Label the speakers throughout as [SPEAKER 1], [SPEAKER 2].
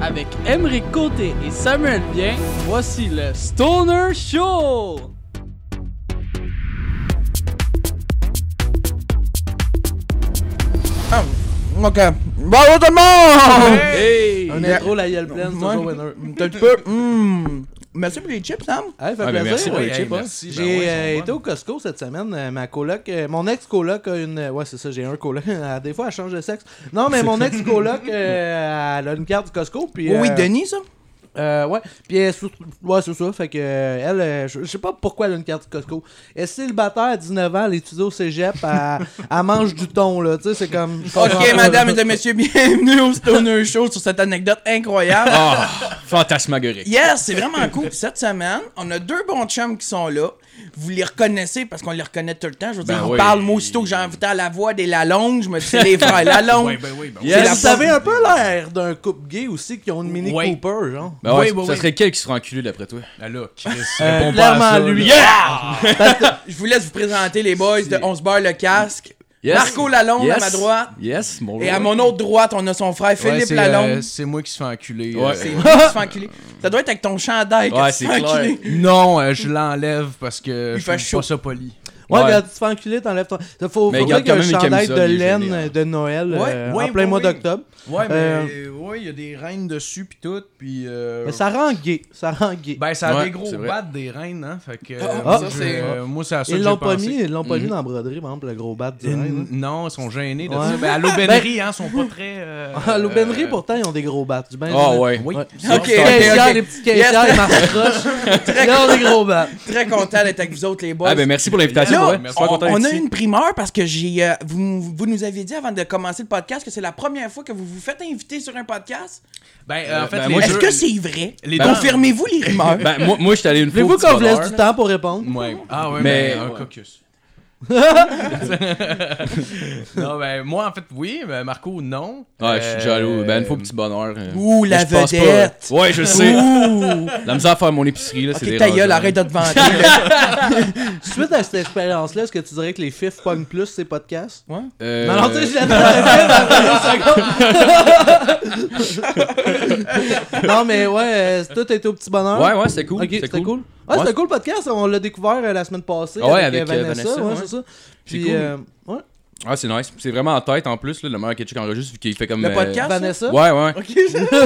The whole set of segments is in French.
[SPEAKER 1] avec Emery Côté et Samuel Bien, voici le Stoner Show!
[SPEAKER 2] Ah, ok. Bonjour tout le monde!
[SPEAKER 1] Hey!
[SPEAKER 2] On
[SPEAKER 1] Un
[SPEAKER 2] est-
[SPEAKER 3] Oh,
[SPEAKER 1] intro, la gueule pleine, c'est toujours
[SPEAKER 2] Ouais.
[SPEAKER 1] winner.
[SPEAKER 2] T'as un petit peu. hmm. Merci pour les chips, hein? Sam.
[SPEAKER 1] Hey, fait
[SPEAKER 4] Ah, ben,
[SPEAKER 1] plaisir.
[SPEAKER 4] merci pour les
[SPEAKER 1] ouais.
[SPEAKER 4] chips, hein.
[SPEAKER 5] Merci.
[SPEAKER 4] Ben
[SPEAKER 5] Ben
[SPEAKER 4] ouais,
[SPEAKER 5] ouais,
[SPEAKER 4] ils
[SPEAKER 5] ils
[SPEAKER 4] sont
[SPEAKER 5] sont
[SPEAKER 4] bonnes.
[SPEAKER 5] bons.
[SPEAKER 3] J'étais euh, au Costco cette semaine, euh, ma coloc, euh, mon ex-coloc a une... euh, ouais, c'est ça, j'ai un coloc. Ah, Des fois, elle change de sexe. Non, mais mon ex-coloc, euh, elle a une carte du Costco, puis...
[SPEAKER 2] Oui,
[SPEAKER 3] euh,
[SPEAKER 2] Denis, ça.
[SPEAKER 3] euh, ouais, puis elle, sur- ouais, c'est ça, fait que... euh, Elle, euh, je je sais pas pourquoi elle a une carte du Costco. Elle est célibataire à 19 ans, elle étudie au cégep, elle, elle mange du thon, là, tu sais, c'est comme... je comprends
[SPEAKER 2] Ok,
[SPEAKER 3] pas.
[SPEAKER 2] madame et messieurs, bienvenue au Stoner Show sur cette anecdote incroyable.
[SPEAKER 4] Ah, fantasmagorique.
[SPEAKER 2] Yes, c'est vraiment cool. Cette semaine, on a deux bons chums qui sont là. Vous les reconnaissez parce qu'on les reconnaît tout le temps. Je veux dire,
[SPEAKER 4] Ben
[SPEAKER 2] ils
[SPEAKER 4] oui.
[SPEAKER 2] parlent, moi, aussitôt que j'ai invité à la voix des Lalonde, je me suis dit, les frères Lalonde.
[SPEAKER 5] Ouais, ben oui, ben oui.
[SPEAKER 2] C'est
[SPEAKER 3] Vous
[SPEAKER 2] la
[SPEAKER 3] savez un peu l'air d'un couple gay aussi qui ont une mini
[SPEAKER 5] Ouais.
[SPEAKER 3] Cooper, genre.
[SPEAKER 4] Ben ouais,
[SPEAKER 5] Oui, oui,
[SPEAKER 4] ça
[SPEAKER 5] oui.
[SPEAKER 4] serait lequel qui sera enculé d'après toi?
[SPEAKER 5] Ah là, Chris.
[SPEAKER 3] Euh,
[SPEAKER 5] réponds pas à
[SPEAKER 3] clairement,
[SPEAKER 5] ça,
[SPEAKER 3] lui.
[SPEAKER 5] là.
[SPEAKER 2] Je vous laisse vous présenter les boys de On se beurre le casque. Marco Lalonde à
[SPEAKER 4] Yes.
[SPEAKER 2] ma droite.
[SPEAKER 4] Yes, mon
[SPEAKER 2] Et
[SPEAKER 4] lord.
[SPEAKER 2] à mon autre droite, on a son frère
[SPEAKER 5] Ouais,
[SPEAKER 2] Philippe
[SPEAKER 5] c'est,
[SPEAKER 2] Lalonde.
[SPEAKER 5] euh, c'est moi qui se fais enculer.
[SPEAKER 4] Ouais.
[SPEAKER 5] euh,
[SPEAKER 2] C'est lui qui se fait enculer. Ça doit être avec ton chandail que
[SPEAKER 4] Ouais,
[SPEAKER 2] tu te
[SPEAKER 4] c'est
[SPEAKER 2] fais
[SPEAKER 4] clair.
[SPEAKER 2] enculer.
[SPEAKER 5] Non, euh, je l'enlève parce que
[SPEAKER 2] Il
[SPEAKER 5] je
[SPEAKER 2] fait
[SPEAKER 5] trouve
[SPEAKER 2] chaud.
[SPEAKER 5] pas ça poli.
[SPEAKER 3] Ouais,
[SPEAKER 4] Ouais.
[SPEAKER 3] quand tu te fais enculer, t'enlèves ton. Faut, faut
[SPEAKER 4] Mais
[SPEAKER 3] qu'il y
[SPEAKER 4] garde
[SPEAKER 3] ait un
[SPEAKER 4] quand même une
[SPEAKER 3] chandail
[SPEAKER 4] camisole,
[SPEAKER 3] de
[SPEAKER 4] il est
[SPEAKER 3] laine
[SPEAKER 4] génial.
[SPEAKER 3] euh, de Noël
[SPEAKER 2] Ouais,
[SPEAKER 3] euh,
[SPEAKER 2] ouais,
[SPEAKER 3] en plein
[SPEAKER 2] ouais,
[SPEAKER 3] mois
[SPEAKER 2] ouais.
[SPEAKER 3] d'octobre.
[SPEAKER 6] Ouais, mais
[SPEAKER 3] Euh,
[SPEAKER 6] ouais, il y a des reines dessus pis tout, puis euh,
[SPEAKER 3] Mais ça rend gay. Ça rend gay.
[SPEAKER 6] ben ça a
[SPEAKER 4] Ouais,
[SPEAKER 6] des gros
[SPEAKER 4] c'est vrai.
[SPEAKER 6] bats des reines hein, fait que
[SPEAKER 2] Ah,
[SPEAKER 6] euh,
[SPEAKER 2] ça,
[SPEAKER 6] je-
[SPEAKER 2] c'est-
[SPEAKER 6] euh, moi c'est à ça
[SPEAKER 3] ils
[SPEAKER 6] que
[SPEAKER 3] l'ont
[SPEAKER 6] j'ai
[SPEAKER 3] pas
[SPEAKER 6] pensé.
[SPEAKER 3] mis, ils l'ont pas mis dans la broderie, par exemple, le gros bat du hein.
[SPEAKER 6] Euh,
[SPEAKER 3] Rhin, là.
[SPEAKER 2] hein.
[SPEAKER 6] non, ils sont gênés de
[SPEAKER 3] Ouais.
[SPEAKER 6] ça. Ben, à l'aubainerie, hein, ils sont pas très. euh,
[SPEAKER 3] Ah, L'aubainerie,
[SPEAKER 6] euh,
[SPEAKER 3] pourtant, ils ont des gros bats. du ben-
[SPEAKER 4] Ah ouais.
[SPEAKER 6] Oui.
[SPEAKER 2] Ok, ok,
[SPEAKER 3] Les caissières,
[SPEAKER 2] ok.
[SPEAKER 3] les petites caissières, ils marchent proche. Ils ont des gros bats.
[SPEAKER 2] Très content d'être avec vous autres, les boys.
[SPEAKER 4] Ah ben merci pour l'invitation.
[SPEAKER 2] Là,
[SPEAKER 4] ouais.
[SPEAKER 6] merci.
[SPEAKER 4] Je suis
[SPEAKER 2] on,
[SPEAKER 4] content
[SPEAKER 2] on
[SPEAKER 4] d'être
[SPEAKER 2] a
[SPEAKER 4] ici.
[SPEAKER 2] une primeur parce que j'ai euh, vous, vous nous aviez dit avant de commencer le podcast que c'est la première fois que vous vous faites inviter sur un podcast.
[SPEAKER 6] Ben, euh, en fait,
[SPEAKER 4] ben,
[SPEAKER 6] les
[SPEAKER 4] moi,
[SPEAKER 6] deux-
[SPEAKER 2] Est-ce que c'est vrai
[SPEAKER 6] les
[SPEAKER 4] Ben,
[SPEAKER 6] deux-
[SPEAKER 2] Confirmez-vous les rumeurs.
[SPEAKER 4] Ben, moi, moi je suis allé une fois. au
[SPEAKER 3] Voulez-vous
[SPEAKER 4] petit
[SPEAKER 3] qu'on vous laisse
[SPEAKER 4] bonheur.
[SPEAKER 3] du temps pour répondre?
[SPEAKER 6] Ouais. Ah ouais,
[SPEAKER 4] Mais-
[SPEAKER 6] mais, un caucus. non, ben moi en fait oui, ben, Marco non.
[SPEAKER 4] Ouais, je
[SPEAKER 6] Euh,
[SPEAKER 4] suis jaloux. Ben, une fois au petit bonheur. euh,
[SPEAKER 2] Ouh,
[SPEAKER 4] mais
[SPEAKER 2] la
[SPEAKER 4] je pense pas.
[SPEAKER 2] vedette.
[SPEAKER 4] Ouais, je sais. La misère à faire mon épicerie, là, c'est
[SPEAKER 2] ok, ta gueule,
[SPEAKER 4] dérangeant.
[SPEAKER 2] arrête de te vanter. là.
[SPEAKER 3] Suite à cette expérience-là, est-ce que tu dirais que les fifs pognent plus ces podcasts?
[SPEAKER 4] Euh,
[SPEAKER 3] Non, non, tu sais, je l'ai Non, mais ouais, euh, tout était au petit bonheur.
[SPEAKER 4] Ouais, ouais, c'était cool.
[SPEAKER 3] Ok,
[SPEAKER 4] c'était
[SPEAKER 3] c'était cool.
[SPEAKER 4] cool.
[SPEAKER 3] Ah, c'était
[SPEAKER 4] Ouais.
[SPEAKER 3] cool le podcast, on l'a découvert euh, la semaine passée.
[SPEAKER 4] Ah ouais,
[SPEAKER 3] avec,
[SPEAKER 4] avec,
[SPEAKER 3] euh,
[SPEAKER 4] euh,
[SPEAKER 3] Vanessa.
[SPEAKER 4] Vanessa,
[SPEAKER 3] ouais,
[SPEAKER 4] ouais.
[SPEAKER 3] c'est ça.
[SPEAKER 4] C'est
[SPEAKER 3] Puis,
[SPEAKER 4] cool.
[SPEAKER 3] euh, ouais,
[SPEAKER 4] Ah, c'est nice. C'est vraiment en tête en plus, là, le meilleur ketchup enregistre, vu qu'il fait comme.
[SPEAKER 2] Le
[SPEAKER 4] euh,
[SPEAKER 2] podcast?
[SPEAKER 3] Vanessa.
[SPEAKER 4] Ouais, ouais.
[SPEAKER 2] Ok,
[SPEAKER 4] Non,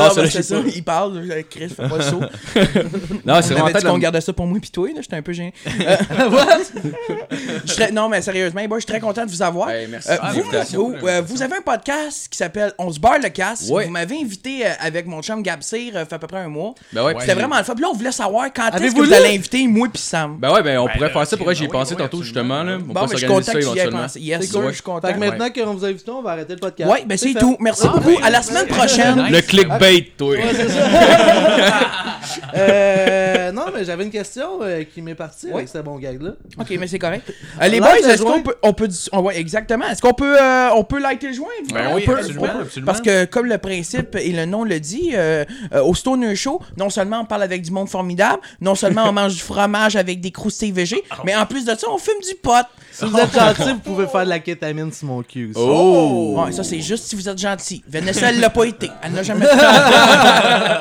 [SPEAKER 2] non,
[SPEAKER 4] ça,
[SPEAKER 2] mais c'est
[SPEAKER 4] là, je sais
[SPEAKER 2] ça. Il parle, là, Chris, fais pas le saut.
[SPEAKER 4] Non, Ah, c'est
[SPEAKER 2] On
[SPEAKER 4] vraiment en
[SPEAKER 2] avait dit
[SPEAKER 4] tête.
[SPEAKER 2] qu'on
[SPEAKER 4] la-
[SPEAKER 2] gardait ça pour moi pis toi, là, j'étais un peu gêné. Euh,
[SPEAKER 3] What?
[SPEAKER 2] Je serais- Non, mais sérieusement, les boys, je suis très content de vous avoir.
[SPEAKER 4] Hey, merci
[SPEAKER 2] Euh,
[SPEAKER 4] pour
[SPEAKER 2] vous,
[SPEAKER 4] l'invitation.
[SPEAKER 2] vous, euh, vous avez un podcast qui s'appelle On se barre le casse.
[SPEAKER 4] Ouais.
[SPEAKER 2] Vous m'avez invité euh, avec mon chum Gabsir euh, fait à peu près un mois.
[SPEAKER 4] Ben ouais,
[SPEAKER 6] Ouais.
[SPEAKER 2] C'était vraiment le fun. Puis là, on voulait savoir quand est-ce que
[SPEAKER 3] Avez-vous
[SPEAKER 2] vous
[SPEAKER 3] lu?
[SPEAKER 2] allez inviter moi puis Sam.
[SPEAKER 4] Ben ouais, ben on pourrait
[SPEAKER 6] là,
[SPEAKER 4] faire ça,
[SPEAKER 6] ok,
[SPEAKER 4] pour vrai, j'y ai
[SPEAKER 6] ben
[SPEAKER 4] pensé
[SPEAKER 6] oui, oui,
[SPEAKER 4] tantôt
[SPEAKER 6] absolument.
[SPEAKER 4] justement, là. On
[SPEAKER 2] bon,
[SPEAKER 4] pourrait
[SPEAKER 2] mais je suis content
[SPEAKER 4] s'organiser ça
[SPEAKER 2] que tu y aies
[SPEAKER 4] éventuellement.
[SPEAKER 2] pensé. Yes,
[SPEAKER 3] C'est
[SPEAKER 2] sir,
[SPEAKER 3] cool.
[SPEAKER 2] je suis content.
[SPEAKER 3] Fait que
[SPEAKER 2] Ouais.
[SPEAKER 3] maintenant qu'on vous a invité, on va arrêter le podcast.
[SPEAKER 2] Ouais, ben c'est
[SPEAKER 3] fait. Ah, ben,
[SPEAKER 2] tout. Merci beaucoup. À la semaine prochaine.
[SPEAKER 4] Le clickbait, toi.
[SPEAKER 3] Ouais, c'est ça. Euh, non, mais j'avais une question euh, qui m'est partie
[SPEAKER 2] Ouais.
[SPEAKER 3] avec ce bon gag-là.
[SPEAKER 2] Ok, mais c'est correct. Euh, les
[SPEAKER 3] Like
[SPEAKER 2] boys,
[SPEAKER 3] le
[SPEAKER 2] est-ce qu'on
[SPEAKER 3] joint.
[SPEAKER 2] peut, on peut, dis- oh, ouais, exactement. Est-ce qu'on peut, euh, on peut liker le joint
[SPEAKER 6] Ben
[SPEAKER 2] On
[SPEAKER 6] oui,
[SPEAKER 2] peut-
[SPEAKER 6] absolument,
[SPEAKER 2] on peut-
[SPEAKER 6] absolument.
[SPEAKER 2] Parce que comme le principe et le nom le dit, euh, euh, au Stoner Show, non seulement on parle avec du monde formidable, non seulement on mange du fromage avec des croustilles VG,
[SPEAKER 6] Ah
[SPEAKER 2] mais en plus de ça, on fume du pot.
[SPEAKER 3] Si vous
[SPEAKER 2] Oh.
[SPEAKER 3] êtes gentil, vous pouvez faire de la kétamine sur mon cul. aussi.
[SPEAKER 4] Oh!
[SPEAKER 2] Ouais, ça c'est juste si vous êtes gentil. Vanessa, elle l'a pas été. Elle n'a jamais.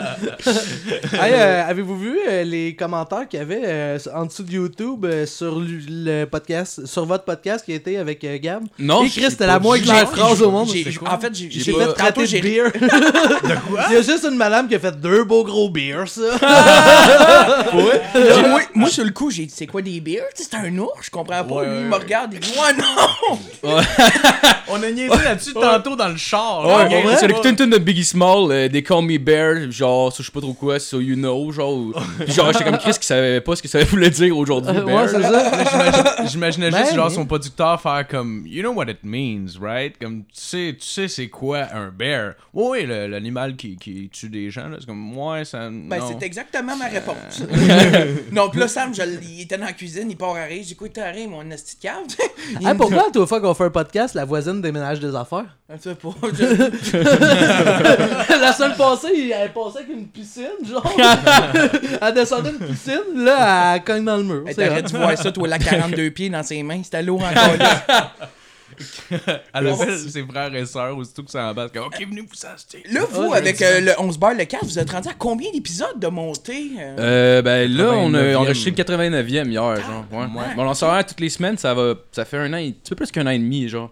[SPEAKER 3] Hey, euh, avez-vous vu euh, les commentaires qu'il y avait euh, en dessous de YouTube euh, sur l- le podcast, sur votre podcast qui était avec euh, Gab?
[SPEAKER 4] Non,
[SPEAKER 3] Et
[SPEAKER 4] je-
[SPEAKER 3] Chris, c'était la moins
[SPEAKER 2] J'ai-
[SPEAKER 3] claire phrase au monde.
[SPEAKER 2] j'ai-
[SPEAKER 3] J'ai
[SPEAKER 2] j'ai- En fait, j'ai j'ai
[SPEAKER 3] fait
[SPEAKER 2] fait tantôt,
[SPEAKER 3] traiter de
[SPEAKER 2] j'ai ri.
[SPEAKER 3] beer. Il y a juste une madame qui a fait deux beaux gros beers, ça.
[SPEAKER 2] J'ai- moi, moi, sur le coup, j'ai dit c'est quoi des beers? Tu sais, C'est un ours, je comprends pas. Lui, il me regarde, il dit moi non!
[SPEAKER 6] On a niaisé là-dessus tantôt dans le char.
[SPEAKER 4] Ouais,
[SPEAKER 6] là,
[SPEAKER 4] on
[SPEAKER 6] on-
[SPEAKER 4] s'est écouté une tune de Biggie Small, euh, des Call Me Bear, genre, sur je sais pas trop quoi, sur You Know, genre. ou- Puis genre, j'étais comme Chris qui savait pas ce que ça voulait dire aujourd'hui.
[SPEAKER 3] Euh,
[SPEAKER 4] bear.
[SPEAKER 3] ouais, c'est ça.
[SPEAKER 6] J'imagine- J'imaginais juste
[SPEAKER 3] Ben,
[SPEAKER 6] genre
[SPEAKER 3] mais-
[SPEAKER 6] son producteur faire comme You know what it means, right? Comme tu sais, tu sais c'est quoi un bear? Oui, oui, le- l'animal qui, qui tue des gens, là, c'est comme ouais, ça.
[SPEAKER 2] Ben,
[SPEAKER 6] non. Euh.
[SPEAKER 2] c'est exactement ma réponse. non, pis là, Sam, je l- il était dans la cuisine, il part à rire. J'ai dit, écoute, t'as rire, mon esti de cave.
[SPEAKER 3] Hey, pourquoi, à toute fois qu'on fait un podcast, la voisine déménage des affaires?
[SPEAKER 2] Un peu pour- je-
[SPEAKER 3] la semaine passée, il- elle passait avec une piscine, genre. elle descendait une piscine, là, elle cogne dans le mur.
[SPEAKER 2] Hey,
[SPEAKER 3] C'est
[SPEAKER 2] T'aurais
[SPEAKER 3] hot.
[SPEAKER 2] dû voir ça, toi, la 42 pieds dans ses mains. C'était lourd encore là.
[SPEAKER 6] Elle appelle ses frères et sœurs aussitôt que ça en bat. Ok, venez vous acheter.
[SPEAKER 2] Là, vous, avec euh, le 11 bar, le 4, vous êtes rendu à combien d'épisodes de montée euh?
[SPEAKER 4] Euh, ben là, on a
[SPEAKER 6] 89e.
[SPEAKER 4] enregistré le 89e hier, genre. Ouais. Bon, on sort un toutes les semaines, ça va. Ça fait un an, et- un petit peu plus qu'un an et demi, genre.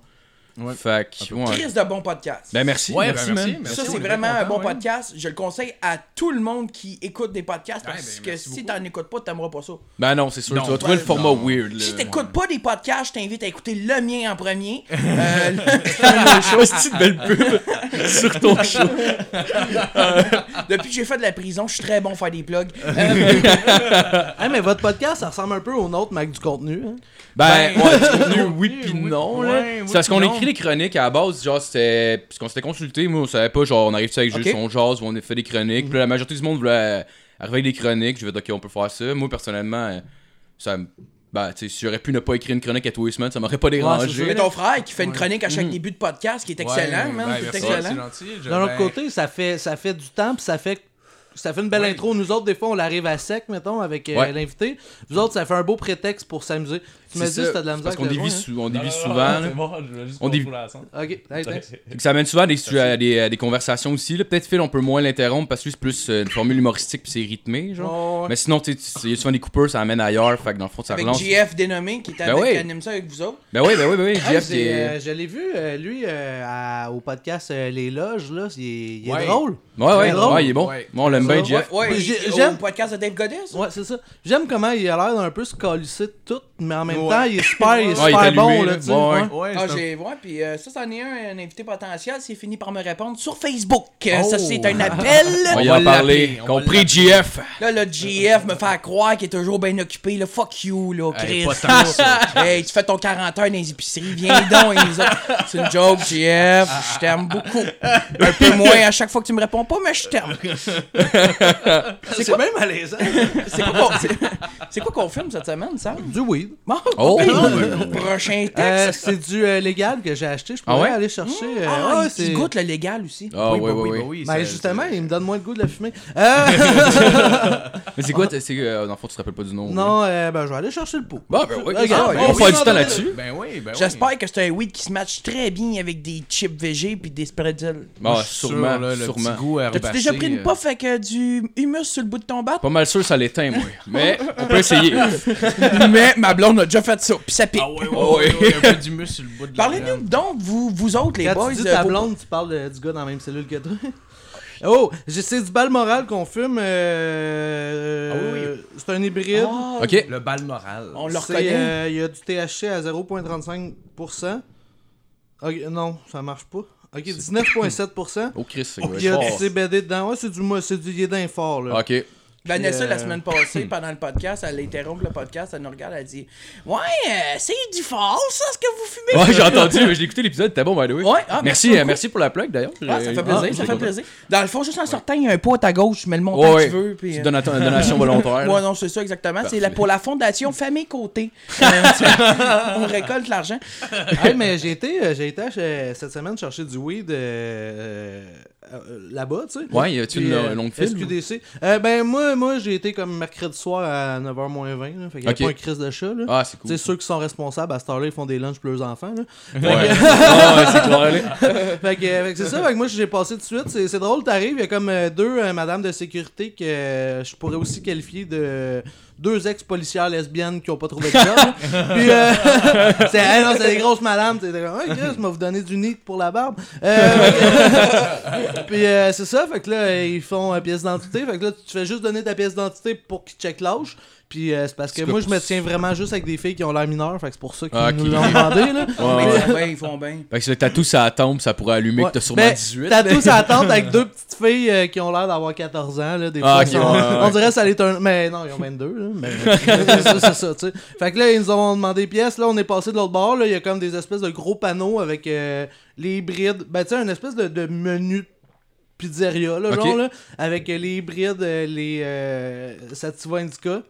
[SPEAKER 4] Fait que, ouais.
[SPEAKER 2] Crise de bon podcast.
[SPEAKER 4] Ben merci,
[SPEAKER 6] Ouais, ben,
[SPEAKER 4] merci,
[SPEAKER 6] merci,
[SPEAKER 4] man.
[SPEAKER 6] merci.
[SPEAKER 2] ça,
[SPEAKER 6] on
[SPEAKER 2] c'est
[SPEAKER 6] est
[SPEAKER 2] vraiment
[SPEAKER 6] bien
[SPEAKER 2] un bon
[SPEAKER 6] content, ouais.
[SPEAKER 2] podcast. Je le conseille à tout le monde qui écoute des podcasts
[SPEAKER 6] Ouais,
[SPEAKER 2] parce
[SPEAKER 6] ben,
[SPEAKER 2] que
[SPEAKER 6] merci
[SPEAKER 2] si
[SPEAKER 6] beaucoup.
[SPEAKER 2] t'en écoutes pas, t'aimeras pas ça.
[SPEAKER 4] Ben non, c'est sûr,
[SPEAKER 6] Non,
[SPEAKER 4] tu vas trouver le
[SPEAKER 6] ouais,
[SPEAKER 4] format
[SPEAKER 6] non.
[SPEAKER 4] weird. Là.
[SPEAKER 2] Si t'écoutes pas des podcasts, je t'invite à écouter le mien en premier. Euh, le-
[SPEAKER 4] C'est une belle pub sur ton show.
[SPEAKER 2] Depuis que j'ai fait de la prison, je suis très bon à faire des plugs.
[SPEAKER 3] Hey, mais votre podcast, ça ressemble un peu au nôtre, Mac du contenu. hein.
[SPEAKER 4] Ben,
[SPEAKER 6] Ben,
[SPEAKER 4] ouais, du contenu,
[SPEAKER 6] oui,
[SPEAKER 4] oui pis
[SPEAKER 6] oui,
[SPEAKER 4] non,
[SPEAKER 6] ouais,
[SPEAKER 4] là.
[SPEAKER 6] oui,
[SPEAKER 4] c'est parce
[SPEAKER 6] puis
[SPEAKER 4] qu'on
[SPEAKER 6] non.
[SPEAKER 4] écrit les chroniques à la base, genre, c'était. Parce qu'on s'était consulté, moi, on savait pas, genre, on arrive-tu avec juste
[SPEAKER 2] Ok.
[SPEAKER 4] son jazz, ou on a fait des chroniques. Puis là, la majorité du monde voulait euh, arriver avec des chroniques. Je vais dire, ok, on peut faire ça. Moi, personnellement, euh, ça me. Ben, tu sais, si j'aurais pu ne pas écrire une chronique à tous les semaines, ça m'aurait pas dérangé.
[SPEAKER 2] Mais ton frère qui fait une chronique à chaque début de podcast qui est excellent, man.
[SPEAKER 6] Mhm. Ouais,
[SPEAKER 2] c'est
[SPEAKER 6] Ben, merci,
[SPEAKER 2] excellent.
[SPEAKER 6] C'est gentil. je-
[SPEAKER 3] D'un autre
[SPEAKER 6] ben,
[SPEAKER 3] côté, ça fait, ça fait du temps, puis ça fait, ça fait une belle intro. Nous autres, des fois, on l'arrive à sec, mettons, avec euh,
[SPEAKER 4] Ouais.
[SPEAKER 3] l'invité. Vous autres, ça fait un beau prétexte pour s'amuser. Tu me dis
[SPEAKER 4] C'est
[SPEAKER 3] si
[SPEAKER 4] ça,
[SPEAKER 3] t'as de la misère
[SPEAKER 4] Parce qu'on
[SPEAKER 3] avec le
[SPEAKER 4] dévie,
[SPEAKER 3] joint,
[SPEAKER 4] sou- on
[SPEAKER 6] Non, non,
[SPEAKER 4] dévie
[SPEAKER 6] non,
[SPEAKER 4] souvent, là.
[SPEAKER 6] Ah, C'est bon, je voulais juste
[SPEAKER 4] On
[SPEAKER 6] on
[SPEAKER 4] dévie-
[SPEAKER 6] la scène.
[SPEAKER 3] hein. Ok, hey, thanks.
[SPEAKER 4] Fait que ça amène souvent à des, sujets- à des, à des conversations aussi. là. Peut-être Phil, on peut moins l'interrompre parce que lui, c'est plus euh, une formule humoristique puis c'est rythmé. Genre.
[SPEAKER 3] Ouais, ouais.
[SPEAKER 4] Mais sinon, tu sais, il y a souvent des coupeurs, ça amène ailleurs. Fait que dans le fond, ça
[SPEAKER 2] Avec
[SPEAKER 4] relance.
[SPEAKER 2] JF dénommé qui, est
[SPEAKER 4] Ben
[SPEAKER 2] avec-
[SPEAKER 4] ouais.
[SPEAKER 2] qui anime ça avec vous autres.
[SPEAKER 4] Ben oui, ben oui, ben oui.
[SPEAKER 3] Hey,
[SPEAKER 4] JF,
[SPEAKER 3] c'est,
[SPEAKER 4] il est-
[SPEAKER 3] euh, je l'ai vu, euh, lui, euh, à- au podcast euh, Les Loges, là, il est, il est
[SPEAKER 6] Ouais.
[SPEAKER 3] drôle.
[SPEAKER 4] Ouais, ouais,
[SPEAKER 3] drôle.
[SPEAKER 4] ouais, il est bon.
[SPEAKER 6] Ouais.
[SPEAKER 4] Moi, on l'aime
[SPEAKER 3] Ça,
[SPEAKER 4] bien,
[SPEAKER 3] ouais.
[SPEAKER 4] Jeff.
[SPEAKER 2] Ouais,
[SPEAKER 3] Mais
[SPEAKER 2] il-
[SPEAKER 3] j'ai-
[SPEAKER 2] au
[SPEAKER 3] j'aime-
[SPEAKER 2] podcast de Dave Goddess.
[SPEAKER 3] Ouais, c'est ça. J'aime comment il a l'air d'un peu se calisser de tout, mais en même
[SPEAKER 6] Ouais.
[SPEAKER 3] temps, il est super, il est
[SPEAKER 6] Ouais,
[SPEAKER 3] super
[SPEAKER 4] il est allumé,
[SPEAKER 3] bon,
[SPEAKER 4] là.
[SPEAKER 3] là, tu sais. hein.
[SPEAKER 4] Ouais, ouais.
[SPEAKER 3] ouais.
[SPEAKER 6] Ouais,
[SPEAKER 2] Ah,
[SPEAKER 6] c'est un-
[SPEAKER 2] j'ai. Ouais, puis euh, ça, c'en est un, un invité potentiel. C'est fini par me répondre sur Facebook. Euh, Ça,
[SPEAKER 6] Oh.
[SPEAKER 2] c'est un appel.
[SPEAKER 4] On
[SPEAKER 6] y
[SPEAKER 4] y
[SPEAKER 6] va
[SPEAKER 4] a parlé.
[SPEAKER 6] l'appeler, on va
[SPEAKER 4] Compris, JF.
[SPEAKER 2] Là, le GF me fait croire qu'il est toujours bien occupé. Là, fuck you, là, Chris.
[SPEAKER 6] Hey, pas tant ça.
[SPEAKER 2] hey, tu fais ton 40 heures dans les épiceries. Viens donc, et nous autres. C'est une joke, GF. Je t'aime beaucoup. Un peu moins à chaque fois que tu me réponds pas, mais je t'aime.
[SPEAKER 3] C'est quand même malaisant.
[SPEAKER 2] C'est quoi qu'on c'est- c'est quoi qu'on filme cette semaine, Sam?
[SPEAKER 3] du weed.
[SPEAKER 2] Bon,
[SPEAKER 4] Oh.
[SPEAKER 2] prochain
[SPEAKER 3] Euh,
[SPEAKER 2] texte.
[SPEAKER 3] c'est du euh, légal que j'ai acheté. Je
[SPEAKER 4] Ah
[SPEAKER 3] pourrais
[SPEAKER 4] ouais?
[SPEAKER 3] aller chercher. euh,
[SPEAKER 2] Ah, il-
[SPEAKER 3] ouais,
[SPEAKER 2] il,
[SPEAKER 3] c'est-
[SPEAKER 2] goûte le légal aussi.
[SPEAKER 4] Ah,
[SPEAKER 6] Oui,
[SPEAKER 4] ouais,
[SPEAKER 6] bah
[SPEAKER 4] ouais,
[SPEAKER 6] oui, bah
[SPEAKER 4] ouais.
[SPEAKER 6] oui,
[SPEAKER 3] Ben
[SPEAKER 6] c'est-
[SPEAKER 3] justement,
[SPEAKER 6] c'est-
[SPEAKER 3] il me donne moins le goût de la fumée. Euh,
[SPEAKER 4] Mais c'est quoi, t'as- c'est. euh, Dans le fond, tu te rappelles pas du nom. oui.
[SPEAKER 3] non, euh, ben je vais aller chercher le pot.
[SPEAKER 4] Bah, ben oui.
[SPEAKER 3] Regarde,
[SPEAKER 4] On
[SPEAKER 3] oui,
[SPEAKER 4] va faire du
[SPEAKER 3] oui,
[SPEAKER 4] temps
[SPEAKER 3] oui.
[SPEAKER 4] là-dessus.
[SPEAKER 6] Ben oui, ben oui.
[SPEAKER 2] J'espère que c'est un weed qui se match très bien avec des chips VG puis des spreadels.
[SPEAKER 4] Bah,
[SPEAKER 6] Je suis sûr, là,
[SPEAKER 4] sûrement,
[SPEAKER 6] le petit
[SPEAKER 4] sûrement.
[SPEAKER 6] goût
[SPEAKER 2] T'as-tu
[SPEAKER 6] herbacé,
[SPEAKER 2] déjà pris une
[SPEAKER 6] euh,
[SPEAKER 2] puff avec euh, du humus sur le bout de ton bat?
[SPEAKER 4] Pas mal sûr, ça l'éteint, moi. Mais on peut essayer.
[SPEAKER 2] Mais ma blonde a déjà fait ça, puis ça pique.
[SPEAKER 6] Ah ouais, ouais, ouais, ouais, un peu du muscle sur le bout de la
[SPEAKER 2] Parlez-nous
[SPEAKER 6] graine.
[SPEAKER 2] donc, vous, vous autres, les
[SPEAKER 3] Quand
[SPEAKER 2] boys.
[SPEAKER 3] tu dis
[SPEAKER 2] euh,
[SPEAKER 3] ta
[SPEAKER 2] vos-
[SPEAKER 3] blonde, tu parles euh, du gars dans la même cellule que toi. oh, j'ai- c'est du balmoral qu'on fume. euh,
[SPEAKER 6] Ah oui, oui.
[SPEAKER 3] euh, C'est un hybride.
[SPEAKER 2] Ah,
[SPEAKER 4] Ok.
[SPEAKER 6] Le bal moral.
[SPEAKER 2] On le
[SPEAKER 3] C'est,
[SPEAKER 2] reconnaît.
[SPEAKER 3] euh, Il y a du THC à 0,35%. Ok, non, ça marche pas. Ok, 19,7%.
[SPEAKER 4] Oh, Chris, c'est
[SPEAKER 3] Il y a
[SPEAKER 4] quoi?
[SPEAKER 3] du CBD dedans. Ouais, c'est du, mo- c'est du il est d'un fort, là.
[SPEAKER 4] Ok.
[SPEAKER 2] Vanessa,
[SPEAKER 3] euh,
[SPEAKER 2] la semaine passée, pendant le podcast, elle interrompt le podcast, elle nous regarde, elle dit Ouais, euh, c'est du fort, ça, ce que vous fumez.
[SPEAKER 4] Ouais, j'ai entendu, mais j'ai écouté l'épisode, t'es bon, by the way.
[SPEAKER 2] Ouais, ah, merci
[SPEAKER 4] merci, euh,
[SPEAKER 2] beaucoup.
[SPEAKER 4] merci pour la plug d'ailleurs.
[SPEAKER 2] Ah, ça fait
[SPEAKER 4] J'ai-
[SPEAKER 2] plaisir,
[SPEAKER 4] Ah,
[SPEAKER 2] ça
[SPEAKER 4] j'ai
[SPEAKER 2] fait
[SPEAKER 4] compris.
[SPEAKER 2] plaisir. Dans le fond, juste en sortant, il y a un pot à ta gauche, tu mets le montant
[SPEAKER 4] Ouais,
[SPEAKER 2] que
[SPEAKER 4] ouais.
[SPEAKER 2] tu veux. Puis,
[SPEAKER 4] Tu
[SPEAKER 2] euh,
[SPEAKER 4] donnes une donation volontaire.
[SPEAKER 2] Ouais,
[SPEAKER 4] là.
[SPEAKER 2] non, c'est ça exactement. C'est la, pour la fondation Famille Côté. Euh, on récolte l'argent.
[SPEAKER 3] Hey, mais j'ai été, euh, j'ai été euh, cette semaine chercher du weed euh, euh, là-bas, tu sais.
[SPEAKER 4] Ouais, y avait-tu
[SPEAKER 3] Puis,
[SPEAKER 4] une
[SPEAKER 3] euh,
[SPEAKER 4] longue file,
[SPEAKER 3] SQDC. Euh, ben, moi, moi j'ai été comme mercredi soir à 9h-20. Là, fait qu'il y a
[SPEAKER 4] Ok.
[SPEAKER 3] pas un crise de chat, là.
[SPEAKER 4] Ah,
[SPEAKER 3] Tu
[SPEAKER 4] c'est cool.
[SPEAKER 3] sais, ceux qui sont responsables, à cette heure-là, ils font des lunchs pour leurs enfants. Là.
[SPEAKER 4] Ouais. Ah, ouais, c'est clair, là.
[SPEAKER 3] fait que, euh, fait que c'est ça, fait que moi j'ai passé de suite. C'est, c'est drôle, t'arrives, il y a comme euh, deux euh, madames de sécurité que euh, je pourrais aussi qualifier de deux ex-policières lesbiennes qui ont pas trouvé de job. là. Puis, euh, c'est, hey, non, c'est des grosses madames. T'es comme, hey, Chris, m'a vous donné du nid pour la barbe. Euh, puis euh, c'est ça, fait que là, euh, ils font euh, pièce d'identité. Fait que là, tu te fais juste donner ta pièce d'identité pour qu'ils check l'âge. Puis euh, c'est parce que
[SPEAKER 4] C'est
[SPEAKER 3] moi,
[SPEAKER 4] quoi
[SPEAKER 3] je me tiens vraiment juste avec des filles qui ont l'air mineures. Fait que c'est pour ça qu'ils
[SPEAKER 4] Ah,
[SPEAKER 3] nous
[SPEAKER 4] ok.
[SPEAKER 3] l'ont demandé. Là.
[SPEAKER 4] Ouais,
[SPEAKER 2] Mais
[SPEAKER 4] ouais.
[SPEAKER 2] ils font bien, ils font bien.
[SPEAKER 4] Fait que si le tatou, ça tombe, ça pourrait allumer
[SPEAKER 3] Ouais.
[SPEAKER 4] que t'as sûrement
[SPEAKER 3] Ben,
[SPEAKER 4] 18.
[SPEAKER 3] T'as tous à attendre avec deux petites filles euh, qui ont l'air d'avoir 14 ans. Là, des
[SPEAKER 4] Ah,
[SPEAKER 3] fois,
[SPEAKER 4] ok,
[SPEAKER 3] ils sont-
[SPEAKER 4] ouais, ouais,
[SPEAKER 3] On
[SPEAKER 4] ouais.
[SPEAKER 3] dirait que ça allait être un. Mais non, ils ont 22. Là, mais c'est ça, c'est ça, tu sais. Fait que là, ils nous ont demandé des pièces. Là, on est passé de l'autre bord. là, Il y a comme des espèces de gros panneaux avec euh, les hybrides. Ben, tu sais, une espèce de, de menu de pizzeria, là,
[SPEAKER 4] Ok.
[SPEAKER 3] genre, là, avec euh, les hybrides, euh, les euh, Sativa Indica.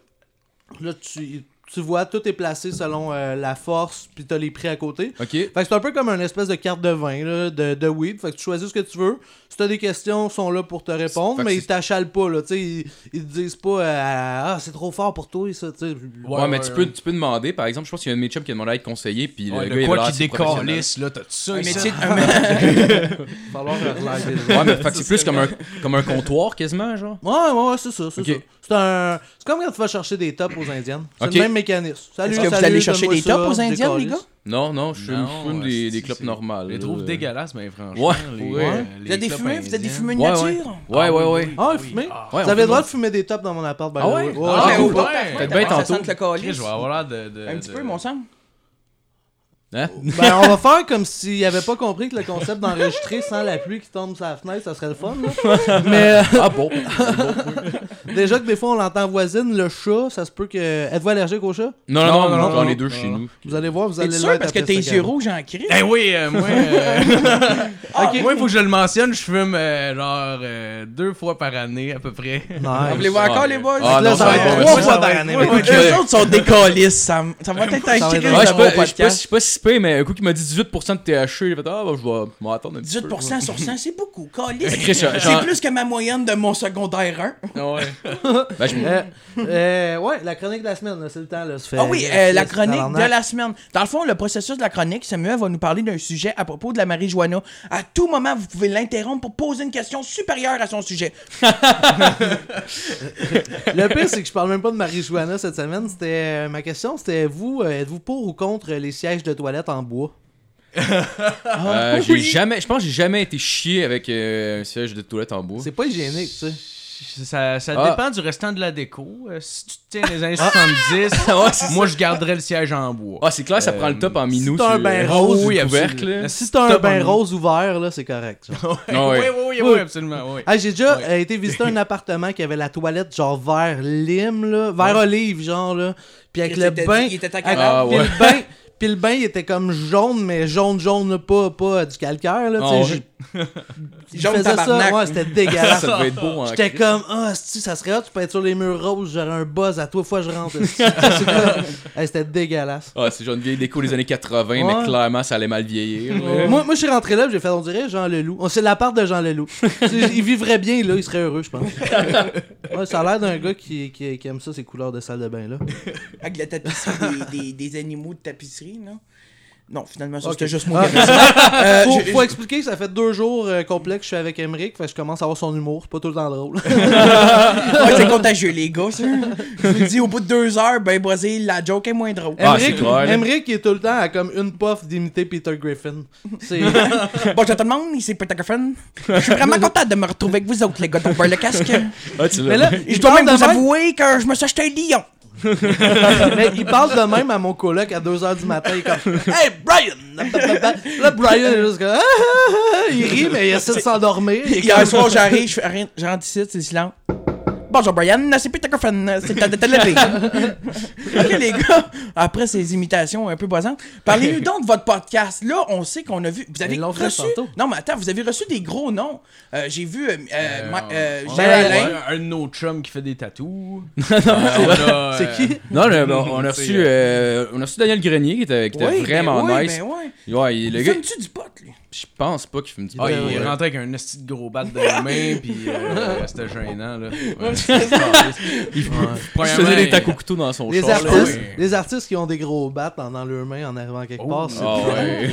[SPEAKER 3] Là, tu tu vois, tout est placé selon euh, la force, puis t'as les prix à côté.
[SPEAKER 4] Ok.
[SPEAKER 3] Fait que c'est un peu comme une espèce de carte de vin, là, de, de weed. Fait que tu choisis ce que tu veux. Si t'as des questions, ils sont là pour te répondre,
[SPEAKER 4] Fait que
[SPEAKER 3] mais ils
[SPEAKER 4] c'est-
[SPEAKER 3] t'achalent pas, là. Tu sais, ils, ils te disent pas euh, Ah, c'est trop fort pour toi, ça. tu sais.
[SPEAKER 4] Ouais, mais tu, peux, tu peux demander, par exemple, je pense qu'il y a un de mes chums qui a demandé à être conseiller, puis
[SPEAKER 6] Ouais,
[SPEAKER 4] le
[SPEAKER 6] de
[SPEAKER 4] gars,
[SPEAKER 6] quoi
[SPEAKER 4] il a
[SPEAKER 6] qui
[SPEAKER 4] décolle
[SPEAKER 6] décalisse, là, t'as tout ça
[SPEAKER 2] Un
[SPEAKER 6] ici?
[SPEAKER 2] métier, un mé-
[SPEAKER 3] falloir relaxer.
[SPEAKER 4] Ouais, mais fait que c'est plus comme un, comme un comptoir quasiment, genre.
[SPEAKER 3] Ouais, ouais, ouais, c'est ça, c'est
[SPEAKER 4] Ok.
[SPEAKER 3] ça. C'est un. C'est comme quand tu vas chercher des tops aux Indiennes. C'est
[SPEAKER 4] Ok.
[SPEAKER 3] le même mécanisme. Salut,
[SPEAKER 2] Est-ce que vous
[SPEAKER 3] salut,
[SPEAKER 2] allez chercher
[SPEAKER 3] donne-moi
[SPEAKER 2] des
[SPEAKER 3] ça,
[SPEAKER 2] tops aux Indiennes, les
[SPEAKER 3] décaliste.
[SPEAKER 2] gars?
[SPEAKER 4] Non, non, je fume,
[SPEAKER 6] Non,
[SPEAKER 4] je fume des,
[SPEAKER 6] euh,
[SPEAKER 4] des
[SPEAKER 6] c'est-
[SPEAKER 4] clopes
[SPEAKER 6] c'est-
[SPEAKER 4] normales. euh.
[SPEAKER 6] Je les trouve
[SPEAKER 4] là.
[SPEAKER 6] dégueulasses, mais franchement.
[SPEAKER 4] Ouais,
[SPEAKER 6] les,
[SPEAKER 4] ouais.
[SPEAKER 6] euh,
[SPEAKER 2] Vous
[SPEAKER 6] les
[SPEAKER 2] avez des
[SPEAKER 6] clopes
[SPEAKER 2] fumées, vous avez des
[SPEAKER 6] indiennes.
[SPEAKER 2] fumées de
[SPEAKER 4] Ouais, ouais.
[SPEAKER 2] nature?
[SPEAKER 4] Ouais, ouais, ouais.
[SPEAKER 3] Ah, ouais, fumez.
[SPEAKER 4] Ouais,
[SPEAKER 3] Vous
[SPEAKER 4] on
[SPEAKER 3] avez le droit
[SPEAKER 4] fume.
[SPEAKER 3] de fumer des tops dans mon appart, by
[SPEAKER 4] Ah
[SPEAKER 3] the
[SPEAKER 4] ouais?
[SPEAKER 3] way.
[SPEAKER 6] Ah,
[SPEAKER 3] j'ai
[SPEAKER 2] ouais,
[SPEAKER 3] le droit.
[SPEAKER 6] ouais.
[SPEAKER 2] Fait que
[SPEAKER 4] Ben,
[SPEAKER 2] ça
[SPEAKER 4] tantôt.
[SPEAKER 2] sente le
[SPEAKER 6] Chris,
[SPEAKER 2] calice.
[SPEAKER 6] je vais avoir l'air de, de-
[SPEAKER 2] Un petit
[SPEAKER 6] de-
[SPEAKER 2] peu, mon sang.
[SPEAKER 4] Hein?
[SPEAKER 3] Ben, on va faire comme s'il avait pas compris que le concept d'enregistrer sans la pluie qui tombe sur la fenêtre, ça serait le fun. là. Mais
[SPEAKER 4] Ah bon?
[SPEAKER 3] euh, déjà que des fois on l'entend voisine, le chat, ça se peut que. Êtes-vous allergique au chat
[SPEAKER 4] Non, non, non,
[SPEAKER 6] non,
[SPEAKER 4] j'en
[SPEAKER 6] non,
[SPEAKER 4] ai deux chez nous.
[SPEAKER 3] Vous allez voir, vous allez
[SPEAKER 2] T'es
[SPEAKER 3] le
[SPEAKER 2] sûr parce que tes yeux rouges en crise?
[SPEAKER 6] Eh oui, euh, moi, euh, Ah, moi, il faut que je le mentionne, je fume euh, genre euh, deux fois par année à peu près.
[SPEAKER 2] Vous les voir encore, les boys?
[SPEAKER 4] Ah,
[SPEAKER 3] Là,
[SPEAKER 4] non,
[SPEAKER 3] ça
[SPEAKER 4] ça
[SPEAKER 3] va
[SPEAKER 4] va
[SPEAKER 3] être
[SPEAKER 4] pas,
[SPEAKER 3] trois
[SPEAKER 4] ça
[SPEAKER 3] fois
[SPEAKER 6] va
[SPEAKER 3] par
[SPEAKER 6] être-
[SPEAKER 3] année.
[SPEAKER 6] ouais,
[SPEAKER 3] maintenant.
[SPEAKER 4] ouais.
[SPEAKER 2] Eux autres sont décalistes, ça, ça va être un
[SPEAKER 3] Ça va
[SPEAKER 2] crise
[SPEAKER 3] être
[SPEAKER 2] de
[SPEAKER 3] drôle.
[SPEAKER 4] Ouais, je
[SPEAKER 2] mon
[SPEAKER 4] sais pas- je sais pas si- je
[SPEAKER 2] podcast.
[SPEAKER 4] sais pas si payé, mais un coup qui m'a dit 18% de THC, j'ai fait Ah, bah, je vais m'attendre un petit peu.
[SPEAKER 2] 18% sur 100, c'est beaucoup,
[SPEAKER 4] Eh, Chris,
[SPEAKER 2] calice.
[SPEAKER 4] j'en-
[SPEAKER 2] C'est plus que ma moyenne de mon secondaire 1.
[SPEAKER 4] Ah Ouais. Ben, je-
[SPEAKER 3] Euh, euh, ouais, la chronique de la semaine, là, c'est le temps. Là, ça fait-
[SPEAKER 2] Ah oui,
[SPEAKER 3] ça
[SPEAKER 2] euh,
[SPEAKER 3] fait-
[SPEAKER 2] la
[SPEAKER 3] c'est
[SPEAKER 2] chronique
[SPEAKER 3] Ben, tabarnak.
[SPEAKER 2] de la semaine. Dans le fond, le processus de la chronique, Samuel va nous parler d'un sujet à propos de la marijuana. À tout moment, vous pouvez l'interrompre pour poser une question supérieure à son sujet.
[SPEAKER 3] Le pire, c'est que je parle même pas de marijuana cette semaine. C'était euh, ma question, c'était vous, euh, êtes-vous pour ou contre les sièges de toilette en bois
[SPEAKER 4] euh, j'ai jamais, je pense que j'ai jamais été chié avec euh, un siège de toilette en bois.
[SPEAKER 3] C'est pas hygiénique, tu sais.
[SPEAKER 6] Ça, ça
[SPEAKER 4] Ah.
[SPEAKER 6] dépend du restant de la déco. Euh, si tu tiens les années 70, moi je garderais le siège en bois.
[SPEAKER 4] Ah, c'est clair, ça
[SPEAKER 6] Euh,
[SPEAKER 4] prend le top en minou.
[SPEAKER 3] c'est un
[SPEAKER 4] sur-
[SPEAKER 3] bain
[SPEAKER 4] euh,
[SPEAKER 3] rose,
[SPEAKER 4] sur
[SPEAKER 6] oui,
[SPEAKER 4] le couvercle,
[SPEAKER 6] absolument.
[SPEAKER 2] Euh,
[SPEAKER 4] là.
[SPEAKER 3] Si t'as un
[SPEAKER 6] Top
[SPEAKER 3] bain
[SPEAKER 6] en bois.
[SPEAKER 3] rose ouvert, là, c'est correct. genre.
[SPEAKER 4] Ah,
[SPEAKER 6] oui,
[SPEAKER 4] ouais.
[SPEAKER 6] oui, oui, oui,
[SPEAKER 3] Oui.
[SPEAKER 6] absolument. Oui.
[SPEAKER 3] Ah, j'ai déjà euh, été visiter un appartement qui avait la toilette genre vert lime, là, vert olive, genre, là. Puis avec
[SPEAKER 2] Il
[SPEAKER 3] le
[SPEAKER 2] était-
[SPEAKER 3] bain.
[SPEAKER 2] il était à
[SPEAKER 3] avec-
[SPEAKER 4] Ah,
[SPEAKER 3] puis
[SPEAKER 4] ouais.
[SPEAKER 3] le bain. Puis le bain, il était comme jaune, mais jaune, jaune, là, pas, pas euh, du calcaire, là. tu sais,
[SPEAKER 4] Ah,
[SPEAKER 3] j'ai-
[SPEAKER 4] ouais.
[SPEAKER 3] il
[SPEAKER 2] Jaune
[SPEAKER 3] faisait ça,
[SPEAKER 2] tabarnak.
[SPEAKER 3] ouais, c'était dégueulasse.
[SPEAKER 4] Ça devait être hein, beau en
[SPEAKER 3] J'étais comme, ah, si ça serait hot, tu peux être sur les murs roses, j'aurais un buzz à toi, fois je rentre. esti. C'est comme- Hey, C'était dégueulasse.
[SPEAKER 4] Ah, c'est genre une vieille déco des années 80, mais
[SPEAKER 3] Ouais.
[SPEAKER 4] clairement, ça allait mal vieillir.
[SPEAKER 3] Moi, moi je suis rentré là, puis j'ai fait, on dirait Jean Leloup. Oh, c'est l'appart de Jean Leloup. Tu sais, il vivrait bien là, il serait heureux, je pense. Ouais, ça a l'air d'un gars qui, qui, qui aime ça, ces couleurs de salle de bain là.
[SPEAKER 2] Avec la tapisserie des, des- des animaux de tapisserie, non? Non, finalement, ça,
[SPEAKER 3] Ok.
[SPEAKER 2] c'était juste mon
[SPEAKER 3] Ah.
[SPEAKER 2] gars. Euh,
[SPEAKER 3] faut,
[SPEAKER 2] je-
[SPEAKER 3] faut expliquer que ça fait deux jours euh, complets que je suis avec Emmerich, fait que je commence à avoir son humour, c'est pas tout le temps drôle.
[SPEAKER 2] Ouais, c'est contagieux, les gars, ça. Je vous le dis, au bout de deux heures, ben, Brésil, la joke est moins drôle.
[SPEAKER 4] Ah, c'est
[SPEAKER 3] Emmerich,
[SPEAKER 4] drôle.
[SPEAKER 3] Emmerich, il est tout le temps à comme une puff d'imiter Peter Griffin. C'est.
[SPEAKER 2] Bonjour tout le monde, ici Peter Griffin. Je suis vraiment content de me retrouver avec vous autres, les gars, donc le casque.
[SPEAKER 4] Ah, tu l'as-
[SPEAKER 3] Mais là,
[SPEAKER 2] Et
[SPEAKER 3] il
[SPEAKER 2] je dois
[SPEAKER 3] parle
[SPEAKER 2] même
[SPEAKER 3] de
[SPEAKER 2] vous
[SPEAKER 3] même-
[SPEAKER 2] avouer que je me suis acheté un lion.
[SPEAKER 3] Mais il parle de même à mon coloc à 2h du matin. Il est comme Hey Brian! Là, Brian est juste comme Ah, ah, ah. Il rit, mais il essaie de s'endormir. Il est
[SPEAKER 2] Hier
[SPEAKER 3] comme-
[SPEAKER 2] soir, j'arrive, je fais rien, j'entre ici, c'est silence. Bonjour Brian, c'est Peter Griffin, c'est le temps de te lever. ok les gars, après ces imitations un peu boisantes, parlez-nous donc de votre podcast. Là, on sait qu'on a vu, vous avez
[SPEAKER 3] Ils l'ont fait
[SPEAKER 2] reçu,
[SPEAKER 3] tantôt.
[SPEAKER 2] non mais attends, vous avez reçu des gros noms. Euh, J'ai vu euh, euh, Ma- euh,
[SPEAKER 6] On a
[SPEAKER 2] Gilles Alain.
[SPEAKER 6] un, un de nos chums qui fait des tatous. Euh,
[SPEAKER 3] C'est
[SPEAKER 6] on a,
[SPEAKER 3] qui?
[SPEAKER 4] Non, le- on, on a reçu,
[SPEAKER 6] C'est, euh,
[SPEAKER 4] euh, on a reçu Daniel Grenier qui était, qui était
[SPEAKER 2] Oui,
[SPEAKER 4] vraiment
[SPEAKER 2] ben oui,
[SPEAKER 4] nice.
[SPEAKER 2] ben oui.
[SPEAKER 4] Ouais, il- le gars,
[SPEAKER 2] Fumes-tu du pot, lui?
[SPEAKER 4] je pense pas qu'il fume du
[SPEAKER 6] Ah, il
[SPEAKER 4] pot.
[SPEAKER 6] est rentré avec un esti de gros bat dans les mains, puis euh, c'était gênant, là. Ouais. il
[SPEAKER 4] Il se faisait des tacs au couteau dans son
[SPEAKER 3] Les
[SPEAKER 4] char. là.
[SPEAKER 3] artistes,
[SPEAKER 6] ouais.
[SPEAKER 3] les artistes qui ont des gros battes dans, dans leurs mains en arrivant
[SPEAKER 6] Oh,
[SPEAKER 3] quelque part, c'est
[SPEAKER 4] Ah ouais.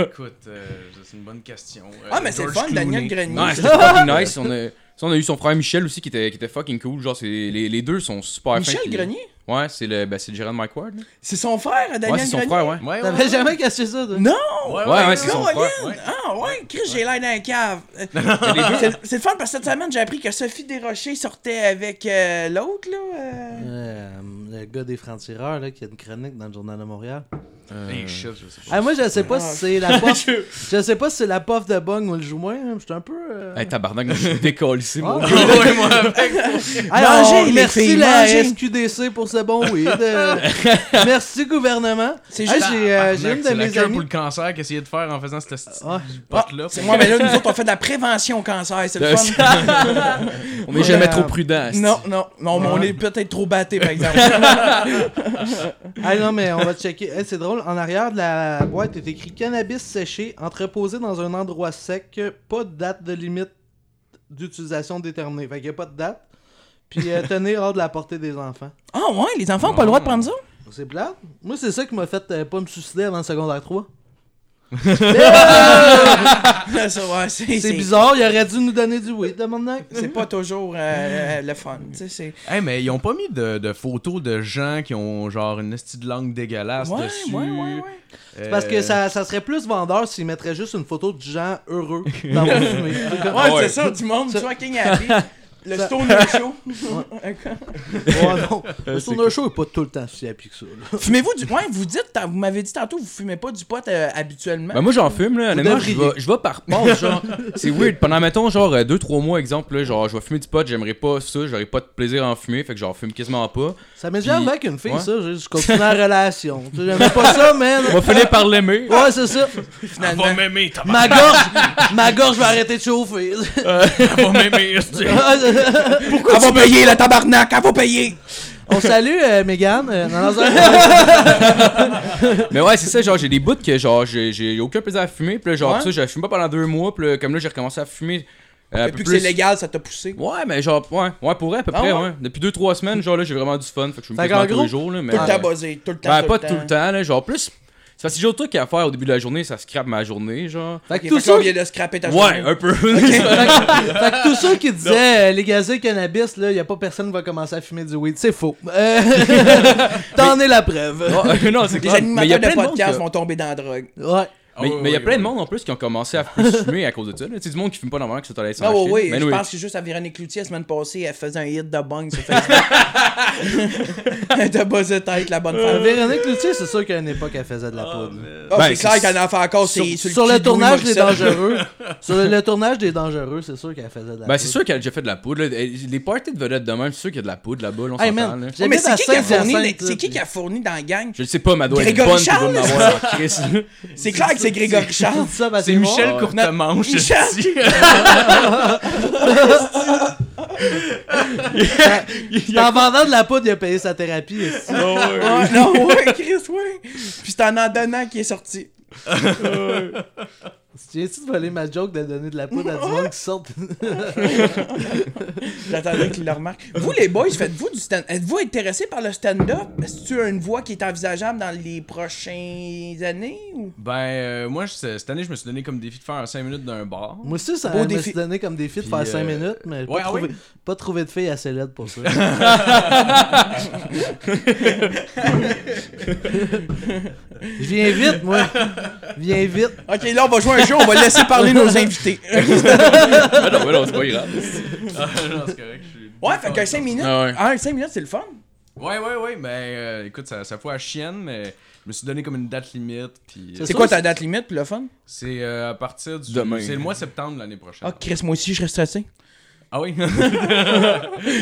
[SPEAKER 6] écoute, euh, c'est une bonne question. Euh,
[SPEAKER 2] Ah, mais c'est le
[SPEAKER 6] George
[SPEAKER 2] fun, Daniel
[SPEAKER 6] Clooney.
[SPEAKER 2] Grenier.
[SPEAKER 4] Non, c'était fucking nice. On a, ça, on a eu son frère Michel aussi qui était, qui était fucking cool. Genre, c'est- les, les deux sont super
[SPEAKER 2] Michel
[SPEAKER 4] fins, puis-
[SPEAKER 2] Grenier?
[SPEAKER 4] Ouais, c'est le, ben, c'est le gérant de Mike Ward. là.
[SPEAKER 2] C'est son frère, Daniel
[SPEAKER 4] Ouais, c'est son
[SPEAKER 2] Grenier?
[SPEAKER 4] frère, ouais.
[SPEAKER 6] Ouais, ouais,
[SPEAKER 3] T'avais
[SPEAKER 6] ouais.
[SPEAKER 3] jamais caché ça, toi?
[SPEAKER 2] Non!
[SPEAKER 6] Ouais,
[SPEAKER 4] Ouais, ouais,
[SPEAKER 6] ouais,
[SPEAKER 4] c'est son
[SPEAKER 2] Caroline!
[SPEAKER 4] frère. ouais.
[SPEAKER 2] Ah ouais, Chris, j'ai l'air d'un cave. Euh, c'est- C'est le fun parce que cette semaine, j'ai appris que Sophie Desrochers sortait avec euh, l'autre, là. euh.
[SPEAKER 3] Euh, le gars des francs-tireurs là, qui a une chronique dans le Journal de Montréal.
[SPEAKER 6] Hey, shit, je sais pas.
[SPEAKER 3] Ah, moi, je sais pas si c'est la pof. je sais pas si c'est la pof de Bong ou le joue-moi. hein. J'étais un peu. euh,
[SPEAKER 4] Hey, tabarnak, moi, je suis décalissé, moi.
[SPEAKER 3] Ah.
[SPEAKER 6] Ouais, moi, avec-
[SPEAKER 3] Alors,
[SPEAKER 2] Mangez, les
[SPEAKER 3] merci
[SPEAKER 2] filles,
[SPEAKER 3] la
[SPEAKER 2] mangez.
[SPEAKER 3] SQDC pour ce bon weed. euh, merci gouvernement.
[SPEAKER 2] C'est
[SPEAKER 3] Ah,
[SPEAKER 2] juste-
[SPEAKER 3] j'ai euh, j'ai
[SPEAKER 6] Tabarnak,
[SPEAKER 3] une
[SPEAKER 6] c'est
[SPEAKER 3] de
[SPEAKER 6] la
[SPEAKER 3] mes
[SPEAKER 6] cure pour
[SPEAKER 3] amies.
[SPEAKER 6] le cancer qu'essayait de faire en faisant cette
[SPEAKER 3] Ah.
[SPEAKER 6] pote-là.
[SPEAKER 2] C'est moi, mais là, nous autres, on fait de la prévention au cancer, c'est le fun.
[SPEAKER 4] On est jamais trop prudent.
[SPEAKER 2] Non, non, non, mais on est peut-être trop batté, par exemple.
[SPEAKER 3] Ah non, mais on va checker. Eh, c'est drôle, en arrière de la boîte est écrit cannabis séché, entreposé dans un endroit sec, pas de date de limite d'utilisation déterminée. Fait qu'il n'y a pas de date. Puis euh, tenir hors de la portée des enfants.
[SPEAKER 2] Ah ouais, les enfants ont pas le droit de prendre ça?
[SPEAKER 3] C'est plate. Moi, c'est ça qui m'a fait euh, pas me suicider avant le secondaire 3.
[SPEAKER 2] Ça, ouais, c'est
[SPEAKER 3] C'est
[SPEAKER 2] c'est-
[SPEAKER 3] bizarre, il aurait dû nous donner du weed, demande
[SPEAKER 2] C'est pas toujours euh, euh, le fun, tu sais, c'est...
[SPEAKER 6] Hey, mais ils ont pas mis de, de photos de gens qui ont genre une esti de langue dégueulasse
[SPEAKER 2] Ouais,
[SPEAKER 6] dessus.
[SPEAKER 2] ouais, ouais, ouais.
[SPEAKER 6] Euh,
[SPEAKER 3] Parce que ça, ça serait plus vendeur s'ils mettraient juste une photo de gens heureux dans mon fumée.
[SPEAKER 2] Ouais, c'est ça, du monde, tu vois, King Happy, le
[SPEAKER 3] Ça-
[SPEAKER 2] Stoner Show.
[SPEAKER 3] Oh non, le tourneur chaud est pas tout le temps si happy que ça. là.
[SPEAKER 2] Fumez-vous du... Ouais, vous dites, vous m'avez dit tantôt, vous fumez pas du pot euh, habituellement.
[SPEAKER 4] Ben moi j'en fume là, honnêtement, je
[SPEAKER 3] devriez.
[SPEAKER 4] vais, je vais par pause, genre, c'est weird, pendant mettons genre 2-3 mois exemple, là, genre je vais fumer du pot, j'aimerais pas ça, j'aurais pas de plaisir à en fumer, fait que j'en fume quasiment pas.
[SPEAKER 3] Ça m'est déjà
[SPEAKER 4] Puis-
[SPEAKER 3] avec une fille,
[SPEAKER 4] ouais.
[SPEAKER 3] ça. Je, je continue la relation. Tu sais, J'aimais pas ça, man.
[SPEAKER 4] On va finir par l'aimer.
[SPEAKER 3] Ouais, c'est ça.
[SPEAKER 6] Elle
[SPEAKER 2] finalement.
[SPEAKER 6] va m'aimer, t'as
[SPEAKER 3] Ma gorge, ma gorge va arrêter de chauffer.
[SPEAKER 6] elle va m'aimer, esti.
[SPEAKER 2] Pourquoi elle va payer, la tabarnak, elle va payer!
[SPEAKER 3] On salue euh, Megan. euh, dans dans un-
[SPEAKER 4] Mais ouais, c'est ça, genre j'ai des bouts que genre j'ai, j'ai aucun plaisir à fumer, puis là, genre
[SPEAKER 2] Ouais.
[SPEAKER 4] ça, je fume pas pendant 2 mois, puis là, comme là j'ai recommencé à fumer euh, un peu
[SPEAKER 2] Depuis que
[SPEAKER 4] plus.
[SPEAKER 2] c'est légal, ça t'a poussé.
[SPEAKER 4] Ouais, mais genre ouais, ouais pour vrai à peu
[SPEAKER 2] Ah
[SPEAKER 4] près,
[SPEAKER 2] ouais?
[SPEAKER 4] ouais. Depuis 2-3 semaines, genre là j'ai vraiment du fun, fait que je fume
[SPEAKER 3] Fait
[SPEAKER 4] quasiment
[SPEAKER 3] qu'en
[SPEAKER 4] tous
[SPEAKER 3] gros,
[SPEAKER 4] les jours là, mais
[SPEAKER 2] Tout le
[SPEAKER 4] euh,
[SPEAKER 2] temps buzzé, tout le temps,
[SPEAKER 4] ben, pas tout le temps là, genre plus c'est parce que j'ai autre truc à faire au début de la journée, ça scrape ma journée, genre.
[SPEAKER 3] Fait que
[SPEAKER 2] Ok,
[SPEAKER 3] tout
[SPEAKER 2] fait qu'on
[SPEAKER 3] ça-
[SPEAKER 2] vient de scraper ta
[SPEAKER 4] Ouais,
[SPEAKER 2] journée.
[SPEAKER 4] un peu.
[SPEAKER 3] Fait que, fait que tous ceux qui disaient euh, les gazés cannabis, là, y a pas personne qui va commencer à fumer du weed. C'est faux. Euh, T'en es la preuve.
[SPEAKER 4] Non, non, c'est
[SPEAKER 2] Les
[SPEAKER 4] clair. Mais il y a
[SPEAKER 2] animateurs
[SPEAKER 4] plein
[SPEAKER 2] de
[SPEAKER 4] de monde qui
[SPEAKER 2] podcast
[SPEAKER 4] a-
[SPEAKER 2] vont tomber dans la drogue.
[SPEAKER 3] Ouais.
[SPEAKER 4] Mais
[SPEAKER 6] Ah, ouais,
[SPEAKER 4] mais il y a
[SPEAKER 6] ouais,
[SPEAKER 4] plein de
[SPEAKER 6] ouais.
[SPEAKER 4] monde en plus qui ont commencé à plus fumer à cause de ça. là. Tu sais, du monde qui fume pas normalement, qui sont allés s'en
[SPEAKER 2] Ah oui,
[SPEAKER 4] acheter.
[SPEAKER 2] oui,
[SPEAKER 4] Mais
[SPEAKER 2] je
[SPEAKER 4] anyway.
[SPEAKER 2] pense que juste à Véronique Cloutier, la semaine passée, elle faisait un hit de bang sur Facebook. elle était buzzée de tête, la bonne
[SPEAKER 3] Euh,
[SPEAKER 2] femme.
[SPEAKER 3] Véronique Loutier, c'est sûr qu'à une époque, elle faisait de la poudre.
[SPEAKER 2] Ah,
[SPEAKER 4] Ben,
[SPEAKER 2] c'est
[SPEAKER 4] c'est-
[SPEAKER 2] clair qu'elle en fait encore, c'est
[SPEAKER 3] sur,
[SPEAKER 2] le
[SPEAKER 3] sur
[SPEAKER 2] cul
[SPEAKER 3] le
[SPEAKER 2] de
[SPEAKER 3] tournage
[SPEAKER 2] Louis
[SPEAKER 3] des
[SPEAKER 2] Morissette.
[SPEAKER 3] dangereux. sur le, le tournage des dangereux, c'est sûr qu'elle faisait de la
[SPEAKER 4] Ben, c'est
[SPEAKER 3] poudre.
[SPEAKER 4] sûr qu'elle a déjà fait de la poudre. là. Les parties de vedettes de même, c'est sûr qu'il y a de la poudre là-bas. là, on
[SPEAKER 3] Hey
[SPEAKER 4] s'entend,
[SPEAKER 3] man,
[SPEAKER 4] là.
[SPEAKER 6] hein.
[SPEAKER 3] j'ai-
[SPEAKER 2] Ouais, mais c'est
[SPEAKER 3] J'habite
[SPEAKER 2] qui,
[SPEAKER 3] à
[SPEAKER 2] qui a fourni
[SPEAKER 3] Saint-Hyacinthe,
[SPEAKER 2] les- c'est qui
[SPEAKER 3] là,
[SPEAKER 2] qui a fourni dans la gang?
[SPEAKER 4] Je le sais pas, ma doigt est
[SPEAKER 2] Grégory
[SPEAKER 4] bonne, tu vas
[SPEAKER 2] Charles,
[SPEAKER 4] m'avoir en crise.
[SPEAKER 2] C'est clair que c'est Grégory Charles.
[SPEAKER 3] Ça, ben,
[SPEAKER 6] C'est
[SPEAKER 3] bon.
[SPEAKER 6] Michel Courtemanche.
[SPEAKER 2] Michel!
[SPEAKER 6] esti.
[SPEAKER 3] Puis En vendant de la poudre, il a payé sa thérapie. esti.
[SPEAKER 2] Ouais, non, ouais, Chris, ouais. Puis c'est en en donnant qu'il est sorti.
[SPEAKER 3] Tu viens-tu de voler ma joke de donner de la poudre à du monde qui sort
[SPEAKER 2] J'attendais qu'il le remarque. Vous, les boys, faites-vous du stand Êtes-vous intéressés par le stand-up? Est-ce que tu as une voie qui est envisageable dans les prochaines années? Ou...
[SPEAKER 6] Ben, euh, moi, je- cette année, je me suis donné comme défi de faire 5 minutes d'un bar.
[SPEAKER 3] Moi aussi, ça
[SPEAKER 2] Beau
[SPEAKER 3] me
[SPEAKER 2] défi.
[SPEAKER 3] suis donné comme défi de
[SPEAKER 6] Puis,
[SPEAKER 3] faire 5
[SPEAKER 6] euh,
[SPEAKER 3] minutes, mais j'ai
[SPEAKER 6] ouais,
[SPEAKER 3] pas,
[SPEAKER 6] ah
[SPEAKER 3] trouvé,
[SPEAKER 6] oui.
[SPEAKER 3] pas trouvé de filles assez laides pour ça. Je viens vite, moi. Je viens vite.
[SPEAKER 2] Ok, là, on va jouer un jeu, on va laisser parler nos invités.
[SPEAKER 4] Ah non, mais non, c'est pas grave.
[SPEAKER 6] non, c'est correct. je suis-
[SPEAKER 2] Ouais, fait qu'un 5 minutes.
[SPEAKER 4] Ah ouais.
[SPEAKER 2] Ah, 5 minutes, c'est le fun.
[SPEAKER 6] Ouais, ouais, ouais. Mais euh, écoute, ça, ça fout à chienne, mais je me suis donné comme une date limite. Puis, euh,
[SPEAKER 3] C'est
[SPEAKER 2] C'est
[SPEAKER 3] ça,
[SPEAKER 2] quoi
[SPEAKER 3] c'est-
[SPEAKER 2] ta date limite puis le fun?
[SPEAKER 6] c'est euh, à partir du.
[SPEAKER 4] Demain.
[SPEAKER 6] C'est le mois de septembre de l'année prochaine.
[SPEAKER 2] Ah, Chris, moi aussi, je serais stressé.
[SPEAKER 6] Ah oui?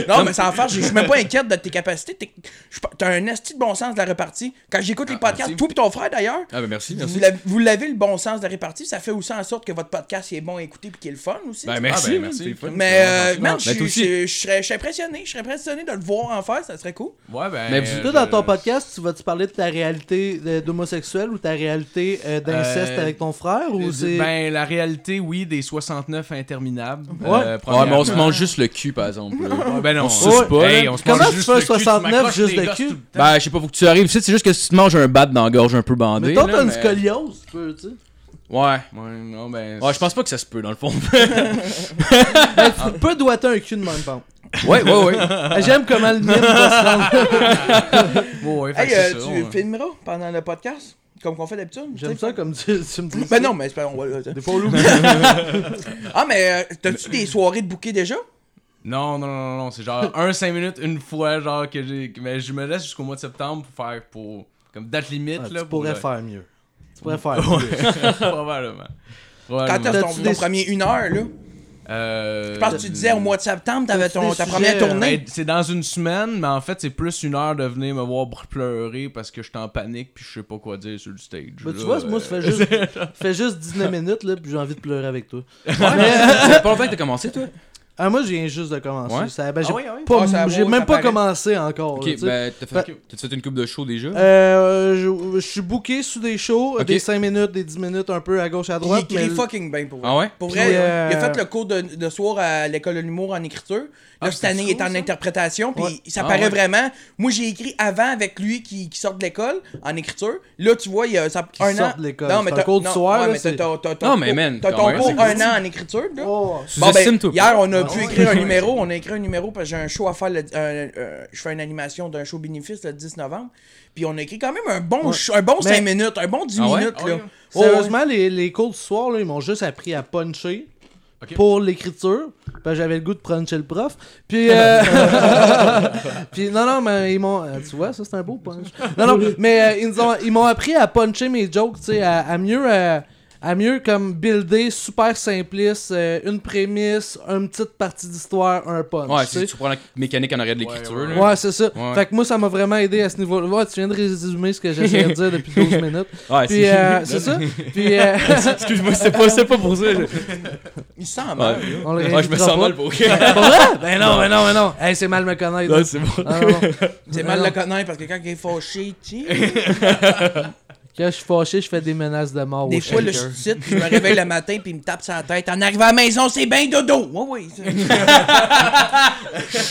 [SPEAKER 2] Non, mais sans faire, je je suis même pas inquiète de tes capacités. T'es- je suis pas- T'as un esti de bon sens de la répartie. Quand j'écoute les podcasts,
[SPEAKER 6] merci.
[SPEAKER 2] toi et ton frère d'ailleurs,
[SPEAKER 4] Ah, ben merci,
[SPEAKER 2] vous
[SPEAKER 4] merci.
[SPEAKER 2] l'avez- vous l'avez le bon sens de la répartie. Ça fait aussi en sorte que votre podcast il est bon à écouter et qu'il est le fun aussi.
[SPEAKER 4] Ben
[SPEAKER 2] tu
[SPEAKER 4] merci.
[SPEAKER 6] Ah, ben,
[SPEAKER 4] man,
[SPEAKER 6] merci.
[SPEAKER 4] c'est le fun.
[SPEAKER 2] Mais, euh, man, je
[SPEAKER 4] Ben, toi
[SPEAKER 2] suis-
[SPEAKER 4] aussi.
[SPEAKER 2] je je serais je serais impressionné. Je serais impressionné de le voir en faire, ça serait cool.
[SPEAKER 6] Ouais, ben.
[SPEAKER 4] Mais vous-
[SPEAKER 6] euh,
[SPEAKER 3] Toi, dans ton
[SPEAKER 6] je-
[SPEAKER 3] podcast, tu vas-tu parler de ta réalité euh, d'homosexuel ou ta réalité euh, d'inceste
[SPEAKER 6] Euh,
[SPEAKER 3] avec ton frère ou c'est.
[SPEAKER 6] Ben, la réalité, oui, des 69 interminables.
[SPEAKER 3] Ouais.
[SPEAKER 4] Ouais, mais
[SPEAKER 6] euh,
[SPEAKER 4] on se
[SPEAKER 6] premièrement.
[SPEAKER 4] mange juste le cul, par exemple. là.
[SPEAKER 6] Ouais, ben non,
[SPEAKER 4] On se suce pas,
[SPEAKER 6] Hey,
[SPEAKER 4] là.
[SPEAKER 6] on se
[SPEAKER 3] Comment
[SPEAKER 6] mange
[SPEAKER 3] tu
[SPEAKER 6] juste
[SPEAKER 3] fais
[SPEAKER 6] le cul,
[SPEAKER 3] 69
[SPEAKER 6] m'accroches
[SPEAKER 3] juste
[SPEAKER 6] les
[SPEAKER 3] le
[SPEAKER 6] gosses
[SPEAKER 3] cul?
[SPEAKER 6] tout le temps.
[SPEAKER 4] Ben, je sais pas, faut que tu arrives ici, c'est juste que si tu te manges un bat dans la gorge un peu bandé.
[SPEAKER 3] mais toi,
[SPEAKER 4] là,
[SPEAKER 3] t'as une
[SPEAKER 4] mais-
[SPEAKER 3] scoliose, tu peux, tu sais.
[SPEAKER 4] Ouais.
[SPEAKER 6] Ouais, non, ben.
[SPEAKER 4] Ouais, je pense pas que ça se peut dans le fond.
[SPEAKER 3] Ben, tu peux doiter un cul de même pente.
[SPEAKER 4] ouais, ouais, ouais.
[SPEAKER 3] J'aime comment le mime va se rendre.
[SPEAKER 6] Ouais, ouais, fait
[SPEAKER 2] Hey,
[SPEAKER 6] que c'est
[SPEAKER 2] euh,
[SPEAKER 6] ça,
[SPEAKER 2] tu
[SPEAKER 6] ouais.
[SPEAKER 2] filmeras pendant le podcast, comme qu'on fait d'habitude.
[SPEAKER 3] J'aime
[SPEAKER 2] tu
[SPEAKER 3] ça
[SPEAKER 2] sais.
[SPEAKER 3] comme tu, tu me dis. ça.
[SPEAKER 2] Ben non, mais c'est pas. on va-
[SPEAKER 3] Des fois, on l'oublie.
[SPEAKER 2] Ah, mais euh, t'as-tu des soirées de bouquets déjà?
[SPEAKER 6] Non, non, non, non, non, c'est genre un 5 minutes une fois, genre que j'ai. Mais je me laisse jusqu'au mois de septembre pour faire. pour Comme date limite,
[SPEAKER 3] Ah,
[SPEAKER 6] là.
[SPEAKER 3] tu pourrais
[SPEAKER 6] pour,
[SPEAKER 3] faire mieux. Tu pourrais faire mieux.
[SPEAKER 6] euh, probablement.
[SPEAKER 2] Quand
[SPEAKER 6] Probablement.
[SPEAKER 2] t'as
[SPEAKER 3] T'as-tu
[SPEAKER 2] ton,
[SPEAKER 3] des-
[SPEAKER 2] ton premier une heure, là?
[SPEAKER 6] Euh,
[SPEAKER 2] Je pense que tu disais au mois de septembre, t'avais
[SPEAKER 3] t'as-tu
[SPEAKER 2] ton,
[SPEAKER 3] des
[SPEAKER 2] ta
[SPEAKER 3] sujets,
[SPEAKER 2] première
[SPEAKER 3] euh,
[SPEAKER 2] tournée.
[SPEAKER 6] ben, c'est dans une semaine, mais en fait, c'est plus une heure de venir me voir pleurer parce que je suis en panique puis je sais pas quoi dire sur le stage.
[SPEAKER 3] Ben, tu
[SPEAKER 6] là,
[SPEAKER 3] vois, moi,
[SPEAKER 6] euh,
[SPEAKER 3] ça fait juste, ça fait juste 19 minutes, là, puis j'ai envie de pleurer avec toi.
[SPEAKER 4] Ça fait pas longtemps que t'as commencé, toi
[SPEAKER 3] Ah, moi, je viens juste de commencer.
[SPEAKER 4] Ouais.
[SPEAKER 3] Ça- ben, j'ai
[SPEAKER 6] Ah oui, ah oui.
[SPEAKER 3] pas-
[SPEAKER 2] Ah, ça a
[SPEAKER 3] j'ai
[SPEAKER 2] beau,
[SPEAKER 3] même
[SPEAKER 2] ça
[SPEAKER 3] pas
[SPEAKER 2] paraît.
[SPEAKER 3] commencé encore. là, tu
[SPEAKER 4] Ok,
[SPEAKER 3] sais.
[SPEAKER 4] ben, t'as fait,
[SPEAKER 3] Ben-
[SPEAKER 4] t'as-tu fait une coupe de show déjà
[SPEAKER 3] Euh, je, je suis booké sous des shows,
[SPEAKER 4] Ok.
[SPEAKER 3] des 5 minutes, des 10 minutes, un peu à gauche, à
[SPEAKER 2] Il
[SPEAKER 3] droite.
[SPEAKER 2] écrit
[SPEAKER 3] mais-
[SPEAKER 2] fucking bien pour vrai.
[SPEAKER 4] Ah ouais
[SPEAKER 2] Pour
[SPEAKER 3] Puis,
[SPEAKER 2] vrai,
[SPEAKER 3] euh,
[SPEAKER 2] il a fait le cours de, de soir à l'école de l'humour en écriture. Là,
[SPEAKER 3] Ah,
[SPEAKER 2] cette année, il est en interprétation, puis ça
[SPEAKER 4] Ah,
[SPEAKER 2] paraît
[SPEAKER 4] ouais.
[SPEAKER 2] vraiment. Moi, j'ai écrit avant avec lui qui, qui sort de l'école en écriture. Là, tu vois, il y a ça,
[SPEAKER 3] Qui
[SPEAKER 2] un
[SPEAKER 3] sort
[SPEAKER 2] an.
[SPEAKER 3] de l'école.
[SPEAKER 2] Non, mais
[SPEAKER 3] C'est un
[SPEAKER 2] t'as-
[SPEAKER 3] cours du
[SPEAKER 2] non,
[SPEAKER 3] soir,
[SPEAKER 2] ouais,
[SPEAKER 3] là,
[SPEAKER 2] mais
[SPEAKER 3] c'est-
[SPEAKER 2] t'as ton, t'as ton
[SPEAKER 4] Non, mais
[SPEAKER 2] cours-
[SPEAKER 4] man,
[SPEAKER 2] t'as
[SPEAKER 4] quand
[SPEAKER 2] ton
[SPEAKER 4] même,
[SPEAKER 2] cours
[SPEAKER 4] c'est
[SPEAKER 2] un an en écriture. Là.
[SPEAKER 3] Oh.
[SPEAKER 2] Bon, ben,
[SPEAKER 4] Sous-estime-toi.
[SPEAKER 2] hier, on a
[SPEAKER 3] Ah
[SPEAKER 2] pu
[SPEAKER 3] ouais.
[SPEAKER 2] écrire un numéro. On a écrit un numéro parce que j'ai un show à faire. le- euh, euh, je fais une animation d'un show bénéfice le 10 novembre. Puis on a écrit quand même un bon,
[SPEAKER 3] Ouais.
[SPEAKER 2] ch- un bon
[SPEAKER 3] Mais-
[SPEAKER 2] 5 minutes, un bon 10
[SPEAKER 4] Ah ouais?
[SPEAKER 2] minutes. là. Oh, ouais.
[SPEAKER 3] Sérieusement, les, les cours du soir, là, ils m'ont juste appris à puncher pour l'écriture. Ben, j'avais le goût de puncher le prof. Puis, euh, puis non, non, mais ils m'ont. euh, Tu vois, ça, c'est un beau punch. Non, non, mais euh, ils, nous ont, ils m'ont appris à puncher mes jokes, tu sais, à, à mieux. euh, à mieux comme builder super simpliste, euh, une prémisse, une petite partie d'histoire, un punch.
[SPEAKER 4] Ouais,
[SPEAKER 3] tu sais.
[SPEAKER 4] si tu prends la mécanique en arrière de l'écriture. là.
[SPEAKER 3] Ouais, c'est ça.
[SPEAKER 4] Ouais.
[SPEAKER 3] Fait que moi, ça m'a vraiment aidé à ce niveau-là. Ouais, tu viens de résumer ce que j'essayais de dire depuis 12 minutes.
[SPEAKER 4] Ouais,
[SPEAKER 3] Puis,
[SPEAKER 4] c'est-
[SPEAKER 3] euh, c'est ça. Puis, euh,
[SPEAKER 1] Excuse-moi, c'est pas, c'est pas pour ça. je-
[SPEAKER 2] Oh, Il hein. sent mal.
[SPEAKER 4] Ouais.
[SPEAKER 3] on le
[SPEAKER 4] Ouais, je me
[SPEAKER 3] réinvitera
[SPEAKER 4] sens
[SPEAKER 3] pas.
[SPEAKER 4] mal pour
[SPEAKER 3] C'est pas vrai? Ben non, ben non, ben non. Hey, c'est mal me connaître.
[SPEAKER 4] Non, c'est bon.
[SPEAKER 3] Ah, non, non.
[SPEAKER 2] C'est mal de le connaître parce que quand il est fâché, tu
[SPEAKER 3] Quand je suis fâché, je fais des menaces de mort.
[SPEAKER 2] Des
[SPEAKER 3] au
[SPEAKER 2] fois, le
[SPEAKER 3] shaker.
[SPEAKER 2] je puis je me réveille le matin, puis il me tape sa tête. En arrivant à la maison, c'est ben dodo! Oui, oui.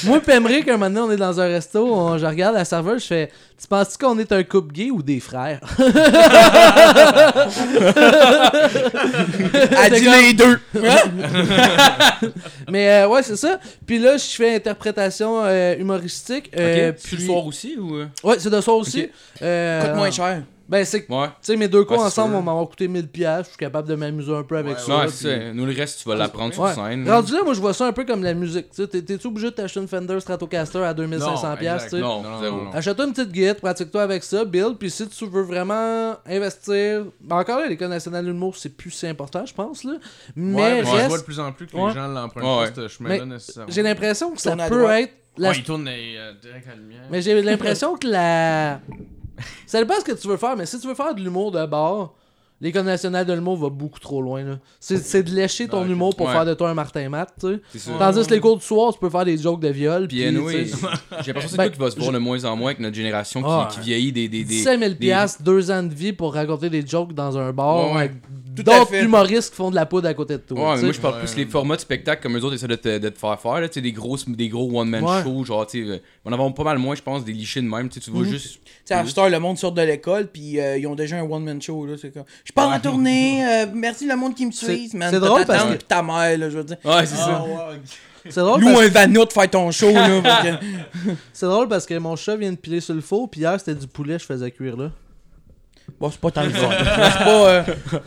[SPEAKER 3] Moi, Pemric, un moment donné, on est dans un resto, on- je regarde la serveuse, je fais Tu penses-tu qu'on est un couple gay ou des frères
[SPEAKER 2] Elle dit les deux. Hein?
[SPEAKER 3] Mais euh, ouais, c'est ça. Puis là, je fais interprétation euh, humoristique. euh,
[SPEAKER 4] Ok. Tu le
[SPEAKER 3] puis-
[SPEAKER 4] soir aussi ou euh?
[SPEAKER 3] Ouais, c'est de soir aussi. Euh,
[SPEAKER 2] Coûte moins cher.
[SPEAKER 3] Ben, c'est que, tu
[SPEAKER 4] Ouais.
[SPEAKER 3] sais, mes deux cours
[SPEAKER 4] Ouais, c'est
[SPEAKER 3] ensemble
[SPEAKER 4] sûr.
[SPEAKER 3] vont m'avoir coûté 1000$. piastres, Je suis capable de m'amuser un peu avec ça.
[SPEAKER 4] Non,
[SPEAKER 3] là,
[SPEAKER 4] c'est
[SPEAKER 3] puis-
[SPEAKER 4] ça. Nous, le reste, tu vas l'apprendre sur
[SPEAKER 3] Ouais.
[SPEAKER 4] scène. là.
[SPEAKER 3] Rendu là, moi, je vois ça un peu comme la musique. Tu sais, t'es- t'es-tu obligé de t'acheter une Fender Stratocaster à 2500$? piastres, tu sais?
[SPEAKER 4] Non, zéro.
[SPEAKER 3] Achète-toi une petite guide, pratique-toi avec ça, build, puis si tu veux vraiment investir. ben encore là, l'École nationale de l'humour, c'est plus si important, je pense, là. Mais
[SPEAKER 6] Ouais, mais je vois de
[SPEAKER 3] reste,
[SPEAKER 6] plus en plus que
[SPEAKER 3] Ouais.
[SPEAKER 6] les gens l'empruntent
[SPEAKER 4] Ouais.
[SPEAKER 6] pas, ce
[SPEAKER 3] Mais
[SPEAKER 6] chemin-là, nécessairement.
[SPEAKER 3] j'ai l'impression que ça
[SPEAKER 2] Tourne à
[SPEAKER 3] peut
[SPEAKER 2] droite.
[SPEAKER 3] être. la-
[SPEAKER 6] Ouais, ils tournent euh, direct à la lumière.
[SPEAKER 3] Mais j'ai l'impression que la. Ça dépend ce que tu veux faire, mais si tu veux faire de l'humour de bord, l'École nationale de l'humour va beaucoup trop loin, là. C'est c'est de lécher ton humour pour
[SPEAKER 4] Ouais.
[SPEAKER 3] faire de toi un Martin Matt, tu sais.
[SPEAKER 4] C'est sûr.
[SPEAKER 3] Tandis que les cours du soir, tu peux faire des jokes de viol.
[SPEAKER 4] Puis,
[SPEAKER 3] Puis,
[SPEAKER 4] anyway,
[SPEAKER 3] tu sais,
[SPEAKER 4] j'ai l'impression que c'est
[SPEAKER 3] Ben,
[SPEAKER 4] toi qui va se voir de moins en moins avec notre génération qui,
[SPEAKER 3] Ah.
[SPEAKER 4] qui vieillit des. des, des
[SPEAKER 3] 17 000
[SPEAKER 4] des-
[SPEAKER 3] piastres, deux ans de vie pour raconter des jokes dans un bar
[SPEAKER 4] Ouais, ouais.
[SPEAKER 3] avec
[SPEAKER 2] Tout à
[SPEAKER 3] d'autres
[SPEAKER 2] fait.
[SPEAKER 3] humoristes qui font de la poudre à côté de toi.
[SPEAKER 4] Ouais,
[SPEAKER 3] tu
[SPEAKER 4] mais
[SPEAKER 3] sais.
[SPEAKER 4] moi je parle plus les formats de spectacle comme eux autres essaient de te, de te faire faire, là, tu sais, des gros, des gros one-man
[SPEAKER 3] Ouais.
[SPEAKER 4] shows, genre, tu sais, euh, on en avons pas mal moins, je pense, des lichés de même, tu sais, tu
[SPEAKER 6] Mhm.
[SPEAKER 4] vois juste.
[SPEAKER 2] Tu sais,
[SPEAKER 3] Mm-hmm.
[SPEAKER 2] à cette heure, le monde sort de l'école, puis euh, ils ont déjà un one-man show. Là, c'est comme, je pars en tournée, euh, merci le monde qui me suit. man.
[SPEAKER 3] c'est
[SPEAKER 2] T'as
[SPEAKER 3] drôle
[SPEAKER 2] ta
[SPEAKER 3] parce
[SPEAKER 2] tante
[SPEAKER 3] que-
[SPEAKER 2] pis ta mère, là, je veux dire.
[SPEAKER 4] Ouais, c'est ça.
[SPEAKER 6] Ah.
[SPEAKER 3] C'est drôle,
[SPEAKER 2] Loue
[SPEAKER 3] parce...
[SPEAKER 2] un vanneau de faire ton show. Là, parce que-
[SPEAKER 3] c'est drôle parce que mon chat vient de piler sur le four, puis hier c'était du poulet que je faisais cuire là.
[SPEAKER 2] Bon, c'est pas tant le fun. C'est pas, euh,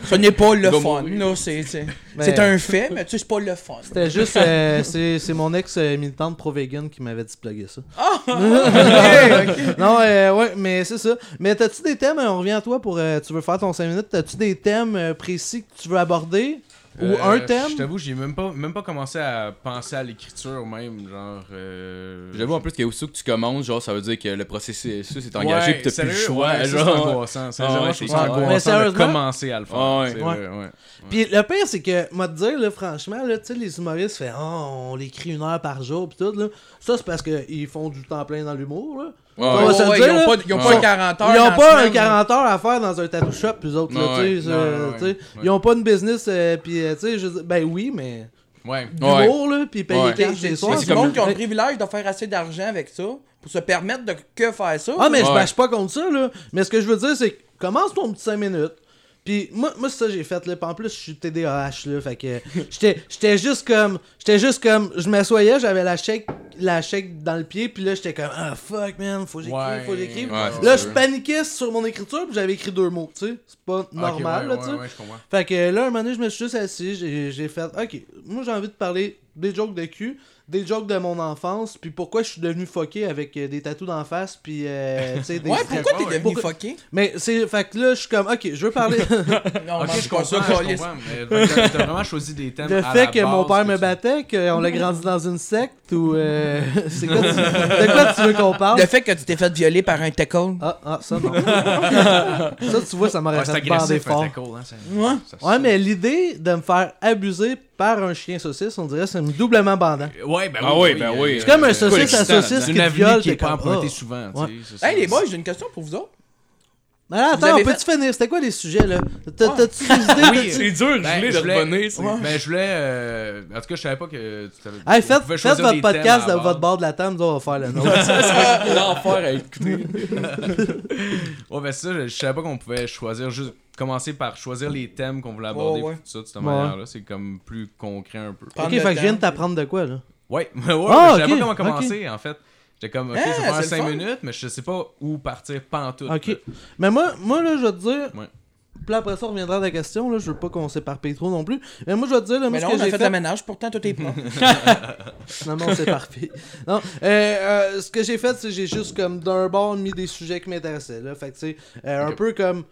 [SPEAKER 2] ce n'est pas le fun. là, c'est, c'est,
[SPEAKER 3] Mais-
[SPEAKER 2] c'est un fait, mais tu sais, c'est pas le fun.
[SPEAKER 3] C'était juste, euh, c'est c'est mon ex euh, militante pro-vegan qui m'avait displugué ça. Non, euh, ouais, mais c'est ça. Mais t'as-tu des thèmes, euh, on revient à toi pour, euh, tu veux faire ton 5 minutes, t'as-tu des thèmes euh, précis que tu veux aborder Ou
[SPEAKER 6] Euh,
[SPEAKER 3] un thème
[SPEAKER 6] Je t'avoue, j'ai même pas, même pas commencé à penser à l'écriture, même. Genre. Euh...
[SPEAKER 4] J'avoue en plus que aussi que tu commences, genre, ça veut dire que le processus est engagé, pis t'as plus le
[SPEAKER 6] sérieux,
[SPEAKER 4] choix,
[SPEAKER 6] ouais, ça, C'est
[SPEAKER 4] genre.
[SPEAKER 6] angoissant. C'est
[SPEAKER 4] Ah,
[SPEAKER 6] vraiment,
[SPEAKER 4] ouais,
[SPEAKER 6] je trouve
[SPEAKER 4] c'est
[SPEAKER 6] ça
[SPEAKER 4] clair.
[SPEAKER 3] Mais
[SPEAKER 6] angoissant de
[SPEAKER 3] sérieusement?
[SPEAKER 6] commencer à le faire.
[SPEAKER 4] Ah, ouais.
[SPEAKER 6] c'est
[SPEAKER 3] Ouais.
[SPEAKER 6] vrai, ouais.
[SPEAKER 3] Puis le pire, c'est que, moi te dire, là, franchement, là, tu sais, les humoristes, fait, Ah, on l'écrit une heure par jour, pis tout, là. Ça, c'est parce qu'ils font du temps plein dans l'humour, là.
[SPEAKER 4] Ouais,
[SPEAKER 3] On
[SPEAKER 4] ouais.
[SPEAKER 3] va se
[SPEAKER 2] Ouais,
[SPEAKER 3] le
[SPEAKER 2] ouais,
[SPEAKER 3] dire,
[SPEAKER 2] ils ont
[SPEAKER 3] là.
[SPEAKER 2] pas, ils ont pas
[SPEAKER 4] Ouais.
[SPEAKER 2] 40 heures.
[SPEAKER 3] Ils
[SPEAKER 2] dans
[SPEAKER 3] ont
[SPEAKER 2] la
[SPEAKER 3] pas un
[SPEAKER 2] semaine, là.
[SPEAKER 3] 40 heures à faire dans un tattoo shop, puis autres, là,
[SPEAKER 4] Non,
[SPEAKER 3] tu sais.
[SPEAKER 4] ouais,
[SPEAKER 3] euh,
[SPEAKER 6] non, ouais,
[SPEAKER 3] tu sais,
[SPEAKER 6] ouais.
[SPEAKER 3] Ils ont pas une business, euh, puis, euh, tu sais, je dis- ben oui, mais.
[SPEAKER 6] Ouais.
[SPEAKER 4] Ouais.
[SPEAKER 3] D'humour, là, puis payer
[SPEAKER 4] Ouais.
[SPEAKER 3] cash
[SPEAKER 2] C'est
[SPEAKER 3] des
[SPEAKER 2] c'est
[SPEAKER 3] soirs.
[SPEAKER 4] Ouais,
[SPEAKER 2] du
[SPEAKER 4] c'est
[SPEAKER 3] c'est
[SPEAKER 4] comme-
[SPEAKER 2] monde qui a le
[SPEAKER 3] Ouais.
[SPEAKER 2] privilège de faire assez d'argent avec ça pour se permettre de que faire ça.
[SPEAKER 3] Ah, mais je
[SPEAKER 4] Ouais.
[SPEAKER 3] bâche pas contre ça, là. Mais ce que je veux dire, c'est que commence ton petit 5 minutes. Puis moi, moi c'est ça que j'ai fait, là. Puis en plus, je suis TDAH, là. Fait que j'étais j'étais juste comme. J'étais juste comme. Je m'assoyais, j'avais la shake, la shake dans le pied. Puis là, j'étais comme. Ah, fuck, man. Faut que j'écrive,
[SPEAKER 6] Ouais.
[SPEAKER 3] faut que j'écrive.
[SPEAKER 4] Ouais, c'est
[SPEAKER 3] là, je
[SPEAKER 4] sûr.
[SPEAKER 3] paniquais sur mon écriture. Puis j'avais écrit deux mots, tu sais. C'est pas normal,
[SPEAKER 6] Ok,
[SPEAKER 3] là,
[SPEAKER 6] ouais,
[SPEAKER 3] tu sais.
[SPEAKER 6] ouais, ouais, je comprends.
[SPEAKER 3] Fait que là, un moment donné, je me suis juste assis, j'ai j'ai fait, ok, moi j'ai envie de parler des jokes de cul, des jokes de mon enfance, puis pourquoi je suis devenu fucké avec euh, des tatous d'en face, puis euh, tu sais, des.
[SPEAKER 2] Ouais, pourquoi t'es devenu
[SPEAKER 3] Pourquoi-
[SPEAKER 2] fucké?
[SPEAKER 3] Mais c'est. Fait que là, je suis comme, ok, je veux parler.
[SPEAKER 2] Non,
[SPEAKER 6] Ok,
[SPEAKER 2] mange
[SPEAKER 6] je
[SPEAKER 2] pas
[SPEAKER 6] comprends,
[SPEAKER 2] ça,
[SPEAKER 6] je
[SPEAKER 2] câlisse.
[SPEAKER 6] comprends, mais t'as t'as vraiment choisi des thèmes
[SPEAKER 3] Le
[SPEAKER 6] à
[SPEAKER 3] fait
[SPEAKER 6] la
[SPEAKER 3] que mon
[SPEAKER 6] base
[SPEAKER 3] père me
[SPEAKER 6] tu-
[SPEAKER 3] battait, qu'on l'a grandi dans une secte ou. euh, c'est quoi, tu... de quoi tu veux qu'on parle
[SPEAKER 2] Le fait que tu t'es fait violer par un tackle.
[SPEAKER 3] Ah, ah, ça, non. ça, tu vois, ça m'aurait
[SPEAKER 6] Ouais, c'est
[SPEAKER 3] fait bander
[SPEAKER 6] agressif,
[SPEAKER 3] fort.
[SPEAKER 6] un tackle, hein, ça-
[SPEAKER 2] Ouais.
[SPEAKER 6] ça- ça-
[SPEAKER 3] Ouais, mais l'idée de me faire abuser par un chien saucisse, on dirait, c'est doublement bandant.
[SPEAKER 6] Ouais, ben
[SPEAKER 4] Ah
[SPEAKER 6] oui,
[SPEAKER 4] oui, ben oui.
[SPEAKER 3] C'est comme un
[SPEAKER 4] Euh, quoi,
[SPEAKER 3] saucisse à
[SPEAKER 4] l'excitant,
[SPEAKER 3] saucisse
[SPEAKER 6] C'est
[SPEAKER 3] qui
[SPEAKER 6] une
[SPEAKER 3] te
[SPEAKER 6] avenue
[SPEAKER 3] viole,
[SPEAKER 6] qui est
[SPEAKER 3] t'es
[SPEAKER 6] pas
[SPEAKER 3] comme,
[SPEAKER 6] empruntée
[SPEAKER 3] ah.
[SPEAKER 6] souvent. tu
[SPEAKER 3] Ouais.
[SPEAKER 6] sais, c'est
[SPEAKER 2] Hey,
[SPEAKER 6] ça.
[SPEAKER 2] les boys, j'ai une question pour vous autres.
[SPEAKER 3] Mais là,
[SPEAKER 2] Vous
[SPEAKER 3] attends,
[SPEAKER 2] avez
[SPEAKER 3] on peut-tu finir? C'était quoi les sujets, là? T'as-
[SPEAKER 2] Ouais.
[SPEAKER 3] T'as-tu
[SPEAKER 6] Ah.
[SPEAKER 3] des idées? T'as-tu-
[SPEAKER 4] C'est dur,
[SPEAKER 6] Ben,
[SPEAKER 4] je l'ai de
[SPEAKER 6] je voulais-
[SPEAKER 4] revenir. c'est-
[SPEAKER 6] Ouais. Ben, je voulais. euh, En tout cas, je savais pas que tu t'avais.
[SPEAKER 3] Hey,
[SPEAKER 6] tu
[SPEAKER 3] faites,
[SPEAKER 6] pouvais
[SPEAKER 3] faites
[SPEAKER 6] choisir
[SPEAKER 3] votre
[SPEAKER 6] des thèmes
[SPEAKER 3] podcast de
[SPEAKER 6] à la
[SPEAKER 3] votre
[SPEAKER 6] base.
[SPEAKER 3] bord de la table, nous, on va faire le nôtre.
[SPEAKER 4] Ça serait l'enfer à écouter.
[SPEAKER 6] Ouais, ben, c'est ça, je, je savais pas qu'on pouvait choisir juste. Commencer par choisir les thèmes qu'on voulait aborder.
[SPEAKER 2] Ouais, ouais.
[SPEAKER 6] puis Tout ça, de cette
[SPEAKER 3] Ouais.
[SPEAKER 6] manière-là. C'est comme plus concret un peu.
[SPEAKER 3] ok,
[SPEAKER 2] le
[SPEAKER 3] fait que je viens
[SPEAKER 2] temps.
[SPEAKER 3] de t'apprendre de quoi, là?
[SPEAKER 6] Ouais, ouais, ouais,
[SPEAKER 3] Ah,
[SPEAKER 6] mais je savais
[SPEAKER 3] ok,
[SPEAKER 6] pas comment
[SPEAKER 3] ok.
[SPEAKER 6] commencer en fait. J'étais comme, ok,
[SPEAKER 2] Ah,
[SPEAKER 4] Eh,
[SPEAKER 6] je vais faire
[SPEAKER 2] c'est
[SPEAKER 6] 5
[SPEAKER 2] le fun.
[SPEAKER 6] minutes, mais je sais pas où partir pantoute.
[SPEAKER 3] Ok.
[SPEAKER 6] là.
[SPEAKER 3] Mais moi, moi là, je vais te dire.
[SPEAKER 6] Ouais.
[SPEAKER 3] Puis là, après ça, on reviendra à la question. Là, je veux pas qu'on s'éparpille trop non plus. Mais moi, je vais te dire, là, moi,
[SPEAKER 2] Mais
[SPEAKER 3] ce
[SPEAKER 2] non,
[SPEAKER 3] que
[SPEAKER 2] on a
[SPEAKER 3] j'ai
[SPEAKER 2] fait
[SPEAKER 3] fait.
[SPEAKER 2] le ménage, pourtant tout est propre.
[SPEAKER 3] Non, non, c'est parfait. Non, euh, euh, ce que j'ai fait, c'est que j'ai juste comme d'un bord mis des sujets qui m'intéressaient. Là, fait que tu sais, euh, un peu comme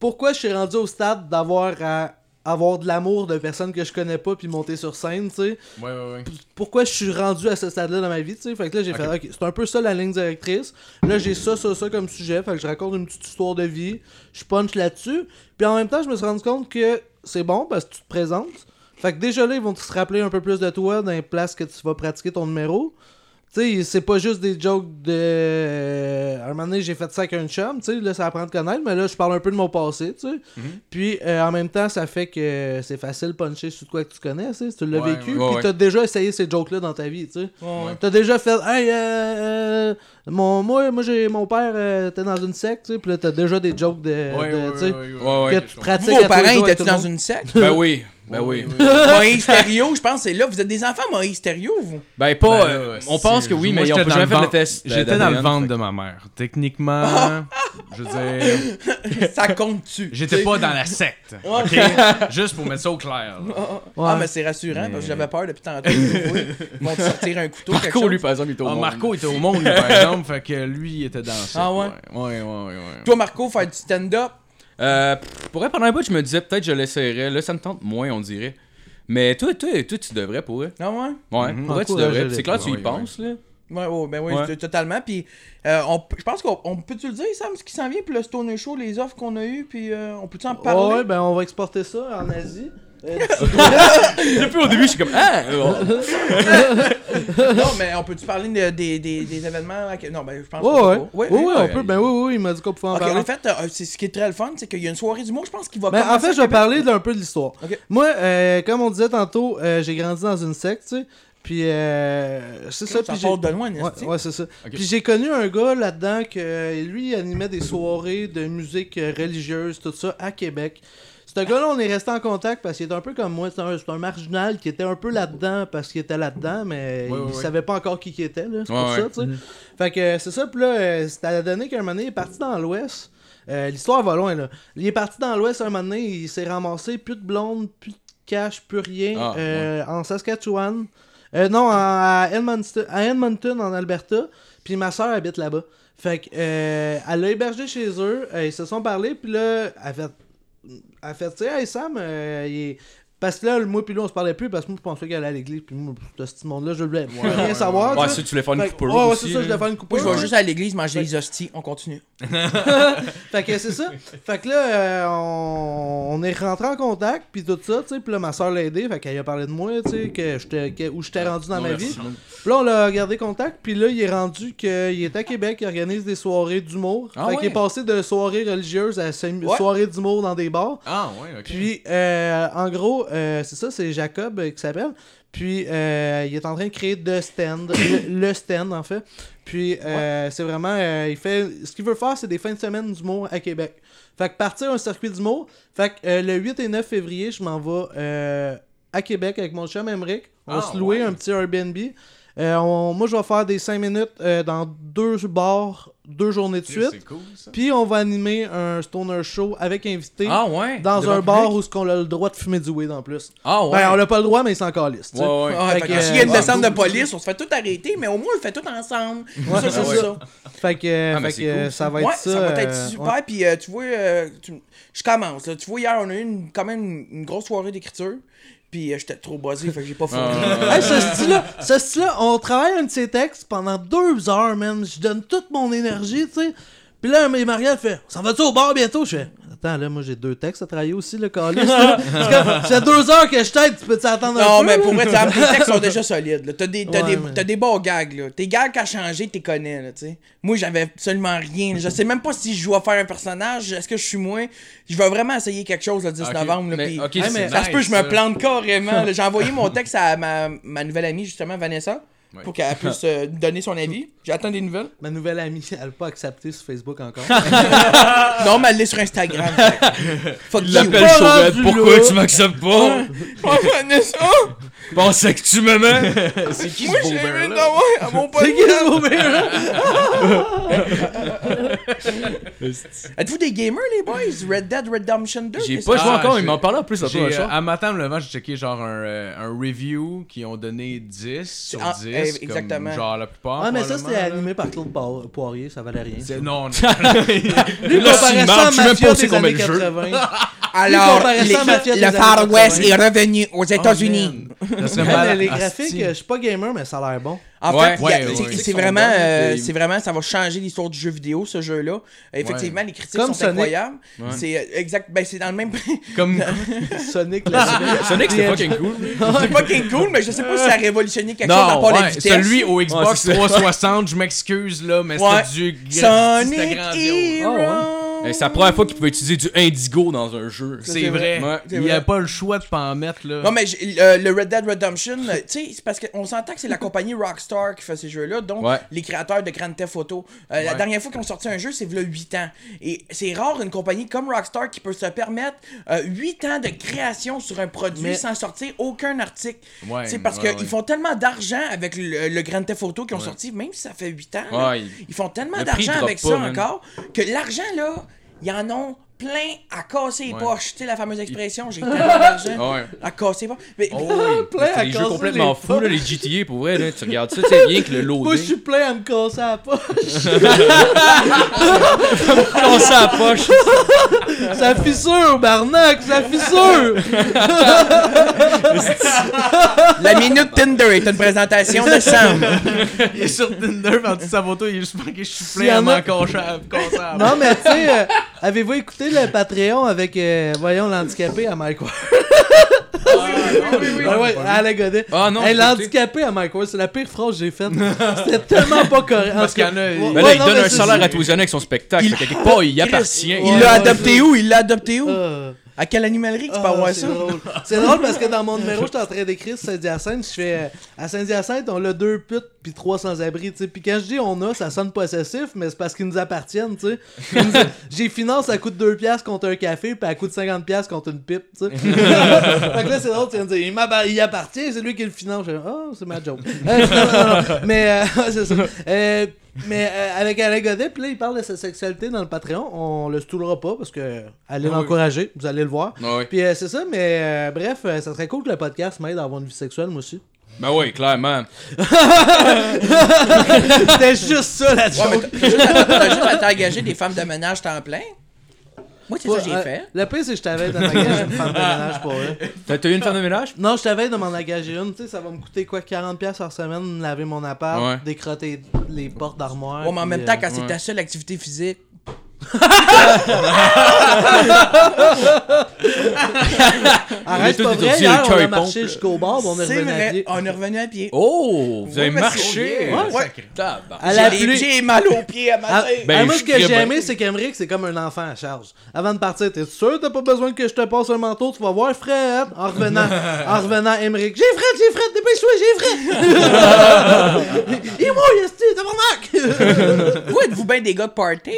[SPEAKER 3] pourquoi je suis rendu au stade d'avoir à avoir de l'amour de personnes que je connais pas puis monter sur scène, tu sais.
[SPEAKER 6] Ouais, ouais, ouais.
[SPEAKER 3] Pourquoi je suis rendu à ce stade-là dans ma vie, tu sais. Fait que là, j'ai fait, ok, c'est un peu ça la ligne directrice. Là, j'ai ça, ça, ça comme sujet. Fait que je raconte une petite histoire de vie. Je punch là-dessus. Puis en même temps, je me suis rendu compte que c'est bon parce que tu te présentes. Fait que déjà là, ils vont se rappeler un peu plus de toi dans les places que tu vas pratiquer ton numéro. Tu sais, c'est pas juste des jokes de. euh, À un moment donné, j'ai fait ça avec un chum, tu sais, là, ça apprend à te connaître, mais là, je parle un peu de mon passé, tu sais. Puis, euh, en même temps, ça fait que c'est facile de puncher sur de quoi que tu connais, tu sais, si tu l'as
[SPEAKER 6] Ouais,
[SPEAKER 3] vécu.
[SPEAKER 4] ouais,
[SPEAKER 3] puis,
[SPEAKER 4] ouais.
[SPEAKER 3] t'as déjà essayé ces jokes-là dans ta vie, tu sais.
[SPEAKER 2] Ouais.
[SPEAKER 3] T'as déjà fait, hey, euh, euh, mon, moi, moi j'ai mon père euh, était dans une secte, tu sais, puis là, t'as déjà des jokes de.
[SPEAKER 6] Ouais,
[SPEAKER 3] de-
[SPEAKER 6] ouais,
[SPEAKER 3] tu
[SPEAKER 6] ouais,
[SPEAKER 3] sais,
[SPEAKER 6] ouais, ouais.
[SPEAKER 4] Ouais, ouais.
[SPEAKER 3] que tu pratiques. à
[SPEAKER 2] Vos
[SPEAKER 3] tous les
[SPEAKER 2] parents
[SPEAKER 3] jours avec
[SPEAKER 2] étaient
[SPEAKER 3] tout le
[SPEAKER 2] dans
[SPEAKER 3] monde.
[SPEAKER 2] une secte?
[SPEAKER 4] Ben oui, ben oui.
[SPEAKER 2] Moïse Thériault, je pense, c'est là. Vous êtes des enfants Moïse Thériault, vous?
[SPEAKER 4] Ben pas.
[SPEAKER 6] Ben,
[SPEAKER 4] euh,
[SPEAKER 6] ouais,
[SPEAKER 4] on
[SPEAKER 6] c'est-
[SPEAKER 4] pense que oui,
[SPEAKER 6] moi,
[SPEAKER 4] mais on
[SPEAKER 6] j'étais
[SPEAKER 4] peut
[SPEAKER 6] dans
[SPEAKER 4] jamais
[SPEAKER 6] le
[SPEAKER 4] faire le
[SPEAKER 6] ventre-
[SPEAKER 4] test. ben, d'a-
[SPEAKER 6] J'étais dans le
[SPEAKER 4] d'ADN,
[SPEAKER 6] ventre
[SPEAKER 4] fait
[SPEAKER 6] de ma mère. Techniquement, je veux dire,
[SPEAKER 2] Ça compte-tu?
[SPEAKER 6] j'étais
[SPEAKER 2] T'sais?
[SPEAKER 6] pas dans la secte. Ok? Juste pour mettre ça au clair. là.
[SPEAKER 2] Ah,
[SPEAKER 3] Ouais.
[SPEAKER 2] mais c'est rassurant, parce que j'avais peur depuis tantôt. Ils vont te sortir un couteau,
[SPEAKER 4] que-
[SPEAKER 2] quelque
[SPEAKER 4] Marco, lui,
[SPEAKER 2] chose.
[SPEAKER 4] par exemple, il est au
[SPEAKER 6] Ah,
[SPEAKER 4] monde.
[SPEAKER 6] Marco était au monde, lui, par exemple, fait que lui, il était dans la secte.
[SPEAKER 2] Ah, ouais?
[SPEAKER 6] Ouais, ouais, ouais. ouais.
[SPEAKER 2] Toi, Marco, faire du stand-up.
[SPEAKER 4] Euh, pour vrai, pendant un bout, je me disais peut-être je l'essayerais. Là, ça me tente moins, on dirait. Mais toi, toi, toi tu devrais pour vrai.
[SPEAKER 2] Ah ouais?
[SPEAKER 4] Ouais,
[SPEAKER 3] Mhm.
[SPEAKER 4] pour vrai, tu
[SPEAKER 3] Encouragez-les.
[SPEAKER 4] devrais. C'est clair, tu y
[SPEAKER 6] Ouais,
[SPEAKER 4] penses, là.
[SPEAKER 2] Ouais, ouais, ben oui,
[SPEAKER 4] Ouais.
[SPEAKER 2] t- totalement. Puis, euh, on p- je pense qu'on on peut-tu le dire, Sam, ce qui s'en vient, puis le Stone Show, les offres qu'on a eues, puis euh, on peut-tu en parler?
[SPEAKER 3] Ouais, ben on va exporter ça en Asie. Euh,
[SPEAKER 4] Depuis au début, je suis comme, ah! euh,
[SPEAKER 2] Non, mais on peut-tu parler de- des, des, des événements? à que- Non, ben je pense pas.
[SPEAKER 3] Ouais, ouais.
[SPEAKER 2] Ouais,
[SPEAKER 3] Ouais, ouais,
[SPEAKER 2] ouais.
[SPEAKER 3] on peut. Ben oui, oui, il m'a dit qu'on pouvait en
[SPEAKER 2] Ok,
[SPEAKER 3] parler.
[SPEAKER 2] en fait, euh, c'est ce qui est très le fun, c'est qu'il y a une soirée du mot, je pense, qui va
[SPEAKER 3] Ben, en
[SPEAKER 2] commencer
[SPEAKER 3] fait,
[SPEAKER 2] à
[SPEAKER 3] je vais
[SPEAKER 2] Québec.
[SPEAKER 3] parler d'un peu de l'histoire.
[SPEAKER 2] Ok.
[SPEAKER 3] Moi, euh, comme on disait tantôt, euh, j'ai grandi dans une secte, tu sais. Puis, euh, c'est ça.
[SPEAKER 2] Ça
[SPEAKER 3] puis j'ai-
[SPEAKER 2] part de loin,
[SPEAKER 3] Ouais,
[SPEAKER 2] n'est-ce
[SPEAKER 3] ouais, c'est ça. Puis j'ai connu un gars là-dedans que euh, lui il animait des soirées de musique euh, religieuse, tout ça, à Québec. Ce gars-là, on est resté en contact parce qu'il était un peu comme moi. C'est un, c'est un marginal qui était un peu là-dedans parce qu'il était là-dedans, mais
[SPEAKER 6] Ouais, ouais,
[SPEAKER 3] il
[SPEAKER 6] ouais.
[SPEAKER 3] savait pas encore qui qui était. là. C'est
[SPEAKER 4] Ouais,
[SPEAKER 3] pour
[SPEAKER 4] ouais.
[SPEAKER 3] ça, tu sais. Fait que euh, c'est ça. Puis là, euh, c'était à la donnée qu'un moment donné, il est parti dans l'Ouest. Euh, L'histoire va loin, là. Il est parti dans l'Ouest un moment donné, il s'est ramassé, plus de blonde, plus de cash, plus rien,
[SPEAKER 4] Ah,
[SPEAKER 3] euh, en Saskatchewan. Euh, non, en- à Edmonton, à Edmonton, en Alberta. Puis ma soeur habite là-bas. Fait que, euh, elle l'a hébergé chez eux. euh, ils se sont parlé. Puis là, elle fait, elle fait tu sais, hey Sam, euh, il est- parce que là, moi, puis lui, on se parlait plus. Parce que moi, je pensais qu'elle allait à l'église. Puis moi, de ce petit monde-là, je voulais plus rien savoir.
[SPEAKER 4] Ouais,
[SPEAKER 3] tu sais.
[SPEAKER 4] si tu voulais faire une
[SPEAKER 3] Fait que-
[SPEAKER 4] coupe
[SPEAKER 3] ouais, ouais,
[SPEAKER 4] aussi.
[SPEAKER 3] c'est ça, je
[SPEAKER 4] là.
[SPEAKER 3] vais faire une coupe
[SPEAKER 2] Moi, je vais juste à l'église manger les hosties. On continue.
[SPEAKER 3] Fait que c'est ça. Fait que là, euh, on, on est rentré en contact, puis tout ça, tu sais. Puis là, ma soeur l'a aidé, fait qu'elle a parlé de moi, tu sais, que j'étais- que- où
[SPEAKER 2] Ah,
[SPEAKER 3] j'étais rendu dans ma vie. Puis là, on l'a gardé contact, puis là, il est rendu qu'il est à Québec, il organise des soirées d'humour.
[SPEAKER 2] Ah
[SPEAKER 3] fait
[SPEAKER 2] ouais.
[SPEAKER 3] qu'il est passé de soirées religieuses à semi-
[SPEAKER 2] Ouais.
[SPEAKER 3] soirées d'humour dans des bars.
[SPEAKER 6] Ah, ouais, ok.
[SPEAKER 3] Puis, euh, en gros, euh, c'est ça, c'est Jacob euh, qui s'appelle. Puis, euh, il est en train de créer deux stands. le, le stand, en fait. Puis, euh, c'est vraiment. euh, il fait, ce qu'il veut faire, c'est des fins de semaine d'humour à Québec. Fait que partir un circuit d'humour. Fait que euh, le 8 et 9 février, je m'en vais euh, à Québec avec mon chum Emmerich. On va
[SPEAKER 6] Ah,
[SPEAKER 3] se louer
[SPEAKER 6] ouais.
[SPEAKER 3] un petit Airbnb. Euh, on- moi, je vais faire des 5 minutes euh, dans deux bars, deux journées de
[SPEAKER 6] C'est
[SPEAKER 3] suite.
[SPEAKER 6] cool, ça.
[SPEAKER 3] Puis on va animer un stoner show avec invité
[SPEAKER 4] Ah ouais?
[SPEAKER 3] dans
[SPEAKER 4] devant
[SPEAKER 3] un
[SPEAKER 4] le
[SPEAKER 3] bar
[SPEAKER 4] public?
[SPEAKER 3] où ce qu'on a le droit de fumer du weed en plus.
[SPEAKER 4] Ah ouais?
[SPEAKER 3] Ben, on n'a pas le droit, mais c'est encore liste.
[SPEAKER 4] Ouais, ouais.
[SPEAKER 2] Ah, fait
[SPEAKER 3] Fait que,
[SPEAKER 2] que s'il y a une
[SPEAKER 3] euh,
[SPEAKER 2] descente de police, on se fait tout arrêter, mais au moins on le fait tout ensemble. ça, c'est
[SPEAKER 3] ouais.
[SPEAKER 2] ça.
[SPEAKER 3] Fait que,
[SPEAKER 4] Ah, mais
[SPEAKER 3] fait
[SPEAKER 4] c'est
[SPEAKER 3] que,
[SPEAKER 4] cool,
[SPEAKER 3] ça va
[SPEAKER 2] Ouais,
[SPEAKER 3] être
[SPEAKER 2] ça,
[SPEAKER 3] ça.
[SPEAKER 2] va être
[SPEAKER 3] euh,
[SPEAKER 2] super. Puis euh, tu vois, euh, tu- je commence. Là. Tu vois, hier, on a eu une- quand même une, une grosse soirée d'écriture. Puis euh, j'étais trop buzzé, fait que j'ai pas fini.
[SPEAKER 4] Ah.
[SPEAKER 3] Hey, ce style-là, ce style-là, on travaille un de ses textes pendant deux heures, man. Je donne toute mon énergie, tu sais. Puis là, mais Marielle fait Ça va-tu au bar bientôt Je fais Attends, là, moi j'ai deux textes à travailler aussi, le calice. là. Parce que Ça fait deux heures que je t'aide, tu peux t'attendre un
[SPEAKER 2] Non,
[SPEAKER 3] peu
[SPEAKER 2] mais
[SPEAKER 3] là?
[SPEAKER 2] pour vrai, tu sais, tes textes sont déjà solides. là. T'as des, t'as
[SPEAKER 3] Ouais,
[SPEAKER 2] des,
[SPEAKER 3] mais-
[SPEAKER 2] t'as des bons gags. Là. Tes gags à changer, t'es connais. Là, tu sais. moi, j'avais absolument rien. Je sais même pas si je joue à faire un personnage. Est-ce que je suis moins. Je vais vraiment essayer quelque chose le 10
[SPEAKER 4] Ok,
[SPEAKER 2] novembre. Là,
[SPEAKER 4] mais-
[SPEAKER 2] puis-
[SPEAKER 4] ok,
[SPEAKER 3] Hey,
[SPEAKER 4] c'est
[SPEAKER 3] mais-
[SPEAKER 2] Ça se peut,
[SPEAKER 4] nice,
[SPEAKER 2] je me
[SPEAKER 4] ça.
[SPEAKER 2] plante carrément. là. J'ai envoyé mon texte à ma, ma nouvelle amie, justement, Vanessa,
[SPEAKER 4] Ouais.
[SPEAKER 2] pour qu'elle puisse euh, donner son avis. J'attends des nouvelles.
[SPEAKER 3] Ma nouvelle amie, elle n'a pas accepté sur Facebook encore.
[SPEAKER 2] Non, mais elle l'est sur Instagram. Fuck you.
[SPEAKER 4] L'appel
[SPEAKER 3] Pas
[SPEAKER 4] Chauvette,
[SPEAKER 3] rendu
[SPEAKER 4] hein. pourquoi
[SPEAKER 3] là.
[SPEAKER 4] tu m'acceptes pas?
[SPEAKER 2] Ouais, Oh, Vanessa!
[SPEAKER 4] Pensais que tu m'aimais?
[SPEAKER 6] C'est qui
[SPEAKER 2] Moi,
[SPEAKER 6] ce
[SPEAKER 2] j'ai
[SPEAKER 6] beau
[SPEAKER 2] aimé
[SPEAKER 6] bear, là?
[SPEAKER 2] d'avoir à mon
[SPEAKER 3] C'est qui
[SPEAKER 2] podcast.
[SPEAKER 3] ce beau mec, là?
[SPEAKER 2] Êtes-vous des gamers, les boys? Red Dead Redemption 2?
[SPEAKER 4] J'ai
[SPEAKER 2] qu'est-ce
[SPEAKER 4] pas
[SPEAKER 2] que-
[SPEAKER 4] joué
[SPEAKER 6] Ah,
[SPEAKER 4] encore,
[SPEAKER 6] j'ai-
[SPEAKER 4] il m'en parlait en plus un peu
[SPEAKER 6] J'ai,
[SPEAKER 4] un
[SPEAKER 6] euh,
[SPEAKER 4] char.
[SPEAKER 6] à matin, le levant, j'ai checké genre un, euh, un review qui ont donné 10 sur
[SPEAKER 2] Ah,
[SPEAKER 6] 10.
[SPEAKER 2] eh,
[SPEAKER 6] comme
[SPEAKER 2] exactement.
[SPEAKER 6] genre la plupart.
[SPEAKER 3] Ah, mais ça,
[SPEAKER 6] probablement,
[SPEAKER 3] c'était
[SPEAKER 6] là.
[SPEAKER 3] animé par Claude Po- Poirier, ça valait rien.
[SPEAKER 6] C'est- Non, non.
[SPEAKER 3] Lui,
[SPEAKER 4] Là,
[SPEAKER 3] comparait ça à
[SPEAKER 4] s'il meurt, je sais même pas
[SPEAKER 3] Mafia
[SPEAKER 4] où c'est
[SPEAKER 3] des
[SPEAKER 4] qu'on met
[SPEAKER 3] années
[SPEAKER 4] le jeu. Ah,
[SPEAKER 3] 80.
[SPEAKER 2] Alors,
[SPEAKER 3] comparé
[SPEAKER 2] les-
[SPEAKER 3] ça à Mafia des
[SPEAKER 2] le
[SPEAKER 3] années
[SPEAKER 2] Far West
[SPEAKER 3] 80.
[SPEAKER 2] est revenu aux États-Unis.
[SPEAKER 6] Oh, man. Ça serait
[SPEAKER 3] Mais
[SPEAKER 4] ah,
[SPEAKER 6] malade.
[SPEAKER 3] Les
[SPEAKER 6] Asti.
[SPEAKER 3] graphiques, euh, je suis pas gamer, mais ça a l'air bon.
[SPEAKER 2] En
[SPEAKER 4] Ouais,
[SPEAKER 2] fait,
[SPEAKER 6] ouais,
[SPEAKER 2] il y a-
[SPEAKER 6] ouais.
[SPEAKER 2] c'est-
[SPEAKER 6] Les
[SPEAKER 2] c'est
[SPEAKER 4] critiques sont
[SPEAKER 2] vraiment,
[SPEAKER 4] bonnes,
[SPEAKER 2] euh,
[SPEAKER 4] puis-
[SPEAKER 2] c'est vraiment, ça va changer l'histoire du jeu vidéo, ce jeu-là. Effectivement, les critiques
[SPEAKER 3] Comme
[SPEAKER 2] sont
[SPEAKER 3] Sonic.
[SPEAKER 2] incroyables. C'est euh, exact, ben c'est dans le même.
[SPEAKER 4] Comme
[SPEAKER 3] Sonic, la
[SPEAKER 4] Sonic, c'est fucking cool.
[SPEAKER 2] c'est pas King Cool, mais je sais pas si ça a révolutionné quelque chose à
[SPEAKER 6] Non,
[SPEAKER 2] part la
[SPEAKER 6] ouais,
[SPEAKER 2] vitesse.
[SPEAKER 6] celui au
[SPEAKER 4] Ouais,
[SPEAKER 6] Xbox
[SPEAKER 4] c'est ça.
[SPEAKER 6] 360, je m'excuse là, mais
[SPEAKER 2] Ouais.
[SPEAKER 6] c'était du c'était
[SPEAKER 2] Sonic
[SPEAKER 6] grandiose.
[SPEAKER 2] Hero.
[SPEAKER 6] Ben,
[SPEAKER 4] Eh, C'est la première fois qu'il pouvait utiliser du indigo dans un jeu.
[SPEAKER 2] c'est
[SPEAKER 6] C'est vrai.
[SPEAKER 4] vrai. Ouais.
[SPEAKER 2] C'est
[SPEAKER 6] Il n'y a
[SPEAKER 2] vrai.
[SPEAKER 6] pas le choix de pas en mettre là.
[SPEAKER 2] Non, mais j'ai- euh, le Red Dead Redemption, euh, tu sais, c'est parce qu'on s'entend que c'est la compagnie Rockstar qui fait ces jeux-là, donc
[SPEAKER 4] Ouais.
[SPEAKER 2] les créateurs de Grand Theft Auto. Euh, La dernière fois qu'ils ont sorti un jeu, c'est v'là 8 ans. Et c'est rare une compagnie comme Rockstar qui peut se permettre euh, 8 ans de création sur un produit
[SPEAKER 3] Mais-
[SPEAKER 2] sans sortir aucun article.
[SPEAKER 6] Ouais,
[SPEAKER 2] c'est parce
[SPEAKER 6] ouais,
[SPEAKER 2] qu'ils
[SPEAKER 6] ouais.
[SPEAKER 2] font tellement d'argent avec le, le Grand Theft Auto qu'ils ont sorti, même si ça fait 8 ans. là,
[SPEAKER 4] Ouais.
[SPEAKER 2] ils font tellement
[SPEAKER 4] Le prix
[SPEAKER 2] d'argent
[SPEAKER 4] drop
[SPEAKER 2] avec
[SPEAKER 4] pas,
[SPEAKER 2] ça
[SPEAKER 4] man.
[SPEAKER 2] encore Ah, que l'argent, là, ils en ont plein à casser les
[SPEAKER 6] Ouais.
[SPEAKER 2] poches. Tu sais, la fameuse expression, j'ai tellement d'argent.
[SPEAKER 4] Ouais.
[SPEAKER 2] À casser pas. Mais
[SPEAKER 4] Oh oui.
[SPEAKER 3] Plein
[SPEAKER 4] C'est
[SPEAKER 3] à
[SPEAKER 4] des
[SPEAKER 3] casser
[SPEAKER 4] jeux complètement
[SPEAKER 3] les
[SPEAKER 4] fous, là, les GTA, pour vrai. Là, tu regardes ça, tu sais, rien que le
[SPEAKER 3] Moi, je
[SPEAKER 4] loading.
[SPEAKER 3] suis plein à me casser à la poche.
[SPEAKER 4] On s'en poche.
[SPEAKER 3] Ça fissure, Barnac, ça fissure!
[SPEAKER 2] la minute Tinder est une présentation de Sam.
[SPEAKER 6] Il est sur Tinder par du saboto, il est juste marqué je suis
[SPEAKER 3] y en
[SPEAKER 6] plein à
[SPEAKER 3] a-
[SPEAKER 6] m'en concher- à me conser à-
[SPEAKER 3] Non, mais tu sais, euh, avez-vous écouté le Patreon avec, euh, voyons, l'handicapé à Mike Ward? Ben ouais, Alain Godet.
[SPEAKER 4] Ah non,
[SPEAKER 3] Hey,
[SPEAKER 4] j'ai écouté.
[SPEAKER 3] l'handicapé à Mike Ward, c'est la pire phrase que j'ai faite. C'était tellement pas correct.
[SPEAKER 6] Parce qu'il y en a-
[SPEAKER 3] Ouais,
[SPEAKER 4] Ben là, il
[SPEAKER 3] non,
[SPEAKER 4] donne
[SPEAKER 3] mais
[SPEAKER 4] un
[SPEAKER 3] c'est-
[SPEAKER 4] salaire à Tousiane avec son spectacle. Il... Quelque part, il y appartient.
[SPEAKER 2] Il
[SPEAKER 3] Ouais,
[SPEAKER 2] l'a
[SPEAKER 3] ouais,
[SPEAKER 2] adopté où Il l'a adopté où
[SPEAKER 3] Ah.
[SPEAKER 2] À quelle animalerie que tu peux
[SPEAKER 3] Ah,
[SPEAKER 2] avoir
[SPEAKER 3] c'est
[SPEAKER 2] ça
[SPEAKER 3] drôle. C'est drôle parce que dans mon numéro, j'étais en train d'écrire Saint-Hyacinthe. Je fais euh, à Saint-Hyacinthe, on a deux putes puis trois sans-abri. tu sais. Puis quand je dis on a, ça sonne possessif, mais c'est parce qu'ils nous appartiennent. tu sais. Ils nous- J'ai finance à coût de 2$ piastres contre un café puis à coût de 50$ piastres contre une pipe. tu sais. fait que là, c'est drôle. Tu viens de dire il, m'appart- il appartient, c'est lui qui le finance. Je fais, oh, c'est ma joke. Euh, non, non, non. Mais euh, c'est ça. Euh, mais euh, avec Alain Godet, puis là, il parle de sa sexualité dans le Patreon. On le stoulera pas parce que allez l'encourager, vous allez le voir.
[SPEAKER 4] Ouais.
[SPEAKER 3] Puis euh, c'est ça, mais euh, bref, euh, ça serait cool que le podcast m'aide à avoir une vie sexuelle, moi aussi.
[SPEAKER 4] Ben oui, clairement.
[SPEAKER 3] C'était juste ça, la joke.
[SPEAKER 2] Ouais, mais t'as juste à- t'as juste à t'engager des femmes de ménage temps plein. Moi, c'est ça que j'ai
[SPEAKER 3] Euh,
[SPEAKER 2] fait.
[SPEAKER 3] Le pire, c'est que je t'avais de m'engager une femme de ménage pour elle.
[SPEAKER 4] T'as t'as eu une femme de ménage?
[SPEAKER 3] Non, je t'avais de m'en engager une, tu sais, ça va me coûter quoi, 40$ piastres par semaine, laver mon appart,
[SPEAKER 4] Ouais.
[SPEAKER 3] décrotter les portes d'armoire.
[SPEAKER 2] Ouais, mais en
[SPEAKER 3] puis,
[SPEAKER 2] même
[SPEAKER 3] euh,
[SPEAKER 2] temps, quand c'est
[SPEAKER 4] ouais.
[SPEAKER 2] ta seule activité physique.
[SPEAKER 3] Arrête,
[SPEAKER 4] tout
[SPEAKER 3] c'est pas vrai,
[SPEAKER 4] étourdi,
[SPEAKER 3] hier,
[SPEAKER 4] le euh,
[SPEAKER 3] on
[SPEAKER 4] cœur,
[SPEAKER 3] a
[SPEAKER 4] il pompe.
[SPEAKER 3] marché jusqu'au bord, Ah, on est
[SPEAKER 2] C'est
[SPEAKER 3] revenu à
[SPEAKER 2] vrai,
[SPEAKER 3] pied.
[SPEAKER 2] on est revenu à pied.
[SPEAKER 4] Oh, vous avez
[SPEAKER 2] Ouais, parce que-
[SPEAKER 4] marché.
[SPEAKER 2] Ouais, ouais.
[SPEAKER 4] Tabarnak.
[SPEAKER 3] À la
[SPEAKER 2] Ah, J'ai
[SPEAKER 3] pluie.
[SPEAKER 2] les- j'ai mal aux pieds à
[SPEAKER 3] Ah,
[SPEAKER 2] matin.
[SPEAKER 4] Ben,
[SPEAKER 3] ah, moi,
[SPEAKER 4] je
[SPEAKER 3] ce que j'ai
[SPEAKER 4] crée-
[SPEAKER 3] aimé, c'est qu'Emeric, c'est comme un enfant à charge. Avant de partir, t'es sûr que t'as pas besoin que je te passe un manteau? Tu vas voir Fred. En revenant, en revenant, Emeric. J'ai Fred, j'ai Fred, dépêche-toi, j'ai Fred! Et moi, Yesti, t'as mon
[SPEAKER 2] Vous êtes-vous bien des gars de party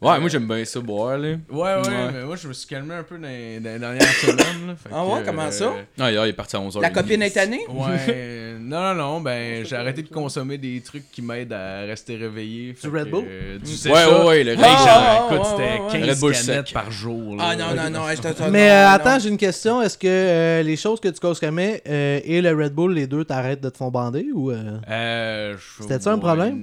[SPEAKER 4] Ouais, moi j'aime bien ça boire, là.
[SPEAKER 6] Ouais, ouais,
[SPEAKER 4] Ouais.
[SPEAKER 6] mais moi, je me suis calmé un peu dans, les- dans les dernières semaines. là, fait
[SPEAKER 2] Ah ouais,
[SPEAKER 6] que,
[SPEAKER 2] comment
[SPEAKER 6] euh,
[SPEAKER 2] ça?
[SPEAKER 4] Ah, hier, il est parti à 11h.
[SPEAKER 2] La copine est tannée?
[SPEAKER 6] Ouais, euh, non, non, non, ben, j'ai arrêté de consommer des trucs qui m'aident à rester réveillé. fait
[SPEAKER 3] Du Red
[SPEAKER 6] que,
[SPEAKER 3] Bull?
[SPEAKER 6] euh, du
[SPEAKER 4] Ouais, ouais, ouais, le
[SPEAKER 6] Hey,
[SPEAKER 4] rage.
[SPEAKER 2] Ah,
[SPEAKER 6] j'en-
[SPEAKER 2] ouais,
[SPEAKER 6] écoute,
[SPEAKER 2] ouais,
[SPEAKER 6] c'était
[SPEAKER 2] ouais, ouais.
[SPEAKER 6] 15
[SPEAKER 4] Red Bull
[SPEAKER 6] canettes
[SPEAKER 4] sec.
[SPEAKER 6] par jour. là.
[SPEAKER 2] Ah non, non, non, hey, je t'entends.
[SPEAKER 3] Mais euh,
[SPEAKER 2] non,
[SPEAKER 3] attends,
[SPEAKER 2] non.
[SPEAKER 3] j'ai une question. Est-ce que euh, les choses que tu consommais euh, et le Red Bull, les deux, t'arrêtes de te font bander ou. euh?
[SPEAKER 6] Euh, je-
[SPEAKER 3] C'était-tu un problème?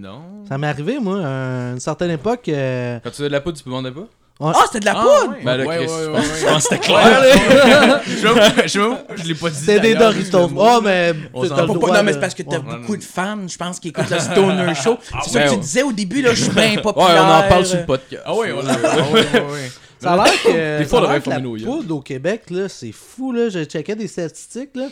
[SPEAKER 6] Non.
[SPEAKER 3] Ça m'est arrivé, moi, à une certaine époque. euh,
[SPEAKER 4] Quand tu as de la poudre, tu peux demander pas?
[SPEAKER 2] Ah, c'était de la poudre!
[SPEAKER 6] ouais.
[SPEAKER 4] Ben là,
[SPEAKER 6] Ouais,
[SPEAKER 4] Chris,
[SPEAKER 6] ouais,
[SPEAKER 4] je
[SPEAKER 6] ouais,
[SPEAKER 4] pense-
[SPEAKER 6] ouais.
[SPEAKER 4] je pense que c'était clair, là.
[SPEAKER 6] Je sais pas pourquoi- je sais pas pourquoi je l'ai pas dit.
[SPEAKER 3] C'était des
[SPEAKER 6] d'ailleurs,
[SPEAKER 3] Doritos.
[SPEAKER 6] juste le mot.
[SPEAKER 3] Oh, mais.
[SPEAKER 6] On
[SPEAKER 3] t'as
[SPEAKER 6] s'en
[SPEAKER 3] le
[SPEAKER 2] Pas- pas-
[SPEAKER 3] droit
[SPEAKER 2] non, mais
[SPEAKER 3] de-
[SPEAKER 2] c'est parce que t'as
[SPEAKER 3] Ouais.
[SPEAKER 2] beaucoup de fans, je pense, qui écoutent le Stoner Show. C'est ça que tu
[SPEAKER 4] Ah, ouais.
[SPEAKER 2] disais au début, là, je suis bien
[SPEAKER 4] Ouais,
[SPEAKER 2] populaire. euh,
[SPEAKER 4] on en parle sur le podcast.
[SPEAKER 6] Ah ouais, on l'a. ah ouais, ouais, ouais.
[SPEAKER 3] Ça a l'air que,
[SPEAKER 4] Des fois,
[SPEAKER 3] ça a
[SPEAKER 4] on aurait
[SPEAKER 3] l'air que la
[SPEAKER 4] formé nos yeux.
[SPEAKER 3] poudre au Québec, là, c'est fou. Là. Je checkais des statistiques. Là.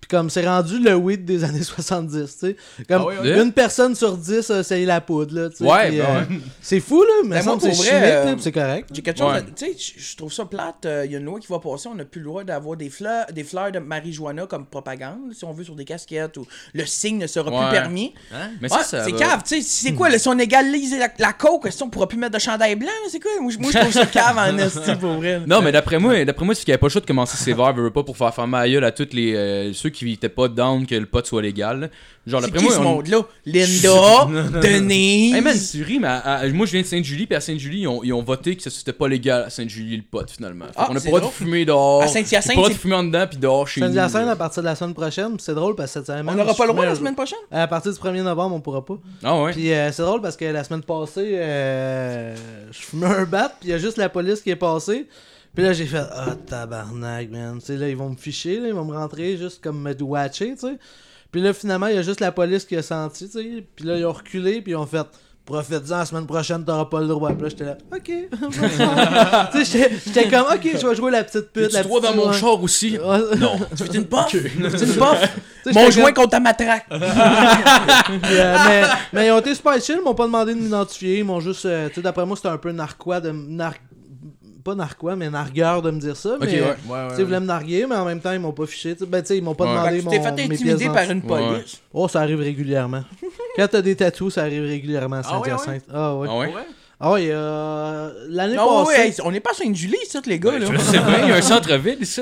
[SPEAKER 3] Puis comme c'est rendu le weed des années 70, tu sais. Comme
[SPEAKER 6] Ah oui,
[SPEAKER 4] oui.
[SPEAKER 3] une personne sur 10 a essayé la poudre, là, tu sais.
[SPEAKER 4] Ouais,
[SPEAKER 3] Puis, euh,
[SPEAKER 4] ben ouais.
[SPEAKER 3] C'est fou, là. Mais
[SPEAKER 2] Ben, moi,
[SPEAKER 3] ça,
[SPEAKER 2] pour
[SPEAKER 3] c'est
[SPEAKER 2] vrai,
[SPEAKER 3] chimique,
[SPEAKER 2] euh,
[SPEAKER 3] là, puis c'est correct.
[SPEAKER 2] J'ai quelque chose,
[SPEAKER 4] Ouais.
[SPEAKER 2] à- tu sais, je je trouve ça plate. euh, Il y a une loi qui va passer, on n'a plus le droit d'avoir des fleurs, des fleurs de marijuana comme propagande, si on veut, sur des casquettes ou le signe ne sera
[SPEAKER 4] Ouais. Hein?
[SPEAKER 2] plus permis.
[SPEAKER 4] Mais
[SPEAKER 2] Ouais,
[SPEAKER 4] ça, ça.
[SPEAKER 2] c'est
[SPEAKER 4] va.
[SPEAKER 2] cave, tu sais, c'est quoi, là, si on égalise la, la coke, est-ce qu'on pourra plus mettre de chandail blanc, là, c'est quoi? Moi, je- moi, je trouve ça cave en esti, pour vrai. là.
[SPEAKER 4] Non, mais d'après moi, d'après moi, c'est qu'il n'y avait pas le choix de commencer sévère, veut pas pour faire fermer la gueule à tous les euh, ceux qui étaient pas down que le pot soit légal. là. Genre,
[SPEAKER 2] C'est
[SPEAKER 4] d'après
[SPEAKER 2] qui
[SPEAKER 4] moi.
[SPEAKER 2] ce
[SPEAKER 4] on-
[SPEAKER 2] monde-là? Linda, Denise...
[SPEAKER 4] Hey man, tu ris, mais à- à- moi je viens de Sainte-Julie, puis à Sainte-Julie, ils ont, ils ont voté que ça, c'était pas légal à Sainte-Julie le pot finalement. Fait
[SPEAKER 2] Ah,
[SPEAKER 4] qu'on a pas
[SPEAKER 2] c'est
[SPEAKER 4] le droit de
[SPEAKER 2] drôle.
[SPEAKER 4] fumer dehors.
[SPEAKER 2] À Saint-Hyacinthe,
[SPEAKER 4] Pas le droit de
[SPEAKER 2] c'est-
[SPEAKER 4] fumer en dedans, puis dehors chez
[SPEAKER 3] Je
[SPEAKER 4] nous.
[SPEAKER 3] la scène
[SPEAKER 4] là.
[SPEAKER 3] à partir de la semaine prochaine. puis C'est drôle parce que cette semaine.
[SPEAKER 2] on n'aura pas le droit
[SPEAKER 3] je
[SPEAKER 2] la
[SPEAKER 3] fumais-
[SPEAKER 2] semaine prochaine?
[SPEAKER 3] À partir du 1er novembre, on pourra pas.
[SPEAKER 4] Ah ouais.
[SPEAKER 3] Puis euh, c'est drôle parce que la semaine passée, euh, je fumais un bat, puis il y a juste la police qui est passée. Puis là, j'ai fait Ah, tabarnak, man. Tu sais, là, ils vont me ficher, là, ils vont me rentrer juste comme me watcher, tu sais. Puis là, finalement, il y a juste la police qui a senti, tu sais. Puis là, ils ont reculé, puis ils ont fait Profite-en, la semaine prochaine, t'auras pas le droit. Puis là, j'étais là Ok, bonsoir. Tu sais, j'étais- j'étais comme Ok, je vais jouer la petite pute. euh,
[SPEAKER 4] Tu
[SPEAKER 3] la
[SPEAKER 4] droit
[SPEAKER 3] petite-
[SPEAKER 4] dans mon
[SPEAKER 3] ouais.
[SPEAKER 4] char aussi.
[SPEAKER 3] Ouais.
[SPEAKER 4] Non.
[SPEAKER 2] Tu veux une puff? Tu veux une puff?
[SPEAKER 3] Tu sais,
[SPEAKER 2] Mon
[SPEAKER 3] j'étais
[SPEAKER 2] joint contre ta matraque.
[SPEAKER 3] Puis, euh, mais, mais ils ont été super chill, ils m'ont pas demandé de m'identifier, ils m'ont juste. euh, tu sais, d'après moi, c'était un peu narquois de. m- nar- Pas narquois, mais nargueur de me dire ça. mais,
[SPEAKER 4] ouais,
[SPEAKER 3] Tu sais, ils voulaient me narguer, mais en même temps, ils m'ont pas fiché. tu sais. Ben, tu sais, ils m'ont pas
[SPEAKER 4] Ouais.
[SPEAKER 3] demandé.
[SPEAKER 2] Fait que tu t'es
[SPEAKER 3] mon-
[SPEAKER 2] fait
[SPEAKER 3] mes pièces
[SPEAKER 2] intimider par une
[SPEAKER 3] d'identité.
[SPEAKER 4] Ouais.
[SPEAKER 2] police.
[SPEAKER 3] Oh, ça arrive régulièrement. Quand t'as des tatous, ça arrive régulièrement à
[SPEAKER 6] Ah ouais,
[SPEAKER 3] Saint-Hyacinthe. Ah ouais.
[SPEAKER 4] Ah ouais.
[SPEAKER 3] Ah ouais, euh, l'année
[SPEAKER 2] Non, Ah ouais,
[SPEAKER 3] passée.
[SPEAKER 2] ouais, hey, on n'est pas sur une Julie, ça, les gars, là.
[SPEAKER 4] C'est vrai, il y a un centre-ville ici.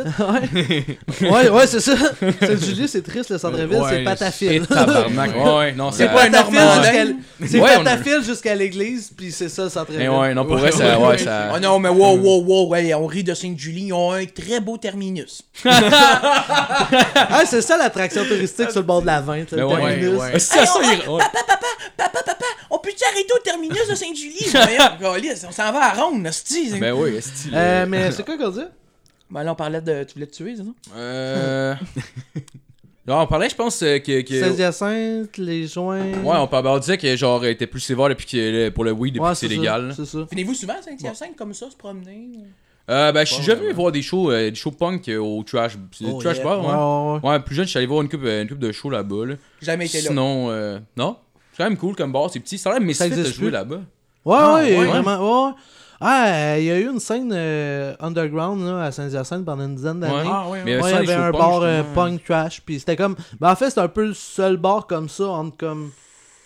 [SPEAKER 3] ouais, ouais, c'est ça. C'est Julie, c'est triste, le centre-ville,
[SPEAKER 6] Ouais,
[SPEAKER 3] c'est patafile.
[SPEAKER 4] Tabarnak. Ouais, ouais, non,
[SPEAKER 2] C'est
[SPEAKER 4] ça-
[SPEAKER 2] pas un
[SPEAKER 3] patafile
[SPEAKER 2] Normandin.
[SPEAKER 3] jusqu'à- C'est
[SPEAKER 4] Ouais, on a-
[SPEAKER 3] patafile jusqu'à l'église, puis c'est ça le
[SPEAKER 4] Mais
[SPEAKER 3] centre-ville.
[SPEAKER 4] Eh ouais, non, pour vrai, ça. Ouais, ça.
[SPEAKER 2] Oh non, mais wow, wow, wow, ouais, on rit de Sainte-Julie, ils ont un très beau terminus.
[SPEAKER 3] Ah, c'est ça l'attraction touristique sur le bord de la 20.
[SPEAKER 4] Mais
[SPEAKER 3] là, le
[SPEAKER 4] ouais,
[SPEAKER 3] terminus.
[SPEAKER 6] ouais.
[SPEAKER 4] Ah, si ça,
[SPEAKER 2] Hey,
[SPEAKER 4] ça,
[SPEAKER 2] on-
[SPEAKER 4] il- ouais.
[SPEAKER 2] Papa, papa, on peut-tu arrêter au terminus de Sainte-Julie? Voyons, câlisse, on s'en va à Ronde, hostie.
[SPEAKER 4] Ben oui, est-ce
[SPEAKER 3] Euh, mais c'est quoi qu'on dit
[SPEAKER 2] Ben là, on parlait de... Tu voulais te tuer, c'est ça?
[SPEAKER 4] Euh. Genre, on parlait, je pense, euh, que. que-
[SPEAKER 3] Saint-Hyacinthe, les joints.
[SPEAKER 4] Ouais, on, parlait- on disait que genre, était plus sévère depuis que, pour le weed depuis
[SPEAKER 3] Ouais,
[SPEAKER 4] que c'est
[SPEAKER 3] ça,
[SPEAKER 4] légal.
[SPEAKER 3] C'est ça.
[SPEAKER 2] Venez-vous souvent à Saint-Hyacinthe comme ça, se promener? ou-
[SPEAKER 4] Euh, ben, je suis déjà venu voir des shows, euh, des shows punk euh, au trash,
[SPEAKER 2] Oh,
[SPEAKER 4] trash
[SPEAKER 2] yeah.
[SPEAKER 4] bar, ouais.
[SPEAKER 3] Ouais, ouais.
[SPEAKER 4] ouais. plus jeune, je suis allé voir une coupe, euh, une coupe de shows là-bas. Là.
[SPEAKER 2] Jamais été là.
[SPEAKER 4] Sinon, euh, non. C'est quand même cool comme bar, c'est petit. Ça a l'air
[SPEAKER 3] Ça
[SPEAKER 4] misfit de
[SPEAKER 3] existe
[SPEAKER 4] jouer
[SPEAKER 3] plus.
[SPEAKER 4] là-bas.
[SPEAKER 3] Ouais, ouais, il y a
[SPEAKER 4] Ah,
[SPEAKER 3] eu
[SPEAKER 4] ouais.
[SPEAKER 3] vraiment. Ouais. ouais. Ah, euh, il y a eu une scène euh, underground là, à Saint-Hyacinthe pendant une dizaine d'années.
[SPEAKER 4] Ouais.
[SPEAKER 6] Ah ouais,
[SPEAKER 4] Mais
[SPEAKER 6] ouais.
[SPEAKER 3] Ouais, il y
[SPEAKER 4] sans les
[SPEAKER 3] avait
[SPEAKER 4] shows
[SPEAKER 3] un
[SPEAKER 4] punk,
[SPEAKER 3] bar euh,
[SPEAKER 4] justement.
[SPEAKER 3] punk trash. Puis c'était comme. Ben, en fait, c'était un peu le seul bar comme ça entre comme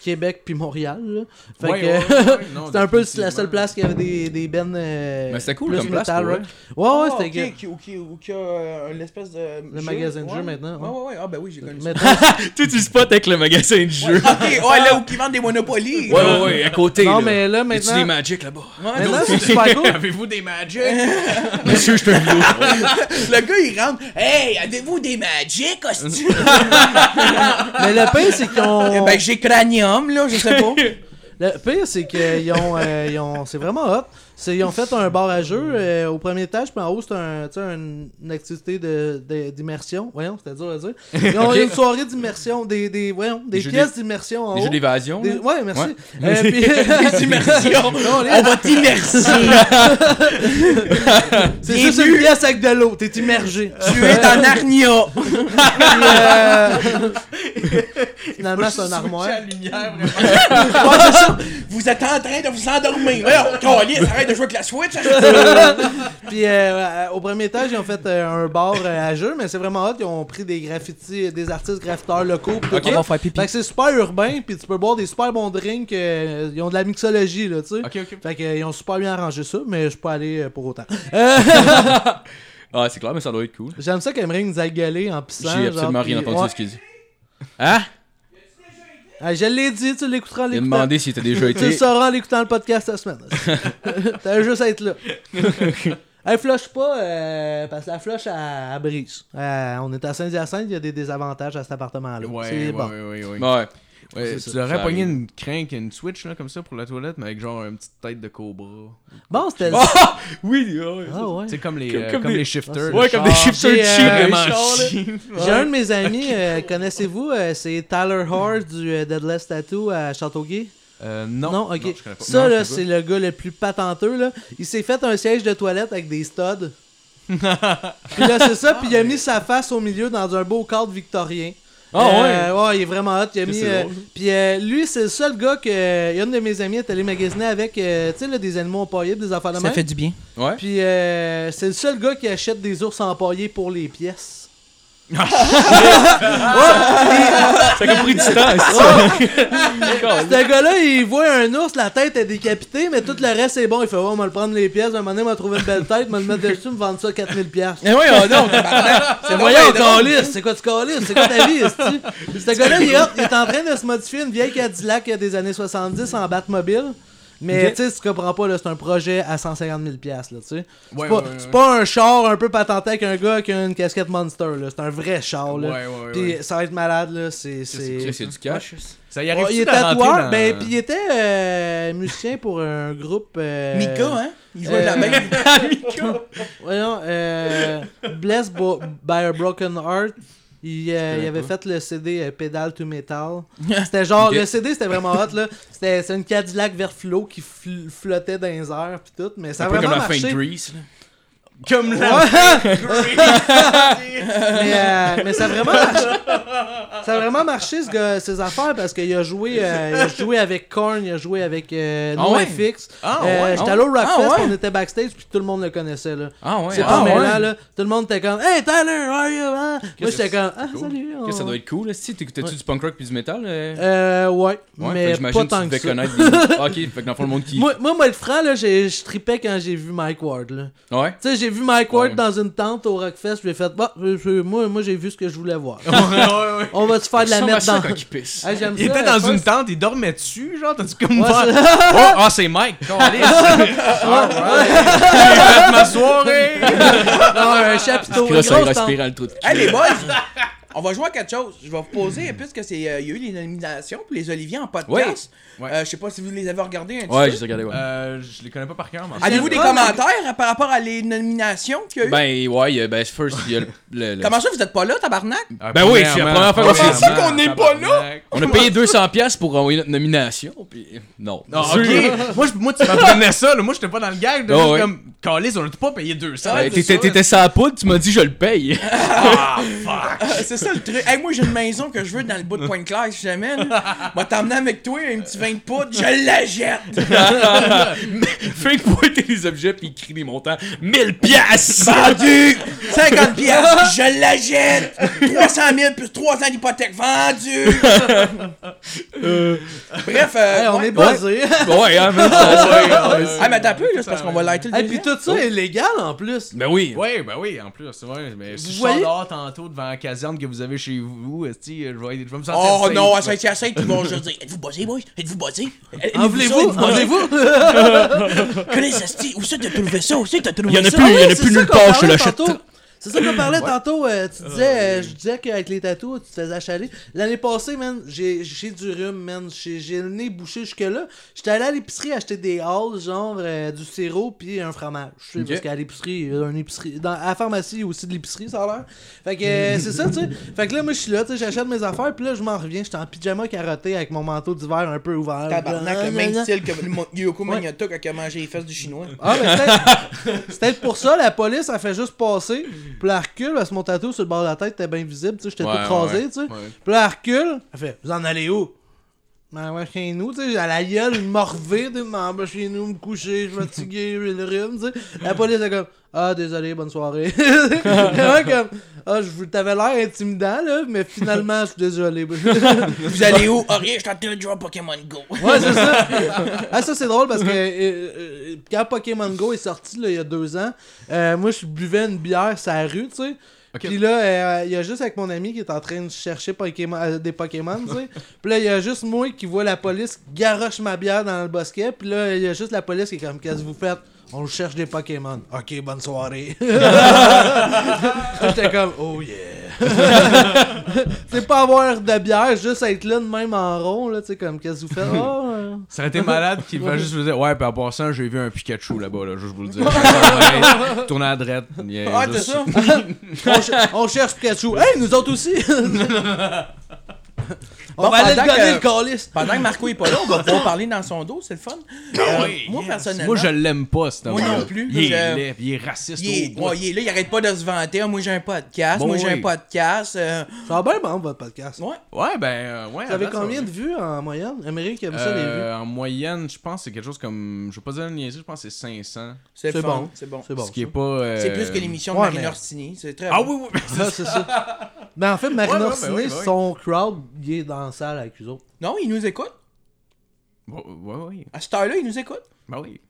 [SPEAKER 3] Québec puis Montréal. là. Fait
[SPEAKER 6] Ouais,
[SPEAKER 3] que.
[SPEAKER 6] ouais, ouais, ouais, non,
[SPEAKER 3] C'était un peu la seule
[SPEAKER 6] définitivement.
[SPEAKER 3] place qui avait des, des bennes. euh,
[SPEAKER 4] Mais c'était cool
[SPEAKER 3] plus
[SPEAKER 4] comme place,
[SPEAKER 3] metal,
[SPEAKER 4] pour
[SPEAKER 3] rock. Ouais, ouais,
[SPEAKER 2] Ah,
[SPEAKER 6] Oh,
[SPEAKER 3] c'était
[SPEAKER 2] ok, qui- ou qui- ou qui a euh, l'espèce de.
[SPEAKER 3] Le magasin de jeux maintenant,
[SPEAKER 2] Ouais, ouais, ouais. Ah, ben oui, j'ai connu ça.
[SPEAKER 3] Mettons-
[SPEAKER 4] Tu tu spot avec le magasin de jeu.
[SPEAKER 2] Ok, ouais, là où ils vendent des Monopoly.
[SPEAKER 4] Ouais, ouais, ouais, à côté.
[SPEAKER 3] non,
[SPEAKER 4] là.
[SPEAKER 3] mais là,
[SPEAKER 4] Y a-tu des Ah
[SPEAKER 3] maintenant.
[SPEAKER 4] Magic là-bas?
[SPEAKER 3] Maintenant, c'est super cool.
[SPEAKER 6] Avez-vous des magic?
[SPEAKER 4] Monsieur, je te vieux.
[SPEAKER 2] Le gars, il rentre. Hey, avez-vous des Magic, hostie?
[SPEAKER 3] Mais le pire, c'est qu'ils
[SPEAKER 4] Eh
[SPEAKER 3] ont.
[SPEAKER 2] ben, j'ai Cranium, là, je sais pas.
[SPEAKER 3] Le pire, c'est qu'ils ont. euh, ils ont- c'est vraiment hot. C'est, ils ont fait un bar à jeu euh, au premier étage, puis en haut, c'est un, tu sais, une, une activité de, de- d'immersion. Voyons, c'était dur à dire. Ils ont
[SPEAKER 4] Ok.
[SPEAKER 3] une soirée d'immersion, des, des, voyons, des,
[SPEAKER 4] Des jeux
[SPEAKER 3] pièces d'immersion en
[SPEAKER 4] Des
[SPEAKER 3] haut.
[SPEAKER 4] jeux d'évasion.
[SPEAKER 3] Oh. Des-
[SPEAKER 4] là.
[SPEAKER 3] Ouais, merci. Euh, puis-
[SPEAKER 2] Immersion.
[SPEAKER 3] Non, les-
[SPEAKER 2] On va t'immerser.
[SPEAKER 3] c'est
[SPEAKER 2] bien
[SPEAKER 3] juste une pièce avec de l'eau, t'es immergé.
[SPEAKER 2] tu es en Narnia.
[SPEAKER 3] Puis, euh, Finalement, c'est un armoire.
[SPEAKER 2] Ouais, hein,
[SPEAKER 3] Euh,
[SPEAKER 2] c'est ça. Vous êtes en train de vous endormir. Voyons, câlisse, arrête de jouer avec la Switch.
[SPEAKER 3] Puis euh, euh, au premier étage, ils ont fait euh, un bar euh, à jeu, mais c'est vraiment hot. Ils ont pris des graffitis, euh, des artistes graffiteurs locaux. pis tout
[SPEAKER 2] On
[SPEAKER 3] ça.
[SPEAKER 2] va faire pipi.
[SPEAKER 3] Fait que c'est super urbain, puis tu peux boire des super bons drinks. euh, ils ont de la mixologie, là, tu sais.
[SPEAKER 6] Ok, ok.
[SPEAKER 3] Fait qu'ils ont super bien arrangé ça, mais je suis pas allé euh, pour autant.
[SPEAKER 4] Ah, c'est clair, mais ça doit être cool.
[SPEAKER 3] J'aime ça qu'Emerick nous aille gueuler en pissant.
[SPEAKER 4] J'ai absolument
[SPEAKER 3] genre,
[SPEAKER 4] rien
[SPEAKER 3] puis-
[SPEAKER 4] entendu de
[SPEAKER 3] Ouais.
[SPEAKER 4] ce qu'il dit. Hein?
[SPEAKER 3] Ah, je l'ai dit, tu l'écouteras en
[SPEAKER 4] Il a
[SPEAKER 3] l'écoutant.
[SPEAKER 4] demandé s'il était déjà
[SPEAKER 3] Tu le
[SPEAKER 4] été.
[SPEAKER 3] sauras en écoutant le podcast cette semaine. T'as juste à être là. Elle flush pas, euh, parce que la flush, elle, elle brise. Euh, on est à Saint-Hyacinthe, il y a des désavantages à cet appartement-là.
[SPEAKER 6] Ouais,
[SPEAKER 3] c'est
[SPEAKER 6] ouais,
[SPEAKER 3] bon.
[SPEAKER 6] ouais, ouais, ouais.
[SPEAKER 4] Ouais.
[SPEAKER 6] Ouais,
[SPEAKER 3] c'est
[SPEAKER 6] tu
[SPEAKER 3] ça.
[SPEAKER 6] devrais
[SPEAKER 4] Ça
[SPEAKER 6] pogner
[SPEAKER 4] arrive.
[SPEAKER 6] une crank et une switch là, comme ça pour la toilette, mais avec genre une petite tête de cobra.
[SPEAKER 3] Bon,
[SPEAKER 6] Ah!
[SPEAKER 3] c'était.
[SPEAKER 4] Oui, ouais.
[SPEAKER 3] Ah ouais.
[SPEAKER 6] C'est comme les,
[SPEAKER 4] Comme-
[SPEAKER 6] euh,
[SPEAKER 4] comme
[SPEAKER 6] comme
[SPEAKER 4] des-
[SPEAKER 6] les shifters.
[SPEAKER 3] Ouais,
[SPEAKER 6] là.
[SPEAKER 3] comme des shifters de chien,
[SPEAKER 6] vraiment chiant.
[SPEAKER 3] J'ai un de mes amis, euh, connaissez-vous, euh, c'est Tyler Hall du euh, Deadless Tattoo à Châteauguay.
[SPEAKER 6] Euh, non.
[SPEAKER 3] Non, ok.
[SPEAKER 6] je connais pas.
[SPEAKER 3] Ça,
[SPEAKER 6] Non, je
[SPEAKER 3] là,
[SPEAKER 6] sais
[SPEAKER 3] c'est le gars le plus patenteux, là. Il s'est fait un siège de toilette avec des studs. puis là, c'est ça, puis il a mis sa face au milieu dans un beau cadre victorien.
[SPEAKER 4] Ah,
[SPEAKER 3] Euh, ouais, il est vraiment hot. Il a mis,
[SPEAKER 4] c'est
[SPEAKER 3] euh,
[SPEAKER 4] drôle.
[SPEAKER 3] puis euh, lui, c'est le seul gars que. euh, une de mes amies est allée magasiner avec, euh, tu sais, là, des animaux empaillés, des enfants de
[SPEAKER 2] Ça
[SPEAKER 3] main.
[SPEAKER 2] fait du bien.
[SPEAKER 4] Ouais.
[SPEAKER 3] Puis euh, c'est le seul gars qui achète des ours empaillés pour les pièces.
[SPEAKER 4] Ça a compris du temps.
[SPEAKER 3] Ce gars-là, il voit un ours, la tête est décapitée, mais tout le reste est bon. Il fait, ouais, on va le prendre les pièces. À un moment donné, on va trouver une belle tête, on va le mettre dessus, me vendre ça 4000 pièces.
[SPEAKER 2] Mais oui, on non, tabarnak.
[SPEAKER 3] C'est voyant, caliste. C'est quoi tu calices? C'est quoi ta vie, esti? Ce gars-là, il, est hot, il est en train de se modifier une vieille Cadillac des années 70 en Batmobile. Mais tu sais, tu comprends pas, là, c'est un projet à 150 000 là, tu sais. C'est
[SPEAKER 6] Ouais,
[SPEAKER 3] pas,
[SPEAKER 6] ouais, ouais,
[SPEAKER 3] c'est pas un char un peu patenté avec un gars qui a une casquette Monster, là. C'est un vrai char, là.
[SPEAKER 6] Ouais, ouais, ouais.
[SPEAKER 3] Puis ça va être malade, là. C'est. c'est-
[SPEAKER 4] C'est du cash.
[SPEAKER 6] Ça y arrive
[SPEAKER 3] Ouais, Ah, il est tatoueur, ben, puis il était euh, musicien pour un groupe. euh,
[SPEAKER 2] Mika, hein? Il jouait de la
[SPEAKER 3] euh,
[SPEAKER 2] même.
[SPEAKER 3] Voyons, euh, Blessed Bo- by a Broken Heart, il, euh, il avait fait le CD euh, Pedal to Metal. C'était genre,
[SPEAKER 4] Ok.
[SPEAKER 3] le CD c'était vraiment hot là. C'était c'est une Cadillac vert flot qui fl- flottait dans les airs pis tout, mais ça a
[SPEAKER 4] Un peu
[SPEAKER 3] vraiment
[SPEAKER 4] comme la fin
[SPEAKER 3] marché.
[SPEAKER 4] de Grease. là.
[SPEAKER 6] Comme
[SPEAKER 3] Ouais. mais, euh, mais ça a vraiment marché. Ça a vraiment marché ce gars- ces affaires parce qu'il a joué, euh, il a joué avec Korn, il a joué avec euh,
[SPEAKER 4] Ah ouais?
[SPEAKER 3] NoFX.
[SPEAKER 6] Ah,
[SPEAKER 3] Euh,
[SPEAKER 6] ouais.
[SPEAKER 3] J'étais allé au Rockfest,
[SPEAKER 2] Ah ouais?
[SPEAKER 3] on était backstage puis tout le monde le connaissait là.
[SPEAKER 4] Ah ouais.
[SPEAKER 3] C'est
[SPEAKER 4] ah
[SPEAKER 3] pas
[SPEAKER 4] ouais.
[SPEAKER 3] mêlant, là. Tout le monde était comme Hey Tyler, how are you? Ah. Moi
[SPEAKER 4] Qu'est-ce
[SPEAKER 3] j'étais
[SPEAKER 4] que-
[SPEAKER 3] comme Ah,
[SPEAKER 4] cool.
[SPEAKER 3] salut.
[SPEAKER 4] Qu'est-ce que ça doit être cool, là, si t'écoutais-tu
[SPEAKER 3] Ouais.
[SPEAKER 4] du punk rock puis du métal? euh?
[SPEAKER 3] Euh, ouais,
[SPEAKER 4] Ouais, fait que
[SPEAKER 3] mais pas
[SPEAKER 4] j'imagine que tu
[SPEAKER 3] tant que
[SPEAKER 4] devais
[SPEAKER 3] ça.
[SPEAKER 4] connaître des... Ah, Ok, fait que dans le fond, le monde qui...
[SPEAKER 3] Moi, moi, moi, le franc, là, j'ai- je tripais quand j'ai vu Mike Ward, là.
[SPEAKER 4] Ouais.
[SPEAKER 3] Tu sais, j'ai vu Mike Ward
[SPEAKER 4] Ouais.
[SPEAKER 3] dans une tente au Rockfest, j'ai fait, bah, je- je- moi, moi j'ai vu ce que je voulais voir.
[SPEAKER 6] ouais, ouais.
[SPEAKER 3] On va se faire de la
[SPEAKER 4] ressemble à
[SPEAKER 3] mettre
[SPEAKER 4] ça
[SPEAKER 3] dans.
[SPEAKER 4] quand il pisse.
[SPEAKER 3] Ah, j'aime
[SPEAKER 6] Il
[SPEAKER 3] ça,
[SPEAKER 6] était
[SPEAKER 3] la
[SPEAKER 6] dans
[SPEAKER 3] fois-
[SPEAKER 6] une tente, il dormait dessus, genre, t'as-tu comme
[SPEAKER 3] Ouais,
[SPEAKER 6] faire-
[SPEAKER 3] c'est-
[SPEAKER 6] Oh, ah, c'est Mike! Caliste. Alright! J'ai fait ma soirée!
[SPEAKER 3] dans un chapiteau.
[SPEAKER 4] Puis là,
[SPEAKER 3] une
[SPEAKER 4] ça
[SPEAKER 3] grosse
[SPEAKER 4] respire
[SPEAKER 3] tente.
[SPEAKER 4] dans le trou de cul.
[SPEAKER 2] Hey les boys, on va jouer à quelque chose. Je vais vous poser, puisque c'est, euh, il y a eu les nominations pour les Oliviers en podcast.
[SPEAKER 6] Ouais.
[SPEAKER 2] Euh, je sais pas si vous les avez regardés un petit
[SPEAKER 4] Ouais,
[SPEAKER 2] peu.
[SPEAKER 4] j'ai regardé, ouais.
[SPEAKER 6] Euh, je les connais pas par cœur, mais...
[SPEAKER 2] Avez-vous des
[SPEAKER 3] Ah, mais-
[SPEAKER 2] commentaires euh, par rapport à les nominations qu'il y a eu?
[SPEAKER 4] Ben, ouais, il y a- ben, first, il y a le- le- le-
[SPEAKER 2] Comment ça, vous êtes pas là, tabarnak?
[SPEAKER 6] Ah,
[SPEAKER 4] Ben oui, c'est la première fois qu'on s'est dit.
[SPEAKER 2] C'est qu'on n'est pas là!
[SPEAKER 4] On a payé 200$ piastres pour envoyer notre nomination, puis non.
[SPEAKER 6] Non, ok! moi, je- moi, tu m'apprenais ça, là. Moi, j'étais pas dans le gag, là.
[SPEAKER 4] Ah,
[SPEAKER 6] Juste
[SPEAKER 4] ouais.
[SPEAKER 6] comme, Caliste, on a pas payé 200.
[SPEAKER 4] Ben, T'étais t'étais sans poudre, tu m'as dit je le paye.
[SPEAKER 2] Euh, c'est ça le truc. Hey, moi, j'ai une maison que je veux dans le bout de Pointe-Claire, si jamais. là. Moi, t'emmener avec toi un petit vin de poudre, je la jette!
[SPEAKER 4] Fake pointer les objets puis il crie des montants 1000 piastres!
[SPEAKER 2] Vendu! 50 piastres, je la jette! 300 000 plus 3 ans d'hypothèque, vendu! Bref, euh,
[SPEAKER 3] Hey, on
[SPEAKER 2] ouais.
[SPEAKER 3] est buzzé.
[SPEAKER 4] ouais, hein, mais ça-
[SPEAKER 2] Ah, mais t'as peu, là, c'est parce qu'on va lighter le
[SPEAKER 3] Et puis
[SPEAKER 2] deuxième.
[SPEAKER 3] tout ça est légal en plus.
[SPEAKER 4] Ben oui.
[SPEAKER 6] Ouais, ben oui, en plus, c'est vrai. Mais si je
[SPEAKER 3] voyez-
[SPEAKER 6] sors dehors tantôt devant la caserne que vous avez chez vous, esti, je vais je vais me sentir.
[SPEAKER 2] Oh
[SPEAKER 6] safe,
[SPEAKER 2] non,
[SPEAKER 6] quoi.
[SPEAKER 2] à Saint-Hyacinthe, ils vont juste dire Êtes-vous buzzé, boys Êtes-vous buzzé
[SPEAKER 3] En Ah, voulez-vous? En voulez-vous?
[SPEAKER 2] Connais Asti, où ça t'as trouvé ça Où ça t'as trouvé
[SPEAKER 4] Il y en a
[SPEAKER 2] ça?
[SPEAKER 4] plus, il y en a
[SPEAKER 3] C'est
[SPEAKER 4] plus
[SPEAKER 3] ça
[SPEAKER 4] nulle
[SPEAKER 3] qu'on
[SPEAKER 4] part, je te
[SPEAKER 3] parlait
[SPEAKER 4] l'achète.
[SPEAKER 3] tantôt. C'est ça qu'on parlait tantôt. euh, tu disais, euh, je disais qu'avec les tatous, tu te faisais achaler. L'année passée, man, j'ai j'ai du rhume, man. J'ai j'ai le nez bouché jusque-là. J'étais allé à l'épicerie acheter des halls, genre euh, du sirop puis un fromage. Tu sais, Parce qu'à l'épicerie, euh, un épicerie. Dans, à la pharmacie, il y a aussi de l'épicerie, ça a l'air. Fait que euh, c'est ça, tu sais. Fait que là, moi, je suis là, tu sais, j'achète mes affaires, puis là, je m'en reviens. J'étais en pyjama carotté avec mon manteau d'hiver un peu ouvert.
[SPEAKER 2] Tabarnak, le même
[SPEAKER 3] Blablabla.
[SPEAKER 2] style que le mon- Yoko Magnotta quand il a mangé les fesses du chinois.
[SPEAKER 3] Ah, mais c'est peut-être- c'est peut-être pour ça, la police, elle fait juste passer. Puis la recule, parce que mon tatou sur le bord de la tête était bien visible, tu sais, j'étais
[SPEAKER 6] Ouais,
[SPEAKER 3] tout
[SPEAKER 6] ouais,
[SPEAKER 3] crasé,
[SPEAKER 6] ouais.
[SPEAKER 3] tu sais.
[SPEAKER 6] Ouais.
[SPEAKER 3] Puis la recule, elle fait Vous en allez où Ben ouais, chez nous, tu sais, à la gueule, morvée, tu sais, m'en vais chez nous, me coucher, je suis fatigué, j'ai le rhume, tu sais. La police est comme, ah, désolé, bonne soirée. Vraiment comme, ah, je vous t'avais l'air intimidant, là, mais finalement, je suis désolé.
[SPEAKER 2] Vous allez où? Oh, rien, je suis en train de jouer à Pokémon Go.
[SPEAKER 3] Ouais, c'est ça. ah, ça, c'est drôle parce que euh, euh, quand Pokémon Go est sorti là, il y a deux ans, euh, moi, je buvais une bière sur la rue, tu sais. Puis là, euh, il y a juste avec mon ami qui est en train de chercher Pokémon, euh, des Pokémon, tu sais. Puis là, il y a juste moi qui vois la police qui garoche ma bière dans le bosquet. Puis là, il y a juste la police qui est comme, qu'est-ce que vous faites? On cherche des Pokémon. Ok, bonne soirée. J'étais comme, oh yeah. c'est pas avoir de bière, juste être là de même en rond, là, tu sais, comme, qu'est-ce que vous faites? Ah, euh,
[SPEAKER 6] Ça aurait été malade qu'il va juste vous dire Ouais, puis en passant, j'ai vu un Pikachu là-bas, là, je vous le dis. Ouais, Tournez à droite. il y a
[SPEAKER 2] Ah, c'est
[SPEAKER 6] juste-
[SPEAKER 2] ça?
[SPEAKER 3] on, cher- on cherche Pikachu. Hey, nous autres aussi! on
[SPEAKER 2] Bon,
[SPEAKER 3] va aller le
[SPEAKER 2] pendant
[SPEAKER 3] gagner, le
[SPEAKER 2] que-
[SPEAKER 3] calice!
[SPEAKER 2] Pendant que Marco est pas là, on va pouvoir parler dans son dos, c'est le fun. Euh, moi, personnellement.
[SPEAKER 6] Ah Moi, je l'aime pas, cet
[SPEAKER 2] Moi
[SPEAKER 6] homme-là.
[SPEAKER 2] non plus.
[SPEAKER 6] Il
[SPEAKER 2] Je-
[SPEAKER 6] est laid, puis il est raciste.
[SPEAKER 2] il est,
[SPEAKER 6] au bout.
[SPEAKER 2] ouais, il est là, il arrête pas de se vanter. Ah, Moi, j'ai un podcast.
[SPEAKER 6] Bon,
[SPEAKER 2] moi, j'ai un
[SPEAKER 6] oui.
[SPEAKER 2] podcast. euh,
[SPEAKER 3] Ça va bien, bon, votre podcast.
[SPEAKER 2] Ouais.
[SPEAKER 6] Ouais, ben, euh, ouais.
[SPEAKER 3] Vous avez
[SPEAKER 6] avant, ça
[SPEAKER 3] combien
[SPEAKER 6] va.
[SPEAKER 3] de vues en moyenne? Amérique aime ça, les vues.
[SPEAKER 6] Euh, En moyenne, je pense que c'est quelque chose comme. Je vais pas dire une niaiserie, je pense que c'est 500.
[SPEAKER 2] C'est
[SPEAKER 3] C'est
[SPEAKER 2] fun,
[SPEAKER 3] bon.
[SPEAKER 2] C'est bon.
[SPEAKER 3] C'est bon.
[SPEAKER 6] ce qui est
[SPEAKER 3] ça.
[SPEAKER 6] pas. euh,
[SPEAKER 2] C'est plus que l'émission de
[SPEAKER 3] ouais,
[SPEAKER 2] Marine
[SPEAKER 3] mais-
[SPEAKER 2] Orsini. C'est très
[SPEAKER 6] Ah
[SPEAKER 2] bon.
[SPEAKER 6] oui, oui, oui.
[SPEAKER 3] Ah, c'est ça. Mais en fait,
[SPEAKER 6] Ouais,
[SPEAKER 3] Marine
[SPEAKER 6] ouais,
[SPEAKER 3] Orsini,
[SPEAKER 6] ben oui, ben oui.
[SPEAKER 3] son crowd, il est dans la salle avec eux autres.
[SPEAKER 2] Non, il nous écoute.
[SPEAKER 6] Ouais, ouais, ouais.
[SPEAKER 2] À cette heure-là, il nous écoute.
[SPEAKER 6] Ben oui.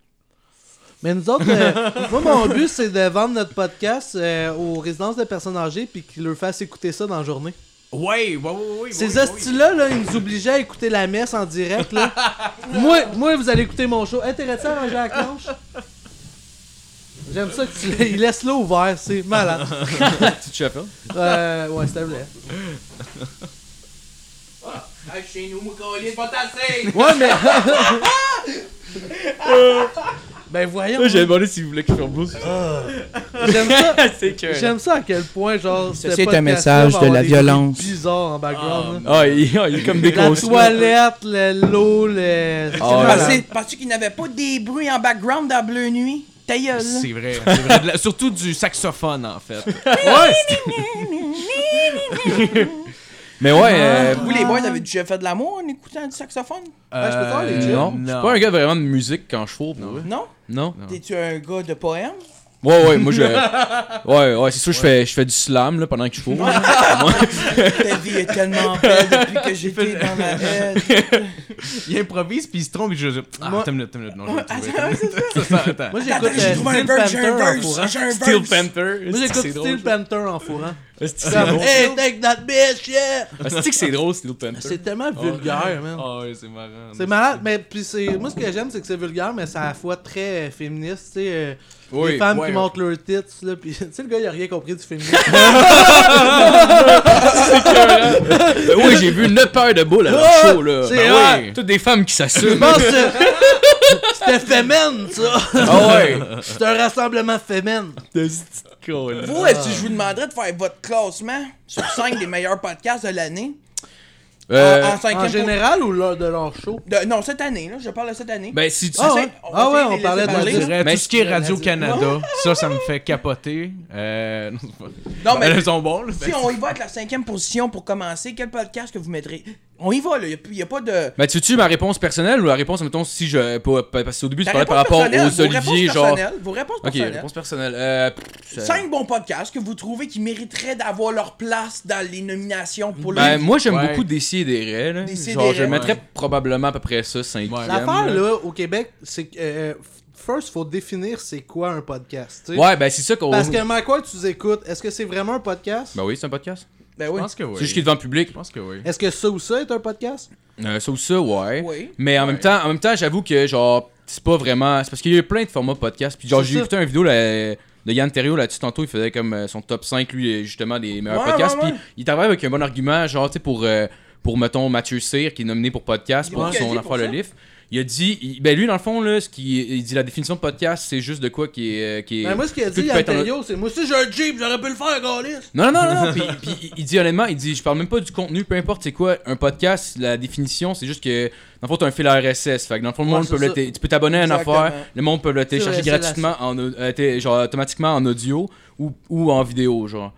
[SPEAKER 3] Mais nous autres, euh, moi, mon but, c'est de vendre notre podcast euh, aux résidences de personnes âgées puis qu'ils leur fassent écouter ça dans la journée.
[SPEAKER 6] Ouais, ouais, ouais, ouais.
[SPEAKER 3] Ces
[SPEAKER 6] ouais, ouais.
[SPEAKER 3] hosties-là, là, ils nous obligeaient à écouter la messe en direct. Là. moi, moi, vous allez écouter mon show. Hey, t'es ça à ranger la cloche? J'aime ça que tu il laisse là ouvert, c'est malade.
[SPEAKER 4] Petite chapelle.
[SPEAKER 3] Euh, ouais, c'était vrai.
[SPEAKER 2] chez nous, mon pas tasser.
[SPEAKER 3] Ouais, mais. ben voyons,
[SPEAKER 4] J'ai demandé si vous voulez qu'il fasse
[SPEAKER 3] j'aime ça.
[SPEAKER 4] C'est que.
[SPEAKER 3] J'aime ça à quel point, genre,
[SPEAKER 2] Ceci est un
[SPEAKER 3] podcast-là
[SPEAKER 2] message
[SPEAKER 3] va
[SPEAKER 2] de
[SPEAKER 3] avoir
[SPEAKER 2] la
[SPEAKER 3] des trucs
[SPEAKER 2] violence.
[SPEAKER 3] bizarres en background. là.
[SPEAKER 4] Ah, il, ah, il est comme des
[SPEAKER 3] la toilette, le- l'eau, le. C'est hein.
[SPEAKER 4] Ah,
[SPEAKER 3] malade.
[SPEAKER 2] Pensez- Penses-tu qu'il n'avait pas des bruits en background dans Bleu Nuit? Ta gueule, là.
[SPEAKER 6] C'est vrai, c'est vrai. De la- Surtout du saxophone, en fait.
[SPEAKER 4] Ouais! Mais
[SPEAKER 2] Ah.
[SPEAKER 4] ouais, euh,
[SPEAKER 2] Vous, les boys, avez déjà fait de l'amour en écoutant du saxophone?
[SPEAKER 3] Ah, je peux faire les
[SPEAKER 6] Euh,
[SPEAKER 3] jeux?
[SPEAKER 4] non,
[SPEAKER 6] Non.
[SPEAKER 4] je suis pas un gars vraiment de musique quand je fourre, pour vrai.
[SPEAKER 2] Non?
[SPEAKER 4] Non?
[SPEAKER 2] T'es-tu un gars de poème?
[SPEAKER 4] Ouais, ouais, moi je. Ouais, ouais, c'est sûr, je fais, je fais du slam là, pendant que je fourre.
[SPEAKER 2] Ta vie est tellement belle depuis que j'étais dans la haine.
[SPEAKER 6] Il improvise, puis il se trompe, puis je dis Ah,
[SPEAKER 3] Moi-
[SPEAKER 6] attends une minute, attends une minute. Non, je vais le
[SPEAKER 2] Attends,
[SPEAKER 6] trouver.
[SPEAKER 2] c'est ça.
[SPEAKER 6] Attends, attends.
[SPEAKER 3] Moi,
[SPEAKER 2] Attends,
[SPEAKER 3] j'écoute
[SPEAKER 2] j'ai
[SPEAKER 3] euh,
[SPEAKER 2] trouvé un
[SPEAKER 3] Steel
[SPEAKER 2] verse, j'ai un
[SPEAKER 3] Panther en
[SPEAKER 2] verse,
[SPEAKER 3] fourrant.
[SPEAKER 2] j'ai un verse.
[SPEAKER 4] Steel Panther.
[SPEAKER 3] Moi, j'écoute
[SPEAKER 4] C'est drôle.
[SPEAKER 3] Steel Panther en fourrant.
[SPEAKER 4] Est-ce que
[SPEAKER 3] C'est
[SPEAKER 4] Ah, c'est
[SPEAKER 3] comme,
[SPEAKER 4] drôle?
[SPEAKER 3] hey, take that bitch, yeah!
[SPEAKER 4] Est-ce que Ah, c'est drôle, Steel
[SPEAKER 2] Ah,
[SPEAKER 4] Panther?
[SPEAKER 3] C'est tellement vulgaire, man.
[SPEAKER 6] Ah, ouais, c'est marrant.
[SPEAKER 3] C'est malade, mais puis c'est moi ce que j'aime c'est que c'est vulgaire mais c'est à la fois très euh, féministe, tu sais euh,
[SPEAKER 6] Oui,
[SPEAKER 3] les femmes
[SPEAKER 6] ouais.
[SPEAKER 3] qui montrent leurs tits là puis tu sais le gars il a rien compris du féminisme.
[SPEAKER 4] Ben oui, j'ai vu une paire de boules à
[SPEAKER 3] Ah,
[SPEAKER 4] leur show là.
[SPEAKER 3] c'est
[SPEAKER 4] Ben
[SPEAKER 3] hot.
[SPEAKER 4] oui. Toutes des femmes qui
[SPEAKER 3] Je
[SPEAKER 4] s'assument.
[SPEAKER 3] pense que c'était féminin ça.
[SPEAKER 4] Ah ouais!
[SPEAKER 3] C'est un rassemblement féminin.
[SPEAKER 2] Vous, est-ce que je vous demanderais de faire votre classement sur 5 des meilleurs podcasts de l'année?
[SPEAKER 4] Euh,
[SPEAKER 2] en, en cinquième
[SPEAKER 3] En général ou lors de leur show
[SPEAKER 2] po- de- non, cette année, là, je parle de cette année.
[SPEAKER 4] ben si tu.
[SPEAKER 3] Ah
[SPEAKER 2] Essaye-
[SPEAKER 3] ouais,
[SPEAKER 2] va
[SPEAKER 3] ah ouais,
[SPEAKER 2] essayer de
[SPEAKER 3] on
[SPEAKER 2] les
[SPEAKER 3] parlait de
[SPEAKER 2] laisser
[SPEAKER 3] la
[SPEAKER 6] Je
[SPEAKER 2] parler.
[SPEAKER 6] dirais,
[SPEAKER 4] Mais-
[SPEAKER 6] tout ce qui est Radio-Canada, ça, ça me fait capoter. Euh, non, c'est pas-
[SPEAKER 2] Non, mais
[SPEAKER 4] ben,
[SPEAKER 6] Elles sont bonnes, là.
[SPEAKER 2] si
[SPEAKER 3] ben,
[SPEAKER 2] on y va avec la cinquième position pour commencer, quel podcast que vous mettrez? On y va, là. Il n'y a, pas de...
[SPEAKER 4] Ben, tu veux-tu ma réponse personnelle ou la réponse, mettons, si je. pas- pas- Parce qu'au début, tu
[SPEAKER 2] La
[SPEAKER 4] parlais par
[SPEAKER 2] réponse
[SPEAKER 4] rapport
[SPEAKER 2] personnelle,
[SPEAKER 4] aux
[SPEAKER 2] vos réponses
[SPEAKER 4] Olivier, genre.
[SPEAKER 2] personnelles, Vos réponses
[SPEAKER 4] Ok,
[SPEAKER 2] personnelles.
[SPEAKER 4] réponse personnelle. Euh, pff, ça-
[SPEAKER 2] Cinq bons podcasts que vous trouvez qui mériteraient d'avoir leur place dans les nominations pour le...
[SPEAKER 4] Ben, moi, j'aime
[SPEAKER 6] Ouais.
[SPEAKER 4] beaucoup Décider des raies, là.
[SPEAKER 2] Décider
[SPEAKER 4] Genre, je
[SPEAKER 2] des raies.
[SPEAKER 4] mettrais probablement à peu près ça, 5
[SPEAKER 6] Ouais.
[SPEAKER 3] L'affaire là au Québec c'est que euh, first faut définir c'est quoi un podcast, tu sais.
[SPEAKER 4] Ouais, ben, c'est ça qu'on.
[SPEAKER 3] Parce que Mike Ward, tu écoutes, est-ce que c'est vraiment un podcast
[SPEAKER 4] Ben oui, c'est un podcast.
[SPEAKER 2] Ben
[SPEAKER 6] Je
[SPEAKER 2] oui.
[SPEAKER 6] pense que oui.
[SPEAKER 4] C'est juste qu'il est devant le public.
[SPEAKER 6] Je pense que oui.
[SPEAKER 3] Est-ce que ça ou ça est un podcast
[SPEAKER 4] Euh, ça ou ça, ouais.
[SPEAKER 2] Oui.
[SPEAKER 4] Mais en même temps, en même temps, j'avoue que genre c'est pas vraiment, c'est parce qu'il y a eu plein de formats podcast. Puis genre
[SPEAKER 3] C'est
[SPEAKER 4] j'ai
[SPEAKER 3] ça.
[SPEAKER 4] écouté une vidéo là, de Yann Terrio là-dessus tantôt, il faisait comme euh, son top 5 lui justement des meilleurs
[SPEAKER 2] Ouais,
[SPEAKER 4] podcasts.
[SPEAKER 2] ouais, ouais.
[SPEAKER 4] Puis il travaille avec un bon argument genre tu sais pour euh, pour mettons Mathieu Cyr qui est nominé pour podcast
[SPEAKER 2] Il
[SPEAKER 4] pour
[SPEAKER 2] est quasi
[SPEAKER 4] son
[SPEAKER 2] pour
[SPEAKER 4] affaire
[SPEAKER 2] ça.
[SPEAKER 4] le livre. Il a dit, il- ben lui dans le fond là, ce qui il dit la définition de podcast, c'est juste de quoi qui est euh, qui est.
[SPEAKER 3] Ben, moi ce qu'il a
[SPEAKER 4] tout
[SPEAKER 3] dit
[SPEAKER 4] peut être en-
[SPEAKER 3] Antonio, c'est moi si j'ai un Jeep, j'aurais pu le faire Gaulis.
[SPEAKER 4] non, non, non, non. puis, puis il- il dit honnêtement, il dit, je parle même pas du contenu, peu importe c'est quoi, un podcast, la définition, c'est juste que, dans le fond, t'as un fil RSS. Fait que dans le fond, le
[SPEAKER 3] Ouais,
[SPEAKER 4] monde
[SPEAKER 3] c'est
[SPEAKER 4] peut le
[SPEAKER 3] ça.
[SPEAKER 4] té- tu peux t'abonner à une
[SPEAKER 2] Exactement.
[SPEAKER 4] affaire, le monde peut le télécharger
[SPEAKER 3] vrai, c'est la-
[SPEAKER 4] gratuitement, en, au- euh, té- genre automatiquement en audio ou, ou en vidéo, genre.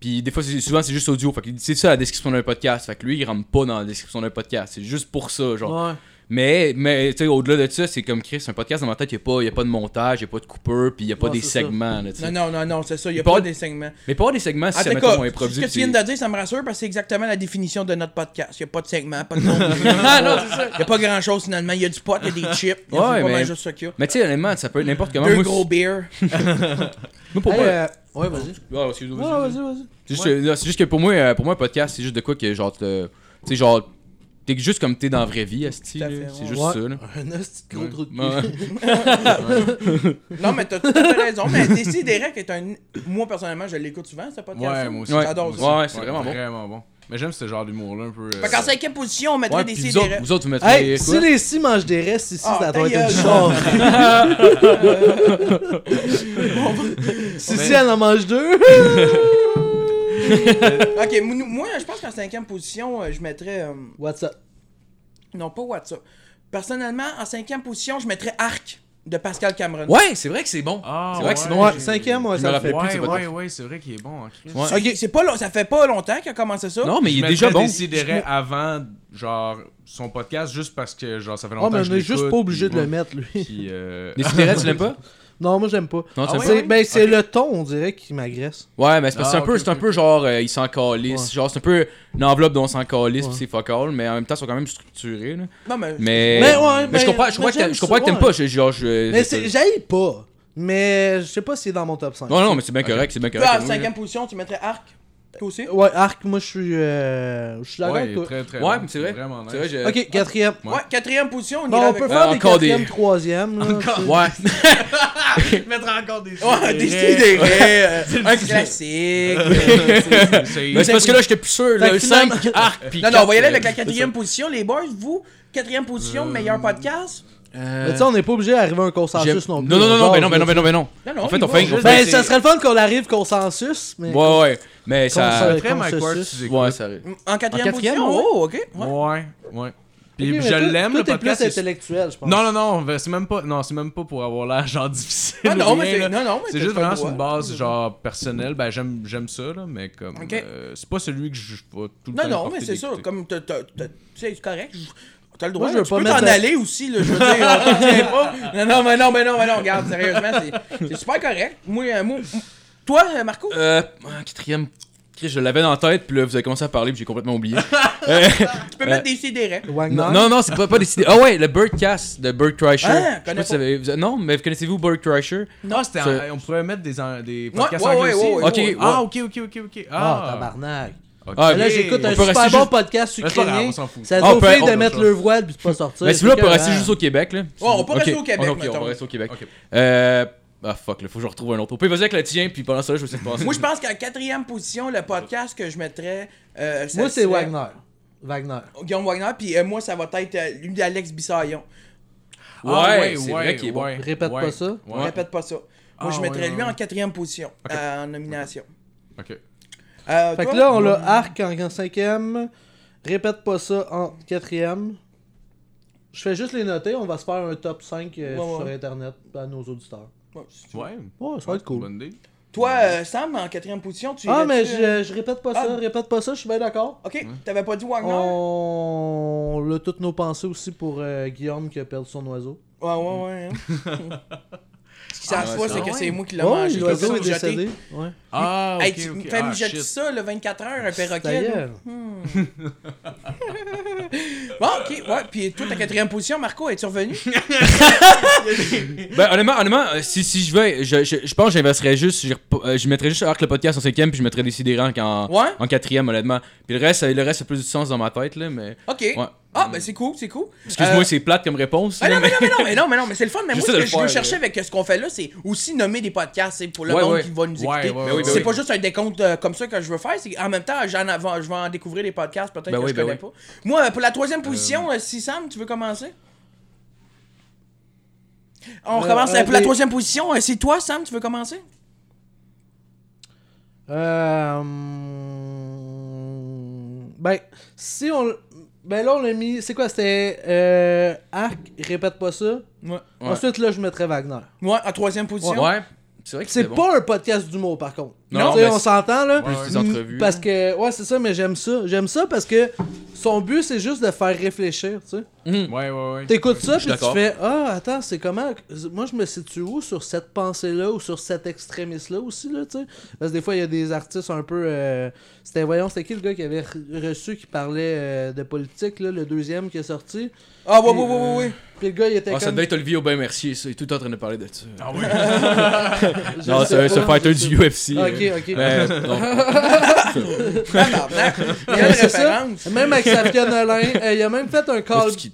[SPEAKER 4] Puis des fois, c'est- souvent, c'est juste audio. Fait que c'est ça la description d'un podcast. Fait que lui, il rentre pas dans la description d'un podcast. C'est juste pour ça, genre.
[SPEAKER 3] Ouais.
[SPEAKER 4] Mais, mais tu sais, au-delà de ça, c'est comme Chris, un podcast dans ma tête, il n'y a, pas de montage, il n'y a pas de coupeur, puis il n'y a pas
[SPEAKER 3] Ouais,
[SPEAKER 4] des
[SPEAKER 3] c'est ça.
[SPEAKER 4] segments. là, tu sais.
[SPEAKER 2] Non, non, non, non, c'est ça. Il n'y a
[SPEAKER 4] Pas-
[SPEAKER 2] pas, des segments.
[SPEAKER 4] Mais pas des segments,
[SPEAKER 2] En
[SPEAKER 4] si,
[SPEAKER 2] tout
[SPEAKER 4] mettons, on
[SPEAKER 2] cas,
[SPEAKER 4] improvise.
[SPEAKER 2] ce que tu viens de dire, ça me rassure parce que c'est exactement la définition de notre podcast. Il n'y a pas de segments, pas de contenu.
[SPEAKER 4] Ah, non, c'est ça.
[SPEAKER 2] Il n'y a pas grand chose finalement. Il y a du pot, il y a des chips. Il y a
[SPEAKER 4] Ouais,
[SPEAKER 2] pas mal
[SPEAKER 4] mais-
[SPEAKER 2] juste ça qu'il y a.
[SPEAKER 4] Mais tu sais, honnêtement, ça peut être n'importe comment.
[SPEAKER 2] Deux
[SPEAKER 4] Moi,
[SPEAKER 2] gros beers.
[SPEAKER 4] c'est- moi, pour
[SPEAKER 3] Hey,
[SPEAKER 4] moi-
[SPEAKER 3] euh, ouais, vas-y.
[SPEAKER 4] Ouais, excuse-moi,
[SPEAKER 3] Ouais,
[SPEAKER 4] vas-y,
[SPEAKER 3] vas-y, vas-y.
[SPEAKER 4] C'est juste, euh, non, c'est juste que pour moi, euh, pour moi, un podcast, c'est juste de quoi que genre. te- Tu sais, genre. T'es juste comme t'es dans la vraie vie, Asti.
[SPEAKER 2] Tout à
[SPEAKER 4] là.
[SPEAKER 2] fait,
[SPEAKER 4] C'est
[SPEAKER 2] ouais.
[SPEAKER 4] juste
[SPEAKER 3] Ouais.
[SPEAKER 4] ça, là.
[SPEAKER 3] Un hostie de gros trou de cul.
[SPEAKER 4] Ouais.
[SPEAKER 2] Non, mais t'as tout à fait raison. Mais Décideret est un. Moi, personnellement, je l'écoute souvent, ce podcast.
[SPEAKER 6] Ouais, moi aussi.
[SPEAKER 4] Ouais,
[SPEAKER 2] J'adore ça.
[SPEAKER 4] ouais, ouais, c'est vraiment bon.
[SPEAKER 6] Vraiment bon. Mais j'aime ce genre d'humour-là un peu. euh,
[SPEAKER 2] Fait qu'en cinquième position, on mettrait
[SPEAKER 4] Ouais,
[SPEAKER 2] des
[SPEAKER 4] puis vous autres,
[SPEAKER 2] Décideret.
[SPEAKER 4] vous autres, vous mettrez.
[SPEAKER 3] Hey, si
[SPEAKER 4] quoi?
[SPEAKER 3] les six mangent des restes ici,
[SPEAKER 2] Ah,
[SPEAKER 3] ça
[SPEAKER 2] ta
[SPEAKER 3] doit être
[SPEAKER 2] gueule,
[SPEAKER 3] une chance. Si si elle en mange deux.
[SPEAKER 2] Ok, mou- nous- moi, je pense qu'en cinquième position, euh, je mettrais. euh,
[SPEAKER 3] What's up?
[SPEAKER 2] Non, pas WhatsApp. Personnellement, en cinquième position, je mettrais Arc de Pascal Cameron.
[SPEAKER 4] Ouais, c'est vrai que c'est bon.
[SPEAKER 6] Ah,
[SPEAKER 4] c'est vrai que c'est
[SPEAKER 6] ouais.
[SPEAKER 4] bon.
[SPEAKER 3] Ouais, cinquième, ouais,
[SPEAKER 4] Je
[SPEAKER 3] ça
[SPEAKER 4] me
[SPEAKER 3] le
[SPEAKER 4] rappelle
[SPEAKER 3] fait.
[SPEAKER 4] plus de ce
[SPEAKER 6] Ouais, ouais,
[SPEAKER 4] podcast.
[SPEAKER 6] ouais, c'est vrai qu'il est bon hein, en Christ.
[SPEAKER 4] Ouais.
[SPEAKER 2] Ok, c'est pas long- ça fait pas longtemps qu'il a commencé ça.
[SPEAKER 4] Non, mais il est déjà bon.
[SPEAKER 6] décidérait avant, genre, son podcast juste parce que, genre, ça fait
[SPEAKER 3] Ouais,
[SPEAKER 6] longtemps
[SPEAKER 3] mais
[SPEAKER 6] que
[SPEAKER 3] on
[SPEAKER 6] je
[SPEAKER 3] est juste
[SPEAKER 6] l'écoute,
[SPEAKER 3] pas obligé de
[SPEAKER 6] puis-
[SPEAKER 3] le mettre, lui.
[SPEAKER 6] Puis, euh,
[SPEAKER 4] Décideret, tu l'aimes pas
[SPEAKER 3] Non, moi, j'aime pas.
[SPEAKER 4] Non, tu
[SPEAKER 6] Ah
[SPEAKER 4] l'aimes
[SPEAKER 3] C'est-
[SPEAKER 6] ouais?
[SPEAKER 3] Ben, c'est le ton, on dirait, qui m'agresse.
[SPEAKER 4] Ouais, mais c'est parce que c'est
[SPEAKER 6] Ah,
[SPEAKER 4] un peu,
[SPEAKER 6] ok,
[SPEAKER 4] c'est un
[SPEAKER 6] ok,
[SPEAKER 4] peu genre, euh, ils s'en calissent.
[SPEAKER 3] Ouais.
[SPEAKER 4] Genre, c'est un peu une enveloppe dont on s'en calisse,
[SPEAKER 3] Ouais.
[SPEAKER 4] pis c'est fuck all, mais en même temps, ils sont quand même structurés, là.
[SPEAKER 2] Non, mais.
[SPEAKER 4] Mais.
[SPEAKER 3] Mais ouais, mais-
[SPEAKER 4] je comprends, je
[SPEAKER 3] mais
[SPEAKER 4] comprends
[SPEAKER 3] j'aime
[SPEAKER 4] que t'aimes- je comprends que
[SPEAKER 3] ça,
[SPEAKER 4] t'aimes pas. je- Genre, je.
[SPEAKER 3] Mais
[SPEAKER 4] je-
[SPEAKER 3] c'est- j'aille pas. Mais je sais pas si est dans mon top 5.
[SPEAKER 4] Non, non, mais c'est bien correct, c'est bien
[SPEAKER 3] Ah,
[SPEAKER 2] Toi, en
[SPEAKER 4] correct.
[SPEAKER 2] cinquième position, tu mettrais Arc. Toi aussi
[SPEAKER 3] Ouais, Arc, moi, je suis. euh, Je suis d'accord
[SPEAKER 6] ouais,
[SPEAKER 3] avec
[SPEAKER 6] il est
[SPEAKER 3] toi.
[SPEAKER 6] très, très
[SPEAKER 4] Ouais,
[SPEAKER 6] bon,
[SPEAKER 4] mais c'est vrai.
[SPEAKER 6] Vraiment
[SPEAKER 4] C'est
[SPEAKER 6] nice.
[SPEAKER 4] vrai, j'ai-
[SPEAKER 3] Ok, quatrième.
[SPEAKER 2] Ouais, quatrième position, on
[SPEAKER 3] Bon,
[SPEAKER 2] irait
[SPEAKER 3] on
[SPEAKER 2] avec-
[SPEAKER 3] peut faire des
[SPEAKER 4] encore des-
[SPEAKER 3] quatrième, troisième. là, tu sais.
[SPEAKER 4] Ouais.
[SPEAKER 6] mettre encore des
[SPEAKER 2] Ouais, Décideret. euh, Un classique.
[SPEAKER 4] Mais c'est parce que là, j'étais plus sûr.
[SPEAKER 3] Fait
[SPEAKER 4] Là,
[SPEAKER 3] que finalement-
[SPEAKER 4] 5 arcs, pis
[SPEAKER 2] Non, non, on va y aller
[SPEAKER 4] quatre,
[SPEAKER 2] avec la
[SPEAKER 4] euh,
[SPEAKER 2] quatrième position, les boys. Vous, quatrième position, meilleur podcast
[SPEAKER 3] Mais euh, tu sais, on n'est pas obligé d'arriver à un
[SPEAKER 4] j'aime-
[SPEAKER 3] consensus non
[SPEAKER 4] Non,
[SPEAKER 3] plus.
[SPEAKER 4] non, non,
[SPEAKER 3] on
[SPEAKER 4] non,
[SPEAKER 3] jase,
[SPEAKER 4] mais non, mais
[SPEAKER 3] là.
[SPEAKER 4] non, mais non, mais non.
[SPEAKER 2] Non, non,
[SPEAKER 4] En
[SPEAKER 2] on y
[SPEAKER 4] fait, on
[SPEAKER 2] va,
[SPEAKER 4] fait
[SPEAKER 2] on
[SPEAKER 4] on
[SPEAKER 2] juste-
[SPEAKER 4] fait-
[SPEAKER 3] Ben, ça serait le fun qu'on arrive consensus, mais.
[SPEAKER 4] Ouais, ouais. Mais ça.
[SPEAKER 3] Comme
[SPEAKER 6] Très
[SPEAKER 3] Comme
[SPEAKER 6] Mike
[SPEAKER 3] ça,
[SPEAKER 6] Ward,
[SPEAKER 3] ça.
[SPEAKER 6] tu
[SPEAKER 4] Ouais,
[SPEAKER 6] écoutes.
[SPEAKER 4] ça.
[SPEAKER 2] En quatrième,
[SPEAKER 4] En quatrième,
[SPEAKER 2] position,
[SPEAKER 4] ouais.
[SPEAKER 2] oh, ok. ouais.
[SPEAKER 6] Ouais, ouais. Puis
[SPEAKER 3] Ok, mais
[SPEAKER 6] je
[SPEAKER 3] toi-
[SPEAKER 6] l'aime,
[SPEAKER 3] toi,
[SPEAKER 6] le
[SPEAKER 3] t'es
[SPEAKER 6] podcast.
[SPEAKER 3] plus
[SPEAKER 6] c'est-
[SPEAKER 3] intellectuel, je pense.
[SPEAKER 6] Non, non, non, c'est même pas, non, c'est même pas pour avoir l'air genre difficile.
[SPEAKER 2] Ah, non,
[SPEAKER 6] ou
[SPEAKER 2] mais
[SPEAKER 6] rien,
[SPEAKER 2] c'est-
[SPEAKER 6] là.
[SPEAKER 2] non, non, mais
[SPEAKER 6] c'est
[SPEAKER 2] t'as
[SPEAKER 6] juste
[SPEAKER 2] pas le
[SPEAKER 6] vraiment sur
[SPEAKER 2] droit.
[SPEAKER 6] une base genre personnelle. Ben, j'aime, j'aime ça, là, mais comme.
[SPEAKER 2] Ok.
[SPEAKER 6] euh, c'est pas celui que je juge pas tout le
[SPEAKER 2] Non,
[SPEAKER 6] temps.
[SPEAKER 2] non,
[SPEAKER 6] porté
[SPEAKER 2] mais c'est
[SPEAKER 6] d'écouter.
[SPEAKER 2] sûr, comme t'as- t'as- t'as- tu sais, c'est correct. je- T'as le droit,
[SPEAKER 3] Moi, je veux
[SPEAKER 2] tu
[SPEAKER 3] pas
[SPEAKER 2] peux
[SPEAKER 3] mettre
[SPEAKER 2] t'en
[SPEAKER 3] la-
[SPEAKER 2] aller aussi, là, je veux dire, on t'en tient pas. Non, non, mais non, mais non, mais non, regarde, sérieusement, c'est- c'est super correct. Moi, euh, moi, moi- toi, euh, Marco,
[SPEAKER 4] Euh. en Quatrième. Chris, Je l'avais dans la tête, puis là, vous avez commencé à parler, puis j'ai complètement oublié. Euh,
[SPEAKER 2] tu peux mettre des sidérés.
[SPEAKER 3] Wagner.
[SPEAKER 4] Non, non, non, c'est pas, pas décidé. Ah ouais, le Birdcast de Bird Kreischer.
[SPEAKER 2] Ah,
[SPEAKER 4] Je sais
[SPEAKER 2] connais
[SPEAKER 4] pas si vous avez- vous- Non, mais connaissez-vous Bird Kreischer?
[SPEAKER 6] Non, Ah, c'était.
[SPEAKER 4] C'est-
[SPEAKER 6] en- On pourrait mettre des, en- des podcasts
[SPEAKER 2] ouais, ouais,
[SPEAKER 6] anglais aussi.
[SPEAKER 2] ouais,
[SPEAKER 4] Ok, ouais.
[SPEAKER 6] Ah, ok, ok, ok, ok.
[SPEAKER 3] Ah,
[SPEAKER 6] Ah,
[SPEAKER 3] tabarnak.
[SPEAKER 6] ok.
[SPEAKER 4] Ah,
[SPEAKER 3] Là,
[SPEAKER 4] Hey,
[SPEAKER 3] j'écoute
[SPEAKER 4] on
[SPEAKER 3] un
[SPEAKER 4] peut
[SPEAKER 3] super
[SPEAKER 4] rester
[SPEAKER 3] bon
[SPEAKER 4] juste-
[SPEAKER 3] podcast
[SPEAKER 6] Mais c'est pas grave,
[SPEAKER 3] ukrainien.
[SPEAKER 6] on s'en fout.
[SPEAKER 3] Ça
[SPEAKER 4] Ah, on
[SPEAKER 3] doit
[SPEAKER 4] peut-
[SPEAKER 3] faire de
[SPEAKER 4] on-
[SPEAKER 3] mettre le voile puis de pas sortir.
[SPEAKER 4] Ben, celui-là, on
[SPEAKER 3] c'est
[SPEAKER 4] peut rester
[SPEAKER 3] écœurant.
[SPEAKER 4] juste au Québec, là.
[SPEAKER 2] Ouais, on peut
[SPEAKER 4] Ok.
[SPEAKER 2] rester au Québec,
[SPEAKER 4] Ok, on
[SPEAKER 2] mettons.
[SPEAKER 4] va rester au Québec.
[SPEAKER 6] Ok.
[SPEAKER 4] Euh. Ah fuck, là, faut que je retrouve un autre. On peut vas-y avec le tien, puis pendant ça, je vais essayer de penser.
[SPEAKER 2] Moi, je pense qu'en quatrième position, le podcast que je mettrais. euh, ça
[SPEAKER 3] Moi, c'est
[SPEAKER 2] serait
[SPEAKER 3] Wagner. Wagner.
[SPEAKER 2] Guillaume Wagner, puis euh, moi, ça va être euh, lui d'Alex Bissaillon.
[SPEAKER 6] Ah,
[SPEAKER 4] Ouais,
[SPEAKER 2] Ah,
[SPEAKER 4] c'est vrai qu'il est bon.
[SPEAKER 3] Répète pas ça.
[SPEAKER 6] Ouais.
[SPEAKER 2] Répète pas ça. Moi,
[SPEAKER 6] Ah,
[SPEAKER 2] je mettrais
[SPEAKER 6] ouais,
[SPEAKER 2] lui
[SPEAKER 6] ouais,
[SPEAKER 2] en
[SPEAKER 6] ouais.
[SPEAKER 2] quatrième position, euh, en nomination.
[SPEAKER 6] Ok.
[SPEAKER 2] Euh,
[SPEAKER 3] Fait
[SPEAKER 2] toi,
[SPEAKER 3] que là, on l'a arc en, en cinquième. Répète pas ça en quatrième. Je fais juste les noter, on va se faire un top 5 euh,
[SPEAKER 2] Ouais, ouais.
[SPEAKER 3] sur internet à nos auditeurs.
[SPEAKER 2] Ouais.
[SPEAKER 6] Ouais.
[SPEAKER 3] Ouais, ça va être cool.
[SPEAKER 6] Bonne idée.
[SPEAKER 2] Toi, euh, Sam, en quatrième position, tu.
[SPEAKER 3] Ah,
[SPEAKER 2] irais-tu,
[SPEAKER 3] mais
[SPEAKER 2] euh,
[SPEAKER 3] je, je répète pas
[SPEAKER 2] Ah.
[SPEAKER 3] ça, répète pas ça, je suis bien d'accord.
[SPEAKER 2] Ok, t'avais pas dit Wagner?
[SPEAKER 3] On l'a toutes nos pensées aussi pour euh, Guillaume qui a perdu son oiseau.
[SPEAKER 2] Ouais, ouais, ouais. hein. Ce qu'ils savent
[SPEAKER 4] ouais,
[SPEAKER 2] pas,
[SPEAKER 4] c'est
[SPEAKER 2] c'est que
[SPEAKER 6] Ah, vrai.
[SPEAKER 2] c'est moi qui l'ai
[SPEAKER 3] Ouais,
[SPEAKER 2] mangé.
[SPEAKER 3] Oh, l'oiseau
[SPEAKER 2] Je
[SPEAKER 3] est
[SPEAKER 2] l'ai jeté.
[SPEAKER 3] décédé. Ouais.
[SPEAKER 6] Ah,
[SPEAKER 2] Hey,
[SPEAKER 6] ok,
[SPEAKER 2] tu
[SPEAKER 6] ok.
[SPEAKER 2] fais me
[SPEAKER 6] Ah,
[SPEAKER 2] jeter
[SPEAKER 6] shit.
[SPEAKER 2] ça, le 24 heures, un perroquet. là.
[SPEAKER 3] D'ailleurs.
[SPEAKER 2] Bon, ok, ouais. Puis toi, ta quatrième position, Marco, es-tu revenu?
[SPEAKER 4] Ben, honnêtement, honnêtement euh, si, si je vais, je, je, je pense que j'investirais juste, je, rep- euh, je mettrais juste Arc le podcast en cinquième, puis je mettrais Décidérant en,
[SPEAKER 2] Ouais.
[SPEAKER 4] en quatrième, honnêtement. Puis le reste, euh, le reste a plus du sens dans ma tête, là, mais.
[SPEAKER 2] Ok.
[SPEAKER 4] Ouais.
[SPEAKER 2] Ah, ben c'est cool, c'est cool.
[SPEAKER 4] Excuse-moi,
[SPEAKER 2] Euh,
[SPEAKER 4] c'est plate comme réponse.
[SPEAKER 2] Ah
[SPEAKER 4] là,
[SPEAKER 2] non, mais non, mais non, mais non, mais non, mais c'est le fun. Mais moi,
[SPEAKER 4] J'essaie
[SPEAKER 2] ce
[SPEAKER 4] de
[SPEAKER 2] que
[SPEAKER 4] le
[SPEAKER 2] je
[SPEAKER 4] faire,
[SPEAKER 2] veux
[SPEAKER 4] là.
[SPEAKER 2] chercher avec euh, ce qu'on fait là, c'est aussi nommer des podcasts c'est pour le
[SPEAKER 4] Ouais,
[SPEAKER 2] monde
[SPEAKER 4] ouais.
[SPEAKER 2] qui va nous
[SPEAKER 6] Ouais,
[SPEAKER 2] écouter.
[SPEAKER 6] ouais,
[SPEAKER 4] Ben oui, ben
[SPEAKER 2] c'est
[SPEAKER 4] oui.
[SPEAKER 2] pas juste un décompte euh, comme ça que je veux faire. c'est En même temps, j'en av- je vais en découvrir des podcasts peut-être
[SPEAKER 4] Ben
[SPEAKER 2] que
[SPEAKER 4] oui,
[SPEAKER 2] je
[SPEAKER 4] ben
[SPEAKER 2] connais
[SPEAKER 4] oui.
[SPEAKER 2] pas. Moi, euh, pour la troisième position, euh, si Sam, tu veux commencer On
[SPEAKER 3] Euh,
[SPEAKER 2] recommence.
[SPEAKER 3] euh,
[SPEAKER 2] euh, pour la
[SPEAKER 3] des-
[SPEAKER 2] troisième position, euh, c'est toi, Sam, tu veux commencer
[SPEAKER 3] Euh, Ben, si on. Ben là, on a mis. C'est quoi C'était. Euh, Arc, répète pas ça.
[SPEAKER 2] Ouais.
[SPEAKER 3] Ensuite, là, je mettrais Wagner.
[SPEAKER 2] Ouais, en troisième position.
[SPEAKER 4] Ouais. C'est vrai que
[SPEAKER 3] C'est
[SPEAKER 4] c'était bon.
[SPEAKER 3] pas un podcast d'humour par contre.
[SPEAKER 4] Non,
[SPEAKER 3] Tu sais,
[SPEAKER 4] mais
[SPEAKER 3] on
[SPEAKER 4] c'est-
[SPEAKER 3] s'entend là.
[SPEAKER 4] Plus des
[SPEAKER 3] Mm,
[SPEAKER 4] entrevues.
[SPEAKER 3] Parce que ouais, c'est ça mais j'aime ça. J'aime ça parce que son but c'est juste de faire réfléchir, tu sais.
[SPEAKER 6] Ouais, ouais, ouais.
[SPEAKER 3] T'écoutes ça puis tu
[SPEAKER 4] d'accord.
[SPEAKER 3] fais ah attends, c'est comment moi je me situe où sur cette pensée là ou sur cet extrémiste là aussi là, tu sais. Parce que des fois il y a des artistes un peu euh, c'était voyons, c'était qui le gars qui avait re- reçu qui parlait euh, de politique là, le deuxième qui est sorti.
[SPEAKER 2] Ah, ouais,
[SPEAKER 3] Puis,
[SPEAKER 2] ouais, ouais, ouais,
[SPEAKER 3] euh,
[SPEAKER 2] ouais.
[SPEAKER 3] Puis le gars il était
[SPEAKER 4] Ah, ça
[SPEAKER 3] comme
[SPEAKER 4] devait être Olivier Aubin Mercier, ça. Il est tout le temps en train de parler de ça.
[SPEAKER 3] Je
[SPEAKER 4] Non,
[SPEAKER 3] sais
[SPEAKER 4] c'est c'est
[SPEAKER 3] pas,
[SPEAKER 4] un fighter
[SPEAKER 3] je sais
[SPEAKER 4] du UFC.
[SPEAKER 3] pas.
[SPEAKER 4] euh.
[SPEAKER 3] OK, OK.
[SPEAKER 4] Mais, non.
[SPEAKER 2] Tabarnak. Quelle
[SPEAKER 3] Ouais, c'est ça.
[SPEAKER 2] référence.
[SPEAKER 3] Même avec Safia Nolin, euh, il a même fait un call.
[SPEAKER 4] Parce qu'il-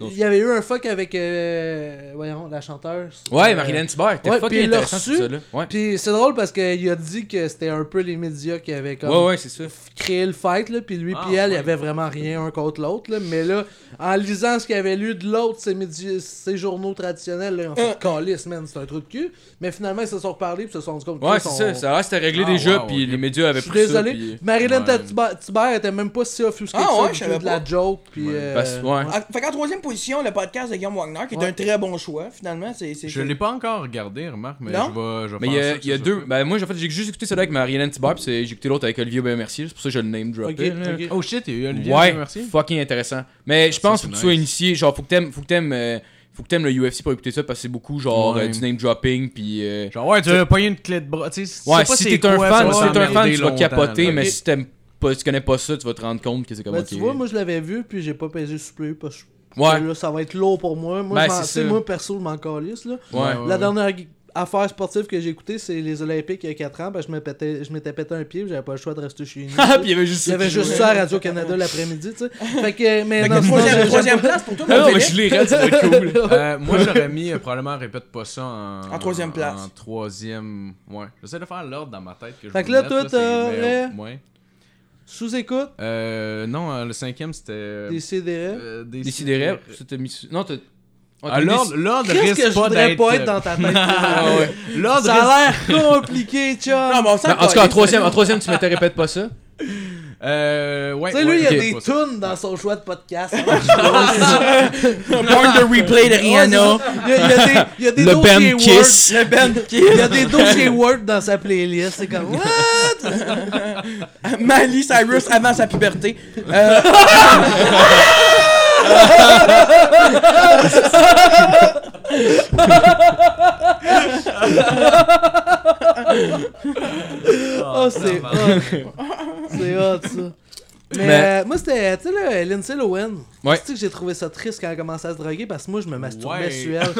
[SPEAKER 4] Non,
[SPEAKER 3] Il y avait eu un fuck avec, euh, voyons, la chanteuse.
[SPEAKER 4] Ouais,
[SPEAKER 3] Euh,
[SPEAKER 4] Marilyn Thibert, t'es
[SPEAKER 3] ouais, puis
[SPEAKER 4] fucking
[SPEAKER 3] il l'a
[SPEAKER 4] intéressant
[SPEAKER 3] reçu.
[SPEAKER 4] tout ça là. Ouais.
[SPEAKER 3] Puis c'est drôle parce qu'il a dit que c'était un peu les médias qui avaient comme
[SPEAKER 4] Ouais, ouais, c'est ça.
[SPEAKER 3] créé le fight, là, puis lui,
[SPEAKER 6] Ah,
[SPEAKER 3] puis elle, il y
[SPEAKER 6] ouais.
[SPEAKER 3] avait vraiment rien un contre l'autre, là. Mais là, en lisant ce qu'il avait lu de l'autre, ces, médias- ces journaux traditionnels, là, en
[SPEAKER 2] Euh.
[SPEAKER 3] fait, calice, man, c'est un truc de cul. Mais finalement, ils se sont reparlés, puis se sont rendu compte
[SPEAKER 4] Ouais,
[SPEAKER 3] qu'ils
[SPEAKER 4] c'est
[SPEAKER 3] sont-
[SPEAKER 4] ça. Ça a l'air que c'était réglé
[SPEAKER 6] Ah,
[SPEAKER 4] déjà,
[SPEAKER 6] wow,
[SPEAKER 4] puis
[SPEAKER 6] ok.
[SPEAKER 4] les médias
[SPEAKER 3] Je
[SPEAKER 4] avaient
[SPEAKER 3] suis
[SPEAKER 4] pris ça.
[SPEAKER 3] désolé.
[SPEAKER 4] puis-
[SPEAKER 3] Marilyn
[SPEAKER 6] Ouais.
[SPEAKER 3] Thibert- Thibert était même pas si offusquée
[SPEAKER 2] Ah,
[SPEAKER 3] que ça
[SPEAKER 2] ouais,
[SPEAKER 3] du
[SPEAKER 2] je
[SPEAKER 3] tout
[SPEAKER 2] savais
[SPEAKER 3] de la
[SPEAKER 2] pas.
[SPEAKER 3] joke, puis. euh,
[SPEAKER 4] Parce- ouais.
[SPEAKER 2] Ah, Fait qu'en troisième position, le podcast de Guillaume Wagner, qui est
[SPEAKER 3] Ouais.
[SPEAKER 2] un très bon choix, finalement. C'est, c'est-
[SPEAKER 6] Je l'ai pas encore regardé, remarque, mais
[SPEAKER 2] Non?
[SPEAKER 6] je vais. Je vais
[SPEAKER 4] Mais il y
[SPEAKER 6] faire
[SPEAKER 4] a,
[SPEAKER 6] ça,
[SPEAKER 4] il y a
[SPEAKER 6] ça,
[SPEAKER 4] deux.
[SPEAKER 6] ça.
[SPEAKER 4] Ben, moi, en fait, j'ai juste écouté celui avec Marilyn Thibert, puis c'est- j'ai écouté l'autre avec Olivier Aubin Mercier. C'est pour ça que je le name drop.
[SPEAKER 3] Ok, ok.
[SPEAKER 6] Oh shit, il y a eu Olivier
[SPEAKER 4] ouais,
[SPEAKER 6] merci.
[SPEAKER 4] fucking intéressant. Mais je
[SPEAKER 6] ça,
[SPEAKER 4] pense
[SPEAKER 6] c'est
[SPEAKER 4] faut que tu
[SPEAKER 6] nice.
[SPEAKER 4] sois initié. Genre, faut que t'aimes, faut que t'aimes, euh, faut que t'aimes le UFC pour écouter ça parce que c'est beaucoup genre
[SPEAKER 6] Ouais.
[SPEAKER 4] euh, du name dropping. Puis euh,
[SPEAKER 6] Genre, ouais, tu as pogné une clé de bras. Tu sais,
[SPEAKER 4] ouais,
[SPEAKER 6] tu sais pas
[SPEAKER 4] si
[SPEAKER 6] c'est
[SPEAKER 4] t'es un
[SPEAKER 6] quoi,
[SPEAKER 4] fan,
[SPEAKER 6] ça
[SPEAKER 4] si
[SPEAKER 6] va
[SPEAKER 4] t'es un fan, tu vas
[SPEAKER 6] t'emmerder
[SPEAKER 4] capoter.
[SPEAKER 6] longtemps,
[SPEAKER 4] Mais
[SPEAKER 6] là.
[SPEAKER 4] si t'aimes pas, tu connais pas ça, tu vas te rendre compte que c'est comme.
[SPEAKER 3] Ben,
[SPEAKER 4] ok.
[SPEAKER 3] tu vois, moi je l'avais vu, puis j'ai pas pesé sur play parce que je-
[SPEAKER 4] Ouais.
[SPEAKER 3] là, ça va être lourd pour moi. Moi,
[SPEAKER 4] Ben,
[SPEAKER 3] je m'en-
[SPEAKER 4] c'est
[SPEAKER 3] tu sais,
[SPEAKER 4] ça.
[SPEAKER 3] moi perso, je m'en calisse. Là.
[SPEAKER 4] Ouais.
[SPEAKER 3] La dernière gu- affaire sportive que j'ai écoutée, c'est les Olympiques il y a 4 ans, parce que je me pétais- je m'étais pété un pied, puis j'avais pas le choix de rester chez nous.
[SPEAKER 4] Ah, puis il y avait juste.
[SPEAKER 3] Il y avait juste ça à Radio-Canada l'après-midi, tu sais. Fait que, mais
[SPEAKER 2] Fait que
[SPEAKER 3] non, sinon,
[SPEAKER 2] troisième,
[SPEAKER 3] j'aime-
[SPEAKER 2] troisième
[SPEAKER 3] j'aime pas-
[SPEAKER 2] place pour toi,
[SPEAKER 4] Ah
[SPEAKER 2] mon
[SPEAKER 4] non, mais
[SPEAKER 2] Félix.
[SPEAKER 4] je l'ai raide, ça va être cool.
[SPEAKER 6] Euh, moi, j'aurais mis euh, probablement répète pas ça en,
[SPEAKER 2] En troisième place.
[SPEAKER 6] En troisième. Ouais. J'essaie de faire l'ordre dans ma tête que je
[SPEAKER 3] Fait que
[SPEAKER 6] vous
[SPEAKER 3] là,
[SPEAKER 6] mette,
[SPEAKER 3] toi,
[SPEAKER 6] c'est- mais,
[SPEAKER 3] t'aurais-
[SPEAKER 6] Ouais.
[SPEAKER 3] Sous-écoute,
[SPEAKER 6] Euh, non, euh, le cinquième, c'était.
[SPEAKER 3] des CDR.
[SPEAKER 6] euh, des
[SPEAKER 4] Décidérez, c'était mis. sur- Non, t'as. Ah,
[SPEAKER 6] Ah,
[SPEAKER 4] t'as
[SPEAKER 6] l'ordre
[SPEAKER 4] mis-
[SPEAKER 6] l'ordre
[SPEAKER 3] Qu'est-ce que
[SPEAKER 6] risque
[SPEAKER 3] je
[SPEAKER 6] pas
[SPEAKER 3] voudrais
[SPEAKER 6] d'être. euh,
[SPEAKER 3] pas être dans ta tête?
[SPEAKER 4] Ah, ouais.
[SPEAKER 6] L'ordre risque-
[SPEAKER 3] Ça a l'air compliqué,
[SPEAKER 2] Non,
[SPEAKER 3] chum!
[SPEAKER 2] mais on s'en
[SPEAKER 4] Non, en tout cas, en
[SPEAKER 2] calisse.
[SPEAKER 4] troisième, en troisième, tu m'étais répète pas ça.
[SPEAKER 6] Euh, ouais.
[SPEAKER 3] Tu sais, lui, il y a
[SPEAKER 6] ouais,
[SPEAKER 3] des
[SPEAKER 6] pas ça.
[SPEAKER 3] tunes dans son choix de podcast.
[SPEAKER 2] Born the replay de Rihanna.
[SPEAKER 3] Il y a, il y a des, il y a des
[SPEAKER 4] Le
[SPEAKER 3] dossiers
[SPEAKER 4] band
[SPEAKER 3] Word.
[SPEAKER 4] Kiss.
[SPEAKER 2] Le band qui
[SPEAKER 3] Il y a des dossiers Word dans sa playlist. C'est comme. What?
[SPEAKER 2] Miley Cyrus avant sa puberté. Euh,
[SPEAKER 3] Oh, c'est hot. C'est hot, ça. Mais,
[SPEAKER 4] Mais-
[SPEAKER 3] euh, moi, c'était. Tu sais, là, Lindsay Lohan.
[SPEAKER 4] Ouais.
[SPEAKER 3] Tu sais que j'ai trouvé ça triste quand elle a commencé à se droguer parce que moi, je me masturbais
[SPEAKER 6] Ouais.
[SPEAKER 3] sur elle.
[SPEAKER 4] Ouais,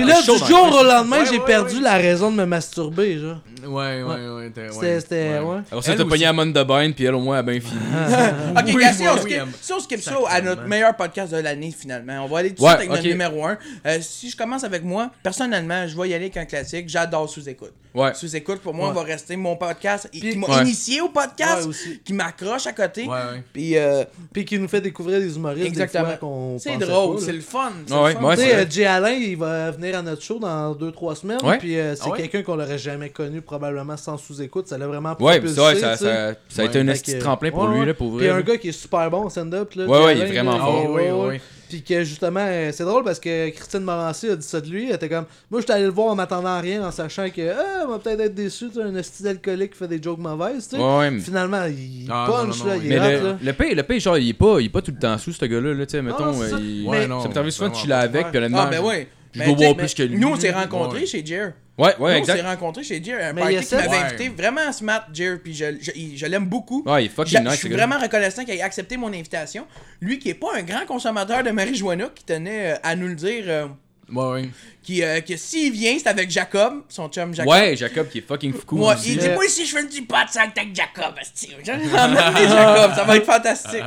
[SPEAKER 3] Puis là,
[SPEAKER 4] t'es chaud,
[SPEAKER 3] du jour au lendemain,
[SPEAKER 6] Ouais,
[SPEAKER 3] j'ai
[SPEAKER 6] ouais,
[SPEAKER 3] perdu
[SPEAKER 6] ouais.
[SPEAKER 3] la raison de me masturber, genre.
[SPEAKER 6] Ouais, ouais, ouais. t'es-
[SPEAKER 3] C'était.
[SPEAKER 6] ouais,
[SPEAKER 3] c'était ouais.
[SPEAKER 4] Alors ça,
[SPEAKER 6] Elle
[SPEAKER 4] t'as
[SPEAKER 6] aussi.
[SPEAKER 4] pogné Amanda de Bain, puis elle, au moins, elle a bien fini.
[SPEAKER 3] Ah,
[SPEAKER 2] ok,
[SPEAKER 6] Oui,
[SPEAKER 2] gars, si on
[SPEAKER 6] oui,
[SPEAKER 2] skip,
[SPEAKER 6] oui,
[SPEAKER 2] si on skip ça à notre meilleur podcast de l'année, finalement, on va aller tout de
[SPEAKER 4] Ouais,
[SPEAKER 2] suite avec notre
[SPEAKER 4] ok.
[SPEAKER 2] numéro 1. si je commence avec moi, personnellement, je vais y aller avec un classique. J'adore Sous-Écoute.
[SPEAKER 4] Ouais.
[SPEAKER 2] Sous-Écoute, pour moi,
[SPEAKER 3] Ouais.
[SPEAKER 2] va rester mon podcast et- qui m'a
[SPEAKER 4] Ouais.
[SPEAKER 2] initié au podcast,
[SPEAKER 3] Ouais, aussi.
[SPEAKER 2] qui m'accroche à côté.
[SPEAKER 6] Ouais, ouais.
[SPEAKER 2] Puis, euh,
[SPEAKER 3] Puis qui nous fait découvrir des humoristes.
[SPEAKER 2] exactement.
[SPEAKER 3] Des fois qu'on
[SPEAKER 2] C'est
[SPEAKER 3] pensait
[SPEAKER 2] drôle,
[SPEAKER 3] pas, là.
[SPEAKER 2] c'est le fun. c'est
[SPEAKER 4] Ah
[SPEAKER 2] le
[SPEAKER 4] ouais,
[SPEAKER 2] fun.
[SPEAKER 4] ouais,
[SPEAKER 3] Tu
[SPEAKER 4] c'est
[SPEAKER 3] sais,
[SPEAKER 4] vrai.
[SPEAKER 3] euh, Jay Alain, il va venir à notre show dans 2-3 semaines.
[SPEAKER 4] Ouais.
[SPEAKER 3] Puis euh, c'est
[SPEAKER 6] Ah ouais?
[SPEAKER 3] quelqu'un qu'on l'aurait jamais connu, probablement sans sous-écoute. Ça l'a vraiment
[SPEAKER 4] Ouais,
[SPEAKER 3] propulsé,
[SPEAKER 4] pis ça, ouais, ça,
[SPEAKER 3] tu sais.
[SPEAKER 4] ça, ça a été
[SPEAKER 6] Ouais,
[SPEAKER 4] un
[SPEAKER 3] Fait
[SPEAKER 4] esti
[SPEAKER 3] que-
[SPEAKER 4] de tremplin pour
[SPEAKER 3] ouais,
[SPEAKER 4] lui,
[SPEAKER 3] ouais.
[SPEAKER 4] là, pour vrai.
[SPEAKER 3] Puis un
[SPEAKER 4] là.
[SPEAKER 3] gars qui est super bon en stand-up. là,
[SPEAKER 4] Ouais,
[SPEAKER 3] Jay
[SPEAKER 4] ouais, il est
[SPEAKER 3] Alain,
[SPEAKER 4] vraiment
[SPEAKER 3] là,
[SPEAKER 4] fort.
[SPEAKER 3] il-
[SPEAKER 6] Ouais,
[SPEAKER 3] ouais,
[SPEAKER 6] ouais,
[SPEAKER 3] ouais.
[SPEAKER 6] ouais.
[SPEAKER 3] Puis que justement, euh, c'est drôle parce que Christine Morancy a dit ça de lui. Elle était comme, moi, j'étais allé le voir en m'attendant à rien, en sachant que, ah, on va peut-être être déçu, tu sais, un esti d'alcoolique qui fait des jokes mauvaises, tu sais.
[SPEAKER 4] Ouais, ouais. mais-
[SPEAKER 3] Finalement, il
[SPEAKER 6] Ah,
[SPEAKER 3] punch,
[SPEAKER 6] non, non,
[SPEAKER 3] là,
[SPEAKER 6] non,
[SPEAKER 3] il
[SPEAKER 4] Mais
[SPEAKER 3] est
[SPEAKER 6] rate,
[SPEAKER 4] le,
[SPEAKER 3] là.
[SPEAKER 4] le pays, le pays, genre, il est pas, il est pas tout le temps sous, ce gars-là, là, tu sais,
[SPEAKER 3] non,
[SPEAKER 4] mettons.
[SPEAKER 3] c'est
[SPEAKER 4] euh,
[SPEAKER 3] ça.
[SPEAKER 4] il-
[SPEAKER 3] Ouais,
[SPEAKER 4] Ça
[SPEAKER 6] non,
[SPEAKER 4] m'est arrivé souvent de
[SPEAKER 6] vraiment
[SPEAKER 4] chiller
[SPEAKER 6] pas.
[SPEAKER 4] avec, puis honnêtement.
[SPEAKER 2] Ah, ben oui.
[SPEAKER 4] je
[SPEAKER 2] Mais
[SPEAKER 4] dois
[SPEAKER 2] tu sais,
[SPEAKER 4] boire
[SPEAKER 2] mais
[SPEAKER 4] plus que lui.
[SPEAKER 2] Nous, on s'est rencontrés chez Jer.
[SPEAKER 4] Ouais, ouais,
[SPEAKER 2] Nous, on s'est
[SPEAKER 4] exact.
[SPEAKER 2] rencontrés chez Jer, un
[SPEAKER 3] Mais il
[SPEAKER 2] party qui
[SPEAKER 3] essaie-
[SPEAKER 2] m'avait
[SPEAKER 6] Ouais.
[SPEAKER 2] invité. Vraiment smart, Jer, puis je, je, il- je l'aime beaucoup.
[SPEAKER 4] Ouais, il est
[SPEAKER 2] Je,
[SPEAKER 4] fucking
[SPEAKER 2] je
[SPEAKER 4] nice, ce
[SPEAKER 2] suis
[SPEAKER 4] gars.
[SPEAKER 2] vraiment reconnaissant qu'il ait accepté mon invitation. Lui qui est pas un grand consommateur de marijuana, qui tenait euh, à nous le dire, euh,
[SPEAKER 6] Ouais, ouais.
[SPEAKER 2] qui, euh, que s'il vient, c'est avec Jacob, son chum Jacob.
[SPEAKER 4] Ouais, Jacob qui est fucking fou
[SPEAKER 2] Moi,
[SPEAKER 4] aussi.
[SPEAKER 2] il
[SPEAKER 3] Euh,
[SPEAKER 2] dit pas si je fais du pot ça avec Jacob, esti. Je vais l'emmener, Jacob, ça va être fantastique.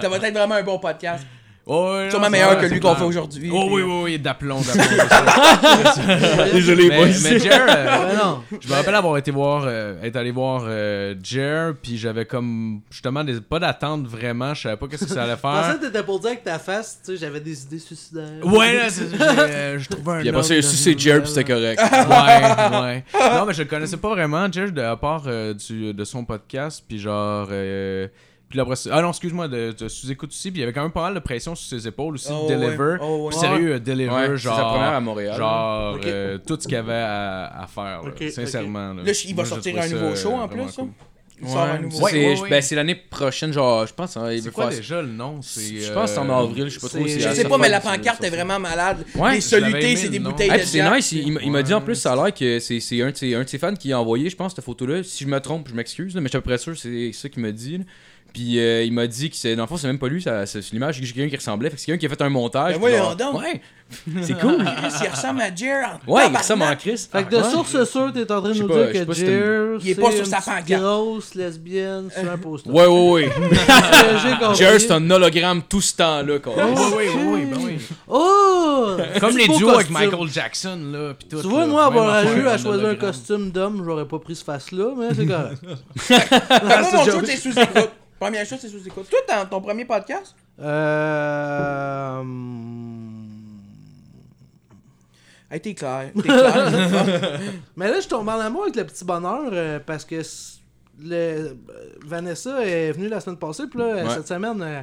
[SPEAKER 2] Ça va être vraiment un bon podcast.
[SPEAKER 6] Ouais,
[SPEAKER 2] Sûrement
[SPEAKER 6] non,
[SPEAKER 2] meilleur
[SPEAKER 6] c'est
[SPEAKER 2] que
[SPEAKER 6] vrai,
[SPEAKER 2] lui
[SPEAKER 6] c'est
[SPEAKER 2] qu'on fait
[SPEAKER 6] clair.
[SPEAKER 2] aujourd'hui.
[SPEAKER 6] Oh
[SPEAKER 2] puis,
[SPEAKER 6] oui,
[SPEAKER 2] euh,
[SPEAKER 6] oui, oui, d'aplomb, d'aplomb.
[SPEAKER 4] Désolé,
[SPEAKER 6] mais,
[SPEAKER 4] moi.
[SPEAKER 6] mais Jer, euh,
[SPEAKER 3] Ouais, non.
[SPEAKER 6] je me rappelle avoir été voir, euh, être allé voir euh, Jer, puis j'avais comme justement des, pas d'attente vraiment, je savais pas qu'est-ce que ça allait
[SPEAKER 3] Je pensais
[SPEAKER 6] faire.
[SPEAKER 3] que t'étais pour dire que ta face, tu sais, j'avais des idées suicidaires.
[SPEAKER 6] Ouais, là, c'est- euh, je- je trouvais un.
[SPEAKER 4] Il a passé
[SPEAKER 6] autre-
[SPEAKER 4] si c'est Jer, puis c'était correct.
[SPEAKER 6] ouais, ouais. Non, mais je le connaissais pas vraiment, Jer, de, à part euh, du, de son podcast, puis genre. euh, puis Puis là, après, ça- ah non, excuse-moi, de, de sous-écoute aussi. Puis il y avait quand même pas mal de pression sur ses épaules aussi.
[SPEAKER 2] Oh,
[SPEAKER 6] de deliver.
[SPEAKER 2] ouais. Oh, ouais.
[SPEAKER 6] Puis sérieux, euh, deliver,
[SPEAKER 4] Ouais, c'est
[SPEAKER 6] genre.
[SPEAKER 4] sa première à Montréal.
[SPEAKER 6] Genre,
[SPEAKER 3] Ok.
[SPEAKER 6] euh, tout ce qu'il y avait à, à faire, là,
[SPEAKER 3] Ok,
[SPEAKER 6] sincèrement. Là,
[SPEAKER 2] Là, il va
[SPEAKER 6] Moi, j'ai
[SPEAKER 2] sortir
[SPEAKER 6] trouvé
[SPEAKER 2] un nouveau
[SPEAKER 6] ça,
[SPEAKER 2] show
[SPEAKER 6] euh,
[SPEAKER 2] en
[SPEAKER 6] vraiment
[SPEAKER 2] plus.
[SPEAKER 6] cool.
[SPEAKER 2] hein. Il sort un
[SPEAKER 6] Ouais,
[SPEAKER 2] nouveau
[SPEAKER 4] Ça,
[SPEAKER 2] show.
[SPEAKER 4] c'est
[SPEAKER 6] ouais, ouais.
[SPEAKER 4] ben, c'est l'année prochaine, genre, je pense. hein, il veut
[SPEAKER 6] C'est quoi
[SPEAKER 4] faire-
[SPEAKER 6] déjà le nom C'est,
[SPEAKER 4] Je pense que c'est en
[SPEAKER 6] euh,
[SPEAKER 4] avril, je sais pas trop
[SPEAKER 3] c'est-
[SPEAKER 4] si
[SPEAKER 2] Je
[SPEAKER 4] à
[SPEAKER 2] sais
[SPEAKER 4] la
[SPEAKER 2] pas, mais
[SPEAKER 4] fin,
[SPEAKER 2] la
[SPEAKER 4] c'est-
[SPEAKER 2] pancarte est vraiment malade.
[SPEAKER 4] Ouais,
[SPEAKER 2] les
[SPEAKER 6] je l'avais
[SPEAKER 2] solutés,
[SPEAKER 6] aimé,
[SPEAKER 2] c'est des
[SPEAKER 6] le nom.
[SPEAKER 2] bouteilles
[SPEAKER 4] Ah,
[SPEAKER 2] de
[SPEAKER 4] puis c'est
[SPEAKER 2] Jack.
[SPEAKER 4] nice, il, il m'a- il m'a dit en
[SPEAKER 6] Ouais.
[SPEAKER 4] plus, ça a l'air que c'est c'est un, de ses- un de ses fans qui a envoyé, je pense, cette photo-là. Si je me trompe, je m'excuse, là, mais je suis à peu près sûr, c'est ça qu'il m'a dit. là. Puis euh, il m'a dit que c'est dans le fond, c'est même pas lui, ça- c'est c'est l'image que j'ai quelqu'un qui ressemblait. Fait que c'est quelqu'un qui a fait un montage.
[SPEAKER 2] Ben
[SPEAKER 4] puis
[SPEAKER 2] voyons
[SPEAKER 4] genre,
[SPEAKER 2] donc.
[SPEAKER 4] Ouais, c'est cool.
[SPEAKER 2] Chris, il ressemble à Jer. en
[SPEAKER 4] Ouais, il
[SPEAKER 2] tabarnak.
[SPEAKER 4] ressemble en Chris.
[SPEAKER 3] Fait que de
[SPEAKER 4] Ouais.
[SPEAKER 3] source sûre, t'es en train de
[SPEAKER 4] Je sais
[SPEAKER 3] nous
[SPEAKER 4] pas, je
[SPEAKER 3] dire
[SPEAKER 4] sais
[SPEAKER 3] que
[SPEAKER 4] pas si c'est
[SPEAKER 3] Jer,
[SPEAKER 2] Il est pas sur
[SPEAKER 3] une
[SPEAKER 2] sa
[SPEAKER 3] petite
[SPEAKER 2] pancarte.
[SPEAKER 3] grosse lesbienne sur un poster.
[SPEAKER 4] Ouais, ouais, ouais.
[SPEAKER 3] Euh, j'ai compris.
[SPEAKER 4] Jerry, c'est un hologramme tout ce temps-là. quoi.
[SPEAKER 6] Oui, oui, oui, ben oui.
[SPEAKER 3] Oh!
[SPEAKER 6] Comme
[SPEAKER 3] Petit
[SPEAKER 6] les
[SPEAKER 3] beau
[SPEAKER 6] duos avec
[SPEAKER 3] costume.
[SPEAKER 6] Michael Jackson, là. Pis tout,
[SPEAKER 3] Tu vois,
[SPEAKER 6] là,
[SPEAKER 3] moi,
[SPEAKER 6] même
[SPEAKER 3] avoir
[SPEAKER 6] affaire,
[SPEAKER 3] eu à
[SPEAKER 6] un
[SPEAKER 3] choisir un
[SPEAKER 6] hologramme.
[SPEAKER 3] costume d'homme, j'aurais pas pris ce face-là, mais c'est correct.
[SPEAKER 2] Fait que moi, mon show, c'est sous-écoute. Première chose, c'est sous-écoute. Toi, dans ton premier podcast,
[SPEAKER 3] Euh.
[SPEAKER 2] hey, t'es clair. T'es clair.
[SPEAKER 3] Mais là, je tombe en amour avec le petit bonheur euh, parce que s- le... euh, Vanessa est venue la semaine passée, puis là, euh,
[SPEAKER 4] Ouais.
[SPEAKER 3] cette semaine, euh,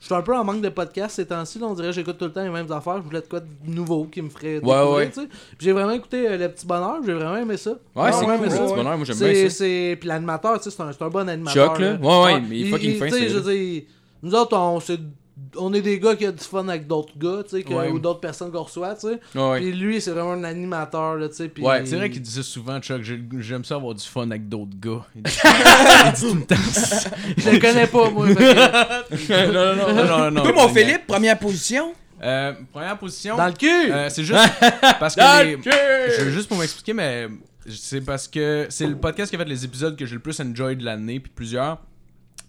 [SPEAKER 3] je suis un peu en manque de podcast ces temps-ci. là, On dirait que j'écoute tout le temps les mêmes affaires. Je voulais de quoi de nouveau qui me ferait découvrir,
[SPEAKER 4] ouais.
[SPEAKER 3] tu sais. Puis J'ai vraiment écouté euh, le petit bonheur, puis j'ai vraiment aimé ça.
[SPEAKER 4] Ouais, c'est
[SPEAKER 3] vraiment
[SPEAKER 4] cool,
[SPEAKER 3] aimé
[SPEAKER 4] le
[SPEAKER 3] ça.
[SPEAKER 4] petit bonheur, moi j'aime
[SPEAKER 3] C'est-
[SPEAKER 4] bien ça.
[SPEAKER 3] c'est puis l'animateur, tu sais, c'est un, c'est un bon animateur.
[SPEAKER 4] Chuck, là. Ouais, ouais, mais il est fucking fin,
[SPEAKER 3] tu sais,
[SPEAKER 4] c'est-
[SPEAKER 3] je veux dire, nous autres, on, c'est- on est des gars qui ont du fun avec d'autres gars, tu sais, que-
[SPEAKER 6] Ouais.
[SPEAKER 3] ou d'autres personnes qu'on reçoit, tu sais.
[SPEAKER 4] Ouais, ouais.
[SPEAKER 3] Puis lui, c'est vraiment un animateur, là, tu sais. puis-
[SPEAKER 6] Ouais, c'est vrai qu'il disait souvent, Chuck, j'ai- j'aime ça avoir du fun avec d'autres gars. Il dit- il dit tout le temps ça.
[SPEAKER 3] Je le connais pas, moi. fait que-
[SPEAKER 6] non, non, non, non, non, non.
[SPEAKER 2] Toi, mon Philippe, première position.
[SPEAKER 6] Euh, première position.
[SPEAKER 3] Dans le cul!
[SPEAKER 6] Euh, c'est juste parce que les- je veux juste pour m'expliquer mais c'est parce que c'est le podcast qui a fait les épisodes que j'ai le plus enjoy de l'année puis plusieurs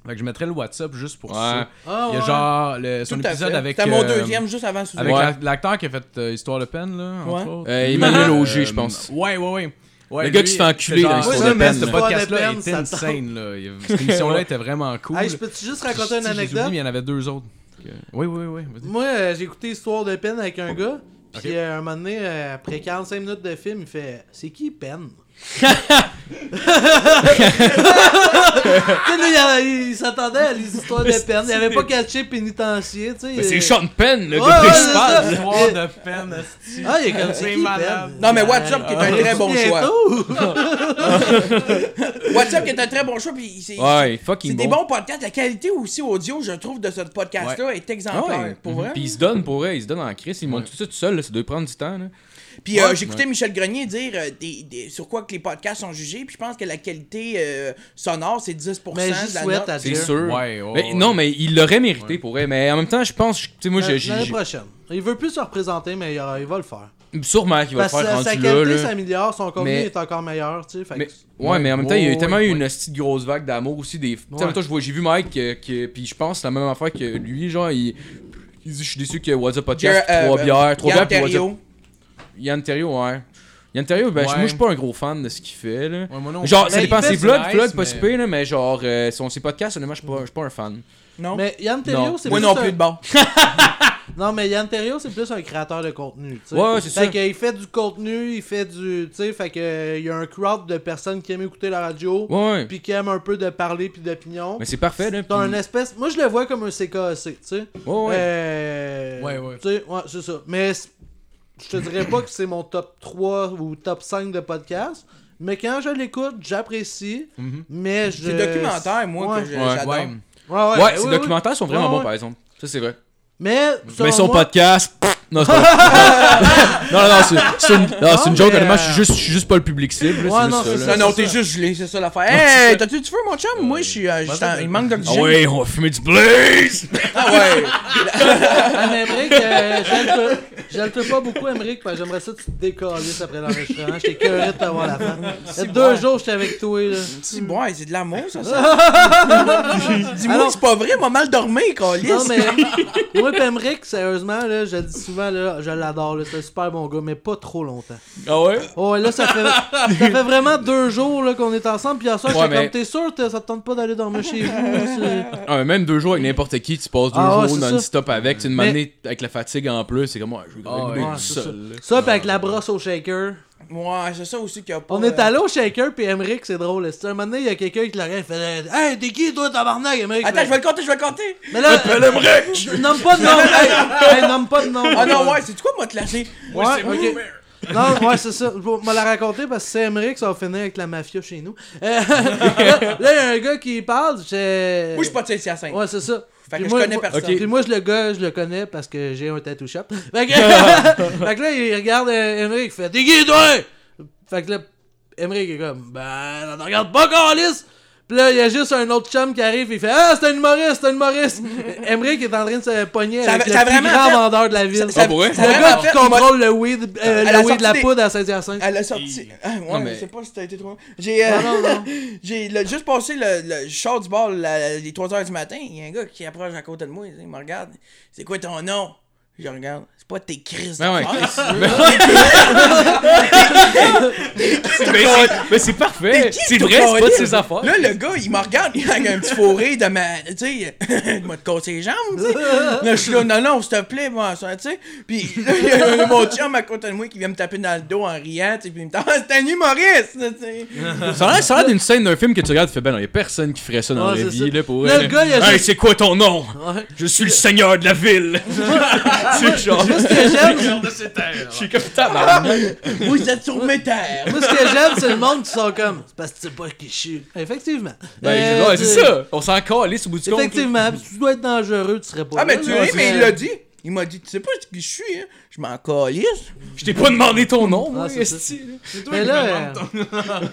[SPEAKER 6] fait que je mettrais le WhatsApp juste pour
[SPEAKER 4] Ouais.
[SPEAKER 6] ça
[SPEAKER 3] Ah,
[SPEAKER 6] il y a
[SPEAKER 3] ouais.
[SPEAKER 6] genre le- son
[SPEAKER 2] Tout à
[SPEAKER 6] épisode
[SPEAKER 2] fait.
[SPEAKER 6] avec
[SPEAKER 2] C'était mon
[SPEAKER 6] euh,
[SPEAKER 2] deuxième, juste avant sous-écoute.
[SPEAKER 6] avec
[SPEAKER 4] Ouais.
[SPEAKER 6] l'ac- l'acteur qui a fait euh, Histoire de peine là entre
[SPEAKER 2] Ouais.
[SPEAKER 6] autres.
[SPEAKER 4] Euh,
[SPEAKER 6] Lui,
[SPEAKER 4] Emmanuel
[SPEAKER 6] euh,
[SPEAKER 4] Auger, je pense.
[SPEAKER 6] ouais ouais ouais Ouais,
[SPEAKER 4] Le gars qui se fait enculer
[SPEAKER 6] c'est
[SPEAKER 4] dans
[SPEAKER 6] genre-
[SPEAKER 3] Histoire de
[SPEAKER 6] mais
[SPEAKER 3] peine,
[SPEAKER 6] ce
[SPEAKER 3] là.
[SPEAKER 6] podcast là
[SPEAKER 3] Histoire de
[SPEAKER 6] était
[SPEAKER 3] peine, ça
[SPEAKER 6] insane là Il y a- cette émission là était vraiment cool
[SPEAKER 3] Hey, je peux-tu juste raconter une
[SPEAKER 6] Si, je les oublie,
[SPEAKER 3] anecdote?
[SPEAKER 6] mais il y en avait deux autres Fait que- oui oui oui vas-y.
[SPEAKER 3] Moi, euh, j'ai écouté Histoire de peine avec un gars. Puis
[SPEAKER 6] Ok.
[SPEAKER 3] euh, un moment donné, euh, après 45 minutes de film, il fait C'est qui peine Tu sais, là, il, il s'attendait à les histoires de peine. Il avait pas catché pénitencier, tu sais. euh,
[SPEAKER 4] C'est Sean Penn, le
[SPEAKER 3] Ouais,
[SPEAKER 4] gars
[SPEAKER 3] ouais,
[SPEAKER 4] principal.
[SPEAKER 3] c'est ça.
[SPEAKER 6] Histoire de peine esti.
[SPEAKER 3] Ah, il est comme c'est
[SPEAKER 6] C'est
[SPEAKER 3] qui,
[SPEAKER 6] malade.
[SPEAKER 3] peine? Euh,
[SPEAKER 2] Non, mais WhatsApp, qui est un très bon choix.
[SPEAKER 3] choix.
[SPEAKER 2] WhatsApp, qui est un très bon choix. Puis c'est
[SPEAKER 4] Ouais,
[SPEAKER 2] c'est
[SPEAKER 4] fucking
[SPEAKER 2] des
[SPEAKER 4] bon.
[SPEAKER 2] bons podcasts. La qualité aussi audio, je trouve, de ce podcast-là est exemplaire.
[SPEAKER 4] Ouais.
[SPEAKER 2] Pour
[SPEAKER 4] Mhm.
[SPEAKER 2] vrai.
[SPEAKER 4] Puis il se donne pour vrai, il se donne en Chris, il monte tout ça tout seul, là, ça doit prendre du temps. Là.
[SPEAKER 2] Puis euh, j'écoutais Michel Grenier dire euh, des, des- sur quoi que les podcasts sont jugés, puis je pense que la qualité euh, sonore, c'est 10%
[SPEAKER 3] Mais j'y
[SPEAKER 2] de la
[SPEAKER 3] souhaite
[SPEAKER 2] note.
[SPEAKER 3] à
[SPEAKER 4] C'est
[SPEAKER 3] Dieu.
[SPEAKER 4] sûr.
[SPEAKER 6] Ouais, ouais,
[SPEAKER 4] mais,
[SPEAKER 6] ouais.
[SPEAKER 4] Non, mais il l'aurait mérité pour vrai. Mais en même temps, je pense, je- tu sais, moi, j'ai-
[SPEAKER 3] L'année
[SPEAKER 4] j'ai.
[SPEAKER 3] prochaine. Il veut plus se représenter, mais il, aura- il va le faire.
[SPEAKER 4] Sûrement qu'il va le
[SPEAKER 3] Parce que
[SPEAKER 4] faire
[SPEAKER 3] sa,
[SPEAKER 4] rendu
[SPEAKER 3] sa
[SPEAKER 4] là.
[SPEAKER 3] qualité
[SPEAKER 4] là.
[SPEAKER 3] s'améliore, son contenu
[SPEAKER 4] Mais-
[SPEAKER 3] est encore meilleur, tu sais. fait que-
[SPEAKER 4] Mais, ouais, mais en même temps, il y a eu
[SPEAKER 6] Ouais,
[SPEAKER 4] tellement eu
[SPEAKER 6] ouais.
[SPEAKER 4] une hostie de grosse vague d'amour aussi. Des... tu sais, en même temps, je vois- j'ai vu Mike, euh, que, puis je pense la même affaire que lui, genre, il, il dit, je suis déçu que What's Up Podcast,
[SPEAKER 2] Jer- euh,
[SPEAKER 4] trois
[SPEAKER 2] euh,
[SPEAKER 4] bières, trois bières,
[SPEAKER 2] Yann
[SPEAKER 4] puis What's Up-
[SPEAKER 2] Terriot.
[SPEAKER 4] Yann Terrio, ouais. Yann Terrio, ben, je- moi,
[SPEAKER 6] Ouais.
[SPEAKER 4] je suis pas un gros fan de ce qu'il fait, là.
[SPEAKER 6] Ouais, moi non.
[SPEAKER 4] Genre, ça
[SPEAKER 6] Mais
[SPEAKER 4] dépend,
[SPEAKER 6] il fait
[SPEAKER 4] ses
[SPEAKER 6] du
[SPEAKER 4] vlogs,
[SPEAKER 6] nice,
[SPEAKER 4] vlogs, pas
[SPEAKER 6] mais-
[SPEAKER 4] si pire, là, mais genre, euh, son, ses podcasts, honnêtement, je suis pas, je suis pas un fan.
[SPEAKER 2] Non.
[SPEAKER 3] Mais Yann
[SPEAKER 4] Non.
[SPEAKER 3] Terrio, c'est
[SPEAKER 2] Moi
[SPEAKER 3] plus
[SPEAKER 2] non
[SPEAKER 3] un-
[SPEAKER 2] plus de bon.
[SPEAKER 3] Non, mais Yann Terrio, c'est plus un créateur de contenu. tu sais.
[SPEAKER 4] Ouais, ouais, c'est ça.
[SPEAKER 3] Fait qu'il fait du contenu, il fait du. Tu sais, fait que, euh, il y a un crowd de personnes qui aiment écouter la radio,
[SPEAKER 4] Ouais, ouais.
[SPEAKER 3] puis qui aiment un peu de parler puis d'opinion.
[SPEAKER 4] Mais c'est parfait, là.
[SPEAKER 3] C'est un
[SPEAKER 4] puis-
[SPEAKER 3] espèce. Moi, je le vois comme un CKC, tu sais.
[SPEAKER 4] Ouais, ouais.
[SPEAKER 3] Euh,
[SPEAKER 6] Ouais, ouais.
[SPEAKER 3] Tu sais, ouais, c'est ça. Mais c'est- je te dirais pas que c'est mon top 3 ou top 5 de podcast. Mais quand je l'écoute, j'apprécie. Mais je.
[SPEAKER 2] Mhm. C'est documentaire, moi,
[SPEAKER 3] Ouais.
[SPEAKER 2] que je-
[SPEAKER 4] Ouais.
[SPEAKER 2] j'adore.
[SPEAKER 6] Ouais.
[SPEAKER 3] Ouais, ouais,
[SPEAKER 4] Ouais,
[SPEAKER 3] ben
[SPEAKER 4] ses
[SPEAKER 3] oui, oui.
[SPEAKER 4] documentaires sont vraiment
[SPEAKER 3] Ouais,
[SPEAKER 4] bons,
[SPEAKER 3] ouais.
[SPEAKER 4] par exemple. Ça, c'est vrai.
[SPEAKER 3] Mais,
[SPEAKER 4] Mais
[SPEAKER 3] selon
[SPEAKER 4] son
[SPEAKER 3] moi-
[SPEAKER 4] podcast. pff, Non, c'est pas vrai. Non, non, non, c'est- c'est une, non, c'est une
[SPEAKER 3] Non,
[SPEAKER 4] joke,
[SPEAKER 3] mais,
[SPEAKER 4] honnêtement,
[SPEAKER 3] euh,
[SPEAKER 4] je suis juste, je suis juste pas le public cible. là,
[SPEAKER 3] Ouais,
[SPEAKER 4] c'est
[SPEAKER 3] non,
[SPEAKER 4] juste
[SPEAKER 3] c'est
[SPEAKER 4] ça,
[SPEAKER 3] ça.
[SPEAKER 4] là.
[SPEAKER 2] Non, non, t'es juste gelé, c'est ça l'affaire. Hey, t'as-tu du feu, mon chum? Moi, je suis. euh, je suis en- il manque
[SPEAKER 4] Ah
[SPEAKER 2] d'oxygène.
[SPEAKER 4] ouais, on va fumer du blaze!
[SPEAKER 2] Ah ouais.
[SPEAKER 3] Ah, Emmerich, euh, j'aime pas- j'aime pas, beaucoup, Emmerich, parce que j'aimerais ça que tu te décolles après l'enregistrement. J'étais curieux de t'avoir la fin. Il y a deux jours, j'étais avec toi, là.
[SPEAKER 2] Petit bois, c'est de l'amour, ça. ça. Dis-moi que c'est pas vrai, m'a mal dormi, Calis.
[SPEAKER 3] Non, mais. Moi, pis Emmerich, sérieusement, là, je le dis souvent, là, je l'adore, là. C'est un super bon gars, mais pas trop longtemps.
[SPEAKER 4] Ah ouais?
[SPEAKER 3] Oh, là, ça fait, ça fait vraiment deux jours, là, qu'on est ensemble, puis hier soir,
[SPEAKER 4] Ouais,
[SPEAKER 3] j'étais
[SPEAKER 4] mais-
[SPEAKER 3] comme, t'es sûr, que ça te tente pas d'aller dormir chez vous? c'est-
[SPEAKER 4] Ah, mais même deux jours avec n'importe qui, tu passes deux
[SPEAKER 3] Ah, ouais,
[SPEAKER 4] jours
[SPEAKER 3] c'est ça.
[SPEAKER 4] non-stop avec. Tu une
[SPEAKER 3] Mais-
[SPEAKER 4] manée avec la fatigue en plus, c'est comme, ouais, je veux
[SPEAKER 6] Ah,
[SPEAKER 4] quand même
[SPEAKER 6] ouais,
[SPEAKER 4] être
[SPEAKER 3] c'est
[SPEAKER 4] seul. là.
[SPEAKER 3] Ça, pis avec la brosse au shaker.
[SPEAKER 2] Ouais, c'est ça aussi qu'il y a pas. euh,
[SPEAKER 3] On est allé au shaker puis Emmerich, c'est drôle. C'est un moment donné, il y a quelqu'un qui l'a regardé, il fait Hey, t'es qui toi, tabarnak, Emmerich
[SPEAKER 2] Attends, je vais le compter, je vais le compter.
[SPEAKER 3] Mais là, nomme pas de nom. hey, hey, nomme pas de nom.
[SPEAKER 2] Ah non, ouais, c'est quoi, moi, te lâcher?
[SPEAKER 3] Ouais, ok. Non, ouais, c'est ça. Je vais me la raconter parce que c'est Emmerich, ça va finir avec la mafia chez nous. Euh, là, il y a un gars qui parle. j'ai-
[SPEAKER 2] Moi, je suis pas de Saint-Hyacinthe.
[SPEAKER 3] Ouais, c'est ça.
[SPEAKER 2] Fait
[SPEAKER 3] Puis
[SPEAKER 2] que je
[SPEAKER 3] moi,
[SPEAKER 2] connais
[SPEAKER 3] moi-
[SPEAKER 2] personne.
[SPEAKER 3] Puis moi, je le gars, je le connais parce que j'ai un tattoo shop. Fait que, fait que là, il regarde euh, Emmerich, il fait T'es qui, toi Fait que là, Emmerich est comme Ben, on regarde pas, Carlis Puis là, il y a juste un autre chum qui arrive, il fait Ah, c'est un humoriste, c'est un humoriste Emmerich est en train de se pogner
[SPEAKER 2] Ça
[SPEAKER 3] avec
[SPEAKER 2] va-
[SPEAKER 3] le
[SPEAKER 2] ça a
[SPEAKER 3] plus
[SPEAKER 2] vraiment
[SPEAKER 3] grand
[SPEAKER 2] fait-
[SPEAKER 3] vendeur de la ville.
[SPEAKER 2] Ça-
[SPEAKER 4] Ah, pour vrai?
[SPEAKER 2] ça a
[SPEAKER 3] le
[SPEAKER 2] vraiment
[SPEAKER 3] gars qui
[SPEAKER 2] fait-
[SPEAKER 3] contrôle le weed, euh,
[SPEAKER 2] à
[SPEAKER 3] le
[SPEAKER 2] la
[SPEAKER 3] weed de la
[SPEAKER 2] sortie des-
[SPEAKER 3] poudre à Saint-Hyacinthe.
[SPEAKER 2] Elle a sorti. Ah, ouais,
[SPEAKER 4] Non, mais-
[SPEAKER 2] je sais pas si t'as été trop. J'ai. euh,
[SPEAKER 3] Non, non, non.
[SPEAKER 2] J'ai le- juste passé le, le. Je sors du bar la- les 3 heures du matin. Il y a un gars qui approche à côté de moi. Il me regarde. C'est quoi ton nom? Je regarde. C'est pas tes crises.
[SPEAKER 4] Ben ouais.
[SPEAKER 2] d'affaires.
[SPEAKER 4] Mais c'est- mais c'est parfait.
[SPEAKER 2] Qui
[SPEAKER 4] C'est
[SPEAKER 2] ce
[SPEAKER 4] vrai, c'est pas de
[SPEAKER 2] calice?
[SPEAKER 4] ses affaires.
[SPEAKER 2] Là, le gars, il me regarde, il a un petit fourré de ma. Tu sais, il m'a te cassé les jambes, tu sais. Là, je suis là, non, non, s'il te plaît, moi, ça, tu sais. Puis là, il y a un- mon chum à côté de moi qui vient me taper dans le dos en riant, tu sais. Puis il me dit, ah, c'est un humoriste, tu sais.
[SPEAKER 4] Ça a l'air- ça a l'air d'une scène d'un film que tu regardes, tu fais ben non, y a personne qui ferait ça dans
[SPEAKER 3] Ouais,
[SPEAKER 4] la
[SPEAKER 3] Ah, c'est
[SPEAKER 4] vie,
[SPEAKER 3] ça.
[SPEAKER 4] là, pour
[SPEAKER 3] Là,
[SPEAKER 4] vrai.
[SPEAKER 3] le gars, il a
[SPEAKER 4] Hey,
[SPEAKER 3] juste-
[SPEAKER 4] c'est quoi ton nom?
[SPEAKER 3] Ouais.
[SPEAKER 4] Je suis le seigneur de la ville! c'est genre. Je suis comme tabarnak.
[SPEAKER 2] Vous êtes sur mes terres.
[SPEAKER 3] Moi, ce que j'aime, c'est le monde qui sont comme C'est parce que tu sais pas qui je suis. Effectivement.
[SPEAKER 4] Ben,
[SPEAKER 3] Euh,
[SPEAKER 4] ouais,
[SPEAKER 3] tu-
[SPEAKER 4] c'est ça! On s'en calisse au bout du compte.
[SPEAKER 3] Effectivement, puis tu dois être dangereux, tu serais pas.
[SPEAKER 2] Ah,
[SPEAKER 3] là,
[SPEAKER 2] mais tu
[SPEAKER 3] là.
[SPEAKER 2] ris, mais il l'a dit. Il m'a dit, tu sais pas qui je suis, hein. Je m'en calisse.
[SPEAKER 4] Je t'ai pas demandé ton nom, moi,
[SPEAKER 3] Ah, c'est ça.
[SPEAKER 4] esti, là.
[SPEAKER 3] Mais là, euh,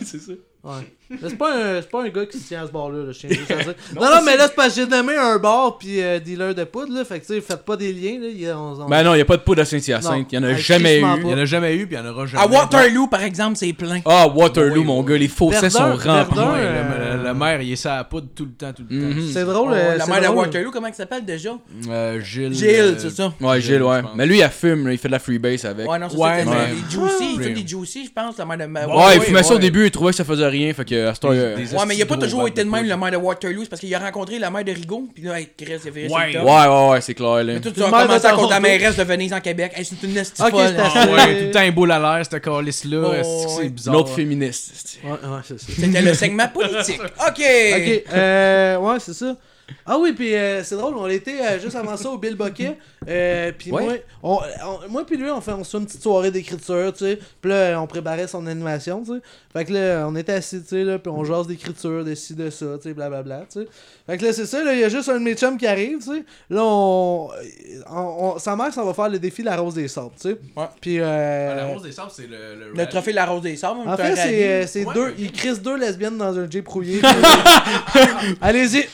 [SPEAKER 4] C'est ça.
[SPEAKER 3] ouais. Mais c'est pas, un- c'est pas un gars qui se tient à ce bar-là, là, je tiens juste à dire. Non, non, mais là, c'est parce que j'ai nommé un bar puis euh, dealer de poudre, là. Fait que tu sais, faites pas des liens, là. il y a- on- on-
[SPEAKER 4] Ben non, y a pas de poudre à
[SPEAKER 3] Non.
[SPEAKER 4] Saint-Hyacinthe, y en
[SPEAKER 3] Ah,
[SPEAKER 4] a jamais
[SPEAKER 3] crissement
[SPEAKER 4] eu.
[SPEAKER 6] Il y en a jamais eu, puis il y en aura jamais.
[SPEAKER 2] À Waterloo, par exemple, c'est plein.
[SPEAKER 4] Ah, Waterloo,
[SPEAKER 6] Oui,
[SPEAKER 4] mon
[SPEAKER 6] oui.
[SPEAKER 4] gars, les fossés
[SPEAKER 3] Verdun,
[SPEAKER 4] sont remplis.
[SPEAKER 3] Verdun.
[SPEAKER 6] Ouais,
[SPEAKER 3] Euh,
[SPEAKER 6] le, le maire, il est ça à poudre tout le temps, tout le
[SPEAKER 4] Mhm.
[SPEAKER 3] C'est drôle.
[SPEAKER 2] Oh,
[SPEAKER 3] euh,
[SPEAKER 2] la
[SPEAKER 3] c'est
[SPEAKER 2] mère de
[SPEAKER 3] drôle.
[SPEAKER 2] Waterloo, comment elle s'appelle déjà?
[SPEAKER 6] temps. Euh, Gilles.
[SPEAKER 2] Gilles,
[SPEAKER 6] euh,
[SPEAKER 2] c'est ça.
[SPEAKER 4] Ouais, Gilles, ouais.
[SPEAKER 6] Je pense.
[SPEAKER 4] Mais lui, il a fume, là, il fait de la freebase avec.
[SPEAKER 2] Ouais, non, c'est ça.
[SPEAKER 6] Ouais,
[SPEAKER 4] mais-
[SPEAKER 2] c'est- Les Juicy, il fait
[SPEAKER 6] Ouais.
[SPEAKER 2] des Juicy, je pense, la mère de ma-
[SPEAKER 4] Ouais, il
[SPEAKER 6] ouais,
[SPEAKER 4] fumait ça au
[SPEAKER 6] ouais.
[SPEAKER 4] début, il trouvait que ça faisait rien, fait que à cette heure,
[SPEAKER 6] Des-
[SPEAKER 4] euh,
[SPEAKER 6] des-
[SPEAKER 2] Ouais, mais il a pas
[SPEAKER 6] Gros
[SPEAKER 2] toujours
[SPEAKER 6] bac
[SPEAKER 2] été
[SPEAKER 6] de
[SPEAKER 2] de même
[SPEAKER 6] poudre.
[SPEAKER 2] le maire de Waterloo, c'est parce qu'il a rencontré la mère de Rigaud, puis là, hey, Chris, il a fait
[SPEAKER 6] Ouais.
[SPEAKER 2] ouais.
[SPEAKER 4] Ouais, ouais, ouais, c'est clair, là.
[SPEAKER 2] Mais toi, tu
[SPEAKER 3] Le
[SPEAKER 2] as
[SPEAKER 3] maire de
[SPEAKER 2] commencé à contre la
[SPEAKER 3] Toronto.
[SPEAKER 2] mairesse de Venise en Québec. Hey, c'est une esti
[SPEAKER 3] Ok,
[SPEAKER 2] folle. hein.
[SPEAKER 3] c'était
[SPEAKER 6] Ah ouais, tout le temps, il boule à l'air, ce calice-là.
[SPEAKER 2] Oh,
[SPEAKER 6] est-ce que
[SPEAKER 2] ouais.
[SPEAKER 6] c'est bizarre. hein.
[SPEAKER 4] L'autre féministe, esti.
[SPEAKER 3] Ouais, ouais, c'est ça.
[SPEAKER 2] C'était le segment politique. OK.
[SPEAKER 3] Ok, euh, ouais, c'est ça. Ah oui, puis euh, c'est drôle, on était euh, juste avant ça au Bill Bucket. Euh, puis
[SPEAKER 4] Ouais.
[SPEAKER 3] moi, on, on- moi puis lui, on fait, on se fait une petite soirée d'écriture, tu sais. Puis là, on préparait son animation, tu sais. Fait que là, on était assis, tu sais, là, puis on jase d'écriture, de ci, de ça, tu sais, blablabla, tu sais. Fait que là, c'est ça, là, il y a juste un de mes chums qui arrive, tu sais. Là, on, on, on- Sa mère, ça va faire le défi de la rose des sables, tu sais.
[SPEAKER 2] Ouais.
[SPEAKER 3] Puis. euh,
[SPEAKER 6] Ah, La rose des sables, c'est le. le
[SPEAKER 2] Le
[SPEAKER 6] rallye.
[SPEAKER 2] trophée de la rose des sables.
[SPEAKER 3] en
[SPEAKER 2] c'est un
[SPEAKER 3] fait,
[SPEAKER 2] rallye.
[SPEAKER 3] c'est euh, c'est
[SPEAKER 6] Ouais.
[SPEAKER 3] deux. Ils crissent deux lesbiennes dans un Jeep rouillé. Allez-y!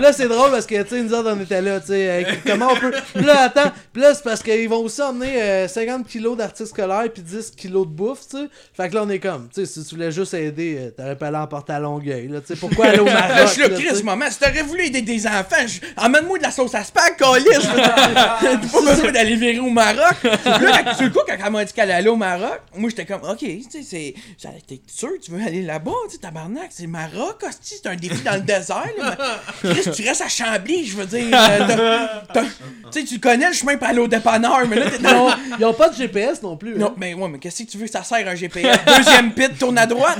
[SPEAKER 3] là, c'est drôle parce que, tu sais, nous autres, on était là, tu sais. euh, comment on peut. Puis là, attends. Puis là, c'est parce qu'ils vont aussi emmener euh, 50 kilos d'artistes scolaires puis 10 kilos de bouffe, tu sais. Fait que là, on est comme, tu sais, si tu voulais juste aider, euh, t'aurais pas allé en porte à longueuil, là, tu sais. Pourquoi aller au Maroc?
[SPEAKER 2] Là, Ben, je suis le
[SPEAKER 3] là, tu sais?
[SPEAKER 2] Chris, maman. Si t'aurais voulu aider des enfants, je- emmène-moi de la sauce à spag, calice. T'as pas besoin d'aller virer au Maroc. Là, quand- sur le coup, quand elle m'a dit qu'elle allait au Maroc, moi, j'étais comme, OK, tu sais, c'est. j'allais- T'es sûr, que tu veux aller là-bas, tu sais, tabarnak, c'est le Maroc, hostie, c'est un défi dans le désert. Là, mais- Chris, tu restes à Chambly, je veux dire. euh, t'as- t'as- Tu sais, tu connais le chemin pour aller au dépanneur, mais là, t'es dans.
[SPEAKER 3] Non, ils ont pas de GPS non plus.
[SPEAKER 2] Non,
[SPEAKER 3] hein.
[SPEAKER 2] mais ouais, mais qu'est-ce que tu veux que ça sert un GPS? Deuxième pit, tourne à droite.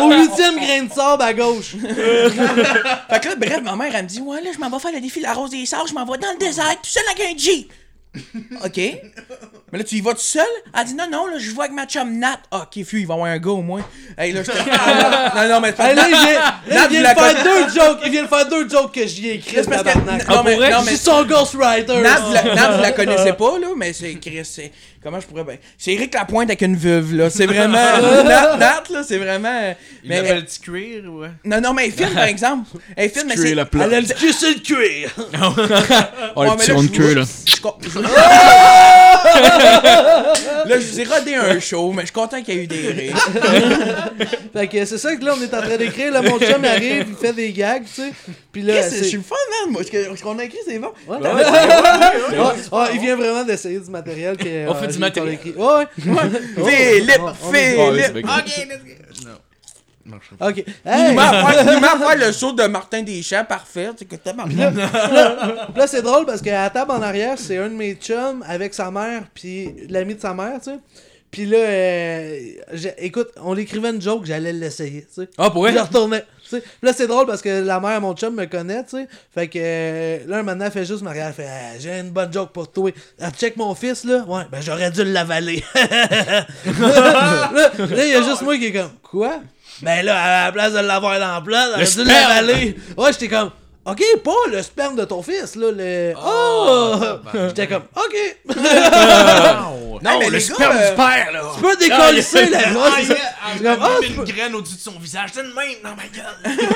[SPEAKER 3] Au huitième grain de sable à gauche.
[SPEAKER 2] Fait que là, bref, ma mère, elle me dit Ouais, là, je m'en vais faire le défi de la rose des sables, je m'en vais dans le désert, tout seul avec un G. OK. Mais là, tu y vas tout seul Elle dit Non, non, là, je vois avec ma chum Nat. Ah, OK, fui, il va y avoir un gars au moins. Hey, là, je te. non, non, mais c'est pas
[SPEAKER 3] Hey, là,
[SPEAKER 2] Nat.
[SPEAKER 3] il vient, là,
[SPEAKER 2] Nat,
[SPEAKER 3] il vient
[SPEAKER 2] vous
[SPEAKER 3] de
[SPEAKER 2] la
[SPEAKER 3] faire
[SPEAKER 2] conna-
[SPEAKER 3] deux jokes. Il vient de faire deux jokes que j'y ai écrit.
[SPEAKER 2] Chris, parce que.
[SPEAKER 3] tabarnak. Ah,
[SPEAKER 2] Non, mais. Non, mais
[SPEAKER 3] C'est son ghostwriter.
[SPEAKER 2] Nat, vous la, Nat, vous la connaissez pas, là, mais c'est Chris, c'est. Comment je pourrais. Ben, c'est Eric Lapointe avec une veuve, là. C'est vraiment. Nat, Nat, là, c'est vraiment.
[SPEAKER 6] Il
[SPEAKER 2] Mais-
[SPEAKER 6] l'appelle petit cuir, ouais.
[SPEAKER 2] Non, non, mais elle filme, par exemple. Elle filme, mais
[SPEAKER 4] Tuer
[SPEAKER 2] c'est.
[SPEAKER 4] la plante.
[SPEAKER 2] Elle a le-
[SPEAKER 3] que c'est le cuir.
[SPEAKER 4] Oh, le
[SPEAKER 2] Ouais, mais
[SPEAKER 4] petit
[SPEAKER 2] là,
[SPEAKER 4] rond de
[SPEAKER 2] je vous-
[SPEAKER 4] queue, là.
[SPEAKER 2] je com- là, je vous ai rodé un show, mais je suis content qu'il y ait eu des rires.
[SPEAKER 3] Fait que c'est ça que là, on est en train d'écrire. Là, mon chum arrive, il fait des gags, tu sais. Puis là,
[SPEAKER 2] Qu'est-ce que- Je
[SPEAKER 3] c'est-
[SPEAKER 2] suis le fun, man. Moi, ce que- ce qu'on a écrit, c'est bon.
[SPEAKER 3] Ouais, t'as- Ah, ah, il vient vraiment d'essayer du matériel que, euh,
[SPEAKER 4] On fait du
[SPEAKER 3] j'ai
[SPEAKER 4] matériel.
[SPEAKER 2] Oh.
[SPEAKER 3] écrit. Ouais, ouais.
[SPEAKER 2] Philippe,
[SPEAKER 3] Ah, on- on-
[SPEAKER 2] Philippe.
[SPEAKER 4] Ah, ouais, c'est bien.
[SPEAKER 3] Ok.
[SPEAKER 2] Il
[SPEAKER 3] Hey!
[SPEAKER 2] m'a avoir- il m'a avoir le show de Martin Deschamps, parfait. C'est que t'as marqué.
[SPEAKER 3] Puis là, c'est drôle parce qu'à la table en arrière, c'est un de mes chums avec sa mère, puis l'ami de sa mère, tu sais. Puis là, euh, j'ai- écoute, on écrivait une joke, j'allais l'essayer, tu sais.
[SPEAKER 4] Ah, pour
[SPEAKER 3] Puis
[SPEAKER 4] vrai?
[SPEAKER 3] Je retournais. tu sais. Puis là, c'est drôle parce que la mère à mon chum me connaît, tu sais. Fait que euh, là, un moment donné, elle fait juste me regarder. Elle fait Ah, J'ai une bonne joke pour toi. Elle check mon fils, là. Ouais, ben j'aurais dû l'avaler. là, là, il y a juste moi qui est comme Quoi Ben là, à la place de l'avoir dans la plate, j'aurais dû
[SPEAKER 4] sperme.
[SPEAKER 3] l'avaler. Ouais, j'étais comme Ok, pas le sperme de ton fils, là. Le...
[SPEAKER 5] Ah,
[SPEAKER 3] Oh! J'étais comme
[SPEAKER 5] Oh.
[SPEAKER 3] Ok.
[SPEAKER 2] Non, mais le euh,
[SPEAKER 5] sperme du père, là!
[SPEAKER 3] Tu peux décoller la grosse. J'étais comme, Ah, tu peux-
[SPEAKER 5] graine au-dessus de son visage, c'est le même dans ma gueule!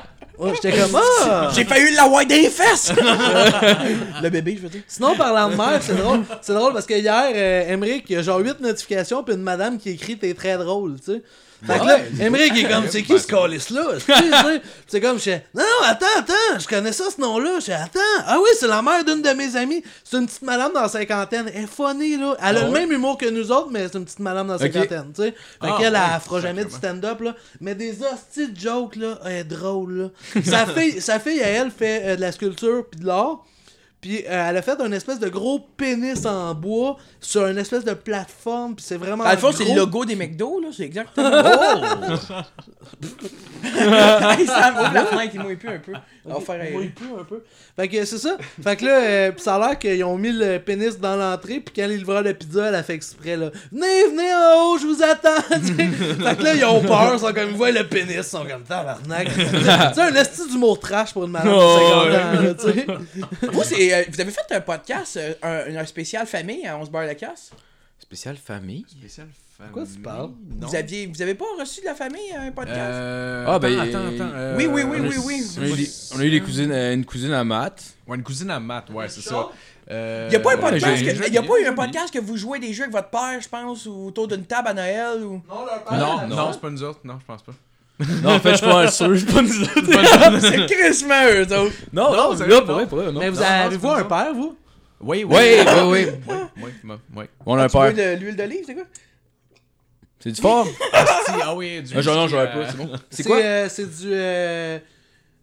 [SPEAKER 3] Ouais, J'étais comme Ah!
[SPEAKER 2] J'ai failli l'avoir des fesses. le bébé, je veux dire.
[SPEAKER 3] Sinon, parlant de mère, c'est drôle. C'est drôle parce que hier, euh, Emmerich, il y a genre 8 notifications, puis une madame qui écrit T'es très drôle, tu sais. Fait que là, Emmerich il est comme, c'est qui ce calice-là? Tu sais, tu sais? Puis C'est comme, je fais, non, non, attends, attends, je connais ça ce nom-là. Je fais, attends, ah oui, c'est la mère d'une de mes amies. C'est une petite madame dans la cinquantaine. Elle est funny, là. Elle a le même humour que nous autres, mais c'est une petite madame dans la cinquantaine, tu sais. Fait qu'elle, elle fera jamais du stand-up, là. Mais des hosties de jokes, là, elle est drôle, là. sa, fille, sa fille, à elle, fait euh, de la sculpture puis de l'art. Puis euh, elle a fait un espèce de gros pénis en bois sur une espèce de plateforme, puis c'est vraiment.
[SPEAKER 2] Dans le fond, c'est
[SPEAKER 3] gros.
[SPEAKER 2] le logo des McDo, là, c'est exactement. Oh! hey, Sam, ouvre la fenêtre, il mouille plus un peu. On va faire
[SPEAKER 3] Oui,
[SPEAKER 2] aérer.
[SPEAKER 3] plus un peu. Fait que c'est ça. Fait que là, euh, pis ça a l'air qu'ils ont mis le pénis dans l'entrée, puis quand les livreurs de pizza, elle a fait exprès, là. Venez, venez en haut, je vous attends. tu sais. fait que là, ils ont peur, ils sont comme, ils voient le pénis, ils sont comme, tabarnak. tu sais, un esti d'humour trash pour une madame de
[SPEAKER 2] Oh,
[SPEAKER 3] 50 ans, là, tu sais.
[SPEAKER 2] Moi, c'est. euh, vous avez fait un podcast, euh, un, un spécial famille à On se barre la casse.
[SPEAKER 4] Spécial famille?
[SPEAKER 6] Spécial famille.
[SPEAKER 3] Quoi tu parles?
[SPEAKER 6] Non.
[SPEAKER 2] Vous aviez, vous avez pas reçu de la famille à un podcast
[SPEAKER 6] Euh,
[SPEAKER 4] Ah, ben,
[SPEAKER 6] Attends,
[SPEAKER 4] il-
[SPEAKER 6] attends, attends, euh,
[SPEAKER 2] Oui, oui, oui,
[SPEAKER 6] on a-
[SPEAKER 2] oui, oui.
[SPEAKER 4] On a eu, des- on a eu des cousines, euh, une cousine à maths.
[SPEAKER 6] Ouais, une cousine à Matt, ouais, c'est ça. Euh,
[SPEAKER 2] Il y a pas un podcast,
[SPEAKER 4] j'ai-
[SPEAKER 2] que, y a pas eu un podcast que vous jouez des jeux avec votre père, je pense, ou autour d'une table à Noël ou.
[SPEAKER 6] Non, non, c'est pas nous autres, non, je pense pas.
[SPEAKER 4] Non, en fait, je suis pas sûr, je suis pas nous autres.
[SPEAKER 2] c'est crissement eux autres.
[SPEAKER 4] Non, non,
[SPEAKER 6] sérieux,
[SPEAKER 4] là, pour
[SPEAKER 6] non.
[SPEAKER 4] vrai, pour vrai, non.
[SPEAKER 3] Mais vous
[SPEAKER 6] non,
[SPEAKER 3] avez-vous
[SPEAKER 6] c'est pas
[SPEAKER 3] un
[SPEAKER 6] ça.
[SPEAKER 3] père, vous?
[SPEAKER 6] Oui, oui.
[SPEAKER 4] Ouais, ouais, ouais.
[SPEAKER 6] Oui, oui, oui, oui.
[SPEAKER 4] On a un
[SPEAKER 2] Tu veux
[SPEAKER 4] père.
[SPEAKER 2] de l'huile d'olive, c'est quoi
[SPEAKER 4] C'est du fort?
[SPEAKER 6] Ah oui, du
[SPEAKER 4] Ah, genre, non, j'aurais pas, c'est bon.
[SPEAKER 3] C'est
[SPEAKER 4] quoi?
[SPEAKER 3] euh, c'est du. Euh,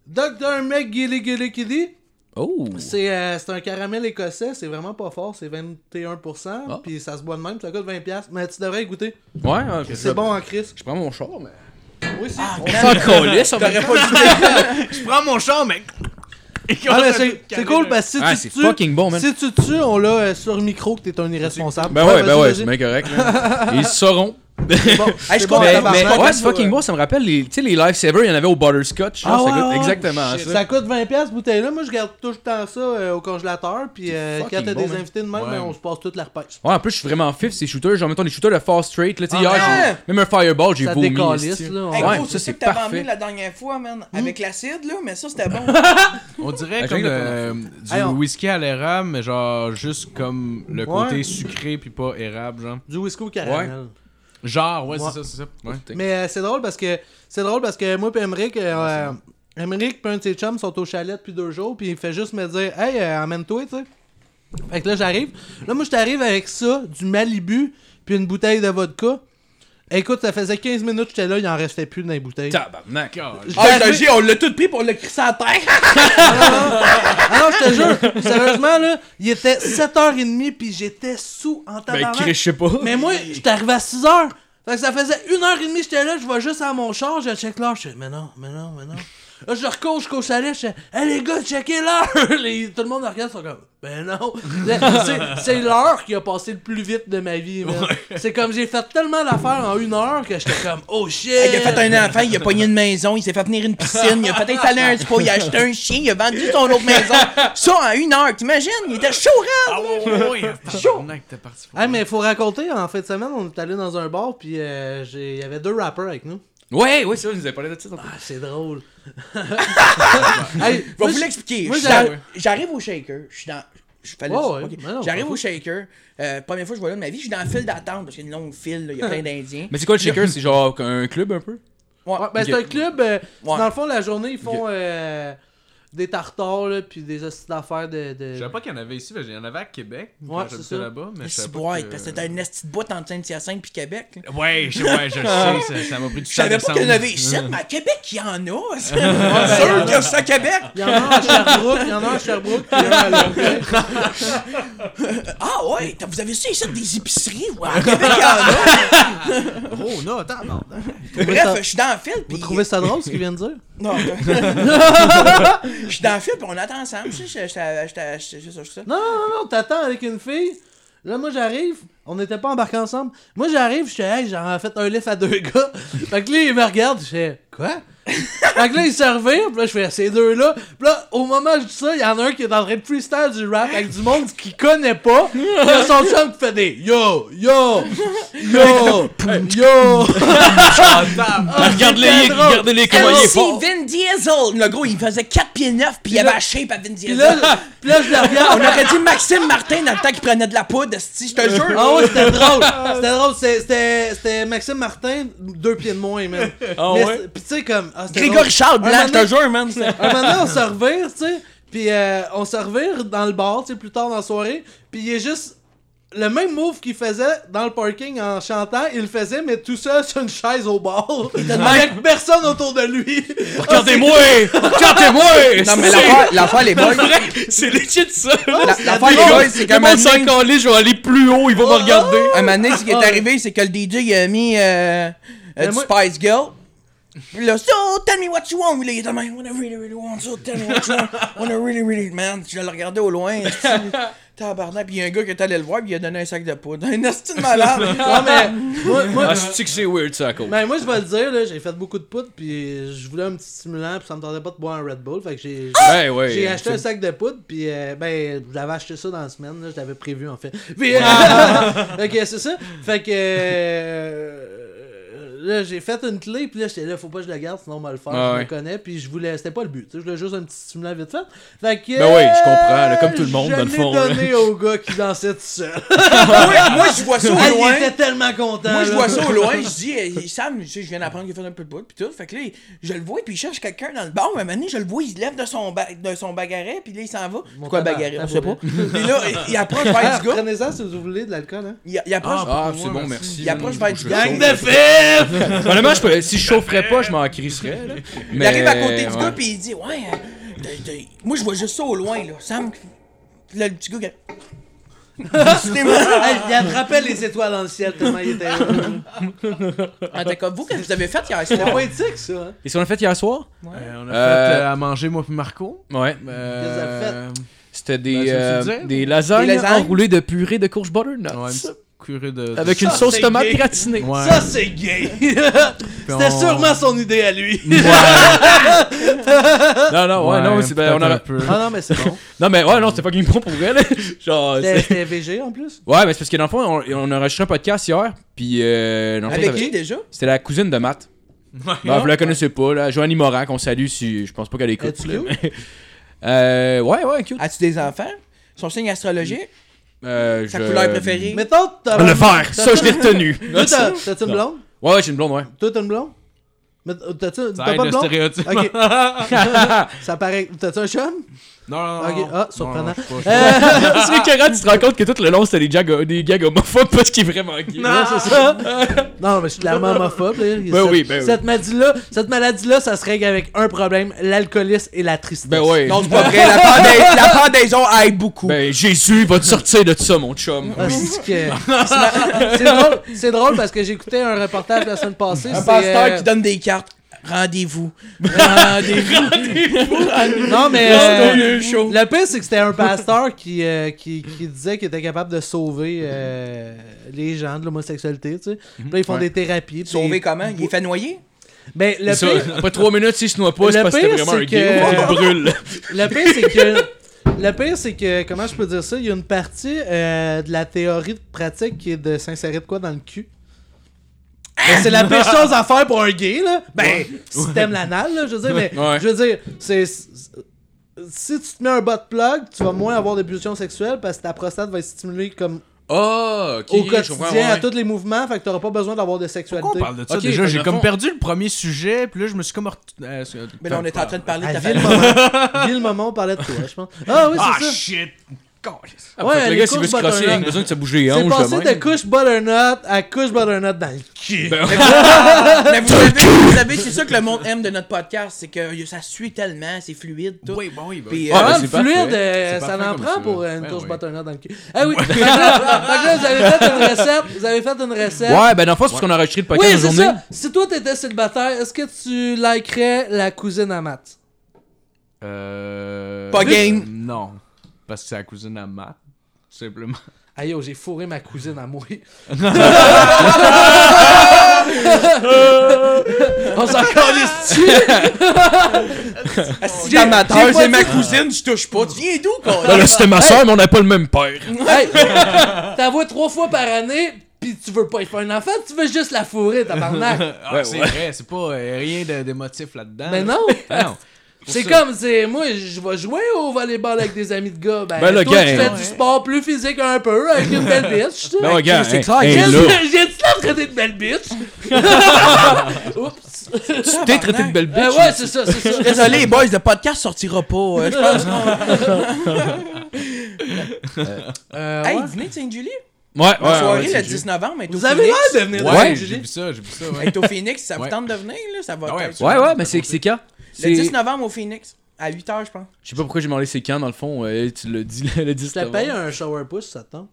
[SPEAKER 3] Dr. McGilligilikidi.
[SPEAKER 4] Oh!
[SPEAKER 3] C'est euh, c'est un caramel écossais, c'est vraiment pas fort, c'est 21%,
[SPEAKER 4] Ah.
[SPEAKER 3] puis ça se boit de même, ça coûte 20$, mais tu devrais y goûter.
[SPEAKER 4] Ouais, ok.
[SPEAKER 3] C'est bon en Ah, crisp.
[SPEAKER 4] Je prends mon char, mais. Ben
[SPEAKER 3] Oui, si.
[SPEAKER 4] On s'en calisse, on
[SPEAKER 2] T'aurais pas dû.
[SPEAKER 5] Je prends mon champ, mec!
[SPEAKER 3] Ah, mais c'est- c'est cool parce que si
[SPEAKER 4] Ah,
[SPEAKER 3] tu
[SPEAKER 4] c'est
[SPEAKER 3] te tues,
[SPEAKER 4] fucking bon, man.
[SPEAKER 3] si tu te tues, on l'a euh, sur micro que t'es un irresponsable.
[SPEAKER 4] Ben ouais, ben
[SPEAKER 3] vas-y,
[SPEAKER 4] ouais,
[SPEAKER 3] vas-y.
[SPEAKER 4] c'est bien correct. là. Ils sauront.
[SPEAKER 3] C'est bon,
[SPEAKER 2] Hey, je
[SPEAKER 3] c'est bon,
[SPEAKER 2] comprends,
[SPEAKER 4] Mais,
[SPEAKER 3] Oh, tabarnak.
[SPEAKER 4] mais-
[SPEAKER 2] pas
[SPEAKER 4] ouais,
[SPEAKER 2] comme
[SPEAKER 4] c'est
[SPEAKER 2] ça,
[SPEAKER 4] fucking
[SPEAKER 2] ouais.
[SPEAKER 4] bon, ça me rappelle les, tu sais, les lifesavers, il y en avait au butterscotch. genre,
[SPEAKER 3] Ah
[SPEAKER 4] ça
[SPEAKER 3] ouais,
[SPEAKER 4] goûte
[SPEAKER 3] ouais,
[SPEAKER 4] exactement ça.
[SPEAKER 3] Ça coûte 20$ cette bouteille-là. Moi, je garde tout le temps ça euh, au congélateur. Puis euh, quand
[SPEAKER 4] fucking
[SPEAKER 3] t'as
[SPEAKER 4] bon,
[SPEAKER 3] des
[SPEAKER 4] man.
[SPEAKER 3] invités de même,
[SPEAKER 6] Ouais.
[SPEAKER 3] ben, on se passe toute la repêche.
[SPEAKER 4] Ouais, en plus, je suis vraiment fif ces shooters. Genre, mettons, les shooters de Fast Straight. Là, tu sais,
[SPEAKER 3] Ah,
[SPEAKER 4] hier,
[SPEAKER 2] ouais.
[SPEAKER 4] j'ai- même un Fireball, j'ai
[SPEAKER 3] Ça
[SPEAKER 4] vomi.
[SPEAKER 3] décalisse, là,
[SPEAKER 4] esti.
[SPEAKER 2] Hey,
[SPEAKER 3] ouais.
[SPEAKER 4] Ouais,
[SPEAKER 2] gros,
[SPEAKER 4] ça, c'est
[SPEAKER 2] que t'avais emmené
[SPEAKER 4] parfait.
[SPEAKER 2] la dernière fois, man, avec l'acide, là, mais ça, c'était bon.
[SPEAKER 6] On dirait
[SPEAKER 4] Ah,
[SPEAKER 6] comme
[SPEAKER 4] j'ai
[SPEAKER 6] euh, du
[SPEAKER 3] Hey, on-
[SPEAKER 6] whisky à l'érable, mais genre juste comme le côté
[SPEAKER 3] Ouais.
[SPEAKER 6] sucré puis pas érable, genre.
[SPEAKER 3] Du whisky au caramel.
[SPEAKER 6] Genre, ouais,
[SPEAKER 3] Ouais.
[SPEAKER 6] c'est ça, c'est ça. Ouais.
[SPEAKER 3] Mais euh, c'est drôle parce que c'est drôle parce que moi et Emmerich, euh, Emmerich pis un de ses chums sont au chalet depuis deux jours, puis il fait juste me dire Hey, euh, emmène-toi, tu sais. Fait que là, j'arrive. Là, moi, je t'arrive avec ça, du Malibu, puis une bouteille de vodka. Écoute, ça faisait 15 minutes que j'étais là, il en restait plus dans les bouteilles.
[SPEAKER 4] Tabarnak.
[SPEAKER 6] God.
[SPEAKER 2] Ah, le G, on l'a tout
[SPEAKER 4] ben,
[SPEAKER 2] pris pour le crisser à terre.
[SPEAKER 3] Ah non, je te jure, sérieusement, là, il était 7h30, puis j'étais sous en
[SPEAKER 4] Ben,
[SPEAKER 3] tabarnak.
[SPEAKER 4] Chris, je sais pas.
[SPEAKER 3] Mais moi, j'étais arrivé à 6 heures. Fait que ça faisait une heure et demie, j'étais là, je vais juste à mon char, je check l'heure, je fais, mais non, mais non, mais non. Là, je recours jusqu'au chalet, je fais, hey les gars, checkez l'heure! Les- Tout le monde me regarde, ils sont comme, ben non. C'est- C'est l'heure qui a passé le plus vite de ma vie, man. C'est comme, j'ai fait tellement d'affaires en une heure que j'étais comme, oh shit!
[SPEAKER 2] Il a fait un enfant, il a pogné une maison, il s'est fait tenir une piscine, il a fait installer un spa, il a acheté un chien, il a vendu son autre maison. Ça, en une heure, t'imagines? Il était chaud, raide.
[SPEAKER 6] Ah ouais, ouais, tabarnak, t'es parti.
[SPEAKER 3] Ah, mais faut raconter, en fin de semaine, on est allé dans un bar, puis euh, j'ai- il y avait deux rappers avec nous.
[SPEAKER 4] Ouais, ouais, c'est vrai, je vous avez parlé de ça. tantôt.
[SPEAKER 3] Ah, c'est drôle. Hey,
[SPEAKER 2] Je vais
[SPEAKER 3] moi,
[SPEAKER 2] vous
[SPEAKER 3] je-
[SPEAKER 2] l'expliquer.
[SPEAKER 3] moi,
[SPEAKER 2] Je suis
[SPEAKER 3] j'arrive-
[SPEAKER 2] dans- J'arrive au shaker, je suis dans. je fallais
[SPEAKER 3] Ouais,
[SPEAKER 2] dire,
[SPEAKER 3] ouais,
[SPEAKER 2] ok.
[SPEAKER 3] mais non,
[SPEAKER 2] J'arrive
[SPEAKER 3] pas
[SPEAKER 2] au
[SPEAKER 3] fou.
[SPEAKER 2] shaker, euh, première fois que je vois là de ma vie, je suis dans le file d'attente parce qu'il y a une longue file, là, il y a plein d'Indiens.
[SPEAKER 4] Mais c'est quoi le shaker C'est genre un club un peu
[SPEAKER 2] Ouais.
[SPEAKER 3] Ben, c'est un club. euh,
[SPEAKER 2] Ouais.
[SPEAKER 3] Dans le fond, la journée, ils font. euh, des tartares, là, puis des hosties d'affaires de. de...
[SPEAKER 6] Je savais pas qu'il y en avait ici, mais il y en avait à Québec.
[SPEAKER 3] Ouais,
[SPEAKER 6] quand
[SPEAKER 3] c'est
[SPEAKER 6] j'habitais
[SPEAKER 3] ça.
[SPEAKER 6] là-bas, mais je savais
[SPEAKER 2] C'est
[SPEAKER 6] pas
[SPEAKER 2] boîte,
[SPEAKER 6] que-
[SPEAKER 2] parce que t'as une petite boîte entre Saint-Hyacinthe puis Québec. là.
[SPEAKER 6] Ouais, je, ouais, je le sais, ça- ça m'a pris du
[SPEAKER 2] Je savais pas qu'il y en avait ici, mais à Québec, il y en a. C'est sûr que c'est à Québec.
[SPEAKER 3] Il y en a à Sherbrooke, il y en a à Sherbrooke, puis il y en a à Longueuil.
[SPEAKER 2] Ah ouais, t'as- vous avez ça ici des épiceries? Ouais, à Québec, il y en a.
[SPEAKER 3] Oh non, attends, non.
[SPEAKER 2] Bref, je suis dans le fil.
[SPEAKER 3] Vous
[SPEAKER 2] puis-
[SPEAKER 3] trouvez ça drôle ce qu'il vient de dire?
[SPEAKER 2] Non. Je suis dans le fil, puis on attend ensemble. Je sais, je- je- je- je- je- je- je- je-
[SPEAKER 3] Non, non, non, non, t'attends avec une fille. Là, moi, j'arrive. On n'était pas embarqués ensemble. Moi, j'arrive, je fais, hey, j'ai en fait un lift à deux gars. Fait que là, il me regarde, je fais, quoi? fait que là, ils se revirent, puis là, je fais, ces deux-là. Puis là, au moment où je dis ça, il y en a un qui est en train de freestyle du rap avec du monde qu'il connaît pas. Puis là, son chum qui fait des yo, yo, yo, yo.
[SPEAKER 4] Regarde-les,
[SPEAKER 3] c'est bien drôle.
[SPEAKER 4] regardez-les comment il
[SPEAKER 2] Comme
[SPEAKER 4] est
[SPEAKER 2] si
[SPEAKER 4] fort.
[SPEAKER 2] Vin Diesel, le gros, il faisait 4 pieds 9 puis il avait
[SPEAKER 3] là-
[SPEAKER 2] la shape à Vin
[SPEAKER 3] Puis là,
[SPEAKER 2] Diesel.
[SPEAKER 3] je- puis là, je le
[SPEAKER 2] On
[SPEAKER 3] regarde.
[SPEAKER 2] aurait dit Maxime Martin dans le temps qu'il prenait de la poudre, si je te jure.
[SPEAKER 3] Ah ouais, c'était drôle. C'était drôle. c'est- C'était c'était Maxime Martin, deux pieds de moins, man.
[SPEAKER 4] Ah
[SPEAKER 3] Mais
[SPEAKER 4] ouais?
[SPEAKER 3] c'est- Puis tu sais, comme. ah, c'était
[SPEAKER 2] Grégory
[SPEAKER 3] drôle.
[SPEAKER 2] Charles
[SPEAKER 3] Un
[SPEAKER 2] Blanc, je te
[SPEAKER 3] moment-
[SPEAKER 2] jure, man.
[SPEAKER 3] Un moment donné, on se revire, tu sais. Puis euh, on se revire dans le bar, tu sais, plus tard dans la soirée. Puis il est juste. Le même move qu'il faisait dans le parking en chantant, il le faisait, mais tout seul sur une chaise au bar. Avec personne autour de lui.
[SPEAKER 4] Regardez-moi! Regardez-moi!
[SPEAKER 7] Non, mais l'affaire, l'affaire, les boys.
[SPEAKER 4] C'est legit ça!
[SPEAKER 7] la- L'affaire, les
[SPEAKER 3] drôle.
[SPEAKER 7] boys, c'est qu'un
[SPEAKER 4] Comme on
[SPEAKER 7] moment
[SPEAKER 4] s'en
[SPEAKER 7] donné,
[SPEAKER 4] calait, je vais aller plus haut, il va
[SPEAKER 6] Oh!
[SPEAKER 4] me regarder!
[SPEAKER 2] Un moment donné, ce qui est
[SPEAKER 3] Ah ouais.
[SPEAKER 2] arrivé, c'est que le DJ il a mis euh, euh,
[SPEAKER 3] Mais
[SPEAKER 2] du
[SPEAKER 3] moi-
[SPEAKER 2] Spice Girl. Puis là, so tell me what you want. Là, il était like, wanna really, really want. So tell me what you want. Wanna really, really. Man, je le regardais au loin. esti. Tabarnak. Puis il y a un gars qui est allé le voir, puis il a donné un sac de poudre. Un esti de malade.
[SPEAKER 3] Non, Ah, mais. Moi, moi,
[SPEAKER 4] Ah, c'est que c'est weird ça, coach.
[SPEAKER 3] Mais moi, je vais le dire, là, j'ai fait beaucoup de poudre, puis je voulais un petit stimulant, puis ça me tentait pas de boire un Red Bull. Fait que j'ai
[SPEAKER 4] Ben ouais.
[SPEAKER 3] j'ai acheté un sac de poudre, puis euh, ben, j'avais acheté ça dans la semaine, là, je l'avais prévu en fait. Puis, euh, ok, c'est ça. Fait que. euh, là, j'ai fait une clé, puis là, j'étais là, faut pas que je la garde, sinon on va le faire,
[SPEAKER 4] Ah
[SPEAKER 3] je
[SPEAKER 4] ouais.
[SPEAKER 3] me connais, puis je voulais. C'était pas le but, tu sais, je voulais juste un petit stimulant vite fait. Fait que.
[SPEAKER 4] Ben oui, je
[SPEAKER 3] euh,
[SPEAKER 4] comprends, là, comme tout le monde, dans le fond,
[SPEAKER 3] Je
[SPEAKER 4] là.
[SPEAKER 3] l'ai donné au gars qui dansait tout seul.
[SPEAKER 2] moi, moi, je vois ça au
[SPEAKER 3] Ah,
[SPEAKER 2] loin.
[SPEAKER 3] il était tellement content.
[SPEAKER 4] Euh,
[SPEAKER 2] Moi, je
[SPEAKER 3] là.
[SPEAKER 2] vois ça au loin, je dis, euh, il- Sam, tu sais, je viens d'apprendre qu'il fait un peu de bout, puis tout. Fait que là, il- je le vois, puis il cherche quelqu'un dans le bar. Mais un moment donné, je le vois, il se lève de son, ba- de son bagarret, puis là, il s'en va.
[SPEAKER 3] Mon
[SPEAKER 2] C'est quoi
[SPEAKER 3] tabac,
[SPEAKER 2] bagarret? On sait pas.
[SPEAKER 3] tabouret.
[SPEAKER 2] Puis là, il, il approche vers
[SPEAKER 3] Ah,
[SPEAKER 2] du gars.
[SPEAKER 3] Prenez-en si vous voulez de l'alcool, hein.
[SPEAKER 2] Il, il approche.
[SPEAKER 4] Ah, c'est bon, merci.
[SPEAKER 2] Il approche vers du gang.
[SPEAKER 3] Gang de fif!
[SPEAKER 4] Honnêtement, je pourrais- si je chaufferais pas, je m'en crisserais. là.
[SPEAKER 2] Il
[SPEAKER 4] Mais-
[SPEAKER 2] arrive à côté du
[SPEAKER 4] ouais.
[SPEAKER 2] gars, puis il dit, ouais, euh, t'as- t'as- moi, je vois juste ça au loin, là. Sam, Puis là, le petit gars, il-
[SPEAKER 3] Hey, il attrapait les étoiles dans le ciel tellement il était heureux.
[SPEAKER 2] Ah, t'es comme vous, qu'est-ce que vous avez fait hier soir?
[SPEAKER 3] C'est pas éthique, ça. hein.
[SPEAKER 4] Et ce qu'on a fait hier soir?
[SPEAKER 6] Euh, on a
[SPEAKER 4] Euh,
[SPEAKER 6] fait euh, à manger, moi, puis Marco.
[SPEAKER 4] Ouais.
[SPEAKER 3] Qu'est-ce que
[SPEAKER 6] Euh,
[SPEAKER 4] C'était des,
[SPEAKER 6] Ben, ça,
[SPEAKER 4] euh,
[SPEAKER 6] c'est dire.
[SPEAKER 4] des lasagnes
[SPEAKER 2] Des lasagnes.
[SPEAKER 4] enroulées de purée de courge butternut.
[SPEAKER 6] ouais, une petite curée de.
[SPEAKER 4] Avec une
[SPEAKER 3] Ça,
[SPEAKER 4] sauce
[SPEAKER 3] c'est
[SPEAKER 4] tomate
[SPEAKER 3] gay.
[SPEAKER 4] gratinée.
[SPEAKER 6] Ouais.
[SPEAKER 3] Ça, c'est gay.
[SPEAKER 6] Puis
[SPEAKER 3] C'était
[SPEAKER 6] on-
[SPEAKER 3] sûrement son idée à lui.
[SPEAKER 4] Non, non, ouais, non, c'est, ben, on
[SPEAKER 6] peut-être
[SPEAKER 4] aurait-
[SPEAKER 6] un peu.
[SPEAKER 3] Ah non, mais c'est bon.
[SPEAKER 4] non, mais ouais, non, c'était fucking bon pour elle. Genre,
[SPEAKER 3] C'était
[SPEAKER 4] c'est-
[SPEAKER 3] c'était VG en plus.
[SPEAKER 4] Ouais, mais c'est parce que dans le fond, on, on a enregistré un podcast hier, puis euh, dans le fond,
[SPEAKER 2] Avec
[SPEAKER 4] t'avais-
[SPEAKER 2] qui déjà?
[SPEAKER 4] c'était la cousine de Matt. Ben, vous la connaissez pas, là. Joanie Morin, qu'on salue si je pense pas qu'elle écoute.
[SPEAKER 3] Es-tu
[SPEAKER 4] là. Euh, ouais, ouais, cute.
[SPEAKER 2] As-tu des enfants? Son signe astrologique?
[SPEAKER 4] Euh,
[SPEAKER 2] Sa
[SPEAKER 4] je-
[SPEAKER 2] couleur préférée?
[SPEAKER 3] Mettons, t'as.
[SPEAKER 4] Ah, Le faire,
[SPEAKER 3] t'as-
[SPEAKER 4] ça, je l'ai retenu.
[SPEAKER 3] Toi, t'as- T'as-tu une
[SPEAKER 4] Non.
[SPEAKER 3] blonde?
[SPEAKER 4] Ouais, ouais, j'ai une blonde, ouais.
[SPEAKER 3] Toi, t'as une blonde? Mais T'as-tu
[SPEAKER 6] Ça
[SPEAKER 3] t'as
[SPEAKER 6] aide
[SPEAKER 3] pas de
[SPEAKER 6] le
[SPEAKER 3] blonde?
[SPEAKER 6] stéréotype.
[SPEAKER 3] Ok. ça paraît. T'as-tu un chum?
[SPEAKER 6] Non, non, non.
[SPEAKER 3] Ok,
[SPEAKER 6] non.
[SPEAKER 3] ah, surprenant.
[SPEAKER 6] Non, non, je suis pas-
[SPEAKER 3] Euh,
[SPEAKER 4] Parce que Karen, tu te rends compte que tout le long, c'était des gags, des gags homophobes parce qu'il est vraiment gay.
[SPEAKER 3] Non, c'est ça. non, mais je suis clairement homophobe. là. cette,
[SPEAKER 4] oui, ben oui.
[SPEAKER 3] cette maladie-là, cette maladie-là, ça se règle avec un problème, l'alcoolisme et la tristesse.
[SPEAKER 4] Ben ouais.
[SPEAKER 2] Non, c'est pas vrai. La pendaison, la pendaison aille beaucoup.
[SPEAKER 4] Ben Jésus va te sortir de ça, mon chum.
[SPEAKER 3] Ah, c'est que- c'est drôle, c'est drôle parce que j'écoutais un reportage la semaine passée.
[SPEAKER 2] Un
[SPEAKER 3] c'est,
[SPEAKER 2] pasteur
[SPEAKER 3] euh,
[SPEAKER 2] qui donne des cartes. Rendez-vous.
[SPEAKER 3] Non, mais.
[SPEAKER 2] Rendez-vous.
[SPEAKER 3] euh,
[SPEAKER 2] Rendez-vous chaud.
[SPEAKER 3] le pire, c'est que c'était un pasteur qui, euh, qui, qui disait qu'il était capable de sauver euh, les gens de l'homosexualité, tu sais. Puis là, ils font des thérapies. puis-
[SPEAKER 2] Sauvé comment? Il est fait noyer?
[SPEAKER 3] Ben, le
[SPEAKER 4] Ça,
[SPEAKER 3] pire,
[SPEAKER 4] Après 3 minutes, s'il se noie pas,
[SPEAKER 3] Le
[SPEAKER 4] c'est parce que c'était
[SPEAKER 3] pire,
[SPEAKER 4] vraiment un
[SPEAKER 3] c'est
[SPEAKER 4] gay.
[SPEAKER 3] que-
[SPEAKER 4] Il brûle.
[SPEAKER 3] le pire, c'est que. Le pire, c'est que. Comment je peux dire ça? Il y a une partie euh, de la théorie de pratique qui est de s'insérer de quoi dans le cul. Ben, c'est la pire chose à faire pour un gay, là. Ben, si t'aimes l'anal, là, je veux dire, mais.
[SPEAKER 4] Ouais.
[SPEAKER 3] Je veux dire, c'est. c'est- Si tu te mets un butt plug, tu vas moins avoir d'ébullition sexuelle parce que ta prostate va être stimulée comme
[SPEAKER 4] Ah, ok.
[SPEAKER 3] au
[SPEAKER 4] je comprends, ouais,
[SPEAKER 3] quotidien, à
[SPEAKER 4] ouais.
[SPEAKER 3] tous les mouvements, fait que t'auras pas besoin d'avoir de sexualité.
[SPEAKER 6] Pourquoi on parle de ça
[SPEAKER 4] Ok,
[SPEAKER 6] déjà?
[SPEAKER 4] fait
[SPEAKER 6] J'ai
[SPEAKER 4] que
[SPEAKER 6] comme
[SPEAKER 4] fond-
[SPEAKER 6] perdu le premier sujet, puis là, je me suis comme... ret- euh, sur-
[SPEAKER 2] Mais Ben là, on est en train de parler de
[SPEAKER 4] Ah,
[SPEAKER 3] À
[SPEAKER 2] ta
[SPEAKER 3] ville
[SPEAKER 2] famille.
[SPEAKER 3] moment, ville moment, on parlait de toi, je pense. Ah oui,
[SPEAKER 6] Ah,
[SPEAKER 3] c'est ça.
[SPEAKER 6] shit!
[SPEAKER 4] Ah,
[SPEAKER 3] Ouais,
[SPEAKER 4] fait que le
[SPEAKER 3] les
[SPEAKER 4] gars, s'il veut se
[SPEAKER 3] courses
[SPEAKER 4] crosser, il a
[SPEAKER 3] butternut.
[SPEAKER 4] besoin de se bouger les hanches.
[SPEAKER 3] C'est passé
[SPEAKER 4] de même.
[SPEAKER 3] de couche butternut à couche butternut dans le cul.
[SPEAKER 4] Ben,
[SPEAKER 2] Mais vous savez, vous savez, c'est ça que le monde aime de notre podcast, c'est que ça suit tellement, c'est fluide, tout.
[SPEAKER 6] Oui, bon, oui, bon.
[SPEAKER 2] Puis,
[SPEAKER 4] Ah,
[SPEAKER 2] euh,
[SPEAKER 4] ben,
[SPEAKER 3] Ah,
[SPEAKER 4] c'est
[SPEAKER 3] fluide,
[SPEAKER 4] parfait.
[SPEAKER 3] euh,
[SPEAKER 6] C'est
[SPEAKER 3] ça
[SPEAKER 6] parfait
[SPEAKER 3] en
[SPEAKER 6] comme
[SPEAKER 3] prend
[SPEAKER 6] ça.
[SPEAKER 3] pour euh, une
[SPEAKER 6] Ben
[SPEAKER 3] couche
[SPEAKER 6] oui.
[SPEAKER 3] butternut dans le cul. Ah oui, fait que là, fait que là, vous avez fait une recette, vous avez fait une recette.
[SPEAKER 4] Ouais, ben dans le fond, c'est parce qu'on a enregistré le
[SPEAKER 3] Oui,
[SPEAKER 4] podcast
[SPEAKER 3] c'est
[SPEAKER 4] aujourd'hui.
[SPEAKER 3] ça. Si toi t'étais célibataire, est-ce que tu likerais la cousine à Matt?
[SPEAKER 6] Euh...
[SPEAKER 2] Pas
[SPEAKER 6] euh,
[SPEAKER 2] game.
[SPEAKER 6] Non. Parce que c'est la cousine à Matt. Simplement.
[SPEAKER 3] Aïe, yo, j'ai fourré ma cousine à moi. On s'en calisse
[SPEAKER 2] si
[SPEAKER 3] dessus. j'ai- j'ai
[SPEAKER 2] amateur,
[SPEAKER 3] pas
[SPEAKER 2] c'est
[SPEAKER 3] dit-
[SPEAKER 2] ma cousine, je touche pas. Tu viens d'où, quoi?
[SPEAKER 6] Ah,
[SPEAKER 4] Ben là, c'était ma soeur, mais on n'a pas le même père.
[SPEAKER 3] Hey, t'as vois trois fois par année, pis tu veux pas y faire un enfant, tu veux juste la fourrer, tabarnak.
[SPEAKER 6] Ah, c'est vrai, c'est pas euh, rien de- d'émotif là-dedans.
[SPEAKER 3] Mais non.
[SPEAKER 6] Ah, non.
[SPEAKER 3] C'est
[SPEAKER 6] ça.
[SPEAKER 3] comme, c'est moi, je vais jouer au volleyball avec des amis de gars. Ben,
[SPEAKER 4] Ben, le
[SPEAKER 3] toi,
[SPEAKER 4] gars,
[SPEAKER 3] tu
[SPEAKER 4] hein.
[SPEAKER 3] fais du sport plus physique un peu avec une belle bitch. tu sais.
[SPEAKER 4] Ben, regarde,
[SPEAKER 2] c'est
[SPEAKER 4] hein,
[SPEAKER 2] clair.
[SPEAKER 4] hey,
[SPEAKER 3] Qu'est-ce
[SPEAKER 4] là,
[SPEAKER 3] que j'ai-tu la traité de belle bitch? Oups.
[SPEAKER 4] tu t'es traité de belle
[SPEAKER 3] Euh,
[SPEAKER 4] bitch.
[SPEAKER 3] ouais, c'est ça, c'est ça.
[SPEAKER 2] Désolé, les boys, le podcast sortira pas. euh, je pense.
[SPEAKER 4] Ah,
[SPEAKER 3] Euh,
[SPEAKER 2] hey,
[SPEAKER 3] ouais.
[SPEAKER 2] venez de Saint-Julie?
[SPEAKER 4] Ouais, ouais.
[SPEAKER 2] La soirée
[SPEAKER 4] ouais,
[SPEAKER 2] le
[SPEAKER 4] c'est
[SPEAKER 2] 10 novembre, est au
[SPEAKER 3] Vous avez l'air
[SPEAKER 2] Phoenix.
[SPEAKER 3] de venir de
[SPEAKER 6] Ouais, j'ai
[SPEAKER 3] Saint-Julie.
[SPEAKER 6] vu ça, j'ai vu ça, ouais.
[SPEAKER 2] Est au Phoenix, ça vous
[SPEAKER 6] Ouais.
[SPEAKER 2] tente de venir, là? Ça va
[SPEAKER 6] Ah ouais,
[SPEAKER 2] être-
[SPEAKER 4] Ouais, ouais, mais c'est c'est quand
[SPEAKER 2] Le
[SPEAKER 4] C'est-
[SPEAKER 2] 10 novembre au Phoenix, à 8h, je pense.
[SPEAKER 4] Je sais pas pourquoi j'ai demandé c'est quand dans le fond. ouais, tu l'as dit le 10
[SPEAKER 3] Je te
[SPEAKER 4] novembre.
[SPEAKER 3] paye un shower push, ça te tente.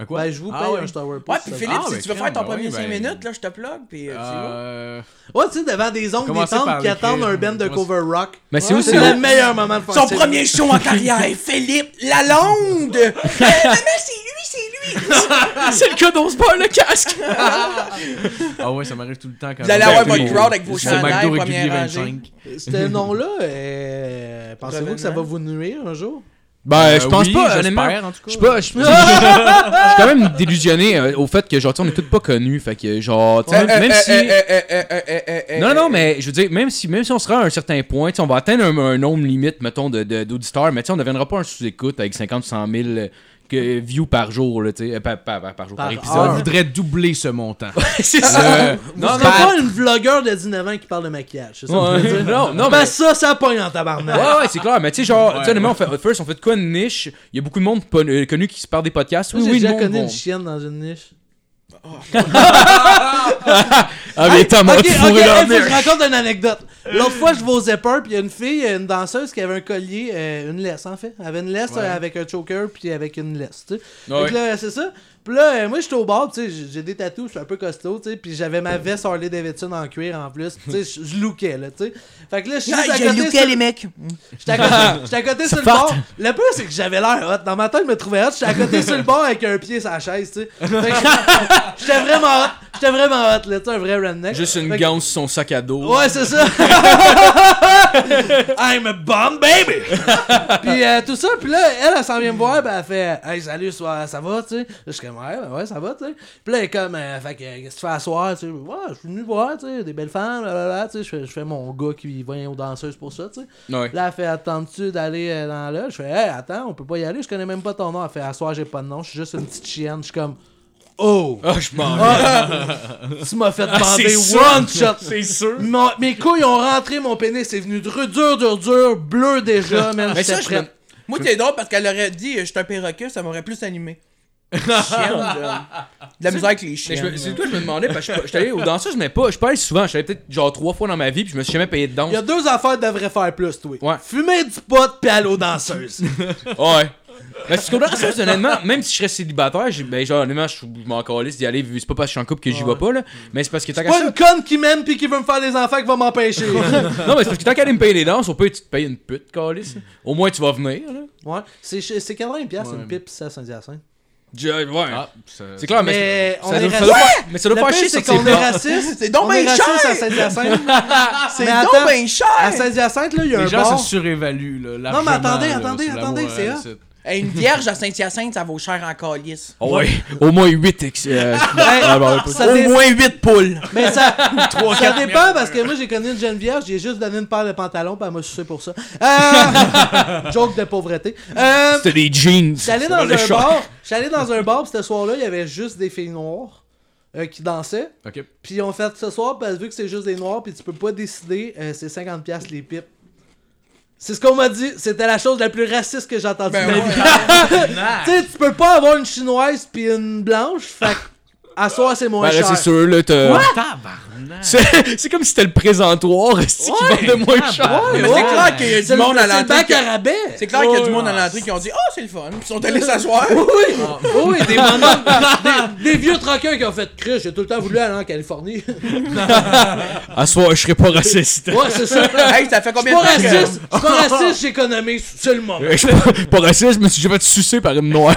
[SPEAKER 6] Un quoi?
[SPEAKER 3] Ben, je vous paye
[SPEAKER 6] Ah ouais.
[SPEAKER 3] un shower push.
[SPEAKER 2] Ouais,
[SPEAKER 3] ça
[SPEAKER 2] puis
[SPEAKER 3] te
[SPEAKER 2] Philippe,
[SPEAKER 6] Ah,
[SPEAKER 2] si
[SPEAKER 6] ben,
[SPEAKER 2] tu veux
[SPEAKER 6] crème,
[SPEAKER 2] faire ton
[SPEAKER 6] ben
[SPEAKER 2] premier
[SPEAKER 6] oui,
[SPEAKER 2] 5
[SPEAKER 6] ben-
[SPEAKER 2] minutes, là, je te plug, puis euh, tu vas.
[SPEAKER 6] Euh...
[SPEAKER 3] Ouais, tu sais, devant des ongles des
[SPEAKER 6] Commencez par
[SPEAKER 3] tantes qui
[SPEAKER 6] les
[SPEAKER 3] attendent
[SPEAKER 6] crimes.
[SPEAKER 3] un band de
[SPEAKER 6] Commencez-
[SPEAKER 3] cover rock.
[SPEAKER 4] Mais c'est où,
[SPEAKER 3] C'est
[SPEAKER 4] c'est
[SPEAKER 3] le
[SPEAKER 4] où?
[SPEAKER 3] meilleur moment de faire
[SPEAKER 2] Son
[SPEAKER 3] ça.
[SPEAKER 2] premier show en carrière, Philippe Lalonde! Euh, maman, c'est lui, c'est lui!
[SPEAKER 4] C'est le cas dont se barre le casque.
[SPEAKER 6] Ah ouais, ça m'arrive tout le temps quand
[SPEAKER 2] Vous allez
[SPEAKER 6] même.
[SPEAKER 2] avoir
[SPEAKER 6] Tout le
[SPEAKER 2] votre
[SPEAKER 6] monde.
[SPEAKER 2] crowd avec vos
[SPEAKER 6] C'est
[SPEAKER 2] chandails,
[SPEAKER 6] McDo régulier
[SPEAKER 2] première rangée.
[SPEAKER 6] 25.
[SPEAKER 3] Ce nom-là, euh, pensez-vous que ça va vous nuire un jour?
[SPEAKER 4] Ben,
[SPEAKER 6] Euh,
[SPEAKER 4] je pense
[SPEAKER 6] oui,
[SPEAKER 4] pas,
[SPEAKER 6] j'espère,
[SPEAKER 4] honnêtement.
[SPEAKER 6] en tout cas.
[SPEAKER 4] Je suis pas, je suis je suis quand même délusionné euh, au fait que genre tu sais, on est tous pas connus, fait que genre tu sais,
[SPEAKER 2] Eh,
[SPEAKER 4] même,
[SPEAKER 2] euh,
[SPEAKER 4] même si non non mais je veux dire même si même si on sera à un certain point, tu sais, on va atteindre un, un nombre limite mettons de de- d'auditeurs, mais tu sais, on ne deviendra pas un sous-écoute avec 50 100 000 euh, que- views par jour là, tu sais, euh, par, par, par- par jour par,
[SPEAKER 3] Par
[SPEAKER 4] épisode.
[SPEAKER 3] heure.
[SPEAKER 6] On voudrait doubler ce montant.
[SPEAKER 4] C'est ça.
[SPEAKER 3] Non, non, pas une vlogueur de 19 ans qui parle de maquillage. C'est ça que je veux
[SPEAKER 4] Ouais,
[SPEAKER 3] dire.
[SPEAKER 4] non non mais
[SPEAKER 3] Ben ça, ça pogne en tabarnak.
[SPEAKER 4] Ouais, ouais, c'est clair, mais tu sais, genre, tu sais, honnêtement, on fait, first, on fait de quoi une niche Il y a beaucoup de monde pon- euh, connu qui se parle des podcasts.
[SPEAKER 3] Moi,
[SPEAKER 4] Oui,
[SPEAKER 3] J'ai
[SPEAKER 4] oui, le
[SPEAKER 3] déjà
[SPEAKER 4] monde.
[SPEAKER 3] connu
[SPEAKER 4] bon.
[SPEAKER 3] une chienne dans une niche.
[SPEAKER 4] Ah, mais Thomas,
[SPEAKER 3] ok,
[SPEAKER 4] tu
[SPEAKER 3] ok,
[SPEAKER 4] pourrais leur Euh.
[SPEAKER 3] hey, faut que
[SPEAKER 4] dire.
[SPEAKER 3] je raconte une anecdote. L'autre fois, je vais aux Zippers, puis il y a une fille, une danseuse qui avait un collier, euh, une laisse en fait. Elle avait une laisse euh, avec un choker, puis avec une laisse, tu sais.
[SPEAKER 4] Ouais.
[SPEAKER 3] Fait que là, c'est ça. Puis là, euh, moi, j'étais au bar, tu sais, j'ai- j'ai des tatous, je suis un peu costaud, tu sais, puis j'avais ma veste Harley Davidson en cuir en plus, tu sais, je- je lookais, là, tu sais. Fait que là, je suis juste à
[SPEAKER 2] J'ai
[SPEAKER 3] côté
[SPEAKER 2] looké,
[SPEAKER 3] sur-
[SPEAKER 2] les mecs!
[SPEAKER 3] J'étais à côté, j'étais à côté sur le bord. Le pire, c'est que j'avais l'air hot. Dans ma tête, je me trouvais hot. J'étais à côté sur le bord avec un pied sur la chaise, tu sais. Fait que J'étais vraiment hot. J'étais vraiment hot, là, tu sais, un vrai redneck.
[SPEAKER 4] Juste une
[SPEAKER 3] Fait que-
[SPEAKER 4] ganse sur son sac à dos.
[SPEAKER 3] Ouais, c'est ça. I'm a bomb baby. puis euh, tout ça, puis là, elle, elle s'en vient me voir, puis elle fait Hey, salut, soir, ça va, tu sais. Je suis comme, ouais, ben ouais, ça va, tu sais. Puis là, elle est comme, euh, fait que, euh, qu'est-ce que tu fais à soir, tu sais. Ouais, je suis venu voir, tu sais, des belles femmes, là, là, là, tu sais. Je fais- Je fais mon gars qui vient aux danseuses pour ça, tu sais.
[SPEAKER 4] Ouais.
[SPEAKER 3] Là, elle fait Attends-tu d'aller euh, dans là Je fais Hey, attends, on peut pas y aller, je connais même pas ton nom. Elle fait À soir, j'ai pas de nom, je suis juste une petite chienne. Je suis comme Oh Ah!
[SPEAKER 4] Ah, je m'en
[SPEAKER 3] Tu m'as fait bander one shot C'est sûr Mon- Mes couilles ont rentré, mon pénis c'est venu dur, dur, dur, dur, bleu déjà, même
[SPEAKER 2] Mais ça,
[SPEAKER 3] j'étais
[SPEAKER 2] je
[SPEAKER 3] prêt.
[SPEAKER 2] me- Moi, t'es drôle parce qu'elle aurait dit euh, Je suis un perroquet, ça m'aurait plus animé. Chienne, genre. De la misère avec les
[SPEAKER 4] Mais je me-
[SPEAKER 2] chiens.
[SPEAKER 4] C'est toi, je me demandais, parce que je suis allé aux danseuses, mais pas, je suis pas allé souvent. Je suis allé peut-être genre trois fois dans ma vie, puis je me suis jamais payé de danse.
[SPEAKER 3] Il y a deux affaires que devrait faire plus, toi.
[SPEAKER 4] Ouais.
[SPEAKER 3] Fumer du pot pis aller aux danseuses.
[SPEAKER 4] Ouais. Mais c'est qu'on danseuse, honnêtement, même si je serais célibataire, j'ai- ben genre, honnêtement, je je m'en calisse d'y aller, vu que c'est pas parce que je suis en couple que j'y vais pas, là. Mais c'est parce que t'as qu'à
[SPEAKER 3] pas
[SPEAKER 4] ça.
[SPEAKER 3] une conne qui m'aime pis qui veut me faire des enfants qui va m'empêcher.
[SPEAKER 4] Non, mais c'est parce que tant qu'à aller me payer les danses, au pire, tu te payes une pute, calisse. Au moins, tu vas venir, là.
[SPEAKER 3] ouais. C'est c'est 80$ piastres, une pipe, c'est à Saint-Hyacinthe.
[SPEAKER 4] Je- Ouais. Euh,
[SPEAKER 6] Ah, ça-
[SPEAKER 4] C'est clair, mais,
[SPEAKER 3] Mais on
[SPEAKER 4] ça,
[SPEAKER 3] est
[SPEAKER 4] doit, ça
[SPEAKER 3] raciste.
[SPEAKER 4] doit pas, mais ça doit
[SPEAKER 3] Le
[SPEAKER 4] pas
[SPEAKER 3] pire,
[SPEAKER 4] chier
[SPEAKER 3] c'est
[SPEAKER 4] sur
[SPEAKER 3] qu'on
[SPEAKER 4] ses
[SPEAKER 3] est
[SPEAKER 4] dents.
[SPEAKER 3] raciste.
[SPEAKER 2] C'est donc
[SPEAKER 3] On est
[SPEAKER 2] bien
[SPEAKER 3] raciste
[SPEAKER 2] cher.
[SPEAKER 3] à Saint-Hyacinthe.
[SPEAKER 2] Ah, C'est
[SPEAKER 3] Mais
[SPEAKER 2] donc
[SPEAKER 3] attends,
[SPEAKER 2] bien
[SPEAKER 3] À
[SPEAKER 2] cher!
[SPEAKER 3] Saint-Hyacinthe, là, il y a un
[SPEAKER 6] Les gens
[SPEAKER 3] bar.
[SPEAKER 6] se surévaluent, là.
[SPEAKER 3] Non, mais
[SPEAKER 6] largement,
[SPEAKER 3] attendez,
[SPEAKER 6] là,
[SPEAKER 3] attendez,
[SPEAKER 6] sur la
[SPEAKER 3] attendez,
[SPEAKER 6] voie,
[SPEAKER 3] c'est
[SPEAKER 6] euh,
[SPEAKER 3] hot.
[SPEAKER 6] c'est-
[SPEAKER 2] Hey, Une vierge à Saint-Hyacinthe, ça vaut cher en calice.
[SPEAKER 4] Oh, ouais. Au moins 8 ex. euh, ah, bah, ouais,
[SPEAKER 3] Ça
[SPEAKER 2] Au
[SPEAKER 3] dé-
[SPEAKER 2] moins 8 poules.
[SPEAKER 3] Mais ça, ça dépend parce que moi j'ai connu une jeune vierge, j'ai juste donné une paire de pantalons, puis elle m'a sucé pour ça. Euh, Joke de pauvreté. Euh,
[SPEAKER 4] C'était des jeans.
[SPEAKER 3] J'allais
[SPEAKER 4] Ça
[SPEAKER 3] dans
[SPEAKER 4] valait
[SPEAKER 3] un
[SPEAKER 4] cher.
[SPEAKER 3] bar, j'allais dans un bar, pis ce soir-là, il y avait juste des filles noires euh, qui dansaient.
[SPEAKER 6] Ok.
[SPEAKER 3] Puis ils ont fait ce soir, parce vu que c'est juste des noirs, puis tu peux pas décider, euh, c'est 50$ piastres les pipes. C'est ce qu'on m'a dit, c'était la chose la plus raciste que j'ai entendue
[SPEAKER 2] Ben
[SPEAKER 3] de ma vie. Tu sais, tu peux pas avoir une chinoise puis une blanche, fait que à soir c'est moins
[SPEAKER 4] Ben là,
[SPEAKER 3] cher.
[SPEAKER 4] c'est sûr, là, t'as.
[SPEAKER 6] Ah,
[SPEAKER 4] C'est c'est comme si c'était le présentoir, est-ce qui vendait moins cher.
[SPEAKER 2] Mais
[SPEAKER 3] Ah, ouais.
[SPEAKER 2] c'est clair qu'il y a
[SPEAKER 3] C'est
[SPEAKER 2] du
[SPEAKER 3] le-
[SPEAKER 2] monde à
[SPEAKER 3] c'est le
[SPEAKER 2] l'entrée.
[SPEAKER 3] bac
[SPEAKER 2] qui-
[SPEAKER 3] à rabais.
[SPEAKER 2] C'est clair qu'il y a du monde à Ah. l'entrée qui ont dit Oh, c'est le fun. Puis ils sont allés s'asseoir.
[SPEAKER 3] Oui, oui, des, moments- des- des vieux troquins qui ont fait cruche, j'ai tout le temps voulu aller en Californie.
[SPEAKER 4] À ce soir, je serais pas raciste.
[SPEAKER 3] ouais, c'est ça.
[SPEAKER 2] Hey, ça fait
[SPEAKER 3] Je suis
[SPEAKER 2] combien
[SPEAKER 3] pas
[SPEAKER 2] de temps que-
[SPEAKER 3] raciste, je suis pas raciste, j'économise, c'est le moment.
[SPEAKER 4] Je suis pas, pas raciste, je me suis déjà fait sucer par une noire.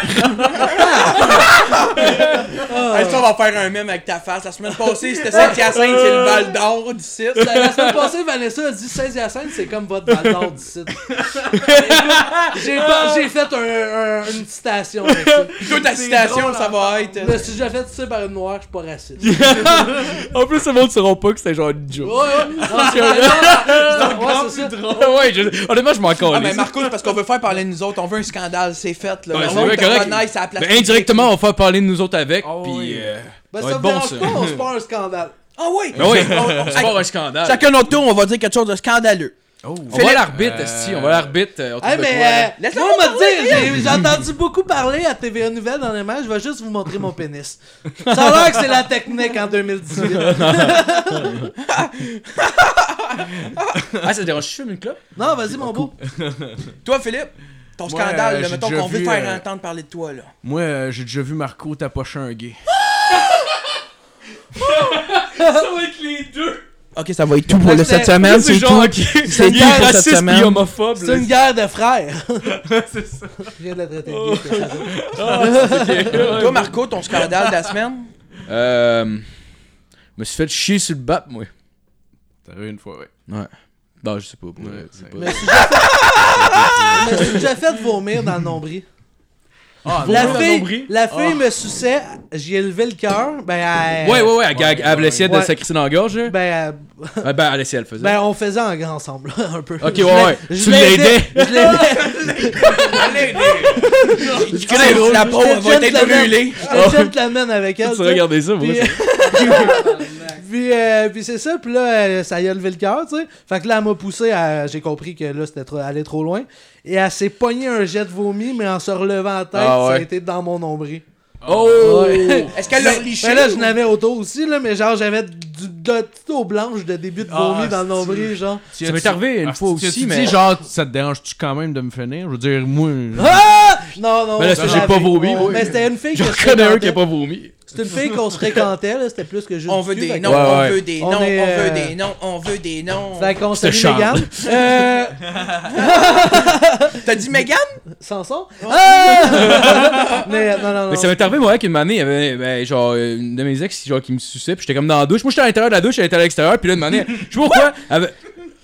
[SPEAKER 3] Ah.
[SPEAKER 2] Hey, ça, on va faire un mème avec ta face. La semaine passée, c'était Saint-Hyacinthe, c'est le Val d'Or du 6.
[SPEAKER 3] La, la semaine passée, Vanessa a dit 16 Hyacinthe, c'est comme votre bâtard d'ici. J'ai pas- j'ai fait un- un- une citation avec ça.
[SPEAKER 2] Toute ta citation, ça va être. euh,
[SPEAKER 3] Mais si j'ai fait ça par une noire, je suis pas raciste.
[SPEAKER 4] en plus, le monde ne sauront pas que c'était genre une joke.
[SPEAKER 3] Ouais, ouais, non, c'est vrai. Ouais, c'est ça.
[SPEAKER 4] ouais, je- honnêtement, je m'en
[SPEAKER 2] Ah,
[SPEAKER 4] calisse.
[SPEAKER 2] mais Marco, c'est parce qu'on veut faire parler de nous autres. On veut un scandale, c'est fait. Là.
[SPEAKER 4] Ouais,
[SPEAKER 2] Le
[SPEAKER 4] c'est
[SPEAKER 2] monde
[SPEAKER 4] bien
[SPEAKER 2] te
[SPEAKER 4] correct.
[SPEAKER 2] reconnaît, c'est à la place
[SPEAKER 4] Ben, indirectement, on va faire parler de nous autres avec,
[SPEAKER 6] Ah Oh,
[SPEAKER 4] puis... euh,
[SPEAKER 3] Ben, ça
[SPEAKER 4] Ça va
[SPEAKER 3] me
[SPEAKER 4] être bon,
[SPEAKER 3] dérange
[SPEAKER 4] ça.
[SPEAKER 3] pas, on se part un scandale.
[SPEAKER 2] Ah oui!
[SPEAKER 4] Ben oui,
[SPEAKER 2] On- on-
[SPEAKER 4] c'est pas un scandale.
[SPEAKER 2] oh, Chacun notre tour, on va dire quelque chose de scandaleux.
[SPEAKER 6] Oh,
[SPEAKER 4] On va à l'arbitre, esti, on va à l'arbitre. euh, on trouve
[SPEAKER 3] Hey,
[SPEAKER 4] de
[SPEAKER 3] mais
[SPEAKER 4] quoi, là.
[SPEAKER 3] euh, moi, on m'a dit, j'ai- j'ai entendu beaucoup parler à TVA Nouvelle dernièrement, je vais juste vous montrer mon pénis. Ça a l'air que c'est la technique en 2018.
[SPEAKER 4] Ah, ça te dérange, je fume une clope?
[SPEAKER 3] Non, vas-y, mon beau.
[SPEAKER 2] Toi, Philippe, ton
[SPEAKER 6] Moi,
[SPEAKER 2] scandale,
[SPEAKER 6] euh,
[SPEAKER 2] là,
[SPEAKER 6] j'ai
[SPEAKER 2] mettons
[SPEAKER 6] déjà
[SPEAKER 2] qu'on veut
[SPEAKER 6] vu,
[SPEAKER 2] te faire
[SPEAKER 6] euh,
[SPEAKER 2] entendre parler de toi. là.
[SPEAKER 6] Moi, euh, j'ai déjà vu Marco tapocher un gay.
[SPEAKER 2] Ok, ça va être tout pour le- cette semaine. C'est
[SPEAKER 4] genre
[SPEAKER 2] tout.
[SPEAKER 4] qui
[SPEAKER 2] C'est
[SPEAKER 4] il
[SPEAKER 2] tout
[SPEAKER 4] est
[SPEAKER 2] pour cette
[SPEAKER 4] raciste
[SPEAKER 2] semaine.
[SPEAKER 4] et homophobe.
[SPEAKER 3] C'est une guerre de frères. c'est ça. Je viens de la traiter de gay, c'est ça.
[SPEAKER 2] Toi, Marco, ton scandale de la semaine.
[SPEAKER 4] Euh... Je me suis fait chier sur le bat, moi.
[SPEAKER 6] T'as vu une fois, ouais.
[SPEAKER 4] Non, je sais pas. moi,
[SPEAKER 6] Ouais,
[SPEAKER 4] je sais
[SPEAKER 6] ouais.
[SPEAKER 4] pas.
[SPEAKER 3] Mais Je me suis déjà fait vomir dans le nombril.
[SPEAKER 6] Ah,
[SPEAKER 3] La
[SPEAKER 4] dans le
[SPEAKER 3] fille,
[SPEAKER 4] nombril? Ah.
[SPEAKER 3] la fille me suçait, j'y ai levé le cœur. Ben, elle-
[SPEAKER 4] Ouais, ouais, ouais, elle, elle, elle essayait de
[SPEAKER 3] Ouais.
[SPEAKER 4] s'accrisser dans la gorge. là.
[SPEAKER 3] Ben, elle-
[SPEAKER 4] Ah, Ben, elle essayait, elle le faisait.
[SPEAKER 3] ben, on faisait en grand ensemble, là, un peu.
[SPEAKER 4] Ok,
[SPEAKER 3] Je
[SPEAKER 4] ouais,
[SPEAKER 3] l'ai-
[SPEAKER 4] ouais.
[SPEAKER 3] je
[SPEAKER 4] Tu
[SPEAKER 3] l'aidais-
[SPEAKER 4] l'aidais?
[SPEAKER 3] Je l'aidais.
[SPEAKER 2] La peau elle va être brûlée. Oh.
[SPEAKER 3] Je gentleman avec elle.
[SPEAKER 4] Tu
[SPEAKER 3] tu sais.
[SPEAKER 4] regardais ça, moi.
[SPEAKER 3] Puis,
[SPEAKER 4] ça-
[SPEAKER 3] puis, euh, puis c'est ça, puis là, elle- ça y a levé le cœur, tu sais. Fait que là, elle m'a poussé, à- j'ai compris que là, c'était trop, aller trop loin. Et elle s'est pognée un jet de vomi, mais en se relevant la tête,
[SPEAKER 4] Ah
[SPEAKER 3] ça a
[SPEAKER 4] ouais.
[SPEAKER 3] été dans mon nombril.
[SPEAKER 4] Oh!
[SPEAKER 3] Ouais.
[SPEAKER 2] Est-ce qu'elle l'a liché?
[SPEAKER 3] Mais Ben là, je n'avais autour aussi, là, mais genre, j'avais du- de la petite eau blanche de début de vomi
[SPEAKER 6] Ah,
[SPEAKER 3] dans le
[SPEAKER 6] c'est-
[SPEAKER 3] nombril, genre.
[SPEAKER 4] Ça m'est arrivé une fois aussi, mais.
[SPEAKER 6] Ah, Tu dis genre, ça te dérange-tu quand même de me finir? Je veux dire, moi.
[SPEAKER 3] Ah! Non, non,
[SPEAKER 4] Ben là,
[SPEAKER 3] on se
[SPEAKER 4] j'ai pas
[SPEAKER 3] lavait.
[SPEAKER 4] vomi,
[SPEAKER 3] Ouais,
[SPEAKER 4] oui.
[SPEAKER 3] Mais c'était une fille que
[SPEAKER 4] J'en
[SPEAKER 3] je
[SPEAKER 4] connais un qui a
[SPEAKER 3] fréquentais.
[SPEAKER 4] pas vomi.
[SPEAKER 3] C'était une fille qu'on se fréquentait, là, c'était plus que juste.
[SPEAKER 2] On veut
[SPEAKER 3] du cul, fait
[SPEAKER 2] des
[SPEAKER 3] que-
[SPEAKER 2] noms,
[SPEAKER 4] Ouais,
[SPEAKER 2] on
[SPEAKER 4] ouais.
[SPEAKER 2] veut des
[SPEAKER 3] On
[SPEAKER 2] noms, on
[SPEAKER 3] est, euh,
[SPEAKER 2] veut des noms, on veut des noms.
[SPEAKER 3] Fait qu'on
[SPEAKER 4] C'était
[SPEAKER 3] s'est
[SPEAKER 4] Charles.
[SPEAKER 3] Mégane. Euh,
[SPEAKER 2] T'as dit Megan?
[SPEAKER 3] Samson? Ah! mais non, non, non.
[SPEAKER 4] Mais ça m'est arrivé, moi, qu'une année, il y avait ben, genre une de mes ex genre, qui me suçait, puis j'étais comme dans la douche. Moi, j'étais à l'intérieur de la douche, elle était à l'extérieur, puis là, une année, je sais pas pourquoi. elle avait-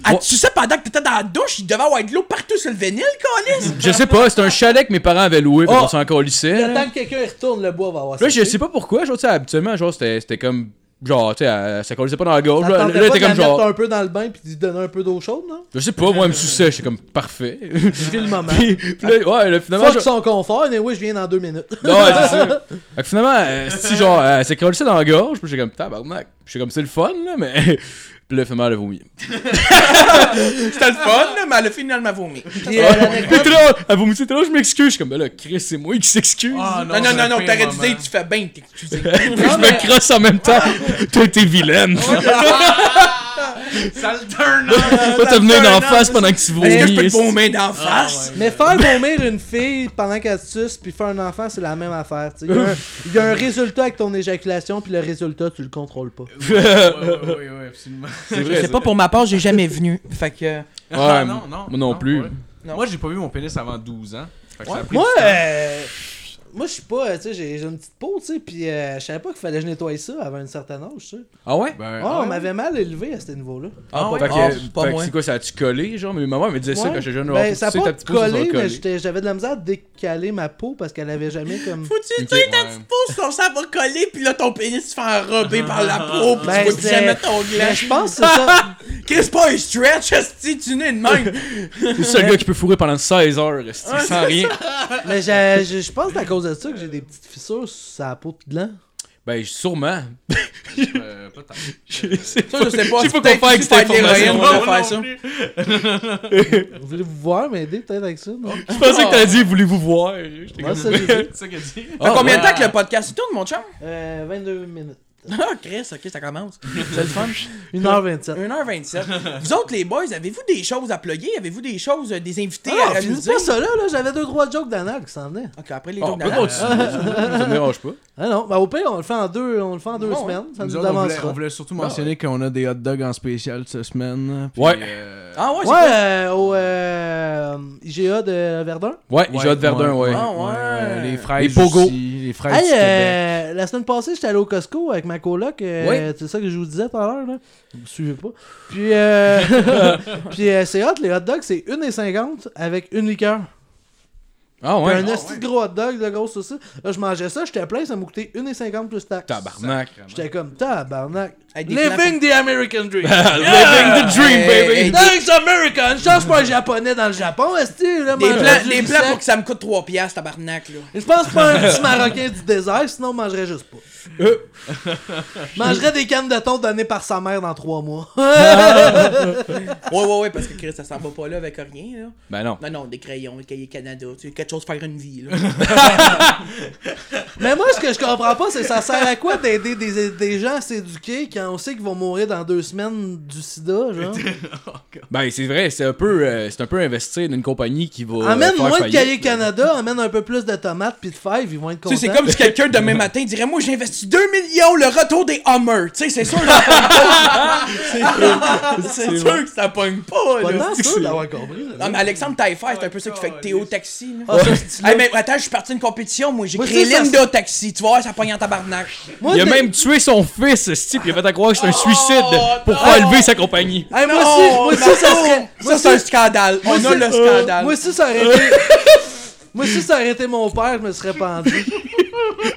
[SPEAKER 2] Ah,
[SPEAKER 4] Ouais.
[SPEAKER 2] tu sais, pendant que t'étais dans la douche, il devait avoir de l'eau partout sur le vénile, Colis!
[SPEAKER 4] Je sais pas, c'était un chalet que mes parents avaient loué, puis
[SPEAKER 3] Oh.
[SPEAKER 4] on s'en
[SPEAKER 3] Puis
[SPEAKER 4] calissait. là.
[SPEAKER 3] attends que quelqu'un y retourne, le bois va avoir
[SPEAKER 4] Là, je sais pas pourquoi, genre, tu sais, habituellement, genre, c'était c'était comme. Genre, tu sais, elle- ça collissait pas dans la gorge.
[SPEAKER 3] Là,
[SPEAKER 4] Là, là, elle était comme genre.
[SPEAKER 3] un peu dans le bain puis d'y donner un peu d'eau chaude, non?
[SPEAKER 4] Je sais pas, moi, elle me suçait, j'étais comme parfait.
[SPEAKER 3] Je vis le moment.
[SPEAKER 4] puis, puis là, ouais, là, finalement.
[SPEAKER 3] Fuck
[SPEAKER 4] genre-
[SPEAKER 3] son confort, mais oui, je viens dans deux minutes.
[SPEAKER 4] Non, ouais, c'est sûr. Fait que finalement, euh, si genre, euh, elle s'est collée dans la gorge, puis j'ai comme tabarnak. Puis j'ai comme c'est le fun, là, mais. Puis là, finalement, elle a vomi.
[SPEAKER 2] C'était le fun, là, mais elle a finalement vomi.
[SPEAKER 3] Puis, euh, l'anecdote-
[SPEAKER 4] T'es là, Ah, elle vomit, t'es là, je m'excuse. Je suis comme, ben là, Chris, c'est moi qui s'excuse.
[SPEAKER 6] Ah,
[SPEAKER 2] Non, non, non, non, t'aurais dû dire, tu fais bien, t'es
[SPEAKER 4] Puis je me crosse en même temps. Toi, t'es vilaine.
[SPEAKER 5] Ça le turn
[SPEAKER 4] Toi, t'as venu d'en face pendant que tu vomis.
[SPEAKER 2] Est-ce que je peux te
[SPEAKER 4] est-ce-
[SPEAKER 2] vomir
[SPEAKER 4] Ah,
[SPEAKER 2] d'en
[SPEAKER 6] Ah,
[SPEAKER 2] face?
[SPEAKER 3] mais faire vomir une fille pendant qu'elle se suce puis faire un enfant, c'est la même affaire. tu sais. Il y, a un- il y a un résultat avec ton éjaculation puis le résultat, tu le contrôles pas.
[SPEAKER 6] Oui, oui, oui, absolument.
[SPEAKER 4] C'est vrai.
[SPEAKER 2] C'est pas pour ma part, j'ai jamais venu. Fait que.
[SPEAKER 4] Ouais,
[SPEAKER 6] Ah, non, non.
[SPEAKER 4] moi non plus.
[SPEAKER 6] ouais. Moi, j'ai pas vu mon pénis avant 12 ans. Fait que ça a pris
[SPEAKER 3] Moi,
[SPEAKER 6] du temps.
[SPEAKER 3] euh, moi, je suis pas, euh, tu sais, j'ai j'ai une petite peau, tu sais, puis euh, je savais pas qu'il fallait que je nettoie ça avant un certain âge, tu sais.
[SPEAKER 4] Ah ouais?
[SPEAKER 6] Ben,
[SPEAKER 3] Ah, on m'avait mal élevé à ce niveau-là.
[SPEAKER 2] Ah,
[SPEAKER 4] Fait que,
[SPEAKER 2] ah,
[SPEAKER 4] fait
[SPEAKER 2] pas
[SPEAKER 4] que
[SPEAKER 2] moi.
[SPEAKER 4] c'est quoi, ça a-tu collé? Genre, mais ma mère me disait ça
[SPEAKER 3] Ouais.
[SPEAKER 4] quand j'étais jeune.
[SPEAKER 3] Ben,
[SPEAKER 4] genre,
[SPEAKER 3] ça a
[SPEAKER 4] tu sais, ta
[SPEAKER 3] pas
[SPEAKER 4] petite peau, ça doit
[SPEAKER 3] collé, mais
[SPEAKER 4] coller.
[SPEAKER 3] j'étais- j'avais de la misère à décaler ma peau parce qu'elle avait jamais comme.
[SPEAKER 2] Faut-tu,
[SPEAKER 4] Ok.
[SPEAKER 2] tu sais, ta
[SPEAKER 6] Ouais.
[SPEAKER 2] petite peau, ton sang va coller, pis là, ton pénis se fait enrober par la peau, pis
[SPEAKER 3] Ben,
[SPEAKER 2] tu vois plus
[SPEAKER 3] c'est-
[SPEAKER 2] jamais ton gland.
[SPEAKER 3] Mais je pense que c'est ça.
[SPEAKER 2] Chris, pas un stretch, si tu n'es de même.
[SPEAKER 4] C'est le seul gars qui peut fourrer pendant 16 heures, esti, sans rien.
[SPEAKER 3] Mais j'ai- j'ai- je pense que c'est à cause de ça que j'ai des petites fissures sur la peau de gland.
[SPEAKER 4] Ben, sûrement.
[SPEAKER 6] euh, peut-être.
[SPEAKER 4] Je sais
[SPEAKER 2] Ça, je sais pas.
[SPEAKER 4] Je sais pas
[SPEAKER 2] c'est
[SPEAKER 4] quoi
[SPEAKER 2] peut-être
[SPEAKER 4] faire avec
[SPEAKER 2] juste faire
[SPEAKER 4] cette
[SPEAKER 2] de l'héroïne,
[SPEAKER 4] information.
[SPEAKER 2] on va faire ça.
[SPEAKER 3] Vous voulez vous voir m'aider peut-être avec ça? non?
[SPEAKER 4] Je pensais que t'as dit, voulez-vous voir?
[SPEAKER 3] Moi, ça, j'ai dit.
[SPEAKER 6] C'est ça qu'elle dit.
[SPEAKER 4] Ah,
[SPEAKER 2] Fait combien de temps que le podcast il tourne, mon chum?
[SPEAKER 3] Euh, 22 minutes.
[SPEAKER 2] Ah, Chris, ok, ça commence. C'est le fun.
[SPEAKER 3] 1h27.
[SPEAKER 2] 1h27. Vous autres, les boys, avez-vous des choses à plugger? Avez-vous des choses, euh, des invités
[SPEAKER 3] Ah,
[SPEAKER 2] à
[SPEAKER 3] finis
[SPEAKER 2] réaliser?
[SPEAKER 3] pas ça là, là. J'avais deux trois jokes d'anal qui s'en venaient.
[SPEAKER 2] Ok, après les
[SPEAKER 4] Oh,
[SPEAKER 2] jokes
[SPEAKER 4] on peut
[SPEAKER 2] d'Alan.
[SPEAKER 4] continuer. Ça me dérange pas.
[SPEAKER 3] Ah non, bah au pire, on le fait en deux, on le fait en deux
[SPEAKER 2] Ouais,
[SPEAKER 3] semaines. Ça
[SPEAKER 6] Nous
[SPEAKER 3] nous
[SPEAKER 6] autres, on, voulait,
[SPEAKER 3] avancera.
[SPEAKER 6] on voulait surtout mentionner qu'on a des hot dogs en spécial cette semaine. puis,
[SPEAKER 4] Ouais.
[SPEAKER 6] euh,
[SPEAKER 2] Ah ouais, c'est
[SPEAKER 3] Ouais, euh, au euh, IGA de Verdun.
[SPEAKER 4] Ouais, j'ai hâte Verdun, ouais.
[SPEAKER 2] Ah ouais.
[SPEAKER 6] euh, les
[SPEAKER 4] Les
[SPEAKER 6] fraises.
[SPEAKER 4] pogos.
[SPEAKER 6] aussi, Les fraises.
[SPEAKER 3] Hey,
[SPEAKER 6] du Québec.
[SPEAKER 3] euh, la semaine passée, j'étais allé au Costco avec ma coloc. euh,
[SPEAKER 4] Ouais.
[SPEAKER 3] C'est ça que je vous disais tout à l'heure. là. Vous suivez pas. Puis, euh, puis euh, c'est hot, les hot dogs, c'est 1,50 avec une liqueur.
[SPEAKER 4] Ah
[SPEAKER 3] Puis
[SPEAKER 4] ouais.
[SPEAKER 3] un esti de gros hot dog, de gros saucisse. Là, je mangeais ça, j'étais plein, ça m'a coûté 1,50 plus taxe.
[SPEAKER 4] Tabarnak.
[SPEAKER 3] J'étais comme tabarnak.
[SPEAKER 2] Avec des
[SPEAKER 3] Living the American Dream. Ah,
[SPEAKER 4] Living the dream,
[SPEAKER 2] Hey,
[SPEAKER 4] baby.
[SPEAKER 2] hey,
[SPEAKER 3] Thanks America! Une chance pour un japonais dans le Japon, est-ce là,
[SPEAKER 2] Des
[SPEAKER 3] manger
[SPEAKER 2] plats,
[SPEAKER 3] du
[SPEAKER 2] des
[SPEAKER 3] sec.
[SPEAKER 2] plats pour que ça me coûte 3 piastres, tabarnak, là.
[SPEAKER 3] Je pense pas un petit Marocain du désert, sinon on mangerait juste pas.
[SPEAKER 2] Euh.
[SPEAKER 3] Je mangerais des cannes de thon données par sa mère dans trois mois.
[SPEAKER 2] Ouais, ouais, ouais, parce que Chris, ça s'en va pas là avec rien, là.
[SPEAKER 4] Ben non.
[SPEAKER 2] Non, non, des crayons, le cahier Canada, tu sais, quelque chose pour faire une vie, là.
[SPEAKER 3] Mais moi, ce que je comprends pas, c'est ça sert à quoi d'aider des, des gens à s'éduquer quand on sait qu'ils vont mourir dans deux semaines du sida, genre?
[SPEAKER 4] Ben c'est vrai, c'est un peu euh, c'est un peu investir dans une compagnie qui va euh,
[SPEAKER 3] Amène
[SPEAKER 4] faire
[SPEAKER 3] moins de
[SPEAKER 4] faillite,
[SPEAKER 3] cahiers
[SPEAKER 4] mais-
[SPEAKER 3] Canada, amène un peu plus de tomates puis de fèves, ils vont être contents.
[SPEAKER 2] Tu sais, c'est comme si quelqu'un demain matin dirait Moi, j'ai investi 2 millions, le retour des Hummers. Tu sais, c'est sûr, ça pogne pas. C'est sûr que ça pogne pas,
[SPEAKER 3] Pas
[SPEAKER 2] là.
[SPEAKER 3] tant ça d'avoir compris. là.
[SPEAKER 2] Non, mais Alexandre Taillefer, c'est un peu ça qui fait que Théo Taxi. là.
[SPEAKER 3] Ah, ça, c'est-
[SPEAKER 2] Hey, mais attends, je suis parti d'une compétition, moi, j'ai
[SPEAKER 3] Moi,
[SPEAKER 2] créé
[SPEAKER 3] c'est ça,
[SPEAKER 2] Linda Taxi. Tu vois, ça pogne en tabarnak.
[SPEAKER 3] Moi,
[SPEAKER 4] Il a
[SPEAKER 3] dès-
[SPEAKER 4] même tué son fils, ce puis il a fait à croire que
[SPEAKER 3] Oh,
[SPEAKER 4] c'est un suicide pour pas élever sa compagnie.
[SPEAKER 3] Hey, moi aussi, moi aussi, ça serait. moi
[SPEAKER 2] Oh, Ça, c'est un
[SPEAKER 3] aussi-
[SPEAKER 2] scandale. On a
[SPEAKER 3] c'est-
[SPEAKER 2] le scandale.
[SPEAKER 3] Moi aussi, ça aurait été. Moi aussi, ça aurait été mon père, je me serais pendu.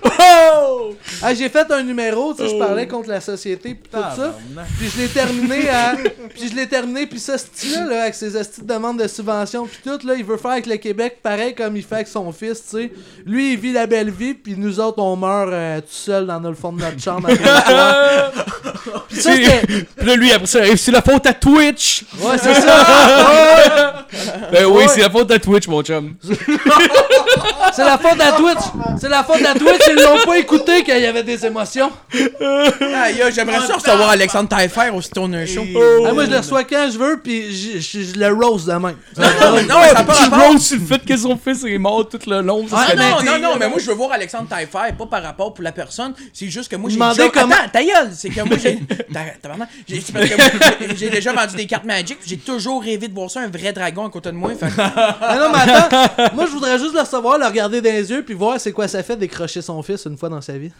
[SPEAKER 2] Oh!
[SPEAKER 3] Ah, j'ai fait un numéro, tu sais, je parlais contre la société pis tout ça. Puis je l'ai terminé à. Puis je l'ai terminé, puis ce style là, avec ses astuces de demandes de subventions puis tout, là, il veut faire avec le Québec pareil comme il fait avec son fils, tu sais. Lui, il vit la belle vie, puis nous autres, on meurt euh, tout seul dans le fond de notre chambre après le soir. Puis ça, c'était.
[SPEAKER 4] Puis là, lui, après ça, c'est la faute à Twitch!
[SPEAKER 3] Ouais, c'est ça!
[SPEAKER 4] Ben oui, c'est la faute à Twitch, mon chum.
[SPEAKER 3] C'est la faute de la Twitch! C'est la faute de la Twitch, ils l'ont pas écouté qu'il y avait des émotions!
[SPEAKER 2] Aïe, aïe, j'aimerais ça recevoir Alexandre Taillefer au Stone Show.
[SPEAKER 3] Ah, moi, je le reçois quand je veux, puis je, je- je le rose de même.
[SPEAKER 2] Non, mais non, ça n'a pas
[SPEAKER 4] Tu
[SPEAKER 2] rapport.
[SPEAKER 4] roses sur le fait que son fils est mort tout le long. ça
[SPEAKER 2] Ah,
[SPEAKER 4] serait-
[SPEAKER 2] non, non, non, mais moi je veux voir Alexandre Taillefer, pas par rapport pour la personne, c'est juste que moi j'ai
[SPEAKER 3] Demandez
[SPEAKER 2] déjà...
[SPEAKER 3] comment-
[SPEAKER 2] Attends, ta gueule, c'est que moi j'ai... Ta- tabarnak. J'ai- c'est parce que moi, j'ai déjà vendu des cartes Magic, puis j'ai toujours rêvé de voir ça, un vrai dragon à côté de moi, fait que-
[SPEAKER 3] Ah non, mais attends, moi, je voudrais juste le recevoir, le regarder dans les yeux, puis voir c'est quoi ça fait décrocher son fils une fois dans sa vie.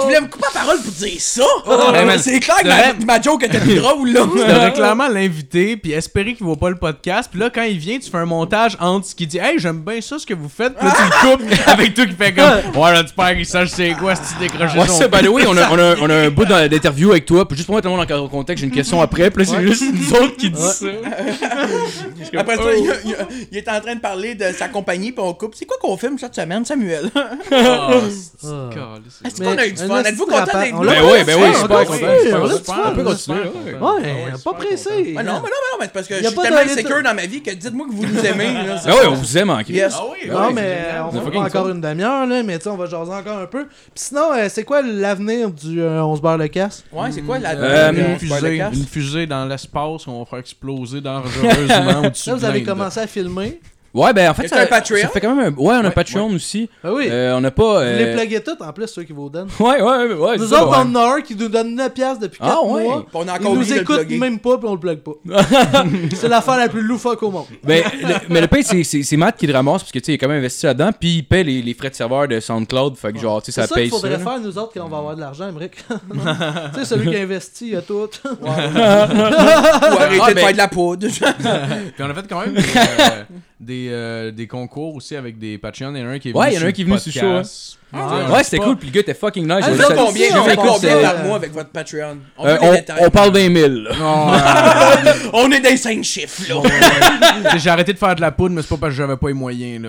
[SPEAKER 2] Tu voulais me couper la parole pour dire ça?
[SPEAKER 6] Ouais, man.
[SPEAKER 2] c'est clair que
[SPEAKER 6] C'est vrai.
[SPEAKER 2] ma, ma joke était plus drôle, là.
[SPEAKER 6] Tu devrais clairement l'inviter, puis espérer qu'il voit pas le podcast. Puis là, quand il vient, tu fais un montage entre ce qu'il dit Hey, j'aime bien ça ce que vous faites, puis là, tu le coupes avec toi qui fait comme Ouais, là, tu perds qu'il sache c'est quoi, si tu décroches
[SPEAKER 4] Ouais,
[SPEAKER 6] son
[SPEAKER 4] ça, by the way, on a, on a, on a un bout dans- d'interview avec toi, puis juste pour mettre le monde en contexte, j'ai une question après, puis là, c'est juste nous autres qui dit ça.
[SPEAKER 2] Après ça, il, il- il est en train de parler de sa compagnie, puis on coupe. C'est quoi qu'on filme cette semaine, Samuel?
[SPEAKER 3] Ah.
[SPEAKER 2] Est-ce qu'on a eu du
[SPEAKER 3] un
[SPEAKER 2] fun? Êtes-vous
[SPEAKER 3] petit
[SPEAKER 2] content d'être
[SPEAKER 3] rapport.
[SPEAKER 2] là?
[SPEAKER 3] On l'a
[SPEAKER 4] Ben oui, ben oui,
[SPEAKER 3] pas
[SPEAKER 4] super
[SPEAKER 3] fait,
[SPEAKER 4] content.
[SPEAKER 3] on
[SPEAKER 4] super
[SPEAKER 3] l'a
[SPEAKER 4] content.
[SPEAKER 3] pas fait,
[SPEAKER 4] On peut
[SPEAKER 3] on l'a
[SPEAKER 4] continuer,
[SPEAKER 6] pas
[SPEAKER 4] ouais.
[SPEAKER 6] fait.
[SPEAKER 3] Ouais, pas pressé.
[SPEAKER 2] Ah non, mais non, mais non, mais c'est parce que je
[SPEAKER 3] a
[SPEAKER 2] suis
[SPEAKER 3] pas
[SPEAKER 2] tellement
[SPEAKER 3] de-
[SPEAKER 2] sécure dans ma vie que dites-moi que vous nous aimez. là, c'est-
[SPEAKER 4] Ben oui, on vous aime en crise.
[SPEAKER 2] Yes.
[SPEAKER 3] Non,
[SPEAKER 4] Ouais,
[SPEAKER 3] mais euh, on
[SPEAKER 4] Vous avez
[SPEAKER 3] va
[SPEAKER 4] fucking
[SPEAKER 3] pas encore une demi-heure, là, mais tu sais, on va jaser encore un peu. Puis sinon, euh, c'est quoi l'avenir du euh, On se barre le casse?
[SPEAKER 2] Ouais, c'est quoi la
[SPEAKER 6] Euh,
[SPEAKER 4] Euh,
[SPEAKER 6] une, fusée,
[SPEAKER 2] podcast?
[SPEAKER 6] une fusée dans l'espace qu'on va faire exploser dangereusement au-dessus
[SPEAKER 3] Là,
[SPEAKER 6] de
[SPEAKER 3] vous avez
[SPEAKER 6] l'Inde.
[SPEAKER 3] commencé à filmer.
[SPEAKER 4] Ouais, ben en fait,
[SPEAKER 2] Est-ce un Patreon?
[SPEAKER 4] ça fait quand même un. Ouais, on a un Patreon aussi.
[SPEAKER 3] Ah oui.
[SPEAKER 4] Euh, on n'a pas.
[SPEAKER 3] Vous
[SPEAKER 4] euh,
[SPEAKER 3] les pluguez toutes en plus, ceux qui vous donnent.
[SPEAKER 4] Ouais, ouais, ouais, ouais.
[SPEAKER 3] Nous
[SPEAKER 4] c'est ça,
[SPEAKER 3] autres,
[SPEAKER 4] ouais.
[SPEAKER 3] on en a un qui nous donne 9 piastres depuis 4
[SPEAKER 4] Ah ouais.
[SPEAKER 3] mois.
[SPEAKER 2] On a
[SPEAKER 3] Il
[SPEAKER 2] encore
[SPEAKER 3] nous
[SPEAKER 2] oublié de le
[SPEAKER 3] écoute
[SPEAKER 2] plugger.
[SPEAKER 3] même pas, puis on le plug pas. c'est l'affaire la plus loufoque au monde.
[SPEAKER 4] Ben, le- mais le pain, c'est- c'est c'est Matt qui le ramasse parce que tu sais, il est quand même investi là-dedans. Puis il paie les, les frais de serveur de SoundCloud. Fait que genre, tu sais,
[SPEAKER 3] C'est
[SPEAKER 4] ça
[SPEAKER 3] ça
[SPEAKER 4] paye
[SPEAKER 3] qu'il
[SPEAKER 4] ça.
[SPEAKER 3] faudrait
[SPEAKER 4] là.
[SPEAKER 3] faire, nous autres, quand on va avoir de l'argent, Emmerich. tu sais, celui qui investit, il a tout. Ben,
[SPEAKER 2] Ou arrêter
[SPEAKER 6] Ah,
[SPEAKER 2] de
[SPEAKER 6] ben-
[SPEAKER 2] faire de la poudre.
[SPEAKER 6] Puis on a fait quand même des, euh, des, euh, des concours aussi avec des Patreons. Il y en a un qui est venu
[SPEAKER 4] Ouais, il y en a un qui est venu
[SPEAKER 6] sur
[SPEAKER 4] sur
[SPEAKER 6] le
[SPEAKER 4] le hein.
[SPEAKER 6] podcast.
[SPEAKER 3] ouais.
[SPEAKER 4] Ouais, c'était cool. Puis le gars était fucking nice.
[SPEAKER 3] Ah,
[SPEAKER 4] Je
[SPEAKER 2] Vous
[SPEAKER 4] le
[SPEAKER 3] ça,
[SPEAKER 2] êtes
[SPEAKER 4] salue.
[SPEAKER 2] combien,
[SPEAKER 3] ça,
[SPEAKER 2] vous êtes
[SPEAKER 3] on
[SPEAKER 2] combien
[SPEAKER 3] pense,
[SPEAKER 2] par
[SPEAKER 3] euh,
[SPEAKER 2] mois avec votre Patreon? On,
[SPEAKER 4] Euh,
[SPEAKER 2] veut des détails.
[SPEAKER 4] on, on parle d'un mille. là.
[SPEAKER 6] euh,
[SPEAKER 2] On est des 5 chiffres, là.
[SPEAKER 6] J'ai arrêté de faire de la poudre, mais c'est pas parce que j'avais pas les moyens. Là.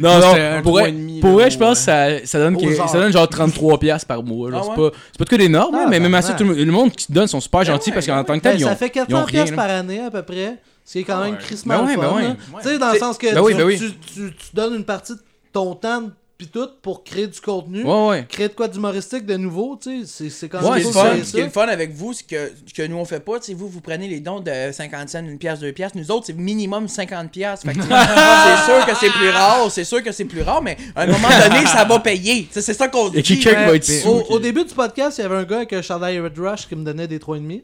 [SPEAKER 4] Non,
[SPEAKER 6] Ça,
[SPEAKER 4] non,
[SPEAKER 6] c'est un
[SPEAKER 4] pour
[SPEAKER 6] trois
[SPEAKER 4] vrai,
[SPEAKER 6] et demi,
[SPEAKER 4] pour
[SPEAKER 6] là,
[SPEAKER 4] vrai, je
[SPEAKER 6] ouais.
[SPEAKER 4] pense que ça, ça, donne
[SPEAKER 3] Aux
[SPEAKER 4] que-
[SPEAKER 3] heures.
[SPEAKER 4] ça donne genre 33$ piastres par mois. genre,
[SPEAKER 2] Ah
[SPEAKER 4] c'est,
[SPEAKER 2] ouais?
[SPEAKER 4] pas, c'est pas de quoi d'énorme,
[SPEAKER 3] Ah,
[SPEAKER 4] mais même
[SPEAKER 3] ben,
[SPEAKER 4] à ça,
[SPEAKER 3] ouais.
[SPEAKER 4] tout le, le monde qui donne sont super gentils parce qu'en tant que tel,
[SPEAKER 3] Ben,
[SPEAKER 4] ils ont,
[SPEAKER 3] ça fait
[SPEAKER 4] ils ont
[SPEAKER 3] 400
[SPEAKER 4] rien.
[SPEAKER 3] piastres
[SPEAKER 4] là.
[SPEAKER 3] par année à peu près. C'est quand même crissement
[SPEAKER 4] Ben
[SPEAKER 3] le
[SPEAKER 4] ouais, ben
[SPEAKER 3] fun,
[SPEAKER 4] ouais.
[SPEAKER 3] là. Tu sais, dans le sens que
[SPEAKER 4] Ben
[SPEAKER 3] tu,
[SPEAKER 4] oui, ben oui.
[SPEAKER 3] tu- tu- tu donnes une partie de ton temps pis tout pour créer du contenu.
[SPEAKER 4] Ouais, ouais.
[SPEAKER 3] Créer de quoi d'humoristique de nouveau, tu sais, c'est- c'est quand
[SPEAKER 2] Ce
[SPEAKER 3] même
[SPEAKER 2] qui est
[SPEAKER 3] cool,
[SPEAKER 2] le fun-
[SPEAKER 3] c'est
[SPEAKER 2] ce qui est le fun avec vous, c'est que, que nous on fait pas, tu sais, vous, vous prenez les dons de 50 cents, 1 pièce, 2 pièces. Nous autres, c'est minimum 50 pièces. Fait que tu sais, c'est sûr que c'est plus rare, c'est sûr que c'est plus rare, mais à un moment donné, ça va payer. Tu sais, C'est ça qu'on dit. hein.
[SPEAKER 4] Et quelqu'un qui va être
[SPEAKER 3] Ouais,
[SPEAKER 4] sous.
[SPEAKER 3] au, au début du podcast, il y avait un gars avec un chandail Red Rush qui me donnait des 3,5.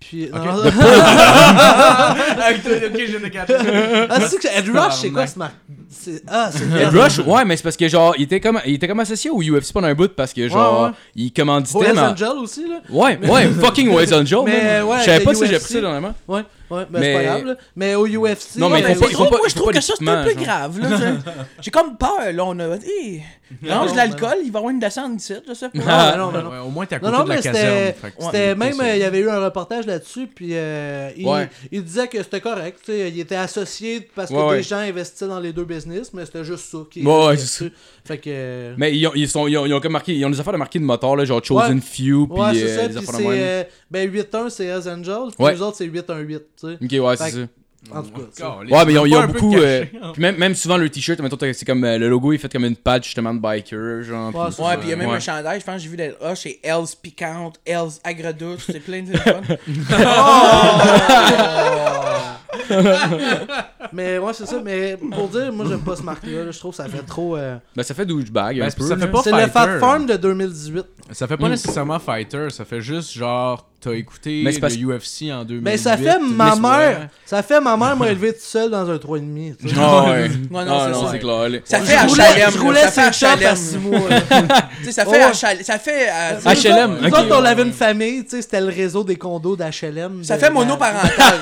[SPEAKER 3] Puis. non. ah, c'est que Red Rush, c'est quoi ce marque c'est- Ah, c'est
[SPEAKER 4] Et Rush, ouais, mais c'est parce que genre, il était comme, il était comme associé au UFC pendant un bout parce que genre,
[SPEAKER 3] Ouais, ouais.
[SPEAKER 4] il commanditait.
[SPEAKER 3] Boys
[SPEAKER 4] mais-
[SPEAKER 3] Angel aussi, là.
[SPEAKER 4] Ouais, ouais, fucking Ways on Joe.
[SPEAKER 3] Mais,
[SPEAKER 4] man.
[SPEAKER 3] ouais,
[SPEAKER 4] Je savais
[SPEAKER 3] le
[SPEAKER 4] pas si j'ai
[SPEAKER 3] UFC.
[SPEAKER 4] appris ça dernièrement.
[SPEAKER 3] Ouais, ouais, ben c'est
[SPEAKER 4] Mais-
[SPEAKER 3] pas grave, là. Mais au UFC.
[SPEAKER 4] Non, mais
[SPEAKER 3] ouais,
[SPEAKER 4] ils font
[SPEAKER 3] c'est-
[SPEAKER 4] pas- faut
[SPEAKER 2] moi, je
[SPEAKER 4] faut
[SPEAKER 2] trouve
[SPEAKER 4] pas
[SPEAKER 2] que ça, c'est un peu
[SPEAKER 4] d'équipement,
[SPEAKER 2] grave. là, tu sais. J'ai comme peur, là. On a. Hey, mange de l'alcool, il va y avoir une descente ici, je sais pas.
[SPEAKER 3] Ah, non, non, non.
[SPEAKER 6] Ouais, au moins, t'es à
[SPEAKER 3] Non,
[SPEAKER 6] côté
[SPEAKER 3] non,
[SPEAKER 6] de la
[SPEAKER 3] mais
[SPEAKER 6] caserne.
[SPEAKER 3] c'était
[SPEAKER 6] fait que
[SPEAKER 3] c'était
[SPEAKER 6] t'es-
[SPEAKER 3] même,
[SPEAKER 6] t'es-
[SPEAKER 3] euh, il y avait eu un reportage là-dessus, puis euh, il,
[SPEAKER 4] Ouais.
[SPEAKER 3] il disait que c'était correct, tu sais, il était associé parce que
[SPEAKER 4] Ouais,
[SPEAKER 3] des
[SPEAKER 4] ouais.
[SPEAKER 3] gens investissaient dans les deux business, mais c'était juste ça. Qui,
[SPEAKER 4] Ouais, ouais,
[SPEAKER 3] qui-
[SPEAKER 4] c'est ça.
[SPEAKER 3] Fait que...
[SPEAKER 4] Mais ils ont, ils sont, ils ont, ils ont comme marqué, ils ont des affaires de marqué de moteur là, genre Chosen
[SPEAKER 3] Ouais.
[SPEAKER 4] Few, puis
[SPEAKER 3] ouais,
[SPEAKER 4] euh,
[SPEAKER 3] c'est ça,
[SPEAKER 4] des
[SPEAKER 3] puis
[SPEAKER 4] affaires de
[SPEAKER 3] c'est...
[SPEAKER 4] même.
[SPEAKER 3] euh, ben 8-1, c'est Hells Angels, puis
[SPEAKER 4] Ouais. Mm.
[SPEAKER 3] les autres, c'est 8-1-8, tu sais.
[SPEAKER 4] Ok, ouais,
[SPEAKER 3] Fait
[SPEAKER 4] c'est
[SPEAKER 3] que-
[SPEAKER 4] ça.
[SPEAKER 3] En tout cas, tu sais.
[SPEAKER 2] Oh
[SPEAKER 4] Ouais, mais ils ont, ils ont
[SPEAKER 6] un peu
[SPEAKER 4] beaucoup.
[SPEAKER 6] caché,
[SPEAKER 4] euh, puis même, même souvent le t-shirt, mettons, t'as- c'est comme euh, le logo, il est fait comme une patch justement de biker, genre.
[SPEAKER 3] Ouais,
[SPEAKER 4] puis-
[SPEAKER 3] c'est
[SPEAKER 2] Ouais, puis il y a même
[SPEAKER 4] Ouais.
[SPEAKER 2] un chandail, je pense, que j'ai vu des Ah, c'est Else Piquante, Else Agredouce, c'est plein de fun.
[SPEAKER 3] Mais ouais, c'est ça, mais pour dire, moi, j'aime pas ce marque-là, là, je trouve que ça fait trop... euh,
[SPEAKER 4] Ben, ça fait douchebag
[SPEAKER 6] Ben,
[SPEAKER 4] un
[SPEAKER 6] c'est-
[SPEAKER 4] peu.
[SPEAKER 6] ça fait
[SPEAKER 4] là.
[SPEAKER 6] Pas
[SPEAKER 3] C'est le Fat
[SPEAKER 6] Fighter.
[SPEAKER 3] Farm de 2018.
[SPEAKER 6] Ça
[SPEAKER 3] Mm.
[SPEAKER 6] fait pas nécessairement fighter, ça fait juste genre t'as écouté
[SPEAKER 4] Mais c'est parce-
[SPEAKER 6] le UFC en 2008.
[SPEAKER 3] Mais ça fait ma
[SPEAKER 6] Mais-
[SPEAKER 3] mère, ça fait ma mère m'a élevé tout seul dans un 3,5. tu sais.
[SPEAKER 4] Ah,
[SPEAKER 2] non,
[SPEAKER 4] ouais. Ah,
[SPEAKER 2] c'est
[SPEAKER 4] non,
[SPEAKER 2] ça.
[SPEAKER 4] c'est clair. là.
[SPEAKER 2] Ça fait
[SPEAKER 3] Je roulais,
[SPEAKER 2] HLM,
[SPEAKER 3] je
[SPEAKER 2] là,
[SPEAKER 3] roulais
[SPEAKER 2] ça fait
[SPEAKER 3] ses chops à
[SPEAKER 2] HLM.
[SPEAKER 3] 6 mois.
[SPEAKER 2] Tu sais, ça fait
[SPEAKER 3] Oh.
[SPEAKER 2] HL Ça fait.
[SPEAKER 4] Ah,
[SPEAKER 2] euh,
[SPEAKER 3] Nous autres-
[SPEAKER 4] HLM,
[SPEAKER 3] Nous
[SPEAKER 4] ok.
[SPEAKER 3] autres, on avait une famille, tu sais, c'était le réseau des condos d'HLM.
[SPEAKER 2] Ça
[SPEAKER 3] de-
[SPEAKER 2] fait
[SPEAKER 3] de-
[SPEAKER 2] monoparental.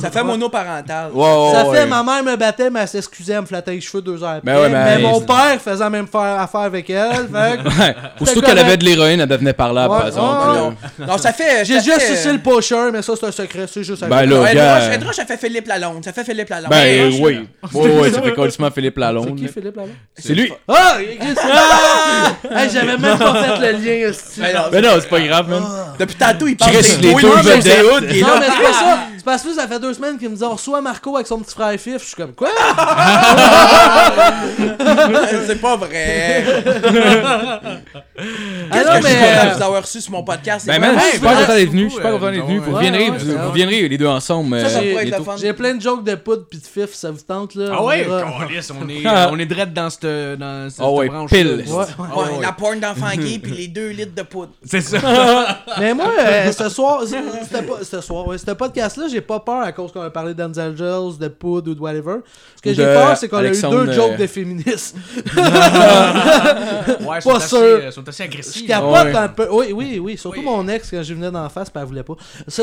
[SPEAKER 2] ça fait monoparental.
[SPEAKER 4] Ouais, ouais,
[SPEAKER 3] Ça fait,
[SPEAKER 4] Oh, ouais.
[SPEAKER 3] ma mère me battait, mais elle s'excusait, elle me flattait les cheveux deux heures après.
[SPEAKER 4] Ben ouais, ben,
[SPEAKER 3] mais mon
[SPEAKER 4] c'est-
[SPEAKER 3] père faisait la même faire- affaire avec elle. fait que-
[SPEAKER 4] Ouais. Aussitôt
[SPEAKER 3] C'était
[SPEAKER 4] qu'elle avait
[SPEAKER 3] correct.
[SPEAKER 4] de l'héroïne, elle devenait par là,
[SPEAKER 3] Ouais,
[SPEAKER 4] par
[SPEAKER 3] ouais,
[SPEAKER 4] exemple. là.
[SPEAKER 2] Non, non, ça fait.
[SPEAKER 3] J'ai
[SPEAKER 2] ça
[SPEAKER 3] déjà
[SPEAKER 2] fait,
[SPEAKER 3] sucé
[SPEAKER 2] euh,
[SPEAKER 3] le pocheur, mais ça, c'est un secret, c'est juste un
[SPEAKER 4] Ben
[SPEAKER 3] secret.
[SPEAKER 4] là,
[SPEAKER 2] Ed
[SPEAKER 4] gars.
[SPEAKER 2] Rush- Ed Rush, ça fait Philippe Lalonde. Ça fait Philippe Lalonde.
[SPEAKER 4] Ben
[SPEAKER 2] Ed
[SPEAKER 4] euh,
[SPEAKER 2] Rush,
[SPEAKER 4] oui. Ouais, ouais, ça fait complètement Philippe
[SPEAKER 3] C'est
[SPEAKER 4] Lalonde.
[SPEAKER 3] qui,
[SPEAKER 4] là.
[SPEAKER 3] Philippe Lalonde?
[SPEAKER 4] C'est lui.
[SPEAKER 3] Ah! Chris, ah! Hey, J'avais même pas fait le lien, esti.
[SPEAKER 2] Ben non,
[SPEAKER 4] Mais non, c'est pas grave, man.
[SPEAKER 2] Depuis tantôt, il parle
[SPEAKER 4] Ben, Chris,
[SPEAKER 2] des
[SPEAKER 4] les
[SPEAKER 2] Twins,
[SPEAKER 4] deux
[SPEAKER 2] mais Ah. c'est
[SPEAKER 4] vedettes.
[SPEAKER 2] Hood qui est
[SPEAKER 3] Non,
[SPEAKER 2] là.
[SPEAKER 3] mais c'est pas ça. C'est parce que ça fait deux semaines qu'il me dit on reçoit Marco avec son petit frère Fif. Je suis comme quoi
[SPEAKER 2] C'est pas vrai.
[SPEAKER 3] Ah non,
[SPEAKER 2] Je suis content de
[SPEAKER 3] mais.
[SPEAKER 2] vous avoir reçu sur mon podcast. C'est
[SPEAKER 4] euh, Ben, man,
[SPEAKER 2] vraiment-
[SPEAKER 4] je suis super
[SPEAKER 3] ouais,
[SPEAKER 4] content
[SPEAKER 3] c'est
[SPEAKER 4] d'être venu. Je suis
[SPEAKER 6] beaucoup,
[SPEAKER 4] super
[SPEAKER 6] euh,
[SPEAKER 4] content d'être venu.
[SPEAKER 6] ouais,
[SPEAKER 4] Vous
[SPEAKER 3] ouais,
[SPEAKER 4] reviendrez,
[SPEAKER 3] ouais, ouais.
[SPEAKER 4] vous reviendrez les deux ensemble.
[SPEAKER 2] Ça, ça
[SPEAKER 4] euh,
[SPEAKER 2] pourrait être
[SPEAKER 4] bientôt.
[SPEAKER 2] le fun.
[SPEAKER 3] J'ai plein de jokes de poudre pis de fif, ça vous tente là?
[SPEAKER 6] Ah
[SPEAKER 3] On
[SPEAKER 6] ouais,
[SPEAKER 3] verra.
[SPEAKER 6] câlisse, on est on est direct dans cette dans cette
[SPEAKER 4] Ah ouais,
[SPEAKER 6] branche.
[SPEAKER 4] pile.
[SPEAKER 3] Ouais.
[SPEAKER 2] Ouais, La porn d'enfant gay puis les 2 litres de poudre.
[SPEAKER 6] C'est ça.
[SPEAKER 3] Mais moi, euh, ce soir, c'était pas, ce soir, ouais, ce podcast-là, j'ai pas peur à cause qu'on a parlé d'Anz Angels, de Poudre ou de whatever. Ce que
[SPEAKER 4] Ou
[SPEAKER 3] j'ai
[SPEAKER 4] de
[SPEAKER 3] peur, c'est qu'on a eu
[SPEAKER 4] Alexandre,
[SPEAKER 3] deux jokes
[SPEAKER 4] euh,
[SPEAKER 3] de féministes.
[SPEAKER 6] Ouais, ils sont
[SPEAKER 3] Pas
[SPEAKER 6] assez-
[SPEAKER 3] sûr.
[SPEAKER 6] euh, sont assez
[SPEAKER 3] Je
[SPEAKER 6] agressifs.
[SPEAKER 3] capote
[SPEAKER 4] Ah Ouais.
[SPEAKER 3] un peu. Oui, oui, oui. Surtout
[SPEAKER 6] Oui.
[SPEAKER 3] mon ex, quand je venais d'en face, pis elle voulait pas. Ça,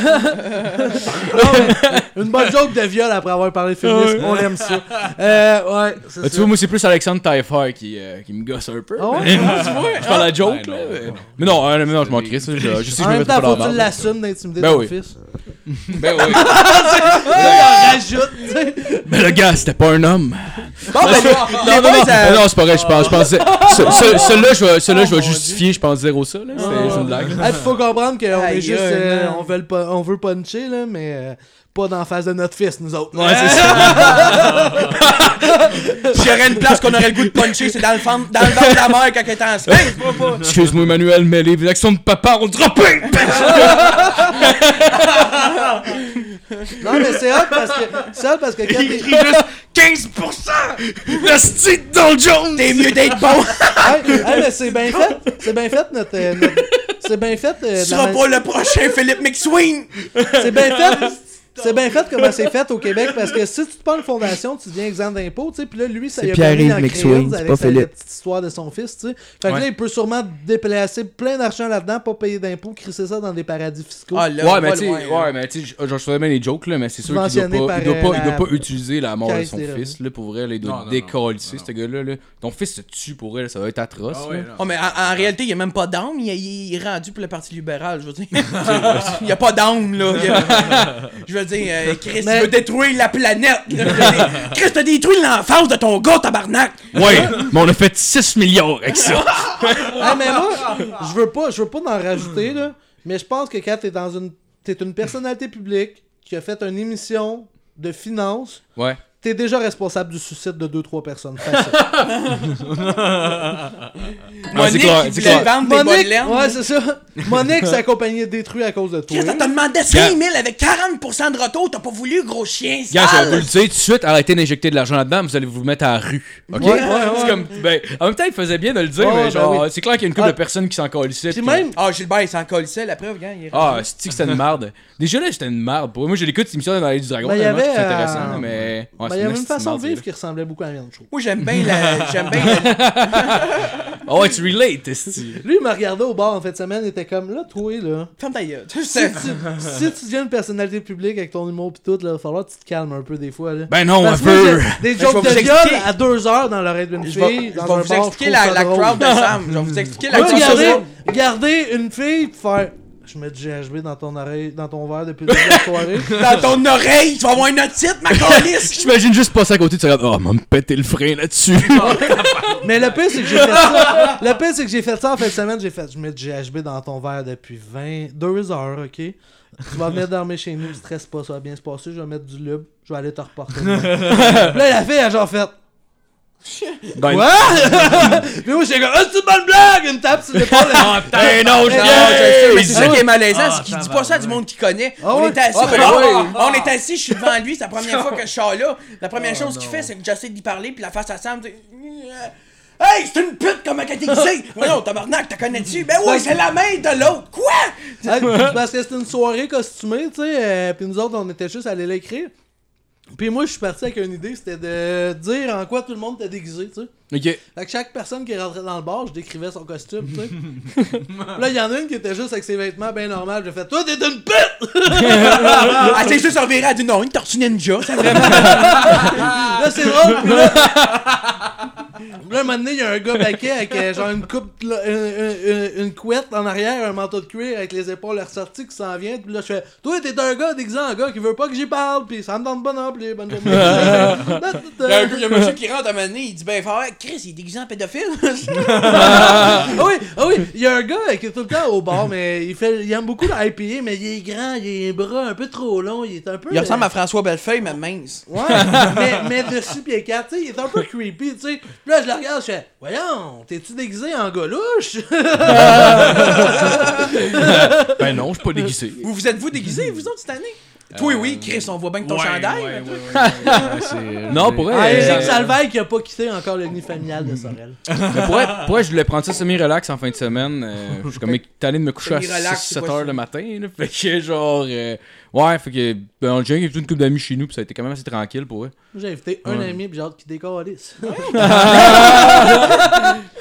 [SPEAKER 3] c'est- Non, mais une bonne joke de viol après avoir parlé de féminisme. On aime ça. Euh, ouais, c'est
[SPEAKER 4] Ah, Tu
[SPEAKER 3] ça.
[SPEAKER 4] vois, moi, c'est plus Alexandre Taillefer qui, euh, qui me gosse un peu.
[SPEAKER 3] Ah ouais?
[SPEAKER 4] Je parle à joke,
[SPEAKER 6] Ben
[SPEAKER 4] là.
[SPEAKER 6] non,
[SPEAKER 4] euh, Mais non, euh, mais non, je m'en crisse. Je, je sais que
[SPEAKER 3] en
[SPEAKER 4] je me
[SPEAKER 3] même
[SPEAKER 4] mets
[SPEAKER 3] temps,
[SPEAKER 4] pas
[SPEAKER 3] faut
[SPEAKER 4] dans
[SPEAKER 3] que
[SPEAKER 4] la
[SPEAKER 3] tu
[SPEAKER 4] merde.
[SPEAKER 3] l'assumes d'intimider
[SPEAKER 4] Ben
[SPEAKER 3] ton
[SPEAKER 4] oui.
[SPEAKER 3] fils.
[SPEAKER 4] Ben oui.
[SPEAKER 3] Là, il en rajoute, tu sais.
[SPEAKER 4] Mais le gars, c'était pas un homme.
[SPEAKER 2] Bon, ben, les- les
[SPEAKER 4] Non, non,
[SPEAKER 2] boys, euh,
[SPEAKER 4] non, c'est pas vrai, je pense. Je pense ce- ce- Celui-là, je vais- celui-là, je vais justifier, je pense zéro ça. là, C'est c'est une blague.
[SPEAKER 3] Ah, puis faut comprendre qu'on
[SPEAKER 2] Aïe,
[SPEAKER 3] est juste.
[SPEAKER 2] aïe,
[SPEAKER 3] euh,
[SPEAKER 2] man.
[SPEAKER 3] on, veut le pun- on veut puncher, là, mais. euh, pas d'en face de notre fils, nous autres.
[SPEAKER 4] Ouais, c'est ça.
[SPEAKER 2] S'il y aurait une place qu'on aurait le goût de puncher, c'est dans le ventre dans le ventre de la mère quand elle est enceinte. Hey, c'est pas- pas-
[SPEAKER 4] Excuse-moi, Emmanuel, mais les actions de papa ont droppé!
[SPEAKER 3] Non, mais c'est hot parce que, c'est hot parce que quand t'es-
[SPEAKER 4] Le style dans Jones!
[SPEAKER 2] T'es mieux d'être bon. Ah,
[SPEAKER 3] Hey, hey, mais c'est bien fait. C'est bien fait notre. euh, notre- c'est bien fait. euh,
[SPEAKER 2] Tu
[SPEAKER 3] de la
[SPEAKER 2] seras
[SPEAKER 3] man-
[SPEAKER 2] pas le prochain Philippe McSween.
[SPEAKER 3] C'est bien fait. C'est bien fait comment c'est fait au Québec parce que si tu te prends une fondation, tu deviens exempt d'impôt, tu sais. Puis là, lui, ça
[SPEAKER 8] C'est
[SPEAKER 3] y a
[SPEAKER 8] Pierre-Yves
[SPEAKER 3] permis d'en créer
[SPEAKER 8] McSween,
[SPEAKER 3] une
[SPEAKER 8] c'est
[SPEAKER 3] avec
[SPEAKER 8] pas
[SPEAKER 3] sa-
[SPEAKER 8] Philippe.
[SPEAKER 3] la petite histoire de son fils, tu sais. Fait que là, il peut sûrement déplacer plein d'argent là-dedans, pas payer d'impôts, crisser ça dans des paradis fiscaux.
[SPEAKER 2] Ah, là, on
[SPEAKER 4] Ouais, mais
[SPEAKER 2] va
[SPEAKER 4] tu sais,
[SPEAKER 2] loin, là.
[SPEAKER 4] ouais, mais tu sais, genre, je faisais bien les jokes, là, mais c'est sûr qu'il
[SPEAKER 3] Subventionné
[SPEAKER 4] doit pas, il
[SPEAKER 3] par,
[SPEAKER 4] doit pas,
[SPEAKER 3] euh,
[SPEAKER 4] il doit
[SPEAKER 3] la
[SPEAKER 4] pas utiliser la mort de
[SPEAKER 3] caisse
[SPEAKER 4] son
[SPEAKER 3] des revenus.
[SPEAKER 4] fils, là, pour vrai, là, il
[SPEAKER 6] Non, non,
[SPEAKER 4] doit
[SPEAKER 6] non,
[SPEAKER 4] décalisser,
[SPEAKER 6] non,
[SPEAKER 4] ce gars-là, là. Ton fils se tue pour elle, ça doit être atroce,
[SPEAKER 6] Ah
[SPEAKER 4] là.
[SPEAKER 6] ouais, non.
[SPEAKER 2] Oh, mais en, en réalité, il n'y a même pas d'âme, il, il- il est rendu pour le Parti libéral, je veux dire. Il n'y a pas d'âme, là. Il y a- je veux dire, euh, Chris,
[SPEAKER 3] Mais-
[SPEAKER 2] tu veux détruire la planète. là. Je veux dire, Chris, t'as détruit l'enfance de ton gars, tabarnak.
[SPEAKER 4] Ouais, mais on a fait 6 milliards avec ça!
[SPEAKER 3] Ah, mais moi, je veux pas, je veux pas en rajouter, là. Mais je pense que quand t'es dans une. T'es une personnalité publique qui a fait une émission de finances.
[SPEAKER 4] Ouais.
[SPEAKER 3] T'es déjà responsable du suicide de 2-3 personnes. Facile.
[SPEAKER 4] Ouais, c'est
[SPEAKER 2] Monique,
[SPEAKER 4] clair,
[SPEAKER 2] il
[SPEAKER 4] c'est
[SPEAKER 2] voulait
[SPEAKER 4] clair.
[SPEAKER 2] vendre des bonnes
[SPEAKER 3] Monique,
[SPEAKER 2] laines.
[SPEAKER 3] ouais, c'est ça. Monique, sa compagnie est détruite à cause de toi.
[SPEAKER 2] Chris, on te demandait 5 000 avec 40% de retour, t'as pas voulu, gros chien,
[SPEAKER 4] Gars, je vais vous le
[SPEAKER 2] sale.
[SPEAKER 4] dire tout de suite, arrêtez d'injecter de l'argent là-dedans, vous allez vous mettre à la rue. OK?
[SPEAKER 3] Ouais, ouais, ouais.
[SPEAKER 4] C'est comme, ben, en même temps, il faisait bien de le dire,
[SPEAKER 3] Ouais, ben
[SPEAKER 4] mais genre,
[SPEAKER 3] oui.
[SPEAKER 4] c'est clair qu'il y a une couple
[SPEAKER 3] Ah.
[SPEAKER 4] de personnes qui s'en calissaient.
[SPEAKER 3] Puis
[SPEAKER 4] puis-
[SPEAKER 3] même,
[SPEAKER 2] Ah, Gilbert, il s'en colissait, la preuve, gars. Il est...
[SPEAKER 4] Ah, c'est que c'était une marde. Déjà là, c'était une marde. Pour moi, je l'écoute, cette émission dans les du dragon,
[SPEAKER 3] Ben, il y
[SPEAKER 4] tellement
[SPEAKER 3] avait,
[SPEAKER 4] c'est intéressant,
[SPEAKER 3] euh,
[SPEAKER 4] mais. Ouais,
[SPEAKER 2] Ah,
[SPEAKER 3] ben,
[SPEAKER 4] c'est
[SPEAKER 3] il y avait
[SPEAKER 4] hostie
[SPEAKER 3] une
[SPEAKER 4] de
[SPEAKER 3] façon
[SPEAKER 4] marde,
[SPEAKER 3] de vivre qui ressemblait beaucoup à la mienne, je trouve.
[SPEAKER 2] Moi, j'aime bien la. J'aime bien la.
[SPEAKER 4] celle-là. Oh, ouais, tu relates, esti.
[SPEAKER 3] Lui, il m'a regardé au bar en fin de semaine, il était comme, là, toi, là.
[SPEAKER 2] Ferme ta gueule.
[SPEAKER 3] Si tu, si tu deviens une personnalité publique avec ton humour pis tout, là, il va falloir que tu te calmes un peu des fois, là.
[SPEAKER 4] Ben non, un
[SPEAKER 3] Parce que moi,
[SPEAKER 4] peu.
[SPEAKER 3] j'ai Des
[SPEAKER 2] Ben, je vais
[SPEAKER 3] jokes de
[SPEAKER 2] vous
[SPEAKER 3] viol
[SPEAKER 2] expliquer.
[SPEAKER 3] à 2 heures dans l'oreille d'une
[SPEAKER 2] Je
[SPEAKER 3] fille.
[SPEAKER 2] vais, je
[SPEAKER 3] dans
[SPEAKER 2] vais
[SPEAKER 3] un
[SPEAKER 2] vous
[SPEAKER 3] bar,
[SPEAKER 2] expliquer
[SPEAKER 3] je trouve
[SPEAKER 2] la,
[SPEAKER 3] ça
[SPEAKER 2] la
[SPEAKER 3] drôle.
[SPEAKER 2] crowd de Sam. Je vais vous expliquer la
[SPEAKER 3] Moi,
[SPEAKER 2] crowd de
[SPEAKER 3] regardez,
[SPEAKER 2] Sam.
[SPEAKER 3] regardez une fille pis faire. Je mets du GHB dans ton oreille, dans ton verre depuis le début de la soirée.
[SPEAKER 2] Dans ton oreille, tu vas avoir une otite, ma
[SPEAKER 4] Je
[SPEAKER 2] calisse.
[SPEAKER 4] t'imagine juste passer à côté, tu regardes, oh, m'a me péter le frein là-dessus.
[SPEAKER 3] Mais le pire, c'est que j'ai fait ça. Le pire, c'est que j'ai fait ça en fin de semaine. J'ai fait, je mets du GHB dans ton verre depuis 22 heures, ok? Tu vas venir dormir chez nous, stresse pas, ça va bien se passer. Je vais mettre du lube, je vais aller te reporter. là, la fille, elle a genre fait.
[SPEAKER 4] Ben,
[SPEAKER 3] Quoi? Mais moi, j'étais comme, ah, c'est une bonne blague! Une tape sur l'épaule.
[SPEAKER 4] Eh non,
[SPEAKER 2] Non,
[SPEAKER 4] je viens!
[SPEAKER 2] je sais, mais c'est
[SPEAKER 3] Ah
[SPEAKER 2] ça qui
[SPEAKER 3] ouais.
[SPEAKER 2] est malaisant, c'est qu'il dit pas ça à du monde qu'il connaît.
[SPEAKER 3] Ah
[SPEAKER 2] on
[SPEAKER 3] ouais.
[SPEAKER 2] est assis,
[SPEAKER 3] Ah, ben Ah,
[SPEAKER 2] on-
[SPEAKER 3] ouais.
[SPEAKER 2] on est assis, je suis devant lui, c'est la première fois que je sors là. La première
[SPEAKER 3] Ah,
[SPEAKER 2] chose qu'il fait, c'est que j'essaie d'y parler, puis la face à Sam, tu sais, Hey, c'est une pute comme catégorisée! Voyons, tabarnak, t'as connais-tu? Ben oui, c'est la main de l'autre! Quoi?
[SPEAKER 3] Hey, c'est parce que c'était une soirée costumée, tu sais, euh, puis nous autres, on était juste allés l'écrire. Puis moi, je suis parti avec une idée, c'était de dire en quoi tout le monde était déguisé, tu sais.
[SPEAKER 4] Ok.
[SPEAKER 3] Fait que chaque personne qui rentrait dans le bar, je décrivais son costume, tu sais. là, il y en a une qui était juste avec ses vêtements bien normaux. J'ai fait, toi, t'es une pute!
[SPEAKER 2] Ah, c'est juste en verra, elle dit non, une tortue ninja, c'est vraiment.
[SPEAKER 3] Là, c'est drôle, puis là. Là, un moment donné, il y a un gars baquet avec euh, genre une coupe, là, une, une- une couette en arrière, un manteau de cuir avec les épaules ressorties qui s'en vient. Puis là, je fais Toi, t'es un gars déguisé en gars qui veut pas que j'y parle, puis ça me donne bon les bonne journée. Là,
[SPEAKER 2] Il y a un gars-
[SPEAKER 3] t'as-
[SPEAKER 2] il y a un monsieur qui rentre à un moment donné, il dit ben frère, Chris, il est déguisé en pédophile.
[SPEAKER 3] Ah oui, ah oui, il y a un gars qui est tout le temps au bar, mais il fait, il aime beaucoup le IPA, mais il est grand, il a un bras un peu trop long, il est un peu.
[SPEAKER 2] Il ressemble
[SPEAKER 3] euh,
[SPEAKER 2] à François Bellefeuille, mais mince.
[SPEAKER 3] Ouais, mais, mais de 6 pieds 4, tu sais, il est un peu creepy, tu sais. Puis là, je le regarde, je fais, voyons, t'es-tu déguisé en gars louche?
[SPEAKER 4] Ben non, je suis pas déguisé.
[SPEAKER 2] Vous vous êtes-vous déguisé, vous autres, cette année? Toi, oui, Chris, on voit bien que ton chandail. là.
[SPEAKER 4] Non, pour
[SPEAKER 3] Ah,
[SPEAKER 4] vrai,
[SPEAKER 3] Eric
[SPEAKER 4] euh,
[SPEAKER 3] Salvaille qui a pas quitté encore le nid familial de Sorel.
[SPEAKER 4] mais pour vrai- pour vrai, je voulais prendre ça semi-relax en fin de semaine. euh, je suis comme allé de me coucher à
[SPEAKER 2] Semi-relax,
[SPEAKER 4] 6,
[SPEAKER 2] c'est
[SPEAKER 4] 7
[SPEAKER 2] pas
[SPEAKER 4] heures le matin. là. Fait que genre. euh, Ouais, fait que. Ben, on a déjà eu une couple d'amis chez nous, puis ça a été quand même assez tranquille pour eux.
[SPEAKER 3] J'ai invité un ami, puis j'ai hâte qu'il décalisse.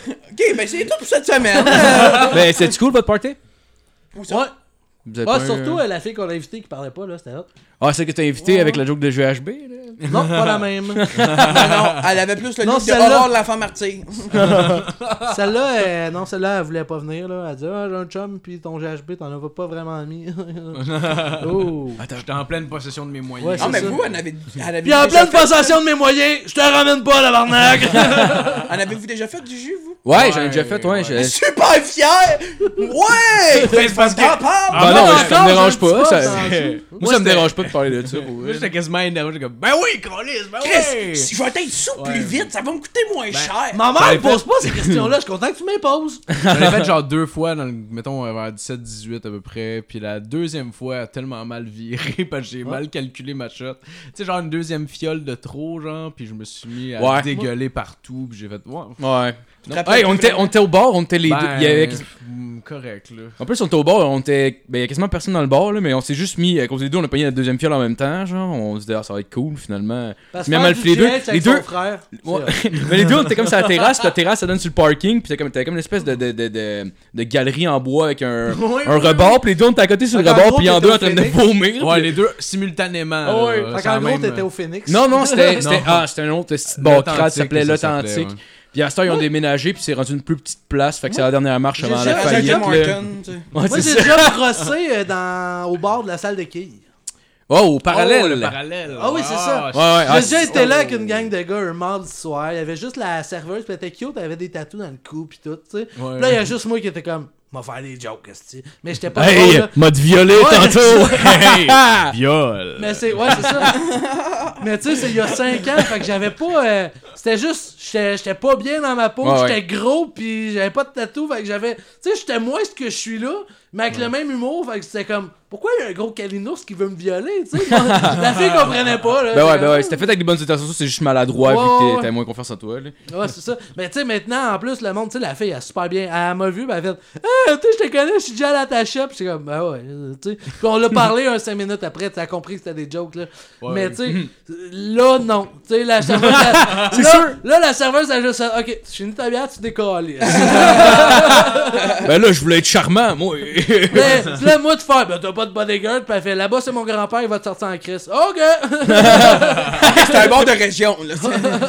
[SPEAKER 2] Ok, ben c'est tout pour cette semaine.
[SPEAKER 4] Ben, c'est cool votre party?
[SPEAKER 2] Où ça?
[SPEAKER 3] Ouais,
[SPEAKER 4] Vous êtes
[SPEAKER 3] ah,
[SPEAKER 4] pas un- euh,
[SPEAKER 3] surtout euh, la fille qu'on a invitée qui parlait pas, là, c'était hot.
[SPEAKER 4] Ah, celle que t'as invité
[SPEAKER 3] Ouais,
[SPEAKER 4] avec
[SPEAKER 3] ouais.
[SPEAKER 4] la joke de GHB, là?
[SPEAKER 3] Non, pas la même.
[SPEAKER 2] non, non, elle avait plus le
[SPEAKER 3] Non,
[SPEAKER 2] look de
[SPEAKER 3] celle-là-
[SPEAKER 2] horreur de l'enfant martyr.
[SPEAKER 3] celle-là, euh, non, celle-là, elle voulait pas venir. Là. Elle dit Ah, j'ai un chum, puis ton GHB, t'en as pas vraiment mis. oh.
[SPEAKER 6] J'étais en pleine possession de mes moyens.
[SPEAKER 3] Ouais,
[SPEAKER 2] Non,
[SPEAKER 3] c'est
[SPEAKER 2] mais
[SPEAKER 3] ça.
[SPEAKER 2] vous, elle avait, elle avait
[SPEAKER 3] Puis en
[SPEAKER 2] déjà
[SPEAKER 3] pleine possession de mes moyens, je te ramène pas, la barnaque.
[SPEAKER 2] fait- en avez-vous déjà fait du jus, vous?
[SPEAKER 4] Ouais, j'en ai déjà fait, ouais. je-
[SPEAKER 2] Super fier! Ouais! Ben,
[SPEAKER 6] Mais c'est parce que-
[SPEAKER 2] T'en parles!
[SPEAKER 4] Ah
[SPEAKER 6] Ah,
[SPEAKER 4] non,
[SPEAKER 6] non,
[SPEAKER 4] ça me dérange
[SPEAKER 3] encore,
[SPEAKER 4] pas.
[SPEAKER 3] j'ai un
[SPEAKER 4] ça-
[SPEAKER 3] petit peu
[SPEAKER 4] Moi, ça me dérange pas de parler de ça. pour
[SPEAKER 6] Moi,
[SPEAKER 4] vrai.
[SPEAKER 6] j'étais quasiment énervé. J'étais comme, ben oui, Colis, ben
[SPEAKER 2] Chris,
[SPEAKER 6] oui!
[SPEAKER 2] si je vais être sous plus vite, ça va me coûter moins
[SPEAKER 4] Ben,
[SPEAKER 2] cher.
[SPEAKER 3] Ma mère
[SPEAKER 6] J'avais
[SPEAKER 3] me pose pas ces questions-là, je suis content que tu m'imposes.
[SPEAKER 6] J'en ai fait genre deux fois, dans le- mettons, euh, vers 17-18 à peu près. Puis la deuxième fois, elle a tellement mal viré parce que j'ai mal calculé ma shot. Tu sais, genre une deuxième fiole de trop, genre. Puis je me suis mis à
[SPEAKER 4] Ouais.
[SPEAKER 6] dégueuler partout. Puis j'ai fait, ouais.
[SPEAKER 4] Ouais.
[SPEAKER 6] Non.
[SPEAKER 4] Hey, on était, on était au bar, on était les deux. Il y avait-
[SPEAKER 6] mm, correct, là.
[SPEAKER 4] En plus, on était au bar, on était. Ben, il y a quasiment personne dans le bar, là, mais on s'est juste mis. À cause des deux, on a payé la deuxième fiole en même temps, genre. On se dit, ah, ça va être cool, finalement.
[SPEAKER 3] Parce
[SPEAKER 4] Mais mal
[SPEAKER 3] faire
[SPEAKER 4] fait les
[SPEAKER 3] du
[SPEAKER 4] deux,
[SPEAKER 3] jet avec
[SPEAKER 4] les
[SPEAKER 3] son
[SPEAKER 4] deux-
[SPEAKER 3] frère, c'est
[SPEAKER 4] Ouais.
[SPEAKER 3] vrai.
[SPEAKER 4] mais les deux, on était comme sur la terrasse, puis la terrasse, ça donne sur le parking, puis t'as comme, t'as comme une espèce de, de, de, de, de galerie en bois avec un, un rebord, puis les deux, on était à côté sur le
[SPEAKER 3] Fait qu'en
[SPEAKER 4] rebord,
[SPEAKER 3] gros,
[SPEAKER 4] puis en
[SPEAKER 3] t'étais
[SPEAKER 4] deux,
[SPEAKER 3] au
[SPEAKER 4] en train de
[SPEAKER 3] Phoenix.
[SPEAKER 4] vomir.
[SPEAKER 6] Ouais,
[SPEAKER 4] puis-
[SPEAKER 6] les deux simultanément.
[SPEAKER 4] Ah ouais.
[SPEAKER 6] là,
[SPEAKER 3] Fait
[SPEAKER 6] sans
[SPEAKER 3] qu'en gros,
[SPEAKER 6] même-
[SPEAKER 3] t'étais au Phoenix.
[SPEAKER 4] Non, non, c'était c'était-
[SPEAKER 6] Non.
[SPEAKER 4] ah, c'était un autre petit bar crade, ça s'appelait
[SPEAKER 6] que ça
[SPEAKER 4] l'Authentique.
[SPEAKER 6] s'appelait,
[SPEAKER 4] Puis à ce temps, ils ont déménagé, puis c'est rendu une plus petite place, fait que c'est la dernière marche avant
[SPEAKER 2] J'ai
[SPEAKER 4] la
[SPEAKER 2] déjà- j'ai
[SPEAKER 4] faillite.
[SPEAKER 2] déjà
[SPEAKER 4] là.
[SPEAKER 2] Morton, tu sais.
[SPEAKER 4] Ouais,
[SPEAKER 3] Moi,
[SPEAKER 4] c'est
[SPEAKER 3] j'ai
[SPEAKER 4] ça.
[SPEAKER 3] déjà brossé euh, dans... au bord de la salle de quilles.
[SPEAKER 4] Oh, au
[SPEAKER 6] Oh, le
[SPEAKER 4] parallèle.
[SPEAKER 6] parallèle.
[SPEAKER 3] Ah oui, c'est ça.
[SPEAKER 4] Ouais, ouais. ah,
[SPEAKER 3] J'ai déjà
[SPEAKER 4] c'est-
[SPEAKER 3] été là avec une gang de gars un mardi soir. Il y avait juste la serveuse, pis elle était cute, elle avait des tatous dans le cou, pis tout, tu sais. Pis Là, il y a juste moi qui était comme, m'a faire des jokes, esti. Mais j'étais pas drôle,
[SPEAKER 4] Hey,
[SPEAKER 3] là.
[SPEAKER 4] m'a violé
[SPEAKER 3] Ouais,
[SPEAKER 4] tantôt.
[SPEAKER 6] Hey, viol.
[SPEAKER 3] Mais c'est, ouais, c'est ça. Mais tu sais, c'est il y a 5 ans, fait que j'avais pas. euh, c'était juste, j'étais j'étais pas bien dans ma peau,
[SPEAKER 4] Ouais, ouais.
[SPEAKER 3] j'étais gros, pis j'avais pas de tatou, fait que j'avais. Tu sais, j'étais moins ce que je suis là, mais avec le même humour, fait que c'était comme, pourquoi il y a un gros calinours qui veut me violer, tu sais. la fille comprenait pas, là.
[SPEAKER 4] Ben ouais,
[SPEAKER 3] J'étais
[SPEAKER 4] ben
[SPEAKER 3] comme,
[SPEAKER 4] ouais, c'était fait avec des bonnes intentions, c'est juste maladroit
[SPEAKER 3] Ouais,
[SPEAKER 4] vu que
[SPEAKER 3] ouais,
[SPEAKER 4] t'as- t'as moins confiance en toi. Là.
[SPEAKER 3] Ouais, c'est ça. Mais tu sais, maintenant, en plus, le monde, tu sais, la fille, elle est super bien. Elle m'a vu, ben, elle fait Ah, tu sais, je te connais, je suis déjà allé à ta shop. Puis j'étais comme, ben ouais, euh, tu sais. Puis on l'a parlé un 5 minutes après, tu as compris que c'était des jokes, là. Mais tu sais, là, non. Tu sais, la serveuse. elle- là, là, la serveuse, elle a juste fait, Ok, tu finis ta bière, tu décolles.
[SPEAKER 4] ben là, je voulais être charmant, moi.
[SPEAKER 3] Mais là, moi, tu fais Ben, t'as pas de bodyguard. Puis elle fait Là-bas, c'est mon grand-père, il va te sortir en crise. Ok
[SPEAKER 2] C'est un bord de région, là.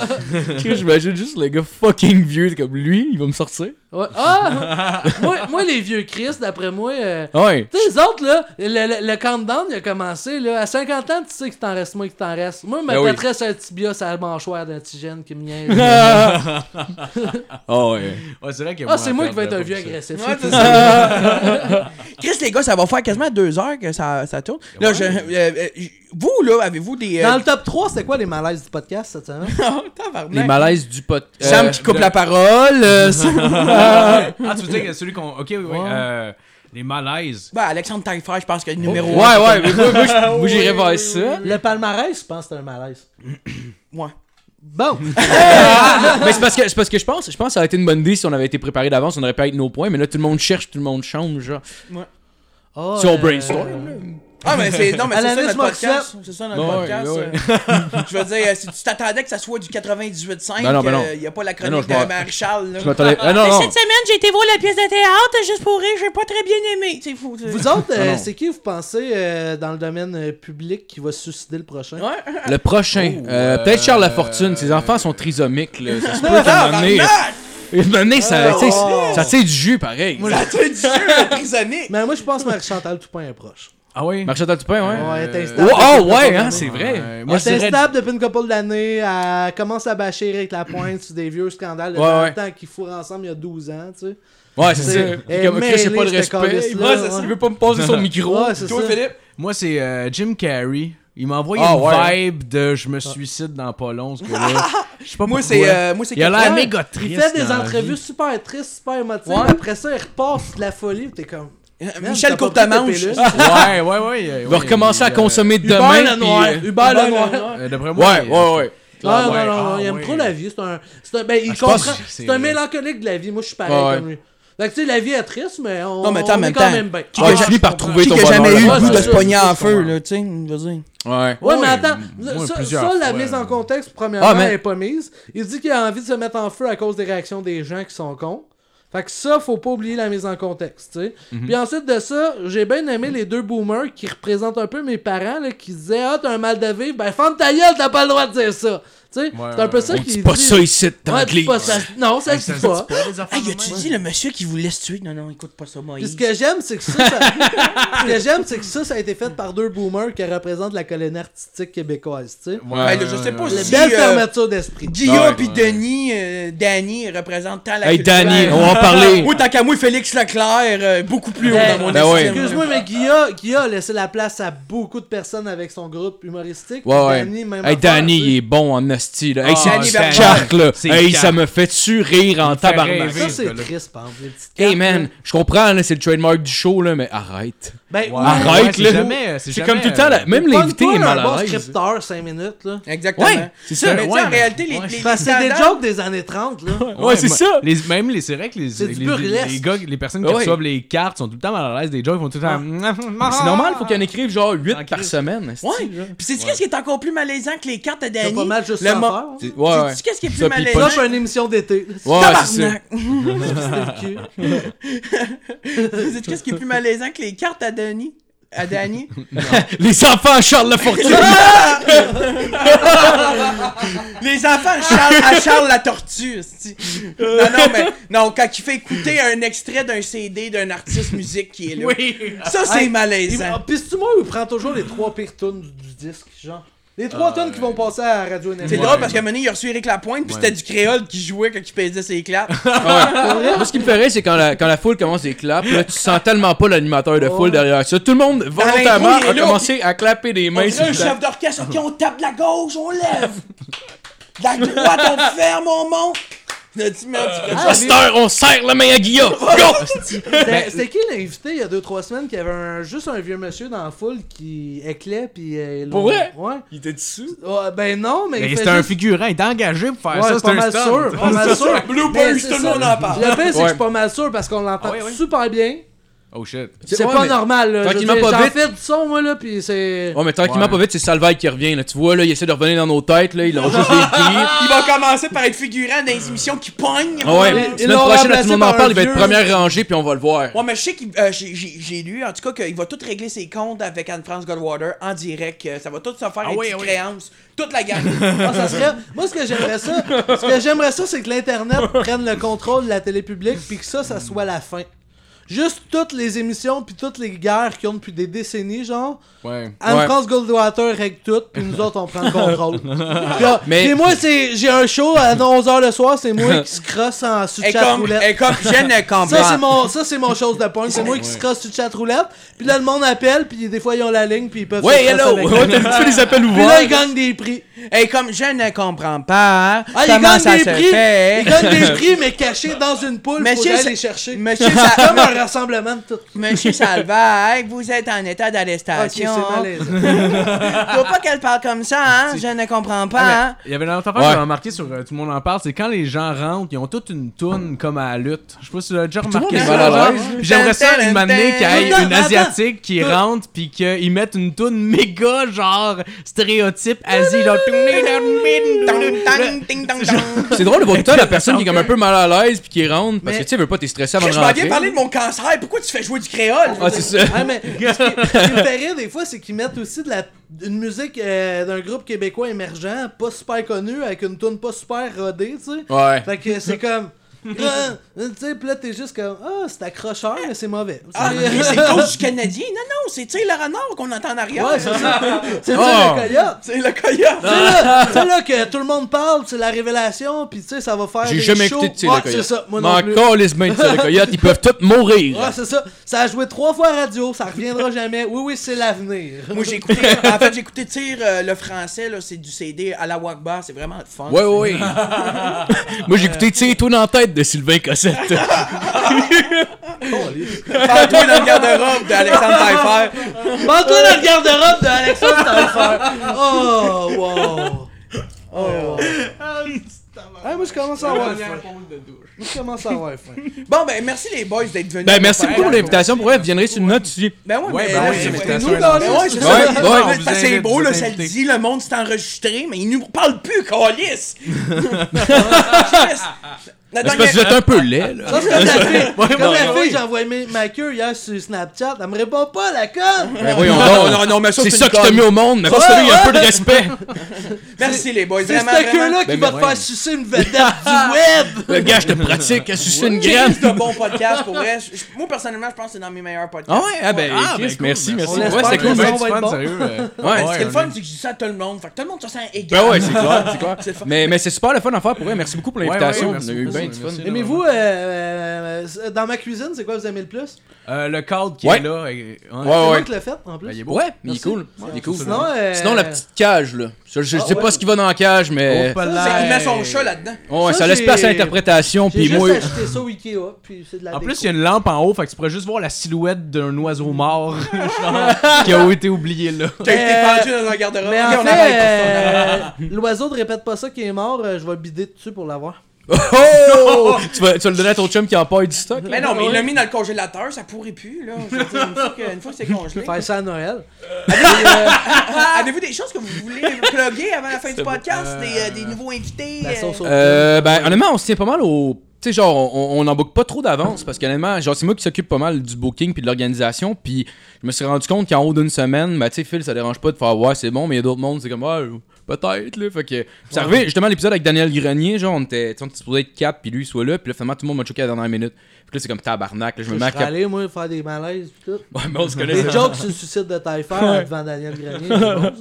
[SPEAKER 2] tu sais.
[SPEAKER 4] J'imagine juste le gars fucking vieux comme lui, il va me sortir.
[SPEAKER 3] Ouais. Ah moi, moi, les vieux Chris, d'après moi. euh,
[SPEAKER 4] Ah Ouais.
[SPEAKER 3] Tu sais, les autres, là, le, le, le countdown, il a commencé, là. À 50 ans, tu sais qu'il t'en reste moins qu'il t'en reste. Moi, je me
[SPEAKER 4] Ben oui.
[SPEAKER 3] mettrais sur un tibia, sur la mâchoire d'antigène qui me niaise.
[SPEAKER 4] Ah ouais.
[SPEAKER 6] euh, Ouais, c'est vrai que
[SPEAKER 3] ah, c'est moi qui vais être
[SPEAKER 6] perdre
[SPEAKER 3] un
[SPEAKER 6] la
[SPEAKER 3] vieux
[SPEAKER 6] peau, ça.
[SPEAKER 3] agressif.
[SPEAKER 2] Ouais, c'est ça. Chris, les gars, ça va faire quasiment deux heures que ça, ça tourne. Là, je, euh, euh, j- vous, là, avez-vous des.
[SPEAKER 3] Dans
[SPEAKER 2] Euh,
[SPEAKER 3] le top 3, c'était quoi les malaises du podcast cette semaine?
[SPEAKER 2] Non,
[SPEAKER 4] Les
[SPEAKER 2] tabarnak.
[SPEAKER 4] malaises du pot.
[SPEAKER 2] Sam
[SPEAKER 4] euh,
[SPEAKER 2] qui coupe la parole. euh, Sam-
[SPEAKER 6] Ah, tu veux dire que celui qu'on. Ok, oui, oui. euh, les malaises.
[SPEAKER 2] Ben, Alexandre Taillefer, je pense que le numéro
[SPEAKER 4] Ouais,
[SPEAKER 2] un.
[SPEAKER 4] ouais, mais moi, moi, je- moi, j'irais vers ça.
[SPEAKER 3] Le palmarès, je pense que c'était un malaise.
[SPEAKER 2] Ouais.
[SPEAKER 3] Bon,
[SPEAKER 4] Mais c'est parce que, c'est parce que je pense, je pense que ça aurait été une bonne idée si on avait été préparé d'avance, on aurait pas être nos points, mais là, tout le monde cherche, tout le monde change, genre.
[SPEAKER 3] Oh,
[SPEAKER 4] Si on
[SPEAKER 3] euh,
[SPEAKER 4] brainstorm,
[SPEAKER 2] Ah, mais c'est non, mais c'est ça
[SPEAKER 3] Alanis
[SPEAKER 2] notre
[SPEAKER 3] Morissette.
[SPEAKER 2] podcast. C'est ça notre
[SPEAKER 4] Ouais,
[SPEAKER 2] podcast.
[SPEAKER 4] ouais.
[SPEAKER 2] euh. je veux dire, euh, si tu t'attendais que ça soit du 98.5,
[SPEAKER 4] Ben non, ben non.
[SPEAKER 2] il n'y a pas la
[SPEAKER 4] non,
[SPEAKER 2] chronique
[SPEAKER 4] je m'en-
[SPEAKER 2] de Marie-Charles. là.
[SPEAKER 4] Je m'attendais. Ah non, non.
[SPEAKER 8] Cette semaine, j'ai été voir la pièce de théâtre juste pour rire, j'ai pas très bien aimé. C'est fou. ça.
[SPEAKER 3] vous autres, euh,
[SPEAKER 4] Ah, non.
[SPEAKER 3] c'est qui vous pensez euh, dans le domaine euh, public qui va se suicider le prochain?
[SPEAKER 4] Le prochain. euh, Ah, Peut-être Charles Lafortune. Ses enfants sont trisomiques, là. Ça se peut qu'à
[SPEAKER 2] Ah,
[SPEAKER 4] un moment donné-
[SPEAKER 2] Tabarnak!
[SPEAKER 4] un moment donné, ça,
[SPEAKER 2] Oh.
[SPEAKER 4] tu sais, ça tire du jus, pareil.
[SPEAKER 2] Moi, j'ai tué du jeu, un prisonnier.
[SPEAKER 3] Mais moi, je pense que Marie-Chantal Toupin est proche.
[SPEAKER 6] Ah oui.
[SPEAKER 4] Marchand Toupin, ouais.
[SPEAKER 3] Ouais, elle est instable.
[SPEAKER 4] Oh, oh,
[SPEAKER 3] depuis une
[SPEAKER 4] ouais,
[SPEAKER 3] couple
[SPEAKER 4] hein,
[SPEAKER 3] d'années.
[SPEAKER 4] c'est vrai.
[SPEAKER 6] Moi,
[SPEAKER 3] Moi,
[SPEAKER 6] je
[SPEAKER 3] c'est
[SPEAKER 6] dirais.
[SPEAKER 3] instable depuis une couple d'années. Elle commence à bâcher avec la pointe sur des vieux scandales de
[SPEAKER 4] Ouais,
[SPEAKER 3] temps en
[SPEAKER 4] ouais.
[SPEAKER 3] temps qu'ils fourrent ensemble il y a 12 ans, tu sais.
[SPEAKER 4] Ouais, c'est
[SPEAKER 3] C'est-
[SPEAKER 4] ça.
[SPEAKER 3] Eh,
[SPEAKER 4] Puis Comme Chris, j'ai pas
[SPEAKER 3] mêlé,
[SPEAKER 4] le
[SPEAKER 3] ce
[SPEAKER 4] respect. Ouais,
[SPEAKER 3] calice-là,
[SPEAKER 4] c'est ça,
[SPEAKER 3] ouais.
[SPEAKER 4] il veut pas me passer son micro.
[SPEAKER 3] Ouais, c'est ça.
[SPEAKER 6] Moi, c'est euh, Jim Carrey. Il m'a envoyé
[SPEAKER 4] Ah,
[SPEAKER 6] une
[SPEAKER 4] ouais.
[SPEAKER 6] vibe de je me suicide dans pas long, ce gars-là. Je sais pas
[SPEAKER 2] Moi,
[SPEAKER 6] pourquoi.
[SPEAKER 2] c'est. euh, Moi, c'est.
[SPEAKER 6] Il a
[SPEAKER 2] quelqu'un-
[SPEAKER 6] l'air méga triste.
[SPEAKER 3] Il fait des
[SPEAKER 6] dans la
[SPEAKER 3] entrevues
[SPEAKER 6] vie.
[SPEAKER 3] super tristes, super émotives.
[SPEAKER 2] Ouais.
[SPEAKER 3] Après ça, il repart sur de la folie. pis T'es comme. Man,
[SPEAKER 2] Euh, Michel
[SPEAKER 3] t'as pas pris tes
[SPEAKER 2] Courtemanche.
[SPEAKER 3] pilules.
[SPEAKER 6] Ouais, ouais, ouais. euh,
[SPEAKER 4] Il
[SPEAKER 6] ouais,
[SPEAKER 4] va recommencer à
[SPEAKER 6] il, euh,
[SPEAKER 4] consommer
[SPEAKER 3] Hubert
[SPEAKER 4] demain. puis,
[SPEAKER 3] Lenoir.
[SPEAKER 4] euh,
[SPEAKER 3] Hubert Lenoir.
[SPEAKER 6] euh, D'après moi.
[SPEAKER 4] Ouais,
[SPEAKER 6] il-
[SPEAKER 4] ouais, ouais.
[SPEAKER 3] Ah, non,
[SPEAKER 6] ouais.
[SPEAKER 3] non, non,
[SPEAKER 6] Ah,
[SPEAKER 3] il aime
[SPEAKER 6] ouais.
[SPEAKER 3] trop la vie. C'est un. c'est un- ben, il
[SPEAKER 6] Ah, je
[SPEAKER 3] comprend.
[SPEAKER 6] pense que c'est-
[SPEAKER 3] C'est un mélancolique de la vie. Moi, je suis pareil
[SPEAKER 4] Ouais.
[SPEAKER 3] comme lui. Fait que, tu sais, la vie est triste, mais on,
[SPEAKER 2] Non, mais attends, en
[SPEAKER 3] on est
[SPEAKER 2] même
[SPEAKER 3] quand
[SPEAKER 2] temps,
[SPEAKER 3] même bien.
[SPEAKER 4] Ouais, tu finis par trouver
[SPEAKER 2] Qui
[SPEAKER 4] ton
[SPEAKER 2] qui a
[SPEAKER 4] bonheur
[SPEAKER 2] jamais eu
[SPEAKER 4] là-bas,
[SPEAKER 2] le goût de
[SPEAKER 3] c'est
[SPEAKER 2] se
[SPEAKER 3] ça,
[SPEAKER 2] pogner
[SPEAKER 3] c'est
[SPEAKER 2] en
[SPEAKER 3] ça,
[SPEAKER 2] feu,
[SPEAKER 3] ouais.
[SPEAKER 2] là, tu sais, je veux dire.
[SPEAKER 4] Ouais.
[SPEAKER 3] Ouais, mais
[SPEAKER 6] Ouais,
[SPEAKER 3] attends,
[SPEAKER 6] moi,
[SPEAKER 3] ça,
[SPEAKER 6] plusieurs
[SPEAKER 3] ça, la
[SPEAKER 6] fois.
[SPEAKER 3] mise en contexte, premièrement,
[SPEAKER 4] Ah, mais-
[SPEAKER 3] elle est pas mise. Il dit qu'il a envie de se mettre en feu à cause des réactions des gens qui sont cons. Fait que ça, faut pas oublier la mise en contexte, tu sais. Puis ensuite de ça, j'ai bien aimé les deux boomers qui représentent un peu mes parents, là, qui disaient « Ah, t'as un mal de vivre, ben femme ta gueule, t'as pas le droit de dire ça! » Tu sais, c'est un peu ça qui
[SPEAKER 4] C'est pas ça ici,
[SPEAKER 3] Ouais,
[SPEAKER 4] tant
[SPEAKER 3] dis pas ça. Non, ça
[SPEAKER 6] Ça
[SPEAKER 3] existe
[SPEAKER 6] se dit
[SPEAKER 3] pas.
[SPEAKER 6] pas, les affaires
[SPEAKER 2] Hey,
[SPEAKER 6] de
[SPEAKER 2] as-tu
[SPEAKER 6] même?
[SPEAKER 2] Ah, dit le monsieur qui voulait se tuer? Non, non, écoute pas ça, moi.
[SPEAKER 3] Puis ce que j'aime, c'est que ça, ça- ce que j'aime, c'est que ça, ça a été fait par deux boomers qui représentent la colonne artistique québécoise, tu sais.
[SPEAKER 2] Ben, je sais pas
[SPEAKER 3] La
[SPEAKER 2] si.
[SPEAKER 3] belle
[SPEAKER 2] euh,
[SPEAKER 3] fermeture d'esprit.
[SPEAKER 2] Guilla puis Denis, euh, Danny représentent tant la
[SPEAKER 4] Hey,
[SPEAKER 2] culture.
[SPEAKER 4] Danny, on va en parler.
[SPEAKER 2] Oui, tant qu'à moi, Félix Leclerc, euh, beaucoup plus haut
[SPEAKER 3] Ben,
[SPEAKER 2] dans mon
[SPEAKER 4] ben ouais.
[SPEAKER 3] Excuse-moi, mais Guilla, Guilla a laissé la place à beaucoup de personnes avec son groupe humoristique.
[SPEAKER 4] Ouais, ouais.
[SPEAKER 3] Danny, même
[SPEAKER 4] Hey,
[SPEAKER 3] affaire,
[SPEAKER 4] Danny,
[SPEAKER 3] tu sais.
[SPEAKER 4] il est bon en hostie, là. Hey,
[SPEAKER 6] Ah,
[SPEAKER 4] c'est
[SPEAKER 2] Danny
[SPEAKER 4] une
[SPEAKER 2] Bernard.
[SPEAKER 4] carte, là.
[SPEAKER 6] C'est
[SPEAKER 4] Hey,
[SPEAKER 6] carte.
[SPEAKER 4] ça me fait-tu rire en
[SPEAKER 6] fait
[SPEAKER 4] tabarnak.
[SPEAKER 6] rêver.
[SPEAKER 3] Ça,
[SPEAKER 6] ce
[SPEAKER 3] c'est
[SPEAKER 6] gars-là.
[SPEAKER 3] triste, par exemple, les petites
[SPEAKER 4] Hey,
[SPEAKER 3] cartes,
[SPEAKER 4] man,
[SPEAKER 3] là.
[SPEAKER 4] je comprends, là, c'est le trademark du show, là, mais arrête.
[SPEAKER 3] Ben,
[SPEAKER 6] Ouais,
[SPEAKER 3] ou-
[SPEAKER 4] Arrête,
[SPEAKER 6] ouais, c'est
[SPEAKER 4] là.
[SPEAKER 6] jamais- c'est
[SPEAKER 4] C'est
[SPEAKER 6] jamais,
[SPEAKER 4] comme tout le temps,
[SPEAKER 6] euh,
[SPEAKER 4] la- même
[SPEAKER 3] prends-toi
[SPEAKER 4] l'invité est
[SPEAKER 3] un
[SPEAKER 4] mal
[SPEAKER 3] bon
[SPEAKER 4] à l'aise.
[SPEAKER 3] scripteur, 5 minutes, là.
[SPEAKER 2] Exactement.
[SPEAKER 4] Ouais, ben
[SPEAKER 2] c'est Mais
[SPEAKER 6] ça,
[SPEAKER 2] tu
[SPEAKER 6] ouais,
[SPEAKER 2] sais, en
[SPEAKER 6] mais-
[SPEAKER 2] réalité, les,
[SPEAKER 6] ouais.
[SPEAKER 2] les,
[SPEAKER 3] Parce que c'est des
[SPEAKER 2] standards-
[SPEAKER 3] jokes des années 30, là.
[SPEAKER 4] Ouais, c'est
[SPEAKER 6] moi-
[SPEAKER 4] ça.
[SPEAKER 6] Les, même les, c'est vrai que les,
[SPEAKER 3] C'est
[SPEAKER 6] les,
[SPEAKER 3] du
[SPEAKER 6] les-
[SPEAKER 3] burlesque.
[SPEAKER 6] les gars, les personnes qui
[SPEAKER 4] Ouais. Ah.
[SPEAKER 6] reçoivent les cartes sont tout le temps mal à l'aise. Les gens ils font tout le temps.
[SPEAKER 4] C'est normal,
[SPEAKER 6] Ah!
[SPEAKER 4] faut qu'il en écrive genre 8 par
[SPEAKER 6] Christ.
[SPEAKER 4] semaine. esti.
[SPEAKER 2] Ouais. Puis sais-tu qu'est-ce qui est encore plus malaisant que les cartes à Danny?
[SPEAKER 3] C'est pas mal juste
[SPEAKER 2] Le
[SPEAKER 3] ça à
[SPEAKER 2] mo-
[SPEAKER 3] faire.
[SPEAKER 4] C'est- Ouais, ouais.
[SPEAKER 2] Sais-tu qu'est-ce qui est plus
[SPEAKER 4] Ça, puis
[SPEAKER 2] malaisant?
[SPEAKER 3] Ça, c'est une émission d'été.
[SPEAKER 4] Ouais, ouais, c'est ça.
[SPEAKER 2] Tabarnak!
[SPEAKER 3] C'était le cul.
[SPEAKER 2] Sais-tu qu'est-ce qui est plus malaisant que les cartes à Danny? À Danny?
[SPEAKER 4] Les enfants Charles Lafortune.
[SPEAKER 2] Les enfants Charles, à Charles la tortue, esti. Non, non, mais non, quand il fait écouter un extrait d'un CD d'un artiste musique qui est là. Ça, c'est
[SPEAKER 3] Hey,
[SPEAKER 2] malaisant.
[SPEAKER 3] Pisse-tu moi ou il prend toujours les trois pires tunes du, du disque, genre? Les trois tunes qui vont passer à Radio NMR.
[SPEAKER 2] Euh, C'est drôle parce qu'à un moment donné, il a reçu Eric Lapointe, puis c'était du créole qui jouait quand il pesait ses claps.
[SPEAKER 4] Moi, ce qui me ferait, c'est quand la, quand la foule commence à clapper, là, tu sens tellement pas l'animateur de foule derrière ça. Tout le monde, volontairement,
[SPEAKER 2] l'intro, il est
[SPEAKER 4] a
[SPEAKER 2] là.
[SPEAKER 4] commencé à clapper des
[SPEAKER 2] On
[SPEAKER 4] mains
[SPEAKER 2] dirait
[SPEAKER 4] sur
[SPEAKER 2] un
[SPEAKER 4] le
[SPEAKER 2] chef
[SPEAKER 4] tapis.
[SPEAKER 2] d'orchestre. OK, on tape de la gauche, on lève. De la droite, on ferme, on monte. Le petit mec,
[SPEAKER 3] Euh.
[SPEAKER 2] tu
[SPEAKER 3] Ah,
[SPEAKER 2] fais-
[SPEAKER 4] À cette heure, on serre la main à Guilla. Go!
[SPEAKER 3] C'était Ben, c'était qui l'invité il y a 2-3 semaines qui avait un- juste un vieux monsieur dans la foule qui éclait puis. euh, ils
[SPEAKER 4] Pour
[SPEAKER 3] l'ont-
[SPEAKER 4] vrai?
[SPEAKER 3] Ouais.
[SPEAKER 4] Il était dessus.
[SPEAKER 3] Ouais, Ben non, mais. il
[SPEAKER 6] Mais
[SPEAKER 3] fait
[SPEAKER 6] c'était un
[SPEAKER 3] juste-
[SPEAKER 6] figurant, il était engagé pour faire
[SPEAKER 3] Ouais,
[SPEAKER 6] ça.
[SPEAKER 3] pas mal
[SPEAKER 6] c'est un
[SPEAKER 3] sûr.
[SPEAKER 6] stunt.
[SPEAKER 3] Pas mal sûr.
[SPEAKER 2] Bloopers,
[SPEAKER 3] Mais c'est
[SPEAKER 2] tout le
[SPEAKER 3] ça.
[SPEAKER 2] monde en parle.
[SPEAKER 3] Le pire, c'est que je
[SPEAKER 4] Ouais.
[SPEAKER 3] suis pas mal sûr parce qu'on l'entend
[SPEAKER 6] ouais, ouais.
[SPEAKER 3] super bien.
[SPEAKER 6] Oh shit.
[SPEAKER 3] C'est
[SPEAKER 4] ouais,
[SPEAKER 3] pas
[SPEAKER 4] mais-
[SPEAKER 3] normal, là.
[SPEAKER 4] Tranquillement,
[SPEAKER 3] Je veux dire,
[SPEAKER 4] pas
[SPEAKER 3] j'en
[SPEAKER 4] vite.
[SPEAKER 3] fais du son, moi, là, puis c'est.
[SPEAKER 4] Ouais, mais tranquillement,
[SPEAKER 6] Ouais.
[SPEAKER 4] pas vite, c'est Salvaille qui revient. Là. Tu vois, là, il essaie de revenir dans nos têtes. Là. Il a juste des cris.
[SPEAKER 2] Il va commencer par être figurant dans les émissions qui pognent.
[SPEAKER 4] Ah ouais,
[SPEAKER 3] Ils- ils
[SPEAKER 4] semaine
[SPEAKER 3] l'ont
[SPEAKER 4] prochaine, à
[SPEAKER 3] remplacé
[SPEAKER 4] tout le monde
[SPEAKER 3] par
[SPEAKER 4] en
[SPEAKER 3] un
[SPEAKER 4] parle. Il va être
[SPEAKER 3] vieux.
[SPEAKER 4] première rangée, puis on va le voir.
[SPEAKER 2] Ouais, mais je sais qu'il. euh, j'ai- j'ai j'ai lu, en tout cas, qu'il va tout régler ses comptes avec Anne-France Goldwater en direct. euh, Ça va tout se faire avec
[SPEAKER 6] oui,
[SPEAKER 2] des
[SPEAKER 6] ah oui.
[SPEAKER 2] créances. Toute la gamme.
[SPEAKER 3] Ah, ça serait- Moi, ce que j'aimerais ça, ce que j'aimerais ça, c'est que l'Internet prenne le contrôle de la télé publique, puis que ça, ça soit la fin. Juste toutes les émissions, puis toutes les guerres qui ont depuis des décennies, genre.
[SPEAKER 6] Ouais.
[SPEAKER 3] Anne-France Goldwater règle tout, puis nous autres, on prend le contrôle. Puis là,
[SPEAKER 4] Mais-
[SPEAKER 3] puis moi, c'est, j'ai un show à 11h le soir, c'est moi qui se crosse en
[SPEAKER 2] Et
[SPEAKER 3] sous-chat
[SPEAKER 2] comme,
[SPEAKER 3] roulette.
[SPEAKER 2] et comme je ne comprends
[SPEAKER 3] Ça, c'est mon, ça, c'est mon chose de point. C'est moi qui se crosse sur chat roulette. Puis là, le monde appelle, puis des fois, ils ont la ligne, puis ils peuvent
[SPEAKER 4] Ouais,
[SPEAKER 3] se crosser
[SPEAKER 4] hello!
[SPEAKER 3] avec
[SPEAKER 4] Ouais,
[SPEAKER 3] nous.
[SPEAKER 4] t'as- tu fais des appels
[SPEAKER 3] Puis là,
[SPEAKER 4] ouverts.
[SPEAKER 3] ils gagnent des prix.
[SPEAKER 2] Et comme je ne comprends pas
[SPEAKER 3] Ah, ils
[SPEAKER 2] comment
[SPEAKER 3] gagnent
[SPEAKER 2] ça
[SPEAKER 3] des
[SPEAKER 2] se
[SPEAKER 3] prix.
[SPEAKER 2] fait.
[SPEAKER 3] Ils gagnent des prix, mais cachés dans une poule
[SPEAKER 2] Mais
[SPEAKER 3] pour
[SPEAKER 2] c'est-
[SPEAKER 3] aller les chercher.
[SPEAKER 2] Monsieur,
[SPEAKER 3] C'est
[SPEAKER 2] Sa-
[SPEAKER 3] comme un rassemblement de tout.
[SPEAKER 2] Monsieur Salvaille, vous êtes en état
[SPEAKER 3] Ok, c'est
[SPEAKER 2] d'arrestation.
[SPEAKER 3] malaisant.
[SPEAKER 2] Faut pas qu'elle parle comme ça, hein? Je ne comprends pas.
[SPEAKER 6] Ah,
[SPEAKER 2] hein.
[SPEAKER 6] mais Il y avait une autre affaire
[SPEAKER 4] Ouais.
[SPEAKER 6] que j'ai remarqué sur euh, Tout le monde en parle, c'est quand les gens rentrent, ils ont toute une tourne comme à la lutte. Je sais pas si tu l'as déjà
[SPEAKER 4] monde
[SPEAKER 6] remarqué
[SPEAKER 4] est
[SPEAKER 6] ça.
[SPEAKER 4] mal à
[SPEAKER 6] genre.
[SPEAKER 4] l'aise.
[SPEAKER 6] Puis J'aimerais ça une matinée qu'il y ait
[SPEAKER 3] Attends,
[SPEAKER 6] une
[SPEAKER 3] attends.
[SPEAKER 6] Asiatique qui rentre puis qu'ils mettent une tourne méga genre stéréotype Asie. Genre...
[SPEAKER 2] Tong, tong, ting, tong, tong.
[SPEAKER 4] C'est drôle de voir tout le temps la personne qui est comme un peu mal à l'aise, puis qui rentre. Parce que
[SPEAKER 3] Mais-
[SPEAKER 4] tu sais, elle veut pas t'es stressé avant de
[SPEAKER 2] Je m'en viens
[SPEAKER 4] rentrer.
[SPEAKER 2] parler de mon cancer. Pourquoi tu fais jouer du créole?
[SPEAKER 4] Ah, c'est ça.
[SPEAKER 3] Ah, mais ce qui, ce qui me fait rire des fois, c'est qu'ils mettent aussi de la, une musique euh, d'un groupe québécois émergent, pas super connu, avec une tune pas super rodée, tu sais.
[SPEAKER 4] Ouais.
[SPEAKER 3] Fait que c'est comme. Ah, tu sais, pis là, t'es juste comme. Ah, c'est accrocheur, mais c'est mauvais.
[SPEAKER 2] Ah,
[SPEAKER 3] C'est-
[SPEAKER 2] ok, c'est cause du Canadien. Non, non, c'est tu sais, le renard qu'on entend en arrière.
[SPEAKER 3] Ouais, c'est ça. C'est
[SPEAKER 4] Oh.
[SPEAKER 3] ça, le coyote.
[SPEAKER 2] C'est le coyote.
[SPEAKER 3] C'est là, c'est là que tout le monde parle, c'est la révélation, pis tu sais, ça va faire.
[SPEAKER 4] J'ai
[SPEAKER 3] des
[SPEAKER 4] jamais
[SPEAKER 3] shows.
[SPEAKER 4] écouté de Tir
[SPEAKER 3] Ouais,
[SPEAKER 4] de Coyote.
[SPEAKER 3] c'est ça, moi non
[SPEAKER 4] M'en
[SPEAKER 3] plus. Ah,
[SPEAKER 4] calisse-main de Tir de Coyote, ils peuvent tous mourir.
[SPEAKER 3] Ouais, c'est ça. Ça a joué trois fois à radio, ça reviendra jamais. Oui, oui, c'est l'avenir.
[SPEAKER 2] Moi, j'ai écouté. En fait, j'ai écouté Tire euh, le français, là, c'est du CD à la Wakba. C'est vraiment le fun.
[SPEAKER 4] Ouais, ouais, ouais. Moi, j'ai écouté, tu sais, tout dans la tête de Sylvain Cossette.
[SPEAKER 2] Parle-toi dans le garde-robe d'Alexandre Taillefer.
[SPEAKER 3] Prends-toi dans le garde-robe de Alexandre Taillefer. Oh, wow. Oh, wow. Ah, moi, je commence à avoir faim. Moi, je commence à avoir faim.
[SPEAKER 2] Bon, ben, merci les boys d'être venus.
[SPEAKER 4] ben, merci
[SPEAKER 2] Ben,
[SPEAKER 4] beaucoup pour l'invitation. Pour vrai, vous viendrez sur une note, tu dis.
[SPEAKER 2] Ben, ouais,
[SPEAKER 6] Ouais,
[SPEAKER 2] mais
[SPEAKER 6] ben
[SPEAKER 2] là, c'est-
[SPEAKER 6] ouais, c'est
[SPEAKER 2] c'est
[SPEAKER 6] l'invitation
[SPEAKER 2] nous,
[SPEAKER 6] est
[SPEAKER 2] là,
[SPEAKER 6] lancée.
[SPEAKER 2] ouais, c'est
[SPEAKER 4] Ouais,
[SPEAKER 2] ça.
[SPEAKER 4] ouais,
[SPEAKER 2] Non,
[SPEAKER 6] on
[SPEAKER 2] mais
[SPEAKER 6] vous
[SPEAKER 2] parce que c'est
[SPEAKER 6] invite,
[SPEAKER 2] beau,
[SPEAKER 6] vous
[SPEAKER 2] là, ça le
[SPEAKER 6] invitez.
[SPEAKER 2] dit, le monde s'est enregistré, mais ils nous parlent plus, calice! La
[SPEAKER 4] C'est parce que vous êtes un peu laid, là.
[SPEAKER 3] Ça, c'est comme la fille. Comme
[SPEAKER 6] non,
[SPEAKER 3] la
[SPEAKER 6] non.
[SPEAKER 3] fille, j'ai envoyé mes- ma queue hier sur Snapchat. Elle me répond pas, la conne!
[SPEAKER 4] Ben voyons
[SPEAKER 2] Non,
[SPEAKER 4] donc.
[SPEAKER 2] non, non, mais ça,
[SPEAKER 4] C'est
[SPEAKER 2] c'est
[SPEAKER 4] ça
[SPEAKER 2] une
[SPEAKER 4] qui t'a
[SPEAKER 2] conne.
[SPEAKER 4] mis au monde, mais parce que lui, il y a un peu de respect.
[SPEAKER 2] Merci les boys.
[SPEAKER 3] C'est
[SPEAKER 2] vraiment,
[SPEAKER 3] cette
[SPEAKER 2] vraiment.
[SPEAKER 3] queue-là qui
[SPEAKER 4] Ben,
[SPEAKER 3] va
[SPEAKER 4] ben,
[SPEAKER 3] te
[SPEAKER 4] ouais.
[SPEAKER 3] faire sucer une vedette du web!
[SPEAKER 4] Le gars, je te pratique à sucer une graine.
[SPEAKER 2] C'est un bon podcast pour vrai. Je- je- Moi, personnellement, je pense que c'est dans mes meilleurs podcasts.
[SPEAKER 4] Ah ouais, ah ben,
[SPEAKER 6] Ah, ben,
[SPEAKER 4] Chris,
[SPEAKER 6] cool,
[SPEAKER 4] merci,
[SPEAKER 6] merci.
[SPEAKER 4] merci.
[SPEAKER 3] On
[SPEAKER 4] Ouais,
[SPEAKER 3] l'espère
[SPEAKER 4] c'est
[SPEAKER 3] que
[SPEAKER 4] cool, ben.
[SPEAKER 3] les gens-
[SPEAKER 4] ça.
[SPEAKER 3] va être bon.
[SPEAKER 6] sérieux. euh.
[SPEAKER 4] Ouais,
[SPEAKER 2] Ce qui est le
[SPEAKER 6] on
[SPEAKER 2] fun,
[SPEAKER 6] est-
[SPEAKER 2] c'est que je dis ça à tout le monde. Fait que tout le monde se sent égal.
[SPEAKER 4] Ben ouais, c'est clair, c'est clair.
[SPEAKER 2] C'est le fun.
[SPEAKER 4] Mais, mais c'est super le fun à faire pour vrai. Merci beaucoup pour
[SPEAKER 6] Ouais, ouais,
[SPEAKER 4] l'invitation. on
[SPEAKER 6] merci
[SPEAKER 4] a eu
[SPEAKER 6] beaucoup,
[SPEAKER 4] bien du fun.
[SPEAKER 6] merci.
[SPEAKER 3] Aimez-vous, euh, euh, euh, dans ma cuisine, c'est quoi vous aimez le plus?
[SPEAKER 6] Euh, le cadre qui
[SPEAKER 4] Ouais.
[SPEAKER 6] est là. euh,
[SPEAKER 4] Ouais,
[SPEAKER 3] c'est moi
[SPEAKER 4] ouais.
[SPEAKER 3] qui l'ai fait, en plus.
[SPEAKER 6] Ben, il est beau.
[SPEAKER 4] Ouais, mais il est
[SPEAKER 3] Merci.
[SPEAKER 4] cool. Il est cool.
[SPEAKER 3] Sinon, euh,
[SPEAKER 4] Sinon, la petite cage, là. Je, je
[SPEAKER 3] Ah,
[SPEAKER 4] sais
[SPEAKER 3] ouais. Oh,
[SPEAKER 4] pas ce qui va dans la cage, mais.
[SPEAKER 6] Hop
[SPEAKER 2] C'est
[SPEAKER 6] là.
[SPEAKER 2] qu'il met son chat là-dedans.
[SPEAKER 4] ouais,
[SPEAKER 3] ça,
[SPEAKER 4] ça laisse place à
[SPEAKER 3] j'ai-
[SPEAKER 4] l'interprétation,
[SPEAKER 3] J'ai
[SPEAKER 4] puis
[SPEAKER 3] juste
[SPEAKER 4] moi.
[SPEAKER 3] acheté ça au Ikea, puis c'est de la
[SPEAKER 6] En
[SPEAKER 3] déco.
[SPEAKER 6] plus, il y a une lampe en haut, fait que tu pourrais juste voir la silhouette d'un oiseau mort genre, qui a été oublié là.
[SPEAKER 2] T'as
[SPEAKER 3] Euh,
[SPEAKER 2] été pendu dans un garde-robe.
[SPEAKER 3] Mais
[SPEAKER 2] Ok,
[SPEAKER 3] en
[SPEAKER 2] on arrête.
[SPEAKER 3] fait, euh, l'oiseau ne répète pas ça qui est mort, euh, je vais bider dessus pour l'avoir.
[SPEAKER 4] Oh! tu, vas, tu vas le donner à ton chum qui en paille du stock, là.
[SPEAKER 2] Mais non, mais il l'a mis dans le congélateur, ça pourrait plus, là. Je veux dire, une fois que- une fois que c'est congelé.
[SPEAKER 3] Faire ça à Noël.
[SPEAKER 2] Ah, Avez-vous des choses que vous voulez plugger avant la fin du podcast? Des, euh, des nouveaux invités?
[SPEAKER 3] La
[SPEAKER 2] euh,
[SPEAKER 3] sauce au
[SPEAKER 4] Euh, ben, honnêtement, on se tient pas mal au. Tu sais, genre, on, on en book pas trop d'avance parce qu'honnêtement, genre, c'est moi qui s'occupe pas mal du booking puis de l'organisation. Puis je me suis rendu compte qu'en haut d'une semaine, ben, tu sais, Phil, ça dérange pas de faire ouais, c'est bon, mais il y a d'autres mondes, c'est comme, ouais, peut-être, là. Fait que. Puis c'est arrivé, justement, l'épisode avec Daniel Grenier, genre, on était, tu sais, on était supposé être quatre, puis lui, il soit là, puis là, finalement, tout le monde m'a choqué à la dernière minute. Puis là, c'est comme tabarnak, là, je
[SPEAKER 3] Je
[SPEAKER 4] me
[SPEAKER 3] suis
[SPEAKER 4] mets à cap-
[SPEAKER 3] allé, moi, faire des malaises pis tout.
[SPEAKER 4] Ouais, mais on se connaît,
[SPEAKER 3] Des
[SPEAKER 4] ça.
[SPEAKER 3] jokes sur le suicide de Taillefer devant Daniel Grenier. c'est bon, ça.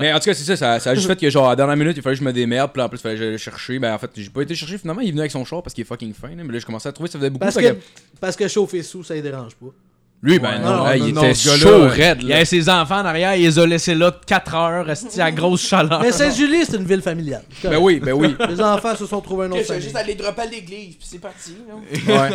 [SPEAKER 4] Mais en tout cas, c'est ça, ça, ça a juste fait que genre à la dernière minute, il fallait que je me démerde, puis là, en plus, il fallait que j'aille le chercher. Ben en fait, j'ai pas été chercher finalement, il est venu avec son char parce qu'il est fucking fin, là, mais là, je commençais à trouver que ça faisait beaucoup.
[SPEAKER 3] Parce
[SPEAKER 4] fait
[SPEAKER 3] que, parce que chauffer sous, ça ne dérange pas.
[SPEAKER 4] Lui, ben non,
[SPEAKER 3] non,
[SPEAKER 4] là,
[SPEAKER 6] Ah, non,
[SPEAKER 4] il
[SPEAKER 6] non,
[SPEAKER 4] était
[SPEAKER 6] ce gars-là,
[SPEAKER 4] chaud raide,
[SPEAKER 6] Il y
[SPEAKER 4] là.
[SPEAKER 6] avait ses enfants en arrière, il les a laissés là 4 heures, esti, à grosse chaleur.
[SPEAKER 3] Mais Saint-Julie, c'est une ville familiale. C'est
[SPEAKER 4] Ben
[SPEAKER 3] correct.
[SPEAKER 4] oui, ben oui.
[SPEAKER 3] Les enfants se sont trouvés un
[SPEAKER 2] que
[SPEAKER 3] autre
[SPEAKER 2] C'est
[SPEAKER 3] famille.
[SPEAKER 2] juste aller dropper à l'église, puis c'est parti. là.
[SPEAKER 4] Ouais.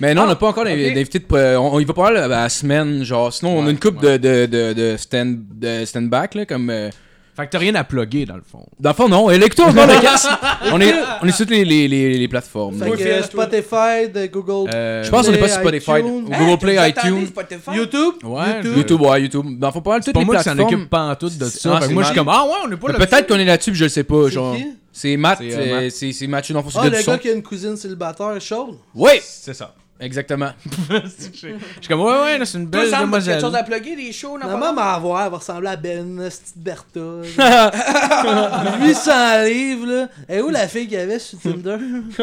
[SPEAKER 4] Mais non, on n'a pas encore
[SPEAKER 3] Ah,
[SPEAKER 4] d'inv- d'invité de. pré- On, on y va pas mal euh, à la semaine, genre. Sinon, on a une coupe de, de, de, de stand, de stand back, là, comme. euh,
[SPEAKER 6] Fait que t'as rien à plugger dans le fond.
[SPEAKER 4] Dans le fond, non. Électro, dans le casse. On est, on est sur toutes les, les, les, les plateformes.
[SPEAKER 3] Fait
[SPEAKER 4] donc.
[SPEAKER 3] que euh, Spotify, de Google,
[SPEAKER 6] Euh,
[SPEAKER 4] Je pense qu'on est pas sur
[SPEAKER 3] Play,
[SPEAKER 4] Spotify.
[SPEAKER 3] iTunes.
[SPEAKER 4] Ou Google
[SPEAKER 2] Vous
[SPEAKER 4] Play,
[SPEAKER 2] attendez
[SPEAKER 4] iTunes.
[SPEAKER 2] Spotify?
[SPEAKER 3] YouTube.
[SPEAKER 6] Ouais,
[SPEAKER 3] YouTube.
[SPEAKER 6] je-
[SPEAKER 4] YouTube, ouais, YouTube. Dans le fond, pas mal toutes
[SPEAKER 6] Pas
[SPEAKER 4] les
[SPEAKER 6] moi qui s'en
[SPEAKER 4] plateformes.
[SPEAKER 6] occupe pas en tout de
[SPEAKER 4] Ah,
[SPEAKER 6] ça. Fait
[SPEAKER 4] c'est
[SPEAKER 6] que moi, je suis
[SPEAKER 4] mal.
[SPEAKER 6] comme, ah ouais, on est pas
[SPEAKER 4] Mais
[SPEAKER 6] là.
[SPEAKER 4] Peut-être qu'on est là-dessus, puis je le sais pas,
[SPEAKER 3] C'est
[SPEAKER 4] genre.
[SPEAKER 3] qui?
[SPEAKER 4] C'est Matt,
[SPEAKER 6] C'est, euh,
[SPEAKER 4] euh,
[SPEAKER 6] Matt.
[SPEAKER 4] c'est c'est Mathieu, dans le fond, c'est
[SPEAKER 3] Ah,
[SPEAKER 4] le gars
[SPEAKER 3] le
[SPEAKER 4] du son.
[SPEAKER 3] gars qui a une cousine célibataire chaude.
[SPEAKER 4] Oui,
[SPEAKER 6] C'est ça.
[SPEAKER 4] exactement.
[SPEAKER 6] Je suis comme, ouais, ouais, là, c'est une
[SPEAKER 2] Toi, Sam,
[SPEAKER 6] belle
[SPEAKER 2] t'as quelque
[SPEAKER 6] demoiselle.
[SPEAKER 2] chose à plugger, des shows?
[SPEAKER 4] Ah,
[SPEAKER 3] La
[SPEAKER 2] Non,
[SPEAKER 3] maman à avoir, elle va ressembler à Ben, petite Bertha. là. 800 livres, là. Et où la fille qu'il y avait sur Tinder?
[SPEAKER 4] Oh,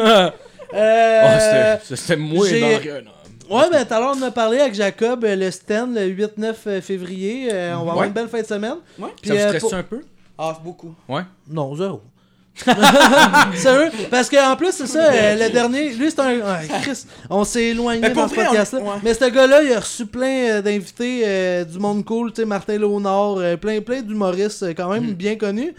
[SPEAKER 3] euh,
[SPEAKER 4] c'était- c'était moi,
[SPEAKER 3] j'ai-
[SPEAKER 4] dans le- non.
[SPEAKER 3] ouais, ben, tout à l'heure, on a parlé avec Jacob, euh, le Sten, le 8-9 euh, février. Euh, on va avoir
[SPEAKER 4] Ouais.
[SPEAKER 3] une belle fin de semaine.
[SPEAKER 2] Ouais.
[SPEAKER 3] Puis,
[SPEAKER 4] Ça vous
[SPEAKER 3] euh,
[SPEAKER 4] stresse
[SPEAKER 3] pour-
[SPEAKER 4] un peu?
[SPEAKER 2] Ah, beaucoup.
[SPEAKER 3] Non, zéro. Sérieux? Parce que en plus, c'est ça, euh, le dernier, lui, c'est un. ah, Chris, on s'est éloigné
[SPEAKER 2] Mais pour
[SPEAKER 3] dans ce
[SPEAKER 2] vrai, on-
[SPEAKER 3] podcast-là.
[SPEAKER 2] ouais.
[SPEAKER 3] Mais ce gars-là, il a reçu plein euh, d'invités euh, du monde cool, tu sais, Martin Léonard, euh, plein, plein d'humoristes euh, quand
[SPEAKER 2] Hmm.
[SPEAKER 3] même bien connus.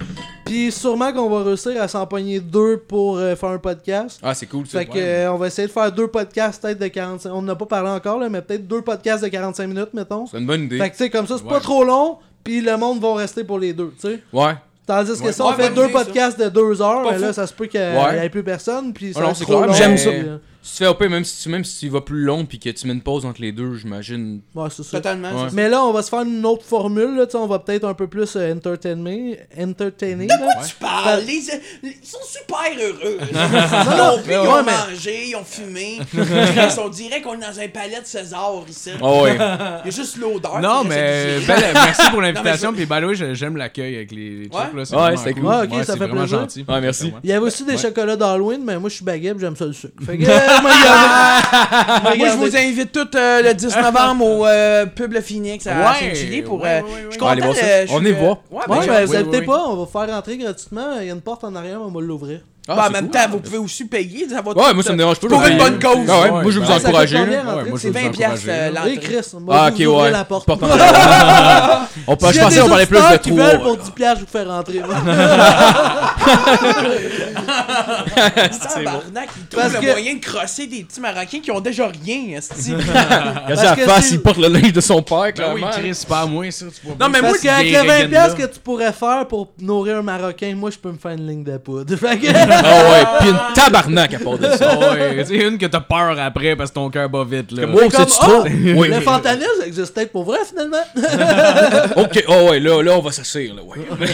[SPEAKER 3] Puis sûrement qu'on va réussir à s'empoigner deux pour euh, faire un podcast.
[SPEAKER 4] Ah, c'est cool, ça.
[SPEAKER 3] Fait que euh, on va essayer de faire deux podcasts peut-être de 45 On n'a pas parlé encore là, mais peut-être deux podcasts de 45 minutes, mettons.
[SPEAKER 4] C'est une bonne idée.
[SPEAKER 3] Fait que tu sais, comme ça, c'est pas trop long, puis le monde va rester pour les deux, tu sais.
[SPEAKER 4] Ouais.
[SPEAKER 3] Tandis que si on
[SPEAKER 2] Ouais,
[SPEAKER 3] fait
[SPEAKER 2] bonne
[SPEAKER 3] deux
[SPEAKER 2] idée, ça.
[SPEAKER 3] podcasts de deux heures,
[SPEAKER 2] Pas
[SPEAKER 3] ben là,
[SPEAKER 2] fou.
[SPEAKER 3] ça se peut qu'il n'y
[SPEAKER 4] Ouais. Ah
[SPEAKER 3] ait plus personne. Puis ça
[SPEAKER 4] non,
[SPEAKER 3] va
[SPEAKER 4] c'est
[SPEAKER 3] être trop
[SPEAKER 4] clair,
[SPEAKER 3] long,
[SPEAKER 4] j'aime
[SPEAKER 3] puis,
[SPEAKER 4] ça.
[SPEAKER 3] euh,
[SPEAKER 4] Si tu fais OP, même si tu, même si tu y vas plus long puis que tu mets une pause entre les deux, j'imagine.
[SPEAKER 3] Ouais, c'est ça.
[SPEAKER 2] Totalement.
[SPEAKER 4] Ouais.
[SPEAKER 2] c'est
[SPEAKER 3] Mais là, on va se faire une autre formule. Là, tu sais, on va peut-être un peu plus euh, entertainer. entertainer là.
[SPEAKER 2] ça. Tu parles, les- ils sont super heureux. Ils ont bu, ils
[SPEAKER 3] ouais,
[SPEAKER 2] ont
[SPEAKER 3] mais-
[SPEAKER 2] mangé, ils ont fumé. Ils sont direct qu'on est dans un palais de César ici.
[SPEAKER 4] Oh, ouais.
[SPEAKER 2] Il y a juste l'odeur.
[SPEAKER 6] Non,
[SPEAKER 2] qui
[SPEAKER 6] mais
[SPEAKER 2] reste à digérer.
[SPEAKER 6] belle- merci pour
[SPEAKER 2] Non,
[SPEAKER 6] l'invitation. Puis, by the way, je- j'aime l'accueil avec les, les trucs.
[SPEAKER 2] Ouais.
[SPEAKER 6] Là,
[SPEAKER 4] Ouais, Ah,
[SPEAKER 6] vraiment
[SPEAKER 4] c'était
[SPEAKER 3] cool. Ouais, ok,
[SPEAKER 6] Ouais,
[SPEAKER 3] ça
[SPEAKER 6] c'est
[SPEAKER 3] fait
[SPEAKER 6] vraiment
[SPEAKER 3] plaisir.
[SPEAKER 6] gentil.
[SPEAKER 4] Ouais, merci.
[SPEAKER 3] Il y avait aussi des chocolats d'Halloween, mais moi, je suis baguette, j'aime ça le sucre. Fait que, euh,
[SPEAKER 2] ben, Moi, je vous invite tous euh, le 10 novembre au euh, Pub Le Phoenix à Saint-Julie pour. euh, Je suis content.
[SPEAKER 4] Allez voir ça.
[SPEAKER 2] euh, je suis,
[SPEAKER 4] On est
[SPEAKER 2] euh,
[SPEAKER 4] voir.
[SPEAKER 2] Ouais,
[SPEAKER 3] Ouais,
[SPEAKER 2] ben,
[SPEAKER 3] mais
[SPEAKER 6] oui,
[SPEAKER 3] vous inquiétez
[SPEAKER 6] oui.
[SPEAKER 3] pas, on va faire rentrer gratuitement. Il y a une porte en arrière, on va l'ouvrir.
[SPEAKER 4] Ah,
[SPEAKER 2] ben, en
[SPEAKER 4] c'est
[SPEAKER 2] même
[SPEAKER 4] cool.
[SPEAKER 2] temps, vous pouvez aussi payer. Ça va
[SPEAKER 4] Ouais,
[SPEAKER 2] tout,
[SPEAKER 4] moi, ça
[SPEAKER 2] euh,
[SPEAKER 4] me dérange pas.
[SPEAKER 2] Pour
[SPEAKER 4] je vais
[SPEAKER 2] une
[SPEAKER 4] payer.
[SPEAKER 2] bonne cause.
[SPEAKER 4] Ah, ouais, moi, je vais vous
[SPEAKER 6] Ça
[SPEAKER 3] coûte
[SPEAKER 4] encourager.
[SPEAKER 3] combien,
[SPEAKER 4] là.
[SPEAKER 3] rentrer?
[SPEAKER 6] Ouais, moi, je
[SPEAKER 2] C'est
[SPEAKER 6] vais vous
[SPEAKER 2] 20 piastres
[SPEAKER 6] encourager, là.
[SPEAKER 2] euh,
[SPEAKER 3] Et
[SPEAKER 2] l'entrée.
[SPEAKER 3] Eh, Chris, on va
[SPEAKER 4] Ah,
[SPEAKER 3] vous
[SPEAKER 4] ok,
[SPEAKER 3] ouvrir
[SPEAKER 4] ouais.
[SPEAKER 3] la porte.
[SPEAKER 4] Porte en arrière. On peut-
[SPEAKER 3] S'il y
[SPEAKER 4] je
[SPEAKER 3] a
[SPEAKER 4] pensais
[SPEAKER 3] des
[SPEAKER 4] qu'on parlait plus de
[SPEAKER 3] auditeurs qui veulent
[SPEAKER 4] trois.
[SPEAKER 3] pour 10 piastres, je vous fais rentrer.
[SPEAKER 2] Tabarnak, ils
[SPEAKER 3] Parce
[SPEAKER 2] trouvent
[SPEAKER 3] que-
[SPEAKER 2] le moyen de crosser des petits Marocains qui ont déjà rien, esti.
[SPEAKER 4] Regardez la
[SPEAKER 3] que
[SPEAKER 4] face,
[SPEAKER 3] c'est-
[SPEAKER 4] il porte le linge de son père,
[SPEAKER 6] Ben oui,
[SPEAKER 4] clairement.
[SPEAKER 6] Chris, c'est pas à moi, ça. Tu vois
[SPEAKER 2] Non, mais moi,
[SPEAKER 3] Parce
[SPEAKER 2] c'est
[SPEAKER 3] qu'avec
[SPEAKER 6] des
[SPEAKER 3] le 20$
[SPEAKER 6] Reagan,
[SPEAKER 3] piastres que tu pourrais faire pour nourrir un Marocain, moi je peux me faire une ligne de poudre. Fait que-
[SPEAKER 4] Ah ouais, pis une tabarnak à part de ça.
[SPEAKER 6] Ah ouais, c'est une que t'as peur après parce que ton cœur bat vite. Là. Ben
[SPEAKER 4] Wow, c'est-tu trop? Oui.
[SPEAKER 3] ah, Le fentanyl, ça existe peut-être pour vrai, finalement.
[SPEAKER 4] Ok, oh ouais, là, là, on va s'asseoir, là, ouais.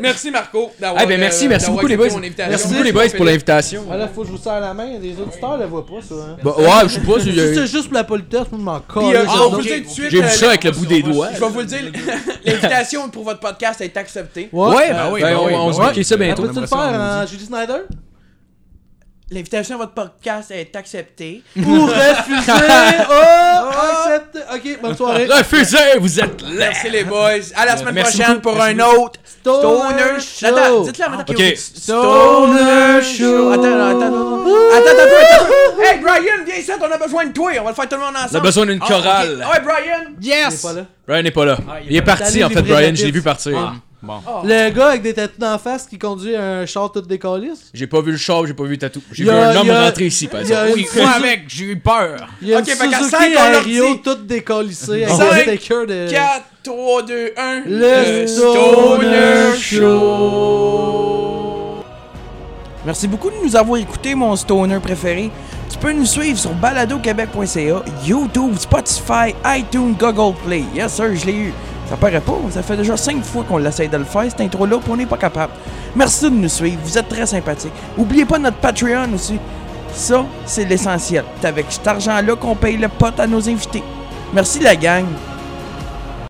[SPEAKER 2] Merci Marco d'avoir.
[SPEAKER 4] Ah ben merci,
[SPEAKER 2] euh,
[SPEAKER 4] merci
[SPEAKER 2] d'avoir
[SPEAKER 4] beaucoup les boys.
[SPEAKER 2] accepté mon invitation.
[SPEAKER 4] Merci beaucoup les boys pour l'invitation.
[SPEAKER 3] Voilà, Ah, faut que je vous serre la main. Les auditeurs ne le voient pas, ça. hein. ah,
[SPEAKER 4] Bah, ouais, je sais pas si
[SPEAKER 3] Si c'est juste pour la politesse, on m'en
[SPEAKER 2] Puis, euh,
[SPEAKER 3] colle.
[SPEAKER 2] je vais vous le dire tout de suite,
[SPEAKER 4] j'ai vu
[SPEAKER 2] euh,
[SPEAKER 4] ça avec le bout des doigts.
[SPEAKER 2] Je vais vous le dire, l'invitation pour votre podcast est acceptée.
[SPEAKER 4] Ouais, bah oui,
[SPEAKER 6] ben
[SPEAKER 4] on
[SPEAKER 6] oui,
[SPEAKER 4] on
[SPEAKER 6] ben
[SPEAKER 4] se
[SPEAKER 6] oui.
[SPEAKER 4] bouquait ça bientôt.
[SPEAKER 3] Après, tu le faire, hein, Julie Snyder?
[SPEAKER 2] L'invitation à votre podcast est acceptée.
[SPEAKER 4] Ben,
[SPEAKER 3] Pour refuser! Oh! Accepte! Ok, bonne soirée.
[SPEAKER 4] Refusez, vous êtes là!
[SPEAKER 2] Merci les boys. À la semaine
[SPEAKER 4] ben, merci
[SPEAKER 2] prochaine
[SPEAKER 4] beaucoup,
[SPEAKER 2] pour
[SPEAKER 4] merci
[SPEAKER 2] un autre
[SPEAKER 3] Stoner
[SPEAKER 2] Stoner
[SPEAKER 3] Show.
[SPEAKER 2] Show. Attends, dites-le avant
[SPEAKER 4] Ok.
[SPEAKER 2] d'attaquer.
[SPEAKER 4] Stoner Show.
[SPEAKER 2] Attends, attends, attends. Attends, attends, attends, attends. Hey Brian, viens ici, on a besoin de toi. On va le faire tout le monde ensemble.
[SPEAKER 4] On a besoin d'une
[SPEAKER 2] Ah,
[SPEAKER 4] chorale.
[SPEAKER 2] ok. Ouais, Brian.
[SPEAKER 3] Il est
[SPEAKER 6] Yes!
[SPEAKER 3] pas là.
[SPEAKER 4] Brian n'est pas là. Ah, Il est
[SPEAKER 3] Salut,
[SPEAKER 4] parti en fait,
[SPEAKER 3] livré
[SPEAKER 4] Brian,
[SPEAKER 3] de
[SPEAKER 4] je l'ai
[SPEAKER 3] pizza.
[SPEAKER 4] vu partir.
[SPEAKER 3] Le gars avec des tatous d'en face qui conduit un char tout décaliste.
[SPEAKER 4] J'ai pas vu le char, j'ai pas vu le tatou. J'ai
[SPEAKER 3] Y
[SPEAKER 4] vu
[SPEAKER 3] a-
[SPEAKER 4] un homme
[SPEAKER 3] y a-
[SPEAKER 4] rentrer ici, par
[SPEAKER 3] Il y
[SPEAKER 4] exemple.
[SPEAKER 3] a une,
[SPEAKER 6] Oui, moi avec, j'ai eu peur.
[SPEAKER 3] il y a une
[SPEAKER 2] Ok, fait qu'à
[SPEAKER 3] Suzuki
[SPEAKER 2] cinq, on leur
[SPEAKER 3] Aéreo
[SPEAKER 2] dit.
[SPEAKER 3] toute décalissée avec
[SPEAKER 2] Cinq,
[SPEAKER 3] un sticker de...
[SPEAKER 2] 4, 3, 2, 1.
[SPEAKER 3] Le Stoner Show.
[SPEAKER 2] Merci beaucoup de nous avoir écoutés, mon stoner préféré. Tu peux nous suivre sur baladoquebec.ca, YouTube, Spotify, iTunes, Google Play. Yes, sir, je l'ai eu. Ça paraît pas, ça fait déjà 5 fois qu'on l'essaye de le faire, cette intro-là, puis on n'est pas capable. Merci de nous suivre, vous êtes très sympathiques. Oubliez pas notre Patreon aussi. Ça, c'est l'essentiel. C'est avec cet argent-là qu'on paye le pot à nos invités. Merci la gang.